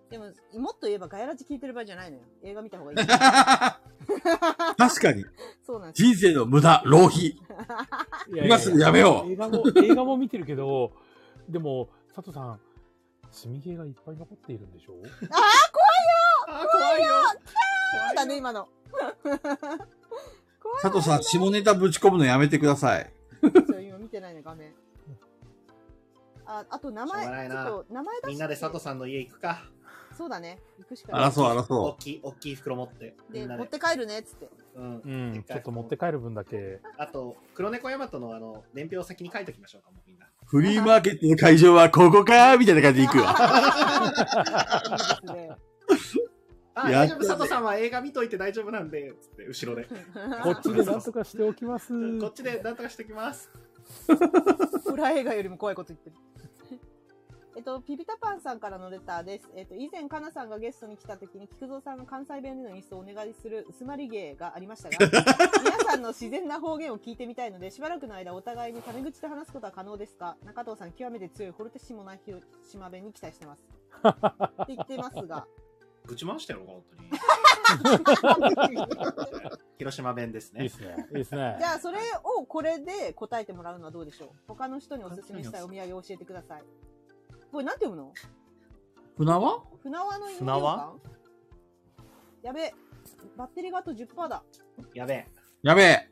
でも、もっと言えばガヤラジ聞いてる場合じゃない
(laughs)
のよ。映画見た方がいい。
確かに、
そうなんですよ。
人生の無駄、浪費。
いやいやい
今すぐやめよう
映画も、映画も見てるけど、でも、佐藤さん、積み毛がいっぱい残っているんでしょう
あー、怖いよ。
そう
怖
だ
い
ね、今の。怖い
佐藤さん、下ネタぶち込むのやめてください。
そう今見てないね、画面。あ、あと名前、
しょうがない
ち
な
ょっと名前出して。
みんなで佐藤さんの家行くか。
そうだね。行くしかない。
(laughs) 争う、
大
争
きい、大きい袋持って。み
で、
んな
持っ
で。
て帰るね、っつって。 (laughs)
うん。
うん。ちょっと持って帰る分だけ。
あと、黒猫ヤマトのあの、年表を先に書いときましょうか、もうみんな。
フリーマーケットの会場はここかみたいな感じで行く (laughs) わ。
あ、
やっ
大丈夫、佐藤さんは映画見といて大丈夫なんで、つって、後ろで。
こっちでなんとかしておきます。
こっちでなんとかしてきます。
ホラー映画よりも怖いこと言ってる。 (laughs) えっと、ピピタパンさんからのレターです。えっと、以前、かなさんがゲストに来た時に、菊蔵さんの関西弁での演出をお願いする薄まり芸がありましたが、皆さんの自然な方言を聞いてみたいので、しばらくの間お互いにタメ口で話すことは可能ですか中藤さん、極めて強いホルテシモな広島弁に期待してます。って言ってますが、
ぶち回したやろ、本当に。
(laughs)
広島弁ですね。
いいっすね。いいっすね
じ。ゃあ、それをこれで答えてもらうのはどうでしょう他の人におすすめしたいお土産を教えてください。これ、なんて読むの
船は
船輪の芋
船輪
ようかんやべえバッテリーがあと10%だ
やべえ。
やべえ。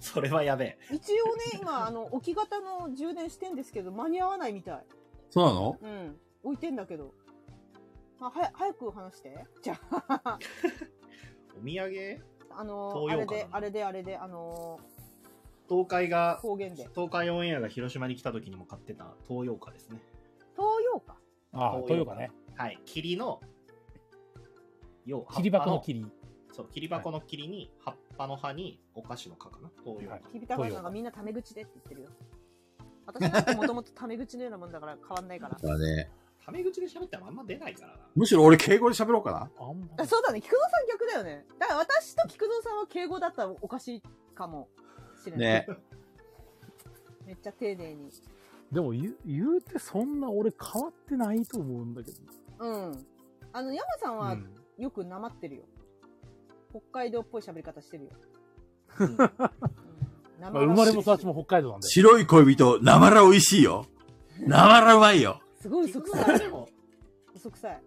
それはやべえ。
一応ね
(laughs)
今あの置き型の充電してんですけど間に合わないみたい
そうなの
うん置いてんだけどまあ、はや早く話してじゃあ
お土産
あのーあ
東洋
れ
館
であれであれであの
東海が
ー、方言で
東海オンエアが広島に来た時にも買ってた東洋華ですね。
東洋か
ああ、
東
とい
洋
うか
館
ね。
はい。霧の、要は
切り箱
葉
の
っぱ
切り。
そう、切り箱の霧に、葉っぱの葉に、お菓子の葉かな東洋
は
華
い。
きびたばさんがみんなタメ口でって言ってるよ私なんてもともとタメ口のようなもんだから変わんないから
だね。
タメ口で喋ったらあんま出ないからな。
むしろ俺敬語で喋ろうかな。
あんま
あそうだね菊蔵さん逆だよねだから私と菊蔵さんは敬語だったらおかしいかもしれない
ね。
めっちゃ丁寧に。
でも言う、言うてそんな俺変わってないと思うんだけど。
うん。あの、山さん
う
は
ん
よくなまってるよ。北海道っぽい喋り方してるよ。うんな
まあ生まれも育ちも北海道なん
(laughs)
で。
白い恋人、なまら美味しいよ。なまらうまいよ。
すごい嘘
菊
くさ
蔵さん
い。
でも、
嘘くさい。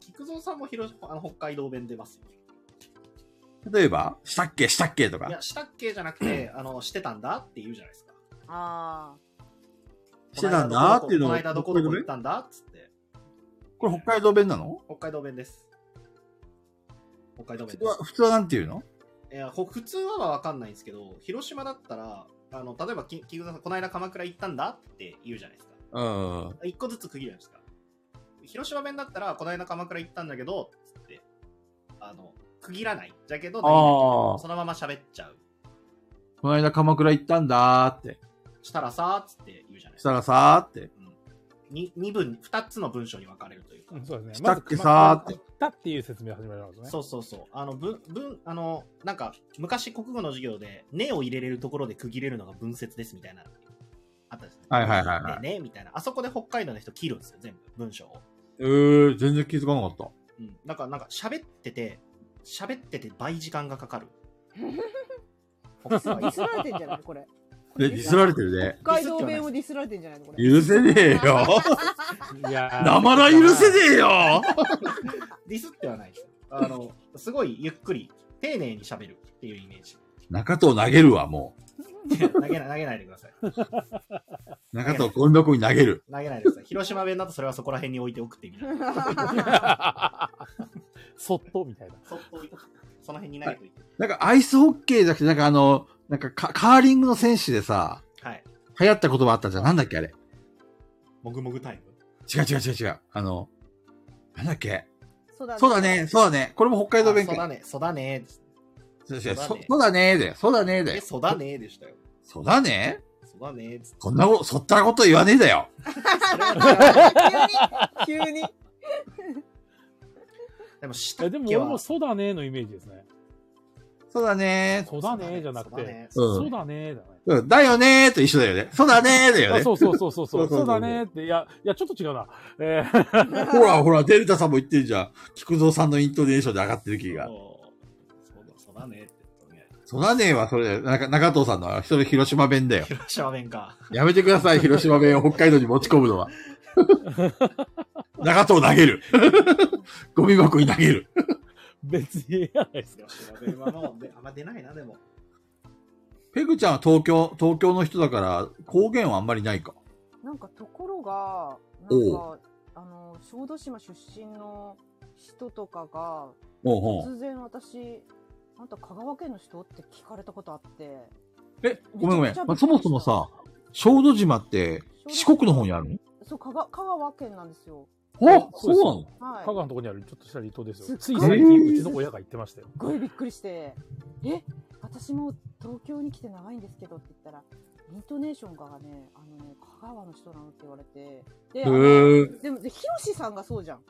菊蔵さんも広島、あの、北海道弁出ますよ。
例えば、したっけ、したっけと
い
か
や、。したっけじゃなく (clears throat) て、あの、してたんだって言うじゃないですか。
あ
してたんだっていうの
こ
を
の間どこどこ行ったんだっつって。
これ北海道弁なの
北海道弁です。北海道
普
弁
通
で
は、
す。
普通はなんて言うの
いや、ほ普通ははわかんないんですけど、広島だったら、あの、例えば、き菊蔵さん、この間鎌倉行ったんだって言うじゃないですか。
うん。
一個ずつ区切るじゃないですか。広島弁だったら、この間鎌倉行ったんだけど、つって、あの、区切らない。じゃけど、
あー
そのまま喋っちゃう。
この間鎌倉行ったんだーって。
したらさ、つって言うじゃないで
し
すか。
たらさーって。
に二分、二つの文章に分かれるというか。
うんそうですね。
したっけさーって
行ったっていう説明が始まりますね。
そうそうそう。あの、文、文、あの、なんか、昔国語の授業で、ねを入れれるところで区切れるのが文節ですみたいな、あったですね。
はいはいはいはい
ねねみたいな。あそこで北海道の人切るんですよ、全部、文章を。
えー、全然気づかなかった。
うん。なんか、なんか、喋ってて、喋ってて倍時間がか
(laughs)
かる。北
あ。ディス
海道
られてんじゃないこれ。
で、ディスられてるね。
北海道弁をディスられてんじゃないのこれ。
許せねえよ。
いやー
なまら許せねえよ。
ディスってはない。あの、すごいゆっくり、丁寧に喋るっていうイメージ。
中藤投げるわ、も
(laughs) 投げない、投げないでください。
う。中藤ゴミ箱に投げる。
投げないでください。広島弁だとそれはそこら辺に置いておくって意味なんで。
そっとみたいな。
そっと置いとく。その辺に投げといて。
なんかアイスホッケーじゃなくて、なんかあの、なんかカカーリングの選手でさ、
はい。
流行った言葉あったじゃん。なんだっけあれ。
もぐもぐタイム
違う違う違う違う。あの、なんだっけ。
そうだ
(laughs) そうだね、。そうだね。これも北海道弁
あそうだ
か。
ね、そうだね。
そう違うそ
そうだね
そうだねだよ。そうだねだ
え、
よ。
そうだねでしたよ。
そうだね
そうだね。つって
こんなこと、そったこと言わねえだよ。
(laughs) 急に、急に。
でも、した
え
っ
でも
け
俺
は
もそうだねのイメージですね。
そうだね
そうだねじゃなく
そうだ
て、
ね
うん
そうだねだね。
うんだよねーと一緒だよね。そうだねーだよ
あ
ね。
そうそうそうそうそう。
そうそうそうそう
そうだねって。いや、いや、ちょっと違うな。えー
ほらほら、デルタさんも言ってるじゃん。菊蔵さんのイントネーションで上がってる気が。
そうだ、そうだねって言ったね。
そらねえわ、それ。なんか中藤さんの、それ広島弁だ
(laughs)
よ。
広島弁か。
やめてください、広島弁を北海道に持ち込むのは。中藤投げる。ゴミ箱に投げる。
別にええやないですか。
広島弁はもうで、あんま出ないな、でも。
ペグちゃんは東京、東京の人だから、方言はあんまりないか。
なんかところが、なん
お
か、あの、小豆島出身の人とかが、
おうおう
突然私、あんた香川県の人って聞かれたことあって。
え、ごめんごめん。まあそもそもさ、小豆島って四国の方にあるの
そう香川香川県なんですよ。
あ
そうなの
はい
香川のところにあるちょっとした離島です
すっ
よ。
ごい
つい最近、うちの親が言ってましたよ。
すっごいびっくりして、え、私も東京に来て長いんですけどって言ったら、イントネーションがね、あのね、香川の人なのって言われて、で、あの
ー
でも、で、ひろしさんがそうじゃん。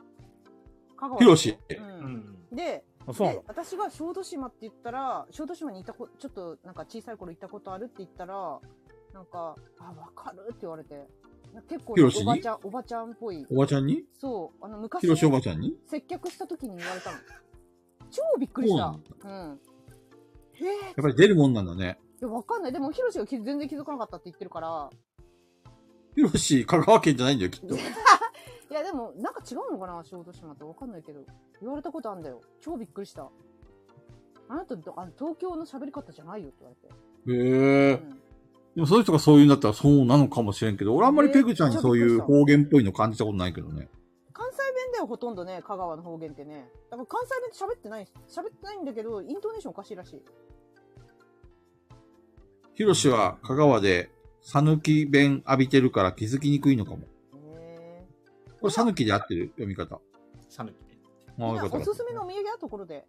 香川
ひろし
うん。で、
あそうなの
で私が小豆島って言ったら、小豆島にいたこ、ちょっとなんか小さい頃行ったことあるって言ったら、なんか、あ、わかるって言われて、なんか結構ね、
ひろし
お
に
ばちゃん、おばちゃんっぽい。
おばちゃんに
そう、あの、昔。
ひろしおばちゃんに
接客した時に言われたの。超びっくりした。うん。えー、
やっぱり出るもんなんだね。
いや、わかんない。でも、ヒロシが気全然気づかなかったって言ってるから。
ひろし、香川県じゃないんだよ、きっと。
いや、でも、なんか違うのかな小豆島ってわかんないけど。言われたことあんだよ。超びっくりした。あなた、どあの東京の喋り方じゃないよって言われて。
へえ。でもそういう人がそういうんだったらそうなのかもしれんけど、俺あんまりペグちゃんにそういう方言っぽいの感じたことないけどね。
関西弁だよ、ほとんどね。香川の方言ってね。だから関西弁って喋ってない、喋ってないんだけど、イントネーションおかしいらしい。
ひろしは香川で、さぬき弁浴びてるから気づきにくいのかも。これさぬきで合ってる読み方。
さぬき
ああ、よかった
お
よ
す
かっ
すめのお土産あるところ
(laughs)
で。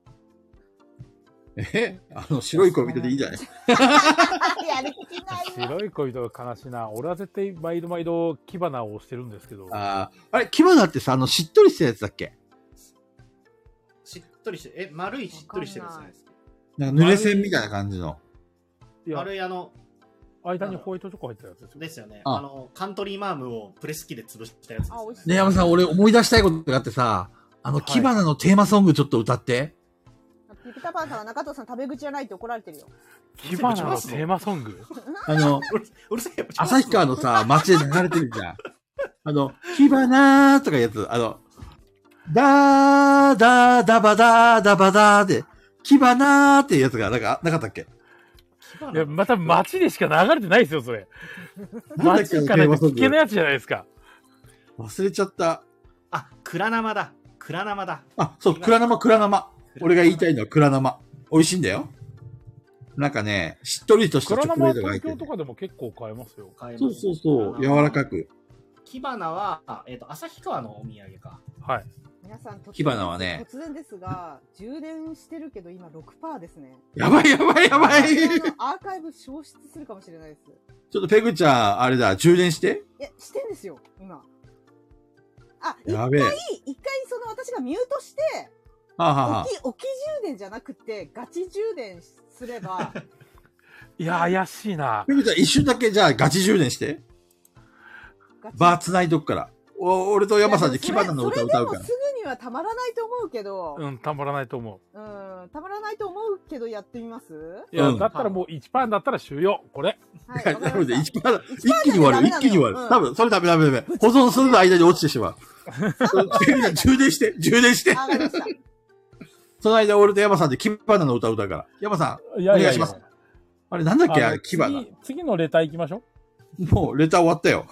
た。え (laughs) あの、白い恋人でいいじゃ (laughs) ない
やる気ない。
白い恋人が悲しいな。俺は絶対毎度毎度火花をしてるんですけど。
あーあれ、牙だってさ、あの、しっとりしたやつだっけ
しっとりして、え、丸いしっとりしてるやつじゃないですか。
なんか濡れ線みたいな感じの。
丸いあの、
間にホワイトチョコ入ってたやつですよ。
ですよね。
あ
あの、カントリーマームをプレス機で潰したやつですよね。
ね山さん、俺思い出したいことがあってさ、あの、キバナのテーマソングちょっと歌って。
ピピタパンさんは中藤さん食べ口じゃないって怒られてるよ。
火花のテーマソング
あの、
うるさいよ。
旭川の
(laughs)
さ、街で流れてるじゃん。あの、火花とかいうやつ、あの、だーだーだばだーだばだーで、火花ーっていうやつがなんかなかったっけ
いや、また街でしか流れてないですよ、それ。
なんだっ
街
け
行かな
テ
い
ーマ
と
ソング
聞けないやつじゃないですか。
忘れちゃった。
あ、蔵生だ。蔵生だ。
あ、そう、蔵生、蔵生。俺が言いたいのは蔵生。美味しいんだよ。なんかね、しっとりとした
ク
チ
ラ
ョ
ナ
コレ
マ
ートが入
東
って
京
る。
とかでも結構買えますよ。
買え
そうそうそう、柔らかく。
火花は、あえっ、と、旭川のお土産か。
はい。
皆さん、突然
火花はね
突然ですが、充電してるけど今6%です
(laughs)
ね。
やばいやばいやばい
これあのアーカイブ消失するかもしれないです。
ちょっとペグちゃん、あれだ、充電して。
いや、してんですよ、今。あ、一
や
回
べえ、
一回その私がミュートして、
はあ、はあはあ
置き、置き充電じゃなくて、ガチ充電すれば、
いや、怪しいな。
ペグちゃん、一瞬だけじゃあガチ充電して。
ガチ
バー繋いどくから。お俺と山さんでキバナの歌歌うか
そ
ら
れ。でもすぐにはたまらないと思うけど、
うん、たまらないと思
うん、たまらないと思うけどやってみます
う。いや、
うん
だったらもう1パンだったら終了。これ。
はい、わか
な
りま
の
し
で、
た
一気に終わる。一気に終わる。多分、それダメダメダメ。保存するの間に落ちてしまう。ペグちゃん、充電して、充電して。
わかりました。
その間、俺と山さんでキバナの歌歌うから。山さん、
い
お
や
願
いや
い
い
し
や
ます。あれ、なんだっけ、
あ
あ
の
れ、キバナ。
次次のレター行きましょう。
もう、レター終わったよ。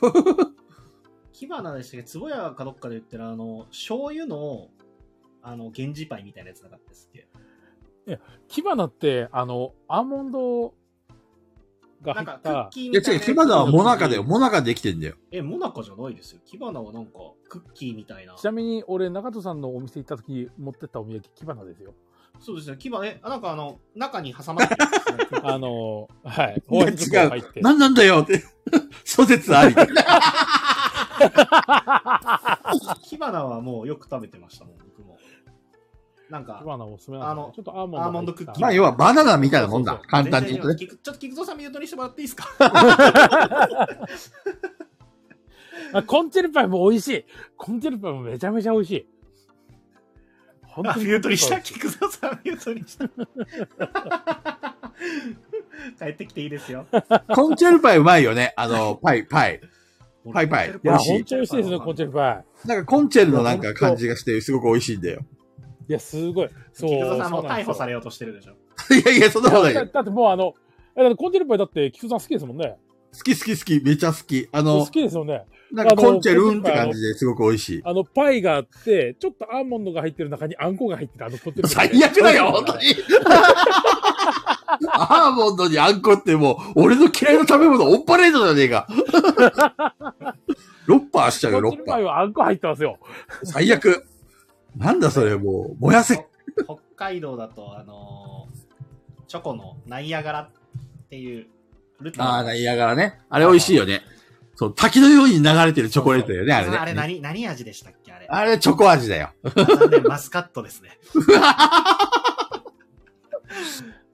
火花でしたけど、坪屋かどっかで言ったら、あの、醤油の、あの、源氏パイみたいなやつなかったですっけ
キバナって、あの、アーモンドが
な
入
んか
っ、
ク
た
ッ。キー
い
み
や、
たい
違う、
なやつ。
キバナはモナカだよ。モナカできてんだよ。
え、モナカじゃないですよ。火花はなんか、クッキーみたいな。
ちなみに、俺、中戸さんのお店行った時持ってったお土産、キバナですよ。
そうですね。火花、え、あなんかあの、中に挟まってるんですね
あの、はい。
い
ホワ
や
イトチョコ
違
入っ
う
て。。
何なんだよって。 (laughs) 諸説あり。
(laughs) 火花はもうよく食べてましたもん、僕も。なん
キ
か、
バナおすすめなん
あの
で、ちょっとアーモンド
アーモンドクッキー
まあ、要はバナナみたいなもんだ。簡単に言うとね
全。然ちょっと菊蔵さんミュートにしてもらっていいですか
あコンチェルパイも美味しい。コンチェルパイもめちゃめちゃ美味しい。本
あミュートにした
き
菊蔵さんミュートにした (laughs) 帰ってきていいですよ。
コンチェルパイうまいよね。あの、パイ、パイ。パイパイ
いや、本当
当
美味しいですね、コンチェルパ
なんかコンチェルのなんか感じがして、すごく美味しいんだよ。
イ。いや、すごい。そう。
菊蔵さんもう
そうなんで
逮
すよ
捕されようとしてるでしょ。
いやいや、そんなことない
だ
よ。
だってもうあの、えだってコンチェルパイだって、菊さん好きですもんね。
好き好き好き、めちゃ好き。あ
好
の、
きですよね。
なんか、コンチェルンって感じですごく美味しい。
あの、パイがあって、ちょっとアーモンドが入ってる中にあんこが入ってる、あのポテ
(laughs)
ト。
最悪だよ、本当に。 (laughs) アーモンドにあんこってもう、俺の嫌いな食べ物、オンパレードじゃねえか。 (laughs) ロッパーしちゃうよ、ロ
こっち
ッパ
のパ
ー。
イはあんこ入ってますよ。
最悪。なんだそれ、もう、燃やせ。
北海道だと、あのーチョコのナイアガラっていう、ル
ああ、ナイア
ガ
ガラね。あれ美味しいよね。そう、滝のように流れてるチョコレートだよね、あれね。
あれ何、何味でしたっけあれ。
あれチョコ味だよ。
残念マスカットですね。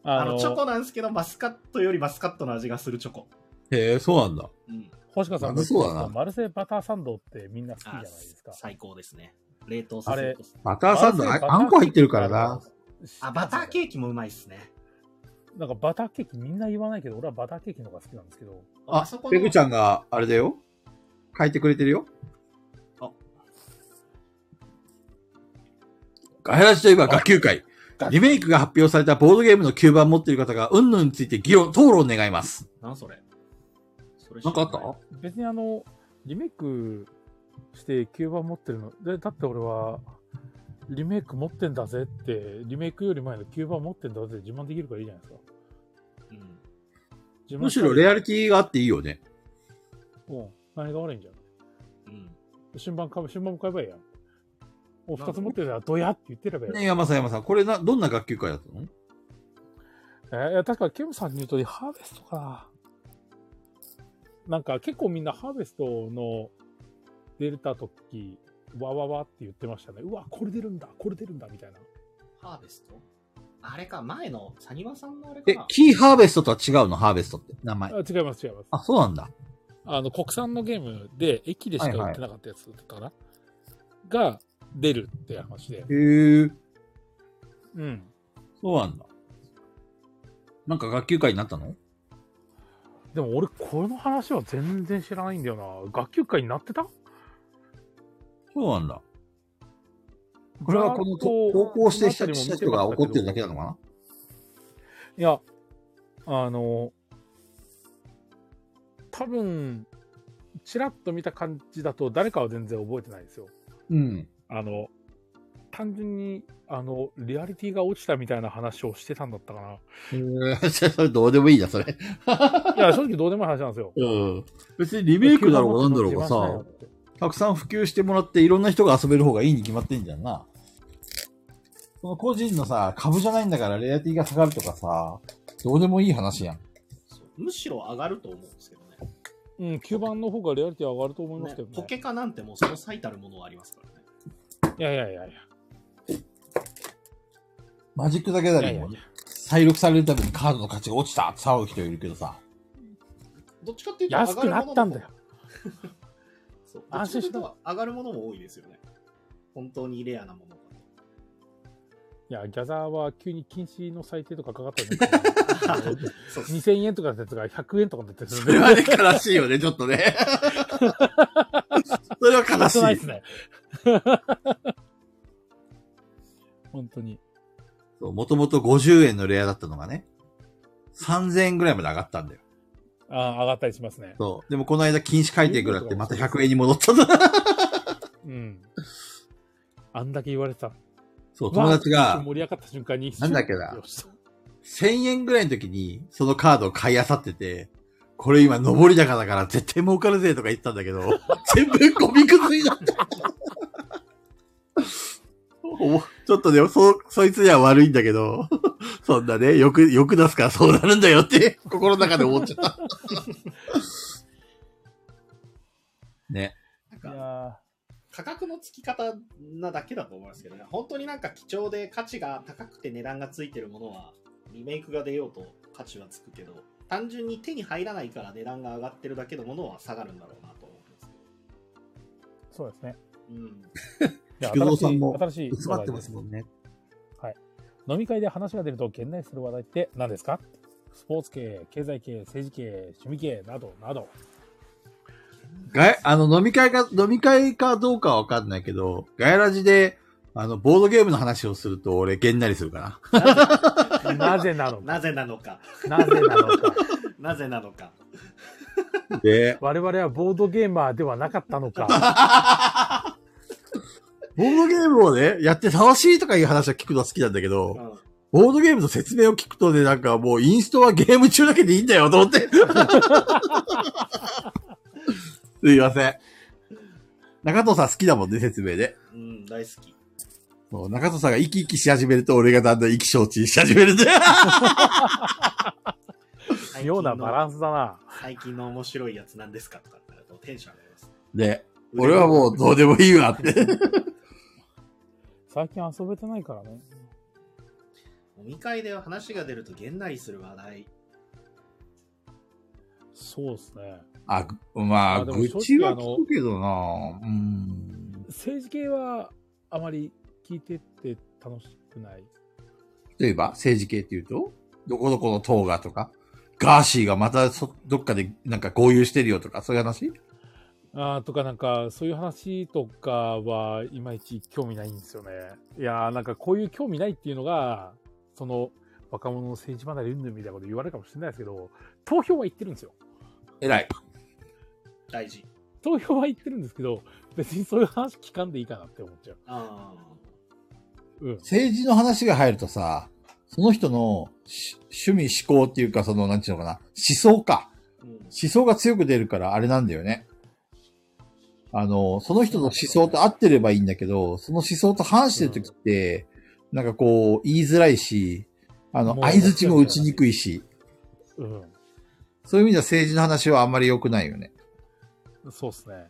あ
あ
の、
の、
チョコなんですけど、マスカットよりマスカットの味がするチョコ。
へえ、そうなんだ。
うん。
星川さん
まずそうだな
マルセイバターサンドってみんな好きじゃないですか。
最高ですね。冷凍させると。
バターサンド、ああんこ入ってるからな。。
あ、バターケーキもうまいっすね。
なんかバターケーキみんな言わないけど、俺はバターケーキの方が好きなんですけど。
あ、
そこ
ペグち
ん。
ゃんが、あれだよ。書いてくれてるよ。
あ
ガヤラジといえば学級会。リメイクが発表されたボードゲームの吸盤持っている方が、うんぬんについて議論、討論願います。
なんそれ。それ知
な
ら
んかあっ
い
た
別にあの、リメイクしてキューバ持ってるの。で、だって俺は、リメイク持ってんだぜって、リメイクより前のキューバ持ってんだぜって自慢できるからいいじゃないですか。
うん。
自慢
むしろレアリティがあっていいよね。
うん。何が悪いんじゃん。
うん。
新版買う、新版も買えばいいやん。お、二つ持ってるならドヤって言ってればいいやん
ね。山さん、山さん。これな、どんな学級会だったの
えーいや、確かケムさんに言うとりハーベストかな。なんか結構みんなハーベストの出た時、わわわって言ってましたね。うわ、これ出るんだ、これ出るんだ、みたいな。
ハーベストあれか、前のサニワさんのあれか
え
な、。
キーハーベストとは違うのハーベストって。名前。
あ違います、違います。
あ、そうなんだ。
あの、国産のゲームで駅でしか売ってなかったやつかな、が出るって話で。
へえ、
うん。
そうなんだ。なんか学級会になったの
でも俺、この話は全然知らないんだよな。学級会になってた
そうなんだ。これはこの
ざーっと
投稿してきた
この辺りも見てましたけ
人
ど
が怒ってるだけなのかない
や、あの、多分、ちらっと見た感じだと誰かは全然覚えてないですよ。
うん。
あの、単純に、あの、リアリティが落ちたみたいな話をしてたんだったか
(laughs) えー、そ (laughs) れどうでもいいな、それ。
な。いや、正直どうでもいい話なんですよ。
うん。別にリメイクだろうがなんだろうがさ、たくさん普及してもらっていろんな人が遊べる方がいいに決まってんじゃんな。その個人のさ、株じゃないんだからレアティが下がるとかさ、どうでもいい話やん。
そうむしろ上がると思うんですけどね。
うん、9番の方がリアリティ上がると思いますけど
ポ
ね。
ケカなんてもうその最たるものはありますからね。
いやいやいやいや。
マジックだけだ
いやい
り
や
も
い、
再録されるたびにカードの価値が落ちたって騒ぐ人いるけどさ。
どっちかっていうと上が
安
るも
く
のも
なったんだよ。。
そう。
安心し
ど
ろ
っちかっていうと上がるものも多いですよね。本当にレアなものか
いや、ギャザーは急に禁止の最低とかかかったんだけ
(laughs)
ど
そうです
2000円とかのやつが100円とかだったりするん
それはね、悲しいよね、ちょっと
(laughs)
ね。それは悲し
少ないで
い
す。ね。 (laughs) 本当に。
もともと50円のレアだったのがね、3000円ぐらいまで上がったんだよ。
あー上がったりしますね。
そう。でもこの間禁止改定ぐらいあって、また100円に戻ったんだ。
うん。あんだけ言われてた。
そう、友達が
わあ一瞬盛り上がった瞬間に。
なんだっけ
(laughs)
な
よし
1000円ぐらいの時に、そのカードを買い漁ってて、これ今上り高だから絶対儲かるぜとか言ってたんだけど、 (laughs) 全部ゴミくずになった。お (laughs) ちょっとね、そ、そいつには悪いんだけど、 (laughs) そんなね、よく、よく出すからそうなるんだよって、心の中で思っちゃった。ね。
な。な
い
んか
や、ー
価格の付き方なだけだと思いますけどね、本当になんか貴重で価値が高くて値段がついてるものは、リメイクが出ようと価値はつくけど、単純に手に入らないから値段が上がってるだけのものは下がるんだろうなと思うんです
そうですね。
けど。うん。
いや
菊蔵さんも
新しい、新しい
詰ま
話
って
題
ま
ですす。
もんね。
飲み会で話が出ると、現内する話題って何ですかスポーツ系、経済系、政治系、趣味系、など、など。
があの、飲み会か、飲み会かどうかはわかんないけど、ガヤラジで、あの、ボードゲームの話をすると、俺、げんなりするから。 (laughs)
(laughs)
なぜなのか。
なぜなのか。
なぜなのか。
なぜなのか。
で、
我々はボードゲーマーではなかった
(laughs)
のか。
ボードゲームをね、やって楽しいとかいう話は聞くのは好きなんだけど、
うん
ボードゲームの説明を聞くとね、なんかもうインストはゲーム中だけでいいんだよと思って。すいません。中藤さん好きだもんね、説明で。
うん、大好き。
そう中藤さんが生き生きし始めると、俺がだんだん意気承知し始めるね。
妙なバラン
ス。
スだな。
最近の面白いやつなんですかとかってなるとテンション上がります。
で、俺はもうどうでもいいわって。
最近遊べてないからね。
飲み会で話が出るとげんなりする話題。
そうですね。
あ、ぐまあ、
あでも
愚痴は聞くけどなうん。
政治系はあまり聞いてって楽しくない。
例えば、政治系っていうと、どこどこの党がとか、ガーシーがまたそどっかでなんか合流してるよとか、そういう話
あーとかなんか、そういう話とかはいまいち興味ないんですよね。いやーなんかこういう興味ないっていうのが、その若者の政治離れうんぬんみたいなこと言われるかもしれないですけど、投票は言ってるんですよ。
偉い。
大事。
投票は言ってるんですけど、別にそういう話聞かんでいいかなって思っちゃう。
あ
うん。
政治の話が入るとさ、その人のし趣味思考っていうか、その、なんていうのかな、思想か。
あ。うん。
思想が強く出るからあれなんだよね。あの、その人の思想と合ってればいいんだけど、その思想と反してる時って、なんかこう、言いづらいし、あの、
もう
相づちも打ちにくいし、
う
そういう意味では政治の話はあんまり良くないよね。
ん。そうですね。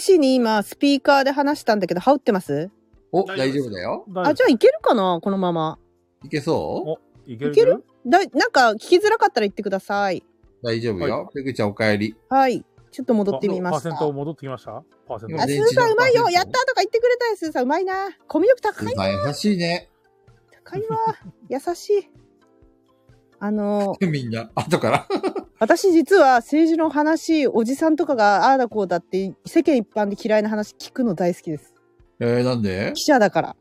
試しに今、スピーカーで話したんだけど、羽織ってます
お、
大
大
丈
丈夫
夫です
だよ。
あ、じゃあいけるかなこのまま。
いけそ
おいける
いけるだなんか、聞きづらかったら言ってください。
う大丈夫よ。ペグちゃんお帰り。
はい。ちょっと戻ってみま
パー
し
セ
た。
ント戻ってきましたパーセン
今
あ、
ト
ス
ね
ーさんうまいよやったとか言ってくれたよ、スーさんうまいな。コミュ力
ス
高い
ーさん優しいね。 (laughs)
高いわ。優しい。あの、
みんな、後から。 (laughs)
私実は政治の話、おじさんとかがああだこうだって世間一般で嫌いな話聞くの大好きです。
えー、なんで
記者だから。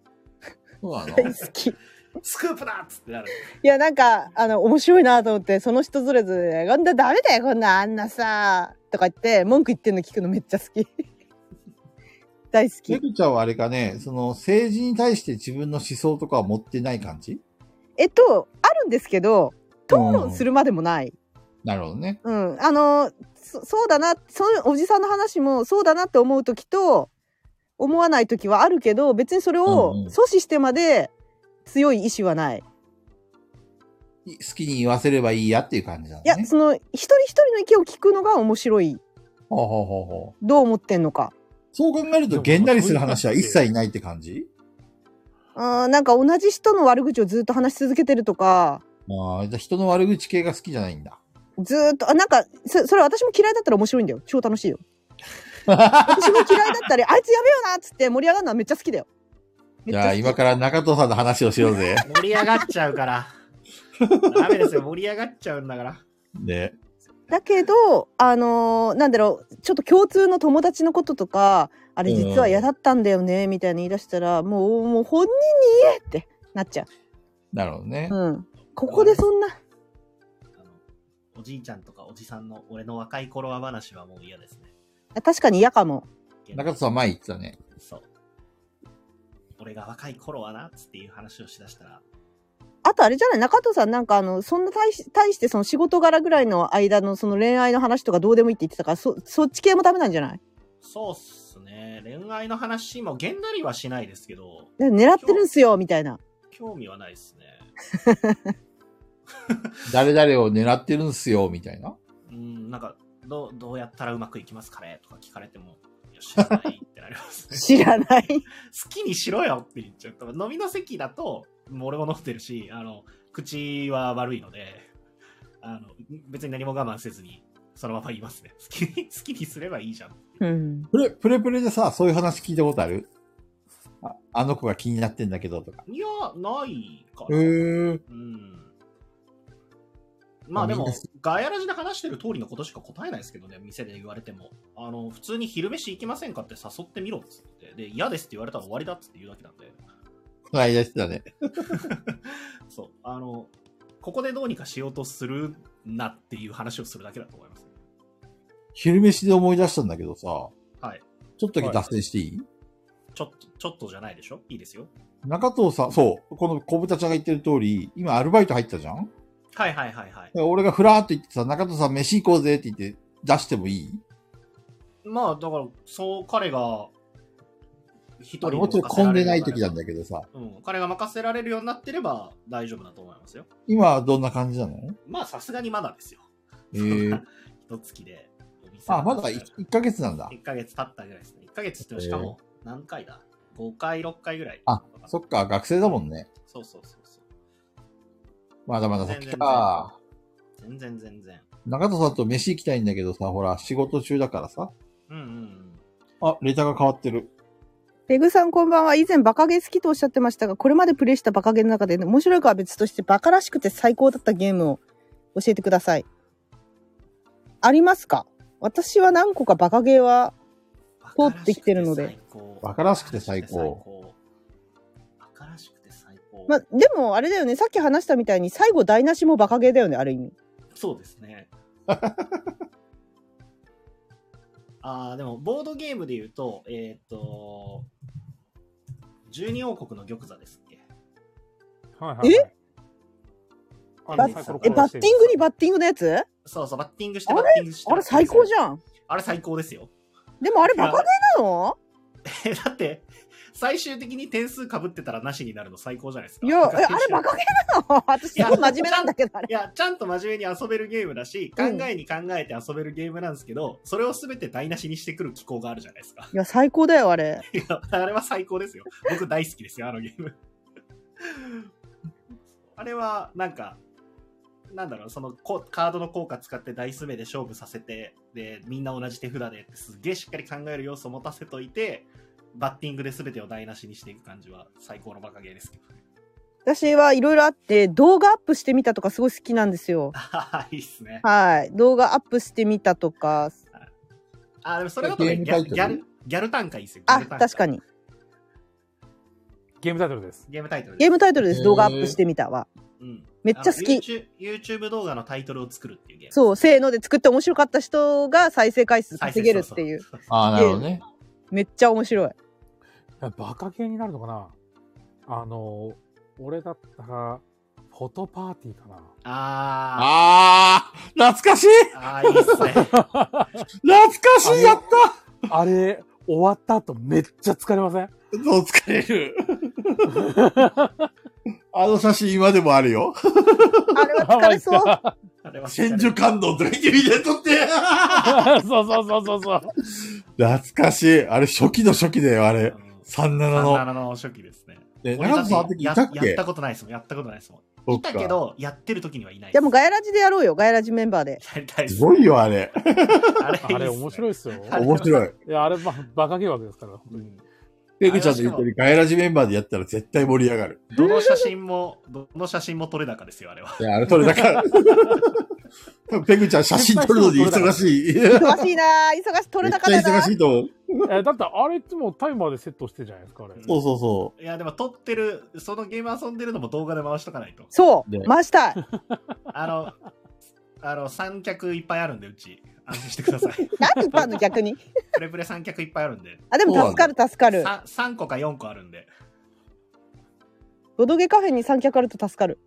そうなの
大好き。い
スクープだっつってなる。
や、なんか、あの、面白いなと思って、その人それぞれ、こんなダメだよ、こんなあんなさ、とか言って、文句言ってんの聞くのめっちゃ好き。大好き。
ペグちゃんはあれかね、その政治に対して自分の思想とかは持ってない感じ
えっと、あるんですけど、討論す
る。
るまでもない。
なるほどね。
うん、あのそそうだなそのおじさんの話もそうだなって思う時と思わない時はあるけど別にそれを
うんうん
阻止してまで強い意志はない、い
好きに言わせればいいやっていう感じなんだ
や
ね。
その一人一人の意見を聞くのが面白い
ほうほうほうほう。
どう思ってんのか
そう考えると、げんなりする話は一切ないって感じ
あーなんか同じ人の悪口をずっと話し続けてるとか
ああ、じゃあ人の悪口系が好きじゃないんだ。
ずーっとあなんかそそれ私も嫌いだったら面白いんだよ超楽しいよ私も嫌いだったりあいつやべえよなっつって盛り上がるのはめっちゃ好きだよめっ
じ
ちゃ
ゃ
好
あ、
き
今から中藤さんの話をしようぜ。
盛り上がっちゃうから。ダメですよ、盛り上がっちゃうんだから。
ね。
だけど、あのーなんだろう、ちょっと共通の友達のこととか、あれ実は嫌だったんだよね、みたいに言い出したら、もう、もう本人に言えってなっちゃ
なるほどね
う。。うん。ここでそんな、
あのおじいちゃんとかおじさんの俺の若い頃は話はもう嫌ですね。
あ確かに嫌かも。
中藤さん前言ってたね。
そう。俺が若い頃はな、つっていう話をしだしたら、
あとあれじゃない、中藤さんなんかあの、そんな対し、対してその仕事柄ぐらいの間のその恋愛の話とかどうでもいいって言ってたから、そ、そっち系もダメなんじゃない
そうっすね。恋愛の話もげんなりはしないですけど、
だから狙ってるんすよ、みたいな。
興味はないですね。
誰々を狙ってるんすよ、みたいな。
うん、なんか、どうどうやったらうまくいきますかねとか聞かれても、いや知らないってなりますね。
知らない。 (laughs)
好きにしろよって言っちゃった。飲みの席だと、もう俺も飲んでるし、あの、口は悪いので、あの、別に何も我慢せずに、そのまま言いますね。好きに、 (laughs) 好きにすればいいじゃん。
うん。
プレ、プレプレでさ、そういう話聞いたことあるああの子が気になってんだけど、とか。
いや、ないか
へ
ら。
ー。
うん。まあで
みん
も
な好、
ガヤラジで話してる通りのことしか答えないですけどね、店で言われても。あの、普通に昼飯行きませんかって誘ってみろっつって。で、嫌ですって言われたら終わりだっつって言うだけなんで。
この間してたね。
そう。あの、ここでどうにかしようとするなっていう話をするだけだと思います。
昼飯で思い出したんだけどさ、
はい。
ちょっとだけ脱線していい、
ちょっと、ちょっとじゃないでしょいいですよ。
中藤さん、そう、この小豚ちゃんが言ってる通り、今アルバイト入ったじゃん
はいはいはいはい。
俺がふらーっと言ってさ、中藤さん飯行こうぜって言って出してもいい
まあ、だから、そう、彼が、一人
俺
に
もちろん
任せ
混
ら
んで
れるよ
な
う
い
にれば
時なんだけどさ、
うん、彼が任せられるようになってれば大丈夫だと思いますよ。
今はどんな感じな (laughs) の
まあ、さすがにまだですよ。
えー、
一月でお店
あ、まだ 1, ヶ月なんだ。
1ヶ月経ったぐらいですね。1ヶ月って言ってもしかも何回だ ?5 回、6回ぐらい。
あ、そっか、学生だもんね。
そうそうそうそう。
まだまだ先か。
全然全然。
中藤さんと飯行きたいんだけどさ、ほら、仕事中だからさ。
うんうんうん。
あ、レターが変わってる。
ペグさんこんばんは。以前バカゲ好きとおっしゃってましたが、これまでプレイしたバカゲの中で面白いかは別としてバカらしくて最高だったゲームを教えてください。ありますか私は何個かバカゲーは通ってきてるので。
バカらしくて最高。
こう。バカらしくて最高。
まあ、でもあれだよね。さっき話したみたいに最後台無しもバカゲーだよね、ある意味。
そうですね。ああ、でも、ボードゲームで言うと、えっ、と、十二王国の玉座ですっけ
はいはいはい、
え
あ
バッ
のサイコロ
え、バッティングにバッティングのやつ
そうそう、バッティングして、
あれ
バッティングして。
あれ最高じ
ん。
ゃん。
あれ最高ですよ。
でもあれバカゲーなの
え、だって、最終的に点数被ってたらなしになるの最高じゃないですか。
いや、
なんか
えあれバカゲーなの私すごい真面目なんだけど、あれ
い。や、ちゃんと真面目に遊べるゲームだし、考えに考えて遊べるゲームなんですけど、それを全て台無しにしてくる機構があるじゃないですか。 (laughs)
いや、最高だよ、あれ。
いやあれは最高ですよ。僕大好きですよ、あのゲーム。 (laughs) あれは、なんか、なんだろう、そのこカードの効果使ってダイス目で勝負させて、で、みんな同じ手札でってすげえしっかり考える要素を持たせといて、バッティングで全てを台無しにしていく感じは最高のバカゲーですけど (laughs) ね。
私はいろいろあって、動画アップしてみたとかすごい好きなんですよ。
あーいいっすね。
はい。動画アップしてみたとか。
あー、でもそれだと
ゲ
ね、
ーム
ギ
タイ
ャ
トル
ギャル、ギャル単価いいっすよ。
あ、確か
に。
に。
ゲームタイトルです。
ゲームタイトルで
ゲームタイトルで
へ
す。
ー
動画アップしてみたは。
うん
めっちゃ好き
あの YouTube, YouTube 動画のタイトルを作るっていうゲーム。
そう、せーので作って面白かった人が再生回数稼げるっていう。
再生。そうそう
ああ、なるほどね。
めっちゃ面白い。
バカ系になるのかなあの、俺だったら、フォトパーティーかな。
あー。
ああ、懐かしい
ああ、いいっすね。
(laughs)
懐かしいやった
あれ、終わった後めっちゃ疲れません
そう疲れる。 (laughs) あの写真今でもあるよ。
あれは疲れそう。
あれは
千手観音とか言ってみて撮って。 (laughs)
(laughs)
そうそうそうそうそう。
懐かしい。あれ初期の初期だよ、あ
う
れ。
ん
37
37
の。
の初期ですね。
え、
俺
中田
だ
さ
っ
ん
て
あの時い
や
たっ
やっ
け
たことないですもん。やったことないですもん。
そっ
いたけど、やってる時にはいない
じゃ
で
あもうガヤラジでやろうよ。ガヤラジメンバーで。
す。やりたいですす。
ごいよ、あれ。
あれ
あれ面白い
いっ
っすよ。
あれ
面白い。
いや、あればバカゲームですから、本
す
当
ね。う
に。
ん
ペグちゃんと言ってるガイラジメンバーでやったら絶対盛り上がる。
どの写真も、どの写真も撮れ高ですよ、あれは。
いや、あれ撮れたから。多 (laughs) 分ペグちゃん写真撮るのに忙しい。めっち
忙しいなぁ。忙しい。取れなか
ゃ
ったな
忙しいと思う。
えだってあれいつもタイマーでセットしてるじゃないですか、あれ。
そうそうそ
いや、でも撮ってる、そのゲーム遊んでるのも動画で回しとかないと。
そう。
ね
回したい。
あの、あの、三脚いっぱいあるんで、うち。安心してください。
何一般の逆に。
プレプレ三脚いっぱいあるんで。
あ、でも助かる助かる。
さ三個か四個あるんで。
ボドゲカフェに三脚あると助かる。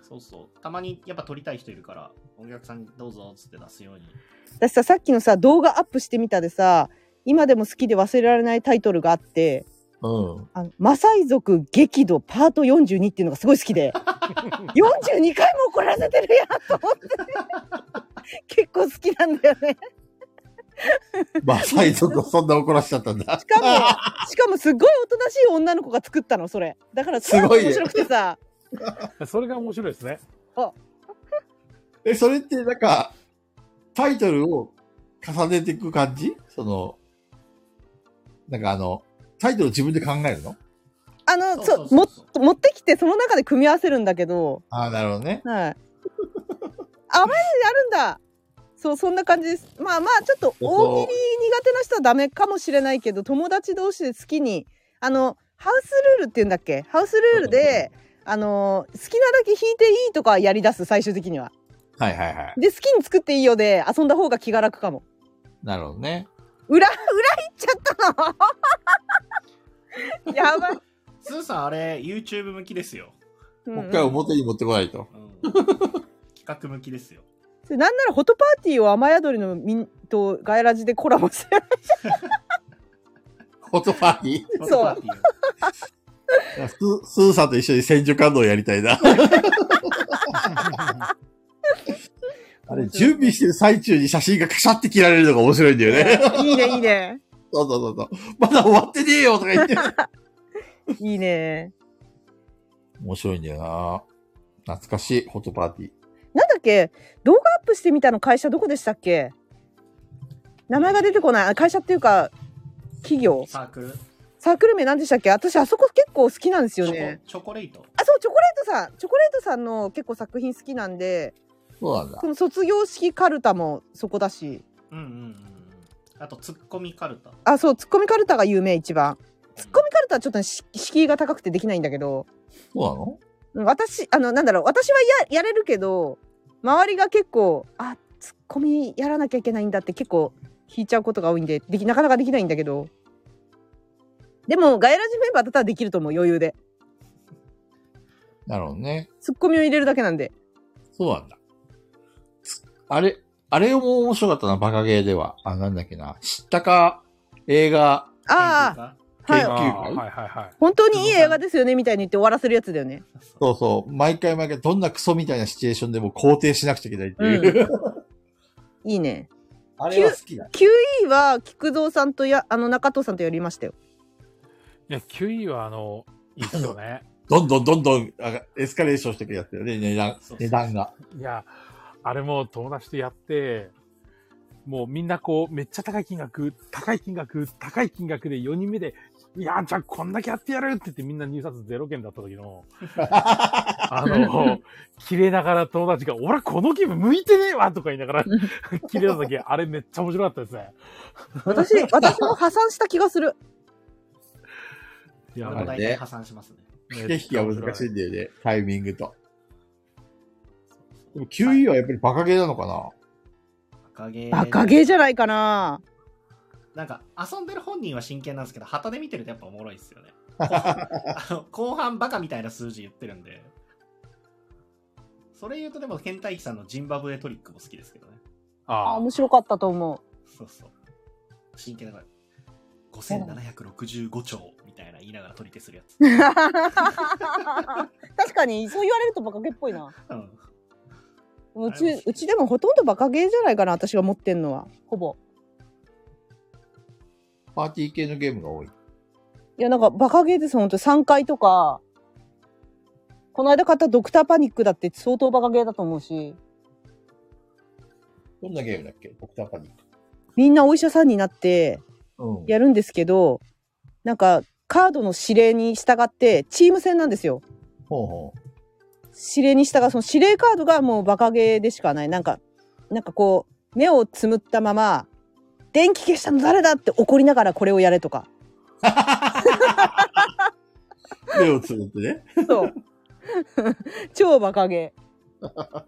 そうそう。たまにやっぱ撮りたい人いるから、お客さんどうぞっつって出すように。
私ささっきのさ動画アップしてみたでさ今でも好きで忘れられないタイトルがあって
う。うん
「あのマサイ族激怒パート42」っていうのがすごい好き
(laughs)
で42回も怒らせてるやんと思って結構好きなんだよね。
まあ、サイトとそんな怒らしちゃったんだ
し。か
(laughs)
もしかもすごいおとなしい女の子が作ったのそれだからす
す
ご
ごい
い
ね
面白くてさ
それが面白いですね。
(laughs) え、それってなんか、タイトルを重ねていく感じその、なんかあの、タイトル自分で考えるの
あの
そ
そう
うそ
う
そ
も
うそう
持ってきてその中で組み合わせるんだけど
ああ、なるほどね。
はい。あ、マジであるんだ。そう、そんな感じです。まあまあ、ちょっと大喜利苦手な人はダメかもしれないけど、友達同士で好きに、あの、ハウスルールって言うんだっけハウスルールで、あのー好きなだけ弾いていいとかやり出す、最終的には。
はいはいはい。
で、好きに作っていいよで、遊んだ方が気が楽かも。
なるほどね。
裏、裏行っちゃったの (laughs) やばい。
スーさん、あれ、YouTube 向きですよ。
うん
も
う
うん一回表に持ってこないと。
(laughs)
企画向きですよ。
それなんならフォトパーティーを雨宿りのみんとガヤラジでコラボして
フォトパーティ
そう。
ースースーさんと一緒に千手観音やりた
(laughs)
いな。あれ、準備してる最中に写真がカシャって切られるのが面白いんだよね。
(laughs) いいね、いいね。
そうそうそうそう。まだ終わってねえよとか
(laughs)
言って。
いいね。
面白いんだよな懐かしい、フォトパーティー。
なんだっけ動画アップしてみたの会社どこでしたっけ名前が出てこない。あ会社っていうか、企業
サークル。
サークル名何でしたっけ私あそこ結構好きなんですよね。
チョコレート。
あ、そう、チョコレートさん。チョコレートさんの結構作品好きなんで、
そうなんだ
そ。の卒業式カルタもそこだし。
うんうんうん。あと、ツッコミカルタ。
あ、そう、ツッコミカルタが有名、一番。ツッコミカルタはちょっとねし敷居が高くてできないんだけど、
そうなの
うん私、あの、なんだろう、私はややれるけど、周りが結構、あ、ツッコミやらなきゃいけないんだって結構引いちゃうことが多いんで、できなかなかできないんだけど。でも、ガイラジメンバーだったらできると思う、余裕で。
なるほどね。
ツッコミを入れるだけなんで。
そうなんだ。つあれ、あれも面白かったな、バカゲーでは。あ、なんだっけな。知ったか、映画、
あ
あ。
あ、はい
研。究
あ
会
ーはいはいはい。
本当にいい映画ですよねみたいに言って終わらせるやつだよね。
そうそう。毎回毎回、どんなクソみたいなシチュエーションでも肯定しなくちゃいけないって
う
いう。
ん。いいね。
あれは好きだ。
9位は菊蔵さんとやあの中藤さんとやりましたよ。
いや、9位はあの、いいっすよね。
どんどんどんどん、あエスカレーションしていくやつだよね、値段
そうそう、
値段が。
いや、あれも友達とやって、もうみんなこう、めっちゃ高い金額、高い金額、高い金額で4人目で、いや、じゃあこんだけやってやるって言ってみんな入札0件だった時
(laughs)
の、あの、切れながら友達が、俺このゲーム向いてねえわとか言
(laughs)
いながら、切れた時、あれめっちゃ面白かったですね。
私、私も破産した気がする。
いや
俺
あ
も
れ
大
ね
体破産しますね。
駆け引きが難しいんだよね、タイミングと。でも
はい
9位はやっぱりバカゲーなのかな
バカゲー。
バカゲーじゃないかな。
なんか、遊んでる本人は真剣なんですけど、旗で見てるとやっぱおもろいですよね。後半あの後半バカみたいな数字言ってるんで。それ言うとでも、ケンタイキさんのジンバブエトリックも好きですけどね。
あ、
あ
面白かったと思
そうそう。真剣だから。5765兆みたいな言いながら取り手するやつ。
う。 (laughs) 確かに、そう言われるとバカゲーっぽいな。
うん。
うち、うちでもほとんどバカゲーじゃないかな、私が持ってんのは。ほぼ。
パーティー系のゲームが多い。
いや、なんかバカゲーです、本当三3回とか。この間買ったドクターパニックだって相当バカゲーだと思うし。
どんなゲームだっけドクターパニック。
みんなお医者さんになって
うん。
やるんですけど、なんかカードの指令に従ってチーム戦なんですよ。
ほうほ
指令に従う、その指令カードがもうバカゲーでしかない。なんか、なんかこう、目をつむったまま、電気消したの誰だって怒りながらこれをやれとか。
う。目をつぶってね。
そう。 (laughs) 超バカゲー。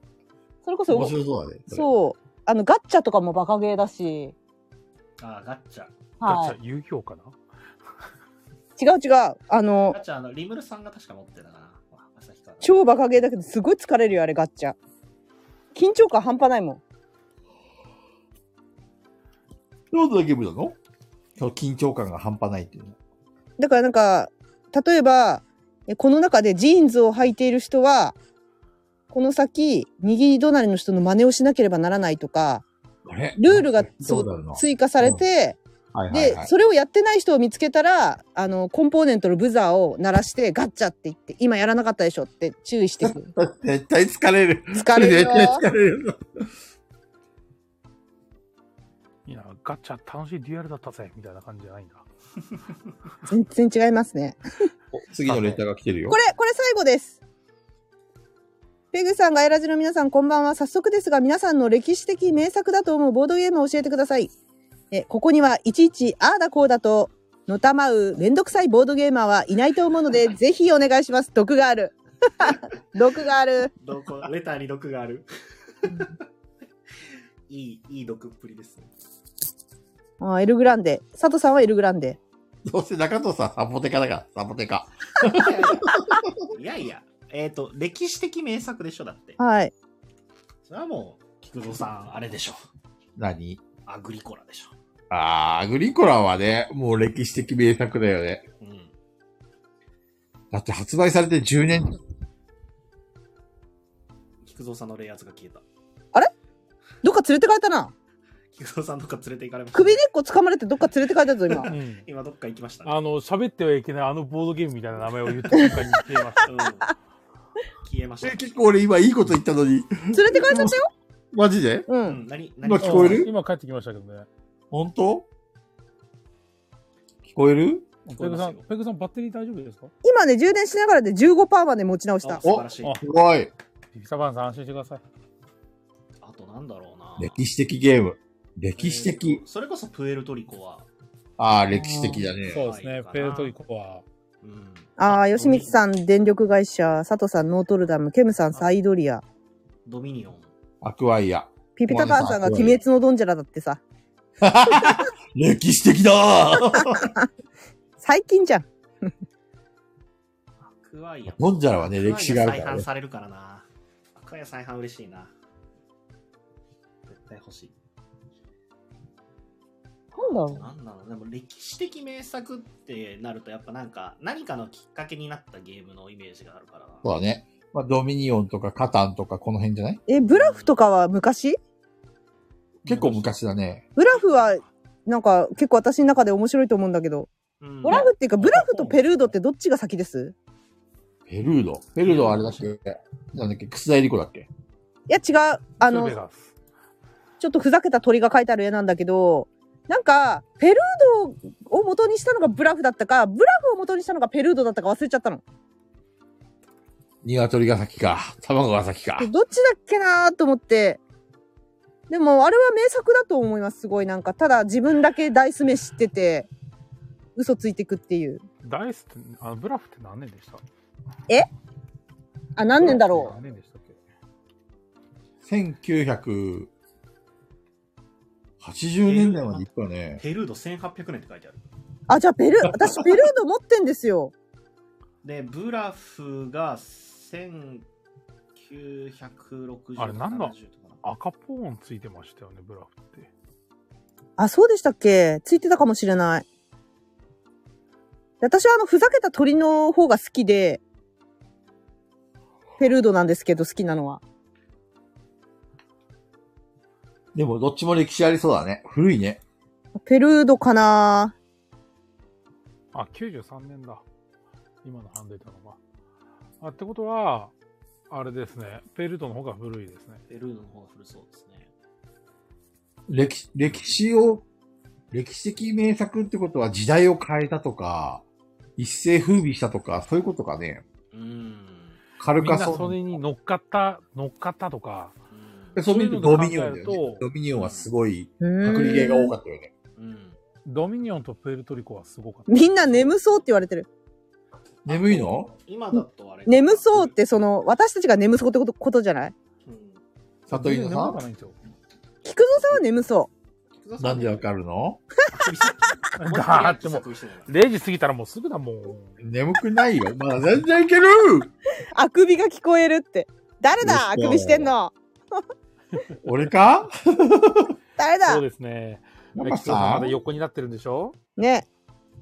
それこそ
面、白そうだね。う。
そう。あの、ガッチャとかもバカゲーだし、
あー、ガッチャ。
は
ガチャ、有評かな、
い。違う違う。あの
ガ、ッチャ、あの、リムルさんが確か持ってたかな。旭川
超バカゲーだけど、すごい疲れるよ、あれ、ガッチャ。緊張感半端ないもん。
どんなゲームなのその緊張感が半端ないっていうの。
だからなんか、例えば、えこの中でジーンズを履いている人は、この先、右隣の人の真似をしなければならないとか、
あれ
ルールがそ
そうだ
う
よな。
追加されて、
はいはい
で、
はい。
それをやってない人を見つけたら、あの、コンポーネントのブザーを鳴らして、ガッチャって言って、今やらなかったでしょって注意してく
(laughs)
る。
絶対疲れる。
疲れるよ
絶対疲れる。
いや、ガチャ楽しいデュアルだったぜ、みたいな感じじゃないんだ。
全然違いますね。
お次のレターが来てるよ
こ。れ、これ最後です。ペグさん、ガイラジの皆さん、こんばんは。早速ですが、皆さんの歴史的名作だと思うボードゲームを教えてください。え、ここには、いちいち、ああだこうだと、のたまう、めんどくさいボードゲーマーはいないと思うので、ぜひお願いします。毒がある。 (laughs) 毒がある。
どこレターに毒がある。 (laughs) いい、いい毒っぷりですね。
あーエルグランデ。佐藤さんはエルグランデ。
どうせ中藤さんサボテカだから、サボテカ。
いやいや、えっ、と、歴史的名作でしょ、だって。
はい。
それはもう、菊蔵さん、あれでしょ。
何
アグリコラでしょ。
あー、アグリコラはね、もう歴史的名作だよね。
うん。
だって発売されて10年、
菊蔵さんのレイアーズが消えた。
どっか連れてかれたな。
菊蔵さんどっか連れて行かれました、
首根っこ掴まれてどっか連れてかれたぞ、今。
うん
今どっか行きましたね。
あの、喋ってはいけないあのボードゲームみたいな名前を言った瞬間に消えまし
うん、消えました。
結構俺今いいこと言ったのに。
連れてかれちゃったよ。
マジで
う。
うんん、何、
ま
何
あ聞こえる
た。今帰ってきましたけどね。
本当聞こえる
ペ
聞こえ
グ
ます
さん、
よ。
ペグさんバッテリー大丈夫ですか
今ね、充電しながらで15%まで持ち直し
あ
た。
素晴らしい。
お
あ
あ
すごい。
ピピタパンさん安心してください。
となんだろうな。
歴史的ゲーム。歴史的
えー。それこそプエルトリコは。
あー、歴史的だね。
そうですね。ペルトリコは。
うん。
ああ、吉光
ん。
さん、電力会社。佐藤さん、ノートルダム。ケムさん、サイドリア。
ドミニオン。
アクアイア。
ピピタパンさんが鬼滅のドンジャラだってさ。
歴史的だ (laughs) ー
最近じゃん。
アクアイア。
モンジャラはね、歴史があるから
再販
ね。
されるからな。アクアイア再販嬉しいな。絶対欲しい。
なんだろう
なんだろう。でも歴史的名作ってなると、やっぱなんか、何かのきっかけになったゲームのイメージがあるからな。
そうだね。まあ、ドミニオンとかカタンとかこの辺じゃない
え、ブラフとかは昔
結構昔だね。
ブラフは、なんか、結構私の中で面白いと思うんだけど。
うん
ブラフっていうか、ブラフとペルードってどっちが先です
ペルード。ペルードはあれだっけなんだっけ楠田エリコだっけ
いや、違う。あの
ペ、ガス
ちょっとふざけた鳥が描いてある絵なんだけど、なんか、ペルードを元にしたのがブラフだったか、ブラフを元にしたのがペルードだったか忘れちゃったの。
鶏が先か。卵が先か。
どっちだっけなーと思って。でも、あれは名作だと思います。すごい。なんか、ただ自分だけダイス目知ってて、嘘ついてくっていう。
ダイスって、あの、ブラフって何年でした
あ、何年だろ
何年でしたっけ
1980年代まで行ったよね。
ペルード1800年って書いてある。
う。あ、じゃあ、ペルー、私、ペルード持ってんですよ。
で、ブラフが1960
あれ何の
70とかな
赤ポーンついてましたよね、ブラフって。
あ、そうでしたっけついてたかもしれない。私はあの、ふざけた鳥の方が好きで、ペルードなんですけど、好きなのは。
でもどっちも歴史ありそうだね。古いね。
ペルードかな
あ、93年だ。今のハンデータのが。あ、ってことは、あれですね。ペルートの方が古いですね。
ペルードの方が古そうですね。
歴史、歴史を、歴史的名作ってことは時代を変えたとか、一世風靡したとか、そういうことかね。
うーん。
カル
みん
カ
な
ソ
それ
ン。
に乗っかった、乗っかったとか。
う
で
ん
そう見るとドミニオンだよ
そういうの
ね
と。
ドミニオンはすごい、
うーん
隔離芸が多かったよね。
うん。
ドミニオンとプエルトリコはすごかった。
みんな眠そうって言われてる。
眠いの
今だとあれか
眠そうっ、て、その、私たちが眠そうってことことじゃない
うん
里犬さ
眠く
ん
ないんですよ。
菊蔵さんは眠そ
なんでわかるの
だってもう、0時過ぎたらもうすぐだもん。
眠くないよ。まだ全然いける
う。あくびが聞こえるって。誰
よっし
だ
ゃ
あくびしてんの
俺か
誰
そ
だ
うですね。
マ
メ
マ
キシコさん
さ
ま
ん
だ横になってるんでしょ
ね。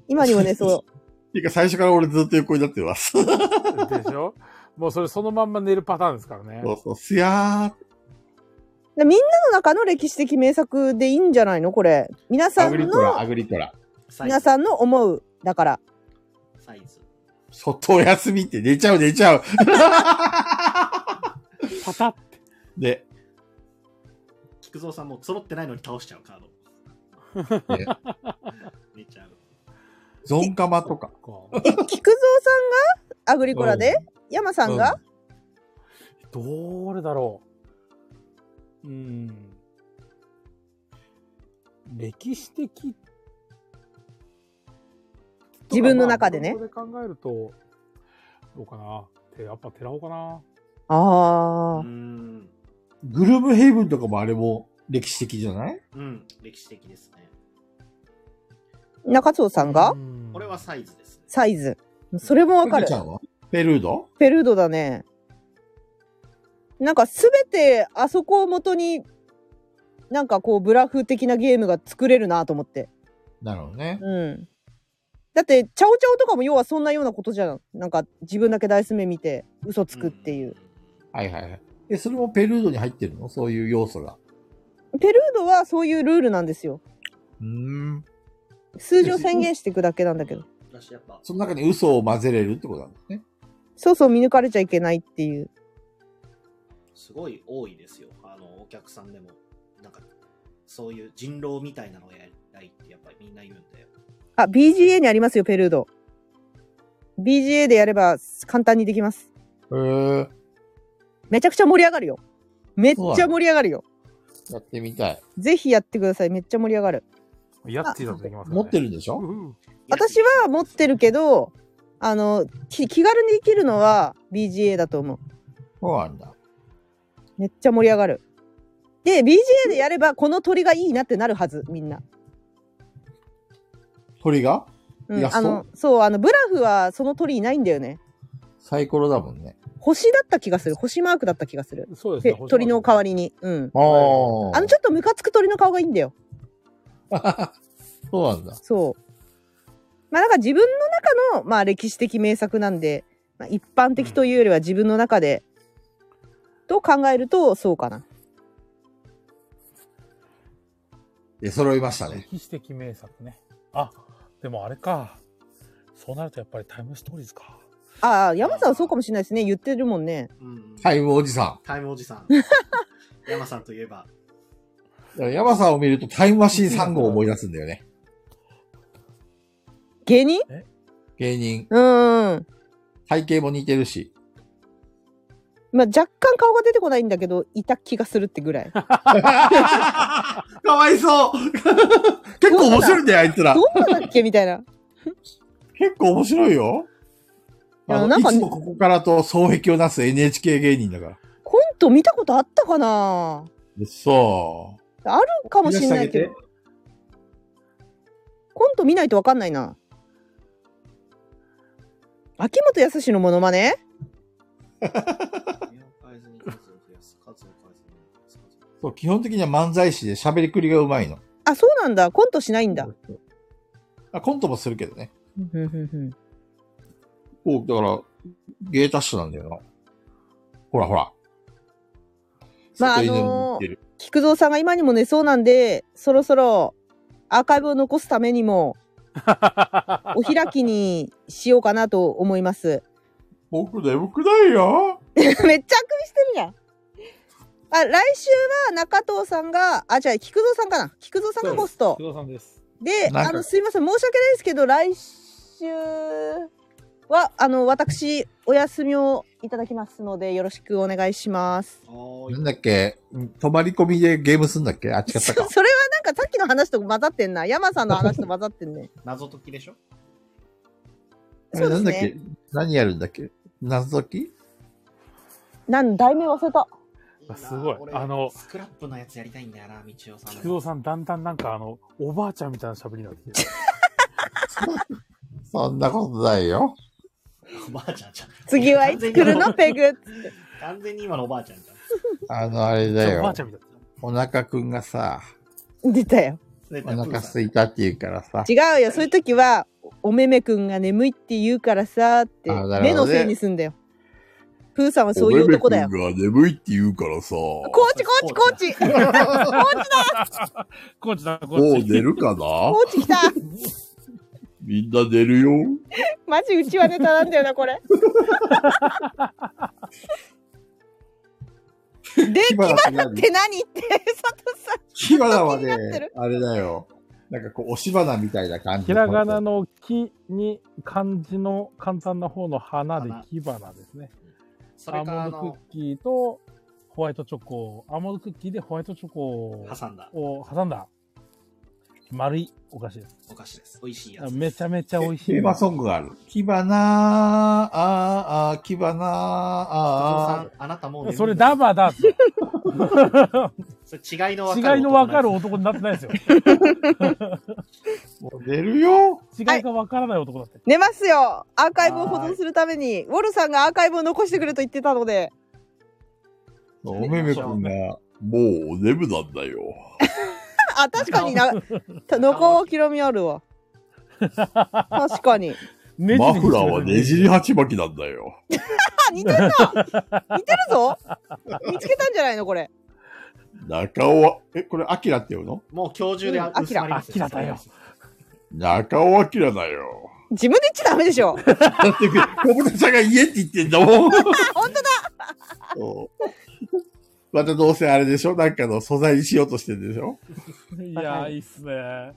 今にもね、そ
ていうか最初から俺ずっと横になってます。そう
でしょもうそれそのまんま寝るパターンですからね。
そう、すや (laughs)
う。でみんなの中の歴史的名作でいいんじゃないのこれ。皆
ー。
さ
アグ
ん
リコラ、
の、
アグリコラ。
サイズ
皆さんの思う。だから。
サイズ。
外お休みって寝ちゃう寝ちゃう。
パタッ
で、
菊蔵さんもう揃ってないのに倒しちゃうカード。
ね
(laughs) めちゃう。
ゾンカマとか。
か。
え、菊蔵さんがアグリコラで山さんが
どれだろう。うん。歴史的。
自分の中でね
まあそれ考えると、どうかな。て、やっぱ寺尾かな。
ああ。
グルーブヘイブンとかもあれも歴史的じゃない
うん、歴史的ですね。
中条さんが
これはサイズです。
サイズ。それもわかる
ペ。ルちゃんはペルード
ペルードだね。なんかすべてあそこを元に、なんかこうブラフ的なゲームが作れるなと思って。
なるほどね。
うん。だって、チャオチャオとかも要はそんなようなことじゃん。なんか自分だけダイス目見て嘘つくっていう。
はいはいはい。え、それもペルードに入ってるのそういう要素が。
ペルードはそういうルールなんですよ。
うーん。
数字を宣言していくだけなんだ (laughs) けど。
私やっぱ。
その中に嘘を混ぜれるってことなんですね。
そうそう見抜かれちゃいけないっていう。
すごい多いですよ。あの、お客さんでも、なんか、そういう人狼みたいなのをやりたいってやっぱりみんな言うんで。
あ、BGA にありますよ、ペルード。BGA でやれば簡単にできます。
へえ、
めちゃくちゃ盛り上がるよ。めっちゃ盛り上がるよ。
やってみたい。
ぜひやってください。めっちゃ盛り上がる。
やっちーだとできますからね
持ってるんでしょ
私は持ってるけど、あの、き気軽にできるのは BGA だと思う。
そうなんだ。
めっちゃ盛り上がる。で、BGA でやればこの鳥がいいなってなるはず、みんな。
鳥が
う
イ
ん、
ラスト
あの、そう、あの、ブラフはその鳥いないんだよね。
サイコロだもんね。
星だった気がする。星マークだった気がする。
そうですね
で鳥の代わりに。うん。
ああ。
あの、ちょっとムカつく鳥の顔がいいんだよ。
そうなんだ。
そう。まあなんか自分の中の、まあ歴史的名作なんで、まあ、一般的というよりは自分の中で、と考えるとそうかな。
で、揃いましたね。
歴史的名作ね。あ、でもあれか。そうなるとやっぱりタイムストーリーズか。
ああ、山さんはそうかもしれないですね。言ってるもんね。
タイムおじさ
タイムおじさん。山さんといえば。
ん。ヤマさんを見るとタイムマシーン3号を思い出すんだよね。
芸人
芸人。
うーん。
体型も似てるし。
まあ若干顔が出てこないんだけど、いた気がするってぐ
(laughs)
らい。
かわいそう結構面白いんだよ、あいつら
ど。うだっけみたいな。
結構面白いよ。
いや
あの
なんか
いつもここからと双璧をなす NHK 芸人だから。
コント見たことあったかな
うっそ
あるかもしれないけ
見出してあげて
ど。コント見ないとわかんないな。秋元康のモノマネ
目を変えずに数を増やす、数を変えずに増やす、数を
ーそう、基本的には漫才師で喋りくりがうまいの。
あ、そうなんだ。コントしないんだ。
あコントもするけどね。
ふんふんふん
こう、だから、芸達者なんだよな。ほらほら。
まあ、あ
ずっと犬に似
の
て
ー
る
菊蔵さんが今にも寝そうなんで、そろそろアーカイブを残すためにも、お開きにしようかなと思います。
僕眠くないよ。
めっちゃあくびしてるじゃん。あ、来週は中藤さんが、あ、じゃあ菊蔵さんかな。菊蔵さんがホスト
須。藤さんです。
で、
なんか
あの、すいません、申し訳ないですけど、来週は、あの、私、お休みをいただきますので、よろしくお願いします。
おー
なんだっけうん泊まり込みでゲームすんだっけあ、違った
そ
か。
それはなんかさっきの話と混ざってんな。山さんの話と混ざってんね。
謎解きでしょ
あ
そ
れ
うで
な
す
んだっ
ね
け。何やるんだっけ謎解き
なん、題名忘れた。
あすごい
な俺
あの
スクラップのやつやりたいんだよな、道夫さんの。
菊蔵さん、だんだんなんかあの、おばあちゃんみたいな喋りになってきてる。
そんなことないよ。
おばあちゃんじゃん。
次はいつ来るの (laughs) ペグ。
完全に今のおばあちゃんじゃん。
あの、あれだ
おば
よ
あち。ゃんみたいな。
お腹くんがさ、
出たよ。
出
お
たよプ
腹
ー
す
さん
いたって言うからさ。
違うよ。そういう時は、おおめめくんが眠いって言うからさ、って、
あなる
目
ほど
の
ね
せいにすんだよ。プーさんはそういう男だよ。
が眠いって言うからさ。
コ
も
ーチ、コーチ、コーチ。コ
コーチだ、コ
う
ーチ。
寝るかな
ーチ来
(laughs)
た。
みんな寝るよ。
マジうちはネタなんだよなこ
(laughs)
れ。で
火花っ
って何って佐藤さん。
火花は
ずっと気になって
ね
る、
あれだよ。なんかこう、押し花みたいな感じ。
ひらがなの木に漢字の簡単な方の花で火花ですね。
そ
ア
れ
ー
か、あ
モンド
の
ク、ッキーとホワイトチョコ、アーモンドクッキーでホワイトチョコを
挟んだ。
を挟んだ丸いお菓子です。
お菓子です。美味しいや
あ
つ。
めちゃめちゃ美味しい。
テーマソングがある。キバナー、あー、あー、キバナー、
あ
あー、
さん、あなたもう眠い
それダバダ。違
それ違いの分かる。
いのわかる。男になってないですよ。
もう出るよ。
違いがわからない男だって。
寝ますよアーカイブを保存するために、ウォルさんがアーカイブを残してくれと言ってたので、
おめめくんが、もうデブなんだよ。
あ、確かにな、中尾きろみあるわ。確かに。
ネジ
マ
ネジ
フラーはねじり鉢巻きなんだよ。
あ、似てるな似てるぞ見つけたんじゃないのこれ。
中尾は、え、これ、アキラって言うの
もう今日中で
うん
薄まります
アキラアキラだよ。
中尾アキラだよ。
自分で言っちゃダメでしょ
だって、小室さんが家って言ってんだ (laughs) も
本
ん。
当だ
そうまたどうせあれでしょなんかの素材にしようとしてるでしょ
いやー、いいっすね。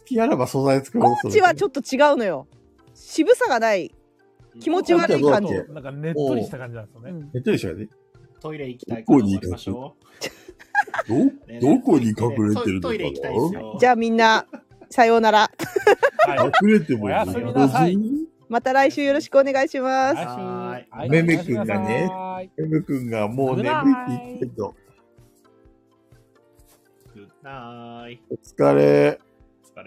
好きあらば素材作ろう
コーチはちょっと違うのよ。渋さがない。気持ち悪い感じ
コーチはどう。
なんかねっとりした感じなんですよね。
えっとでしょね。
トイレ行きたいから終わりましょ
ど、
う。ね
どこに隠れてるのかな
トイレ行きたいですよ。
じゃあみんな、さようなら。
はい。
隠れても
お
いい
やすみなさい。
また来週よろしくお願いします。
はーい
はい
めめくんがね。M 君がもう眠いって言ってると。
Good night.
お疲れ。